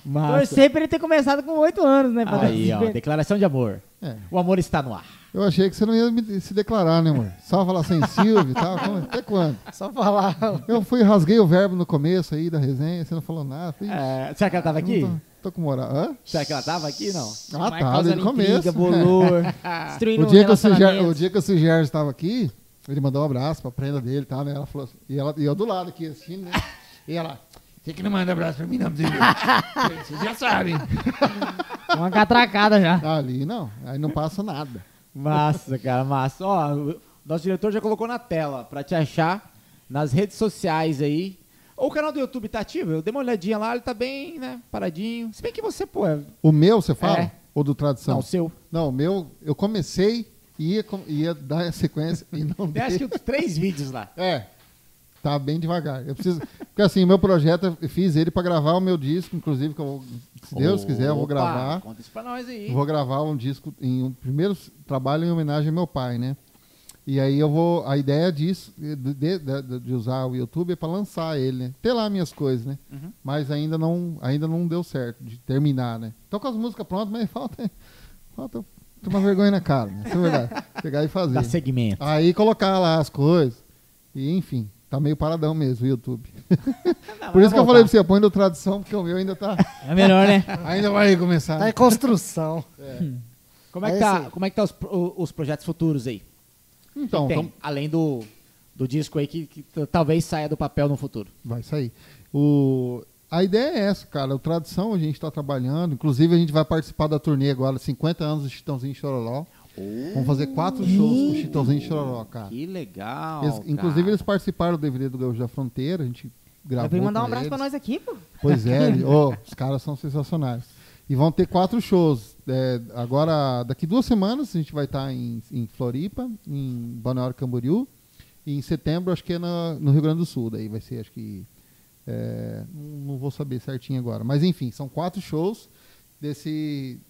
C: Mas
A: Torcer pra ele ter começado com 8 anos, né? pra dar
C: aí, ó,
A: 50.
C: declaração de amor.
D: É.
C: O amor está no ar.
D: Eu achei que você não ia me- se declarar, né, amor? Só falar sem Silvio e tal. como- é? Até quando?
B: Só falar.
D: Eu fui, rasguei o verbo no começo aí da resenha, você não falou nada. Falei, "Ixi,
C: É, será que ela tava aqui?
D: não tô, tô com moral. Hã?
C: Será que ela tava aqui? Não.
D: Ah,
A: Vai
D: tá,
A: causando
D: desde o começo.
A: intriga, bolor, destruindo
D: O dia, que o, Suger, o
A: relacionamentos.
D: dia que o Suger estava aqui, ele mandou um abraço pra prenda dele e tal, né? Ela falou assim- e, ela, e eu do lado aqui assistindo, né? E ela, você que não manda um abraço pra mim, não, Silvio." Vocês já sabem.
A: Uma catracada já.
D: "Tá Ali não, aí não passa nada.
C: Massa, cara, massa. Ó, o nosso diretor já colocou na tela pra te achar nas redes sociais aí. O canal do YouTube tá ativo? Eu dei uma olhadinha lá, ele tá bem, né, paradinho. Se bem que você, pô, é...
D: O meu, você fala?
C: É.
D: Ou do
C: não,
D: tradição?
C: o seu.
D: Não, o meu, eu comecei e ia, com- ia dar a sequência e não
C: Tem acho
D: dei.
C: que uns três vídeos lá.
D: É. Tá bem devagar. Eu preciso. Porque assim, meu projeto, eu fiz ele pra gravar o meu disco, inclusive, que eu vou, se Deus quiser, eu vou
C: Opa,
D: gravar.
C: Conta isso pra nós aí.
D: Vou gravar um disco em um primeiro trabalho em homenagem ao meu pai, né? E aí eu vou. A ideia disso, de, de- de- de usar o YouTube é pra lançar ele, né? Ter lá minhas coisas, né? Mas ainda não, ainda não deu certo de terminar, né? Tô com as músicas prontas, mas falta. Falta tomar vergonha na cara, né? Isso é verdade. Pegar e fazer.
C: Dá segmento.
D: Aí colocar lá as coisas. E enfim, tá meio paradão mesmo o YouTube. Por isso que eu falei pra você, põe no tradução, porque o meu ainda tá.
A: É melhor, né?
D: Ainda vai começar.
B: Tá em construção.
C: Como é que
B: É
C: tá,
B: isso aí.
C: como é que tá os, pro- os projetos futuros aí?
D: Então,
C: Tem,
D: então
C: além do, do disco aí que, que t- talvez saia do papel no futuro.
D: vai sair. O... A ideia é essa, cara. O tradução a gente tá trabalhando. Inclusive, a gente vai participar da turnê agora, 50 anos do Chitãozinho e Chororó. Vamos fazer quatro shows com o Chitãozinho e Chororó, cara.
C: Que legal.
D: Eles- Tá. inclusive,
C: cara.
D: eles participaram do DVD do Gaúcho da Fronteira. A gente
A: É
D: gravou.
A: pra ele mandar um
D: com
A: abraço pra
D: eles.
A: nós aqui, pô.
D: Pois é, ele- ô, os caras são sensacionais. E vão ter quatro shows. É, agora, daqui duas semanas, a gente vai estar em, em Floripa, em Balneário Camboriú. E em setembro, acho que é na- no Rio Grande do Sul. Daí vai ser, acho que. é, não- não vou saber certinho agora. Mas enfim, são quatro shows desse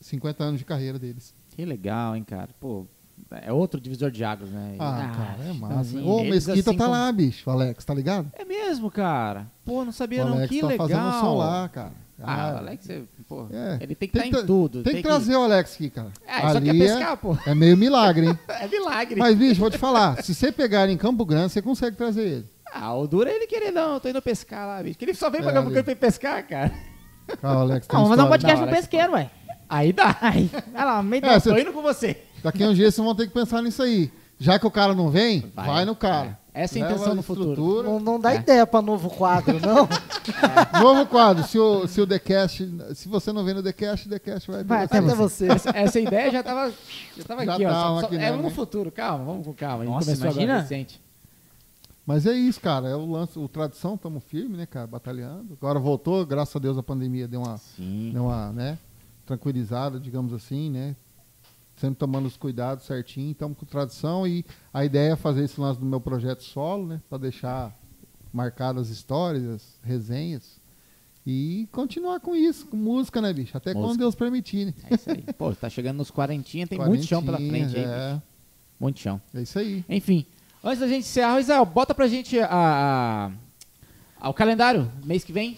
D: 50 anos de carreira deles.
C: Que legal, hein, cara. Pô, é outro divisor de águas, né?
D: Ah,
A: Ah,
D: cara, é massa.
A: Chitãozinho.
D: Ô, o
C: Eles,
D: Mesquita
C: assim,
D: tá
C: com-
D: lá, bicho, o Alex, tá ligado?
C: É mesmo, cara. Pô, não sabia
D: o
C: não.
D: Alex
C: Que
D: tá
C: legal.
D: fazendo um som lá, cara.
C: Ah,
D: Ah,
C: o Alex, é- pô,
D: É.
C: ele tem que estar
D: tra-
C: em tudo.
D: Tem, que trazer o Alex aqui, cara.
C: É, só quer
D: Ali
C: pescar, pô.
D: É meio milagre, hein?
C: É milagre.
D: Mas, bicho, vou te falar. Se você pegar ele em Campo Grande, você consegue trazer ele.
C: Ah, o duro é ele querer, não. Eu tô indo pescar lá, bicho. Que ele só vem pra
D: É,
C: Campo
D: ali.
C: Grande pra ir pescar, cara.
D: Cara, o Alex tem
A: Não, vamos mandar um
D: história.
A: podcast
C: da
A: no
C: hora,
A: pesqueiro, ué.
C: Aí dá.
A: Aí, vai lá, meio
D: É,
A: da...
C: Tô
D: cê-
C: indo com você.
D: daqui a uns dias vocês vão ter que pensar nisso aí. Já que o cara não vem, vai, no cara.
C: É. Essa é a
D: Leva
C: intenção no futuro.
D: estrutura.
B: Não, não
E: É.
B: dá ideia pra novo quadro, não.
D: Novo quadro. Se o, se o The Cast, se você não vem no The Cast, o The Cast vai.
B: Vai
D: ter.
B: até você.
C: Essa, essa ideia já tava, já tava
D: Já
C: aqui, ó.
D: tá
C: Só- só-
D: aqui, né,
C: é, vamos no
D: né?
C: futuro, calma, vamos com calma. A gente
A: Nossa,
C: começou
A: imagina.
C: agora recente.
D: Mas é isso, cara. É o lance, o tradição, estamos firme, né, cara? Batalhando. Agora voltou, graças a Deus a pandemia deu uma,
C: Sim.
D: deu uma né, tranquilizada, digamos assim, né? Sempre tomando os cuidados certinho, estamos com tradição e a ideia é fazer esse lance do meu projeto solo, né? Para deixar marcadas as histórias, as resenhas e continuar com isso, com música, né, bicho? Até quando
C: Música.
D: Deus permitir, né?
C: É isso aí. Pô, tá chegando nos quarentinha, tem muito chão pela frente aí. bicho.
D: É,
C: Muito chão.
D: é isso aí.
C: Enfim, antes da gente encerrar, Israel, bota pra gente a, a- o calendário, mês que vem.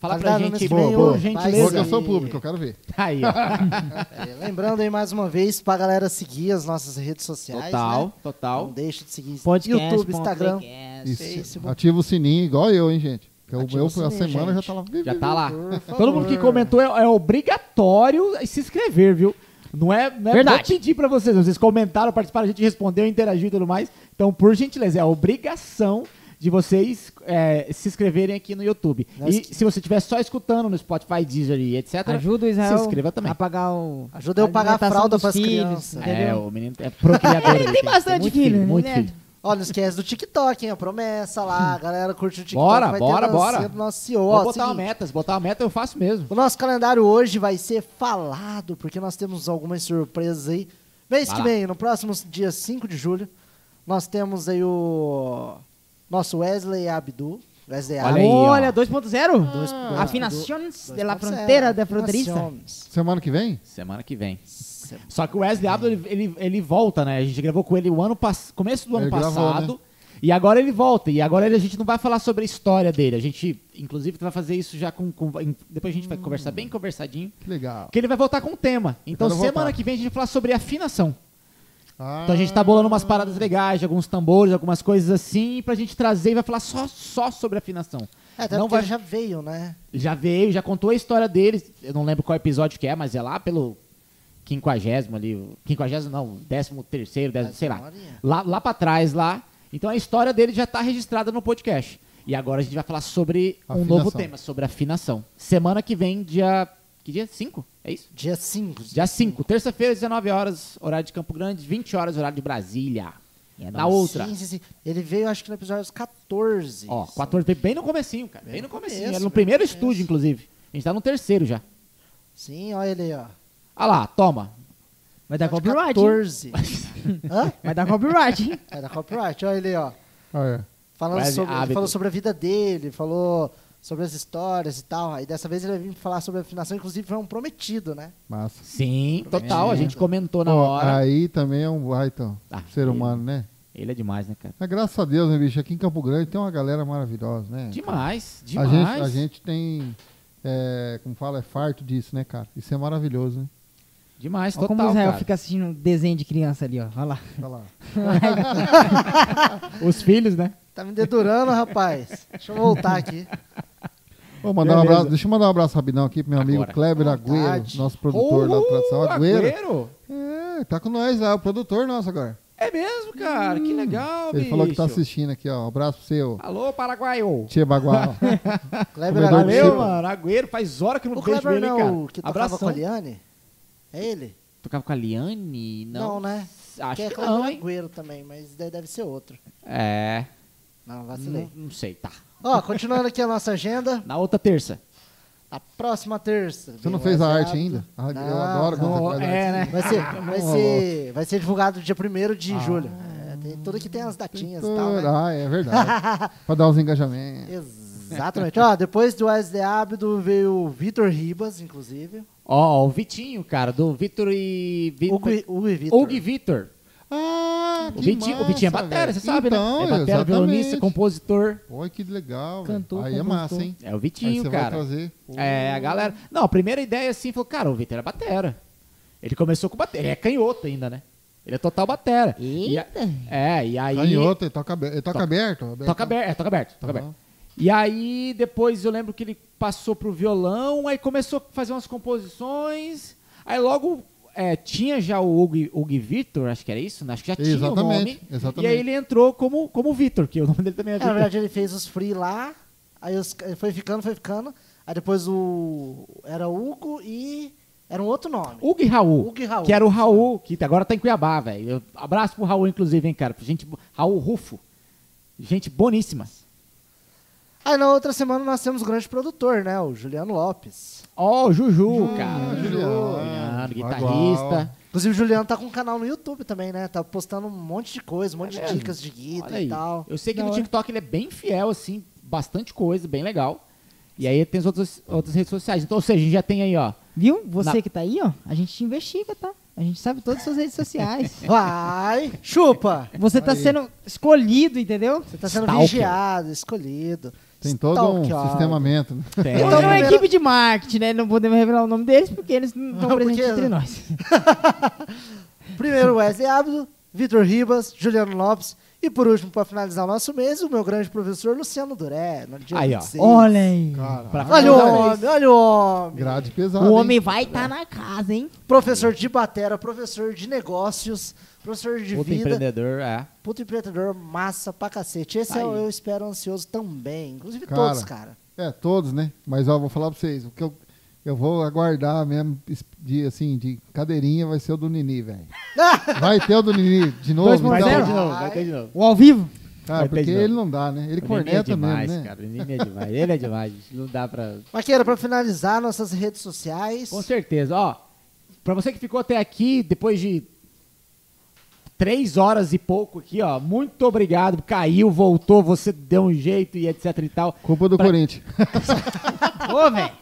C: Fala pra
B: Calendário
C: gente,
B: mês que vem,
C: por
B: ô,
C: gentileza.
D: Boa
B: Beleza.
D: que eu sou público, eu quero ver.
C: Tá aí, ó.
B: É, lembrando aí mais uma vez pra galera seguir as nossas redes sociais. né?
C: Total,
B: Não
C: total.
B: deixa de seguir
A: Podcast,
B: YouTube,
E: é.
B: Instagram.
A: podcast.
D: Isso.
B: Facebook.
D: Ativa o sininho, igual eu, hein, gente? Porque o
B: Ativa
D: meu,
B: o
D: a
B: sininho,
D: semana já
B: gente.
D: tá lá.
C: Já tá lá.
B: Por favor.
C: Todo mundo que comentou é, é obrigatório se inscrever, viu? Não é, não é
F: Verdade.
C: não pedi pra vocês, vocês comentaram, participaram, a gente respondeu, interagiu e tudo mais. Então, por gentileza, é a obrigação de vocês é, se inscreverem aqui no YouTube.
B: Nós
C: e se você estiver só escutando no Spotify, Deezer e etc.,
A: Ajuda o Israel
C: se inscreva também.
A: a pagar o.
B: Ajuda eu a pagar a
A: alimentação
B: fralda
A: dos
B: pras
A: filhos,
B: crianças.
A: entendeu?
C: é, o menino é procriador.
A: Ele tem bastante
C: muito
A: filho, né?
C: muito filho.
B: Ó, não esquece do TikTok, hein? A promessa lá. A galera curte o TikTok.
C: Bora,
B: vai
C: bora,
B: ter
C: bora.
B: dancinha do nosso CEO. Ó,
C: Vou botar uma
B: seguinte,
C: meta, se botar uma meta eu faço mesmo.
B: O nosso calendário hoje vai ser falado, porque nós temos algumas surpresas aí. Mês
C: Vai
B: que
C: lá.
B: vem, no próximo dia 5 de julho, nós temos aí o nosso Wesley Abdu. Wesley
C: É, Olha aí,
B: Abdu.
C: ó.
A: Olha, 2.0?
B: Ah.
A: Afinações de la
B: 2.0.
A: fronteira da fronteiriça.
B: Afinações.
D: Semana que vem?
C: Semana que vem. Só que o Wesley Abdo, ele, ele, ele volta, né? A gente gravou com ele o ano pass... começo do ano
D: Ele gravou, né?
C: passado. E agora ele volta. E agora ele- a gente não vai falar sobre a história dele. A gente, inclusive, vai fazer isso já com. com- em- depois a gente vai conversar bem conversadinho.
D: Que legal.
C: Porque ele vai voltar com o tema. Então,
D: quero
C: semana
D: voltar.
C: que vem a gente vai falar sobre afinação.
D: Ah,
C: Então a gente tá bolando umas paradas legais, de alguns tambores, algumas coisas assim, pra gente trazer e vai falar só, só sobre afinação.
B: É, até
C: Não
B: porque
C: vai-
B: ele já veio, né?
C: Já veio, já contou a história deles. Eu não lembro qual episódio que é, mas é lá pelo quinquagésimo ali. o- Quinquagésimo não, décimo terceiro, décimo, sei lá.
B: Olha.
C: lá. Lá pra trás, lá. Então a história dele já tá registrada no podcast. E agora a gente vai falar sobre um
D: Afinação.
C: novo tema, sobre afinação. Semana que vem, dia... Que dia? 5? É isso?
B: Dia 5.
C: Dia 5. Terça-feira, 19 horas, horário de Campo Grande. 20 horas, horário de Brasília.
F: É
C: Na
F: nóis.
C: outra.
B: Sim, sim, sim. Ele veio, acho que no episódio 14.
C: Ó,
B: São
C: 14, bem no comecinho, cara. Bem no comecinho.
B: começo,
C: Era no
B: bem
C: primeiro
B: no começo.
C: estúdio, inclusive. A gente tá no terceiro já.
B: Sim, olha ele aí, ó.
C: Ah lá, toma. É
A: Vai dar
C: Tá
B: Episódio
A: copyright. hein?
B: 14. Hã?
A: Vai dar copyright, hein?
B: É da copyright, olha ele aí, ó.
D: olha.
B: Falando
C: Web
B: sobre, ele
C: hábito.
B: falou sobre a vida dele, falou sobre as histórias e tal. Aí dessa vez ele veio falar sobre a afinação, inclusive foi um prometido, né?
D: Massa.
C: Sim, total. A gente comentou na
D: Pô,
C: hora.
D: Aí também é um baita
C: Ah,
D: ser humano, né?
C: Ele é demais, né, cara?
D: Mas graças a Deus, né, bicho? Aqui em Campo Grande tem uma galera maravilhosa, né?
C: Demais,
D: A
C: demais.
D: gente, a gente tem, é, como fala, é farto disso, né, cara? Isso é maravilhoso, né?
C: Demais,
A: Olha
C: total,
A: como o Israel
C: cara.
A: fica assistindo um desenho de criança ali, ó. Olha lá.
D: Olha Tá lá.
C: Os filhos, né?
B: Tá me dedurando, rapaz. Deixa eu voltar aqui.
D: Vou mandar um
C: Beleza.
D: abraço, deixa eu mandar um abraço rapidão aqui pro meu amigo
C: Agora.
D: Kleber Agüero,
B: Vontade.
D: nosso produtor lá da tradição. Agüero.
C: Agüero?
D: É, tá com nós lá, o produtor nosso agora.
C: É mesmo, cara. que legal,
D: Hum. Ele
C: bicho.
D: falou que tá assistindo aqui, ó. Um abraço pro seu
C: Alô, Paraguaio.
D: Tia Bagual.
B: Kleber
D: Comedor de
B: Agüero.
C: Valeu,
D: Chico.
C: mano. Agüero, faz hora que eu não
B: O
C: vejo
B: Kleber
C: Um ele, cara.
B: não, o que tocava
C: Abração.
B: com a Liane? É ele?
C: Tocava com a Liane? Não,
B: Não, né?
C: Acho
B: que é
C: que
B: Kleber
C: não, hein?
B: Agüero também, mas daí deve ser outro.
C: É.
B: Não,
C: Não,
B: vacilei.
C: não sei, tá.
B: Ó, continuando aqui a nossa agenda.
C: Na outra terça.
B: A próxima terça.
D: Você não
B: vem o
D: fez a
B: Wesley
D: arte
B: Abdo.
D: ainda? Ah,
B: Não,
D: eu adoro
B: não.
D: quando você faz arte.
C: né?
B: Vai ser, vai ser, vai ser divulgado dia 1
C: Ah.
B: de julho. É, tem, tudo que tem as datinhas e tal, né?
D: Ah, é verdade. pra dar uns engajamentos.
B: Exatamente. Ó, depois do SD Abdo veio o Vitor Ribas, inclusive.
C: Ó, o Vitinho, cara, do Vitor e... Vi-
B: Hugo e- Hugo e Vitor.
C: Hugo e Vitor.
D: Ah,
C: O
D: que
C: Vitinho, o
D: massa,
C: Vitinho é batera, você
D: velho.
C: sabe,
D: então,
C: né? É batera,
D: exatamente.
C: violonista, compositor.
D: Pô, que legal. velho.
A: Cantor,
D: Aí é
A: compositor.
D: massa, hein?
C: É o
D: Aí
C: Vitinho,
D: você vai
C: cara.
D: trazer. Pô,
C: É, a galera. Não, a primeira ideia assim falou, cara, o Vitor é batera. Ele começou com batera. Ele é canhoto ainda, né? Ele é total batera. E a- é, e aí.
D: Canhoto, ele toca, abe- ele toca
C: Toca-
D: aberto, tá aberto.
C: Toca aberto, é, toca aberto, toca
D: Aham.
C: aberto. E aí, depois eu lembro que ele passou pro violão, aí começou a fazer umas composições. Aí logo é, tinha já o Hugo, Hugo e Vitor, acho que era isso, né? acho que já tinha o
D: Exatamente,
C: nome.
D: exatamente.
C: E aí ele entrou como, como Vitor, que o nome dele também é
B: É, na
C: Vitor.
B: verdade, ele fez os free lá. Aí os- foi ficando, foi ficando. Aí depois o. Era Hugo e. Era um outro nome.
C: Hugo e Raul.
B: Hugo e Raul.
C: Que era o Raul, que agora tá em Cuiabá, velho. Eu- Abraço pro Raul, inclusive, hein, cara. Gente, bo- Raul Rufo. Gente boníssima.
B: Aí na outra semana nós temos o grande produtor, né? O Juliano Lopes.
C: Ó, o Juju, cara.
D: Juliano.
C: Juliano,
D: Bagual.
C: guitarrista.
B: Inclusive, o Juliano tá com um canal no YouTube também, né? Tá postando um monte de coisa, um monte de dicas de
C: É Olha
B: guita
C: aí.
B: e tal.
C: Eu sei que
A: Da
C: no
A: hora.
C: TikTok ele é bem fiel, assim, bastante coisa, bem legal. E aí tem as outras, outras redes sociais. Então, ou seja, a gente já tem aí, ó.
A: Viu? Você
C: Na-
A: que tá aí, ó. A gente te investiga, tá? A gente sabe todas as suas redes sociais.
B: Vai, chupa!
A: Você tá sendo escolhido, entendeu?
B: Você tá sendo
C: Stalker.
B: vigiado, escolhido.
D: Tem todo um
B: stalkeado.
D: sistemamento. né?
C: Tem,
A: Eu tô numa
B: primeiro-
A: Então é equipe de marketing, né? Não podemos revelar o nome deles porque eles não estão
B: Não,
A: presentes
B: porque-
A: entre nós.
B: Primeiro Wesley Abdo, Vitor Ribas, Juliano Lopes. E por último, para finalizar o nosso mês, o meu grande professor Luciano Duré. No dia
C: Aí, ó.
B: 26.
A: Olha aí.
D: Cara,
B: Olha o homem, olha o homem.
D: grade
C: Um
D: pesada.
A: O
D: hein?
A: homem vai
B: é.
A: estar tá na casa, hein?
B: Professor de batera, professor de negócios, professor de
C: Outro
B: vida.
C: empreendedor, é.
B: Puto empreendedor massa pra cacete. Esse é o eu espero ansioso também. Inclusive
D: Cara.
B: todos, cara.
D: É, todos, né? Mas ó, vou falar pra vocês, o que eu, eu vou aguardar mesmo es- de, assim, de cadeirinha vai ser o do Nini, velho. Vai ter o do Nini de novo.
A: Dois
C: Vai
A: Mas
C: ter
A: é,
C: de novo, vai ter de novo.
A: O ao vivo?
D: Cara,
C: vai ter
D: porque
C: de novo.
D: ele não dá, né?
C: O
D: Ele
C: Nenê é
D: corneta
C: demais,
D: mesmo, né?
C: cara. O Nenê é demais. Ele é demais. Não dá pra.
B: Maqueira, pra finalizar, nossas redes sociais.
C: Com certeza. Ó, pra você que ficou até aqui, depois de três horas e pouco aqui, ó, muito obrigado. Caiu, voltou, você deu um jeito e etc e tal.
D: Culpa do Corinthians.
A: Ô, velho.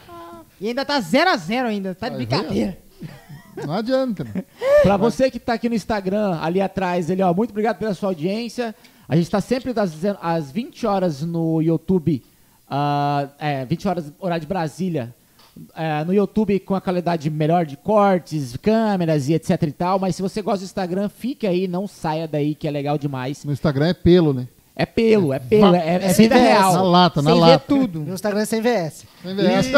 A: E ainda tá 0x0 zero a zero ainda. Tá de
D: Vai ver.
A: brincadeira.
D: Não adianta. né?
C: Pra você que tá aqui no Instagram, ali atrás, ele, ó, muito obrigado pela sua audiência. A gente tá sempre das 19 às 20 horas no YouTube, ah, é, 20 horas horário de Brasília, é, no YouTube com a qualidade melhor de cortes, câmeras e etc e tal. Mas se você gosta do Instagram, fique aí, não saia daí, que é legal demais.
D: No Instagram é pelo, né?
C: É pelo, é pelo, é, é vida
D: Na
C: real.
D: lata, na
A: Sem ver
D: lata.
A: tudo.
B: Meu Instagram é sem VS.
D: Sem VS.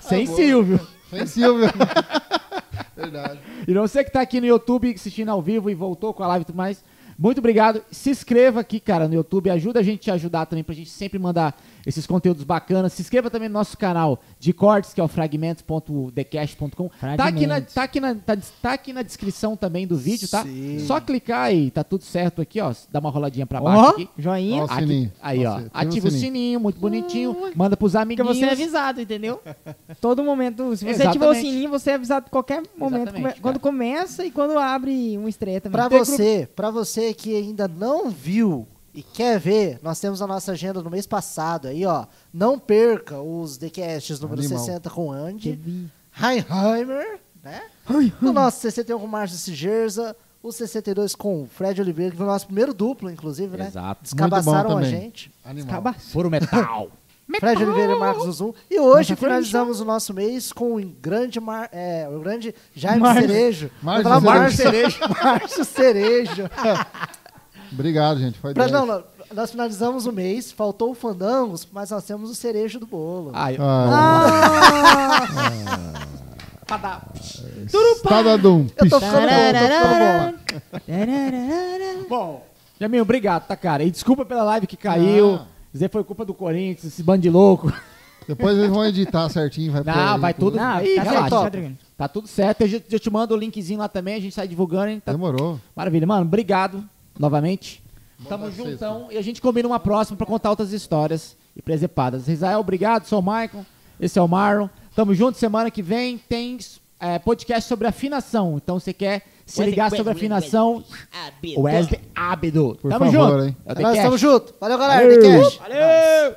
C: Sem Silvio.
D: Sem Silvio. Verdade.
C: E não você que tá aqui no YouTube assistindo ao vivo e voltou com a live e tudo mais, muito obrigado. Se inscreva aqui, cara, no YouTube. Ajuda a gente a ajudar também pra gente sempre mandar esses conteúdos bacanas. Se inscreva também no nosso canal de cortes, que é o fragmentos.thecast.com. Tá aqui, na, tá, aqui na, tá, tá aqui na descrição também do vídeo, tá? Só clicar e tá tudo certo aqui, ó. Dá uma roladinha pra baixo
A: Ó,
C: aqui.
A: joinha.
D: Ó, o
C: Aqui-
D: sininho.
C: Aí, ó.
D: Nossa, ativa o
C: Ativa o
D: sininho.
C: sininho, muito bonitinho. Manda pros
A: Porque
C: amiguinhos.
A: você é avisado, entendeu? Todo momento. Se você
C: Exatamente.
A: ativar o sininho, você é avisado a qualquer momento.
C: Exatamente,
A: come- quando começa e quando abre uma estreia também.
B: Pra
A: Tem grupo-
B: você, pra você que ainda não viu e quer ver, nós temos a nossa agenda no mês passado aí, ó. Não perca os DCasts número
D: Animal.
B: 60 com Andy, Heinheimer, né? O nosso 61 com Márcio Sigerza, o 62 com o Fred Oliveira, que foi o nosso primeiro duplo, inclusive, né?
C: Exato.
B: Descabaçaram
D: Muito
B: a
D: bom também.
B: gente.
D: Animal.
A: Acaba.
C: Furo metal.
B: Fred Oliveira e Marcos Zuzum. E hoje
A: Nunca foi
B: finalizamos o nosso mês com o grande, Mar- é, o grande Jaime
A: Mar-
B: Cerejo.
D: Márcio
B: Vou falar
D: Cerejo.
B: Márcio Cerejo.
D: Obrigado, gente. Foi
B: Pra-
D: 10.
B: não, não, nós finalizamos o mês, faltou o Fandangos, mas nós temos o Cerejo do bolo.
C: Ai,
D: Ah,
B: Ah! Eu tô
D: Estadadum. Pish.
B: ficando bom, tô ficando bom.
A: Tararara.
C: Bom, Jaminho, obrigado, tá, cara? E desculpa pela live que caiu.
D: Não.
C: Dizer foi culpa do Corinthians, esse bando de louco.
D: Depois eles vão editar certinho. Vai pôr
C: Não,
D: aí
C: vai tudo.
A: Não,
C: Ih,
A: tá
C: relaxa.
A: certo, tá tranquilo.
C: Tá tudo certo. Eu, já- eu te mando o linkzinho lá também, a gente sai divulgando, hein? Tá-
D: Ah, Demorou.
C: Maravilha. Mano, obrigado novamente. Tamo
D: dar sexta.
C: juntão e a gente combina uma próxima pra contar outras histórias e presepadas. Israel, obrigado. Sou o Maicon, esse é o Marlon. Tamo junto. Semana que vem tem é, podcast sobre afinação. Então, você quer se ligar sobre afinação? Wesley Ábido.
D: Por
C: Tamo
D: favor,
C: junto.
D: hein?
C: É o The
B: Nós
C: Cast.
B: estamos juntos. é Valeu, galera. DCast.
C: Valeu!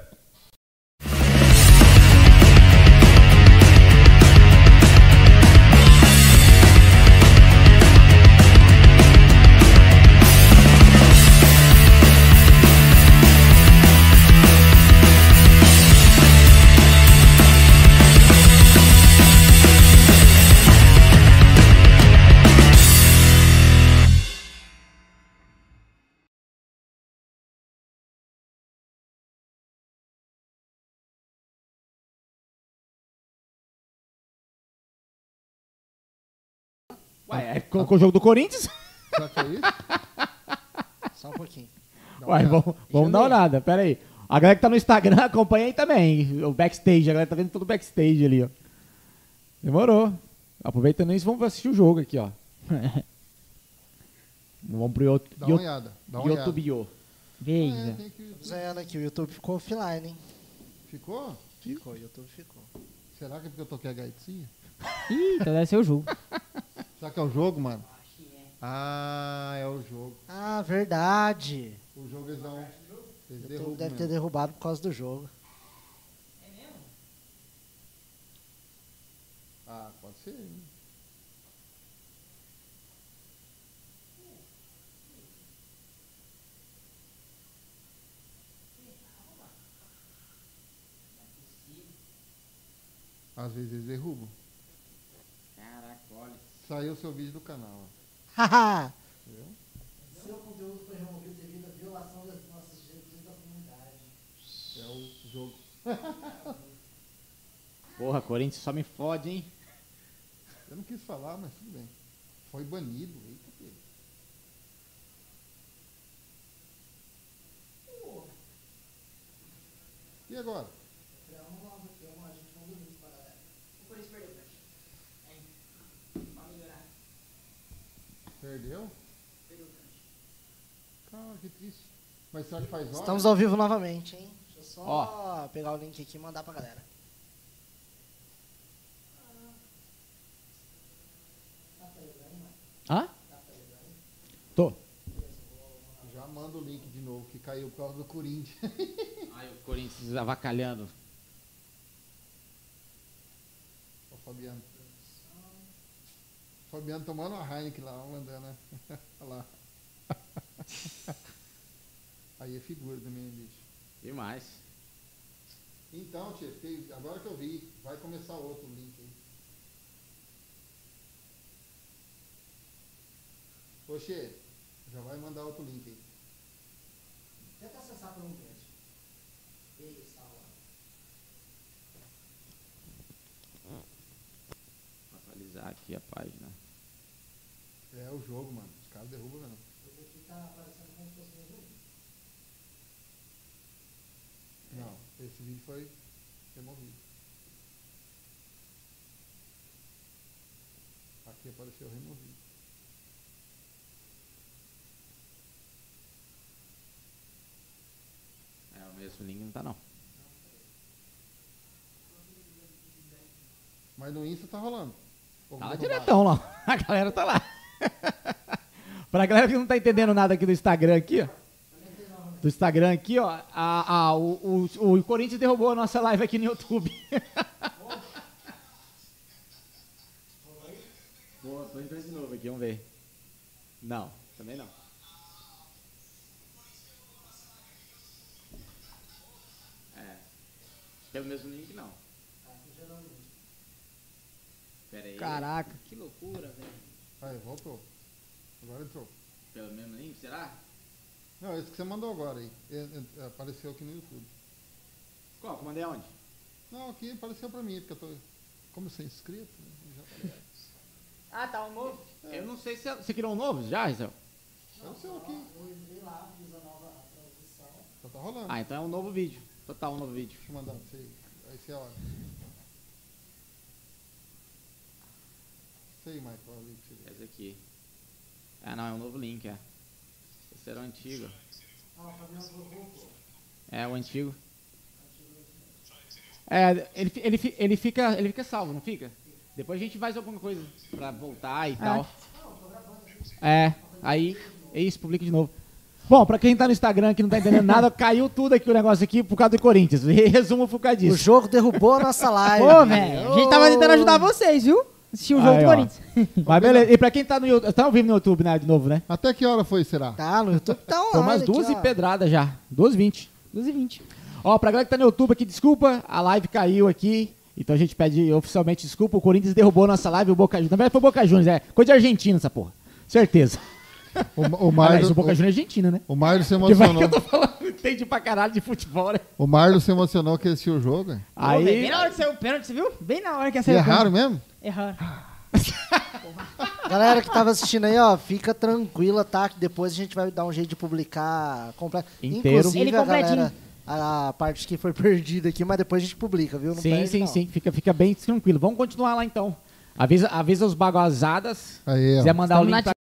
C: Ué, aí colocou o jogo do Corinthians?
D: Será que foi isso?
B: Só um pouquinho.
C: Ué, vamos, vamos dar uma olhada, pera aí. A galera que tá no Instagram acompanha aí também. O backstage, a galera tá vendo todo o backstage ali, ó. Demorou. Aproveitando isso, vamos assistir o jogo aqui, ó. vamos pro Yot-
D: Dá uma
C: Yot-
D: olhada. Dá uma olhada. É,
C: Yotubio.
A: Veja.
D: Tem que-
B: Zaiana aqui, o YouTube ficou offline, hein?
D: Ficou?
B: Ficou, o YouTube ficou.
D: Será que é porque eu toquei a gaitinha?
A: Ih, então deve ser o jogo.
D: Será que é o jogo, mano? Ah, é o jogo.
B: Ah, verdade.
D: é O jogo eles vão. Eles
B: O YouTube
D: derrubam
B: deve ter
D: mesmo.
B: derrubado por causa do jogo.
D: Ah, pode ser. hein? Às vezes eles derrubam. Caraca, olha. Saiu o seu vídeo do canal. ó.
B: Haha. participação das nossas gentes da comunidade.
D: É o jogo.
C: Porra, Corinthians só me fode, hein?
D: Eu não quis falar, mas tudo bem. Foi banido. tá Eita, Pedro. E agora? Perdeu? Cara, que triste. Mas será que faz hora?
B: Estamos ao vivo novamente, hein? Deixa eu só pegar o link aqui e mandar pra galera.
C: Hã? Tô.
D: Já manda o link de novo, que caiu por causa do Corinthians.
C: Ai, o Corinthians avacalhando.
D: Ó, o Fabiano. O Fabiano tomando uma Heineken lá, mandando, né? Olha lá. Aí é figura também, bicho.
C: Demais.
D: Então, Tchê, fiquei- agora que eu vi, vai começar outro link aí. Ô, Tchê, já vai mandar outro link aí.
B: Tenta acessar por um texto. Isso,
C: Vou atualizar aqui a página.
D: É o jogo, mano. Os caras derrubam mesmo.
B: aqui tá aparecendo como se fosse um jogo.
D: Não, esse vídeo foi removido. Aqui apareceu removido.
C: É, o mesmo link não tá não.
D: Mas no Insta tá rolando. Ou
C: Tá lá
D: derrubaram.
C: diretão lá. A galera tá lá. pra galera que não tá entendendo nada aqui do Instagram aqui, ó. Do Instagram aqui, ó. a- a- o, o- o Corinthians derrubou a nossa live aqui no YouTube. Boa, tô entrando de novo aqui, vamos ver. Não, também não. É. Pelo mesmo link não. Pera aí.
A: Caraca.
C: Que loucura, velho.
D: Aí, voltou. Agora entrou.
C: Pelo mesmo link, será?
D: Não, esse que você mandou agora aí. E- e- Apareceu aqui no YouTube.
C: Qual? é Comandei aonde?
D: Não, aqui apareceu pra mim, porque eu tô. Como eu sou inscrito, né? já apareceu.
A: Ah, tá, o novo.
C: Eu não sei se. Você criou um novo já, Rizal?
D: Apareceu É aqui. Só tá rolando.
C: Ah, então é um novo vídeo. Total, um novo vídeo.
D: Deixa eu mandar pra você. aí. Aí você olha. Isso aí, Michael, olha aí pra você ver.
C: Esse aqui. Ah, não, é um novo link, é. Esse era o antigo. É, o antigo. É, ele, fi- ele, fi- ele, fica, ele fica salvo, não fica? Depois a gente faz alguma coisa pra voltar e tal. É, aí é isso, publica de novo. Bom, pra quem tá no Instagram que não tá entendendo nada, caiu tudo aqui o negócio aqui por causa do Corinthians. Resumo por causa
B: O
C: disso.
B: jogo derrubou a nossa live.
A: Ô, velho, a gente tava tentando ajudar vocês, viu? Assistir o jogo
C: Aí,
A: do
C: ó.
A: Corinthians.
C: Mas beleza, e pra quem tá no YouTube, tá ao vivo no YouTube, né, de novo, né?
D: Até que hora foi, será?
B: Tá, no YouTube tá online.
C: Foi umas
B: aqui,
C: 12
B: ó.
C: pedradas já, 12 20.
A: 12 e 20.
C: Ó, pra galera que tá no YouTube aqui, desculpa, a live caiu aqui. Então a gente pede oficialmente desculpa, o Corinthians derrubou a nossa live, o Boca Juniors. Na verdade foi o Boca Juniors, é. Coisa de argentino essa porra. Certeza.
D: O, o
C: Mas
D: Mairo,
C: o Boca
D: o, assim,
C: Juniors é argentino, né?
D: o Mairo se
C: Que vai que
D: emocionou.
C: eu tô falando, entende pra caralho de futebol, né?
D: O Mairo se emocionou que assistiu o jogo. hein?
A: Ô, velho,
C: Aí,
A: bem na hora que saiu o pênalti, você viu? Bem na hora que ia
D: E
A: sair o
D: erraram mesmo?
A: pênalti. Erraram.
B: Galera que tava assistindo aí, ó, fica tranquila, tá? Que depois a gente vai dar um jeito de publicar completo.
C: Inteiro.
B: Inclusive,
A: Ele
B: a
A: completinho.
B: galera, a a parte que foi perdida aqui, mas depois a gente publica, viu? Não
C: sim,
B: perde,
C: sim,
B: não.
C: sim, fica, fica bem tranquilo. Vamos continuar lá então. Avisa, avisa os bagazadas.
D: Aí, ó.
C: Se quiser mandar
A: Estamos
C: o
A: na
C: link pra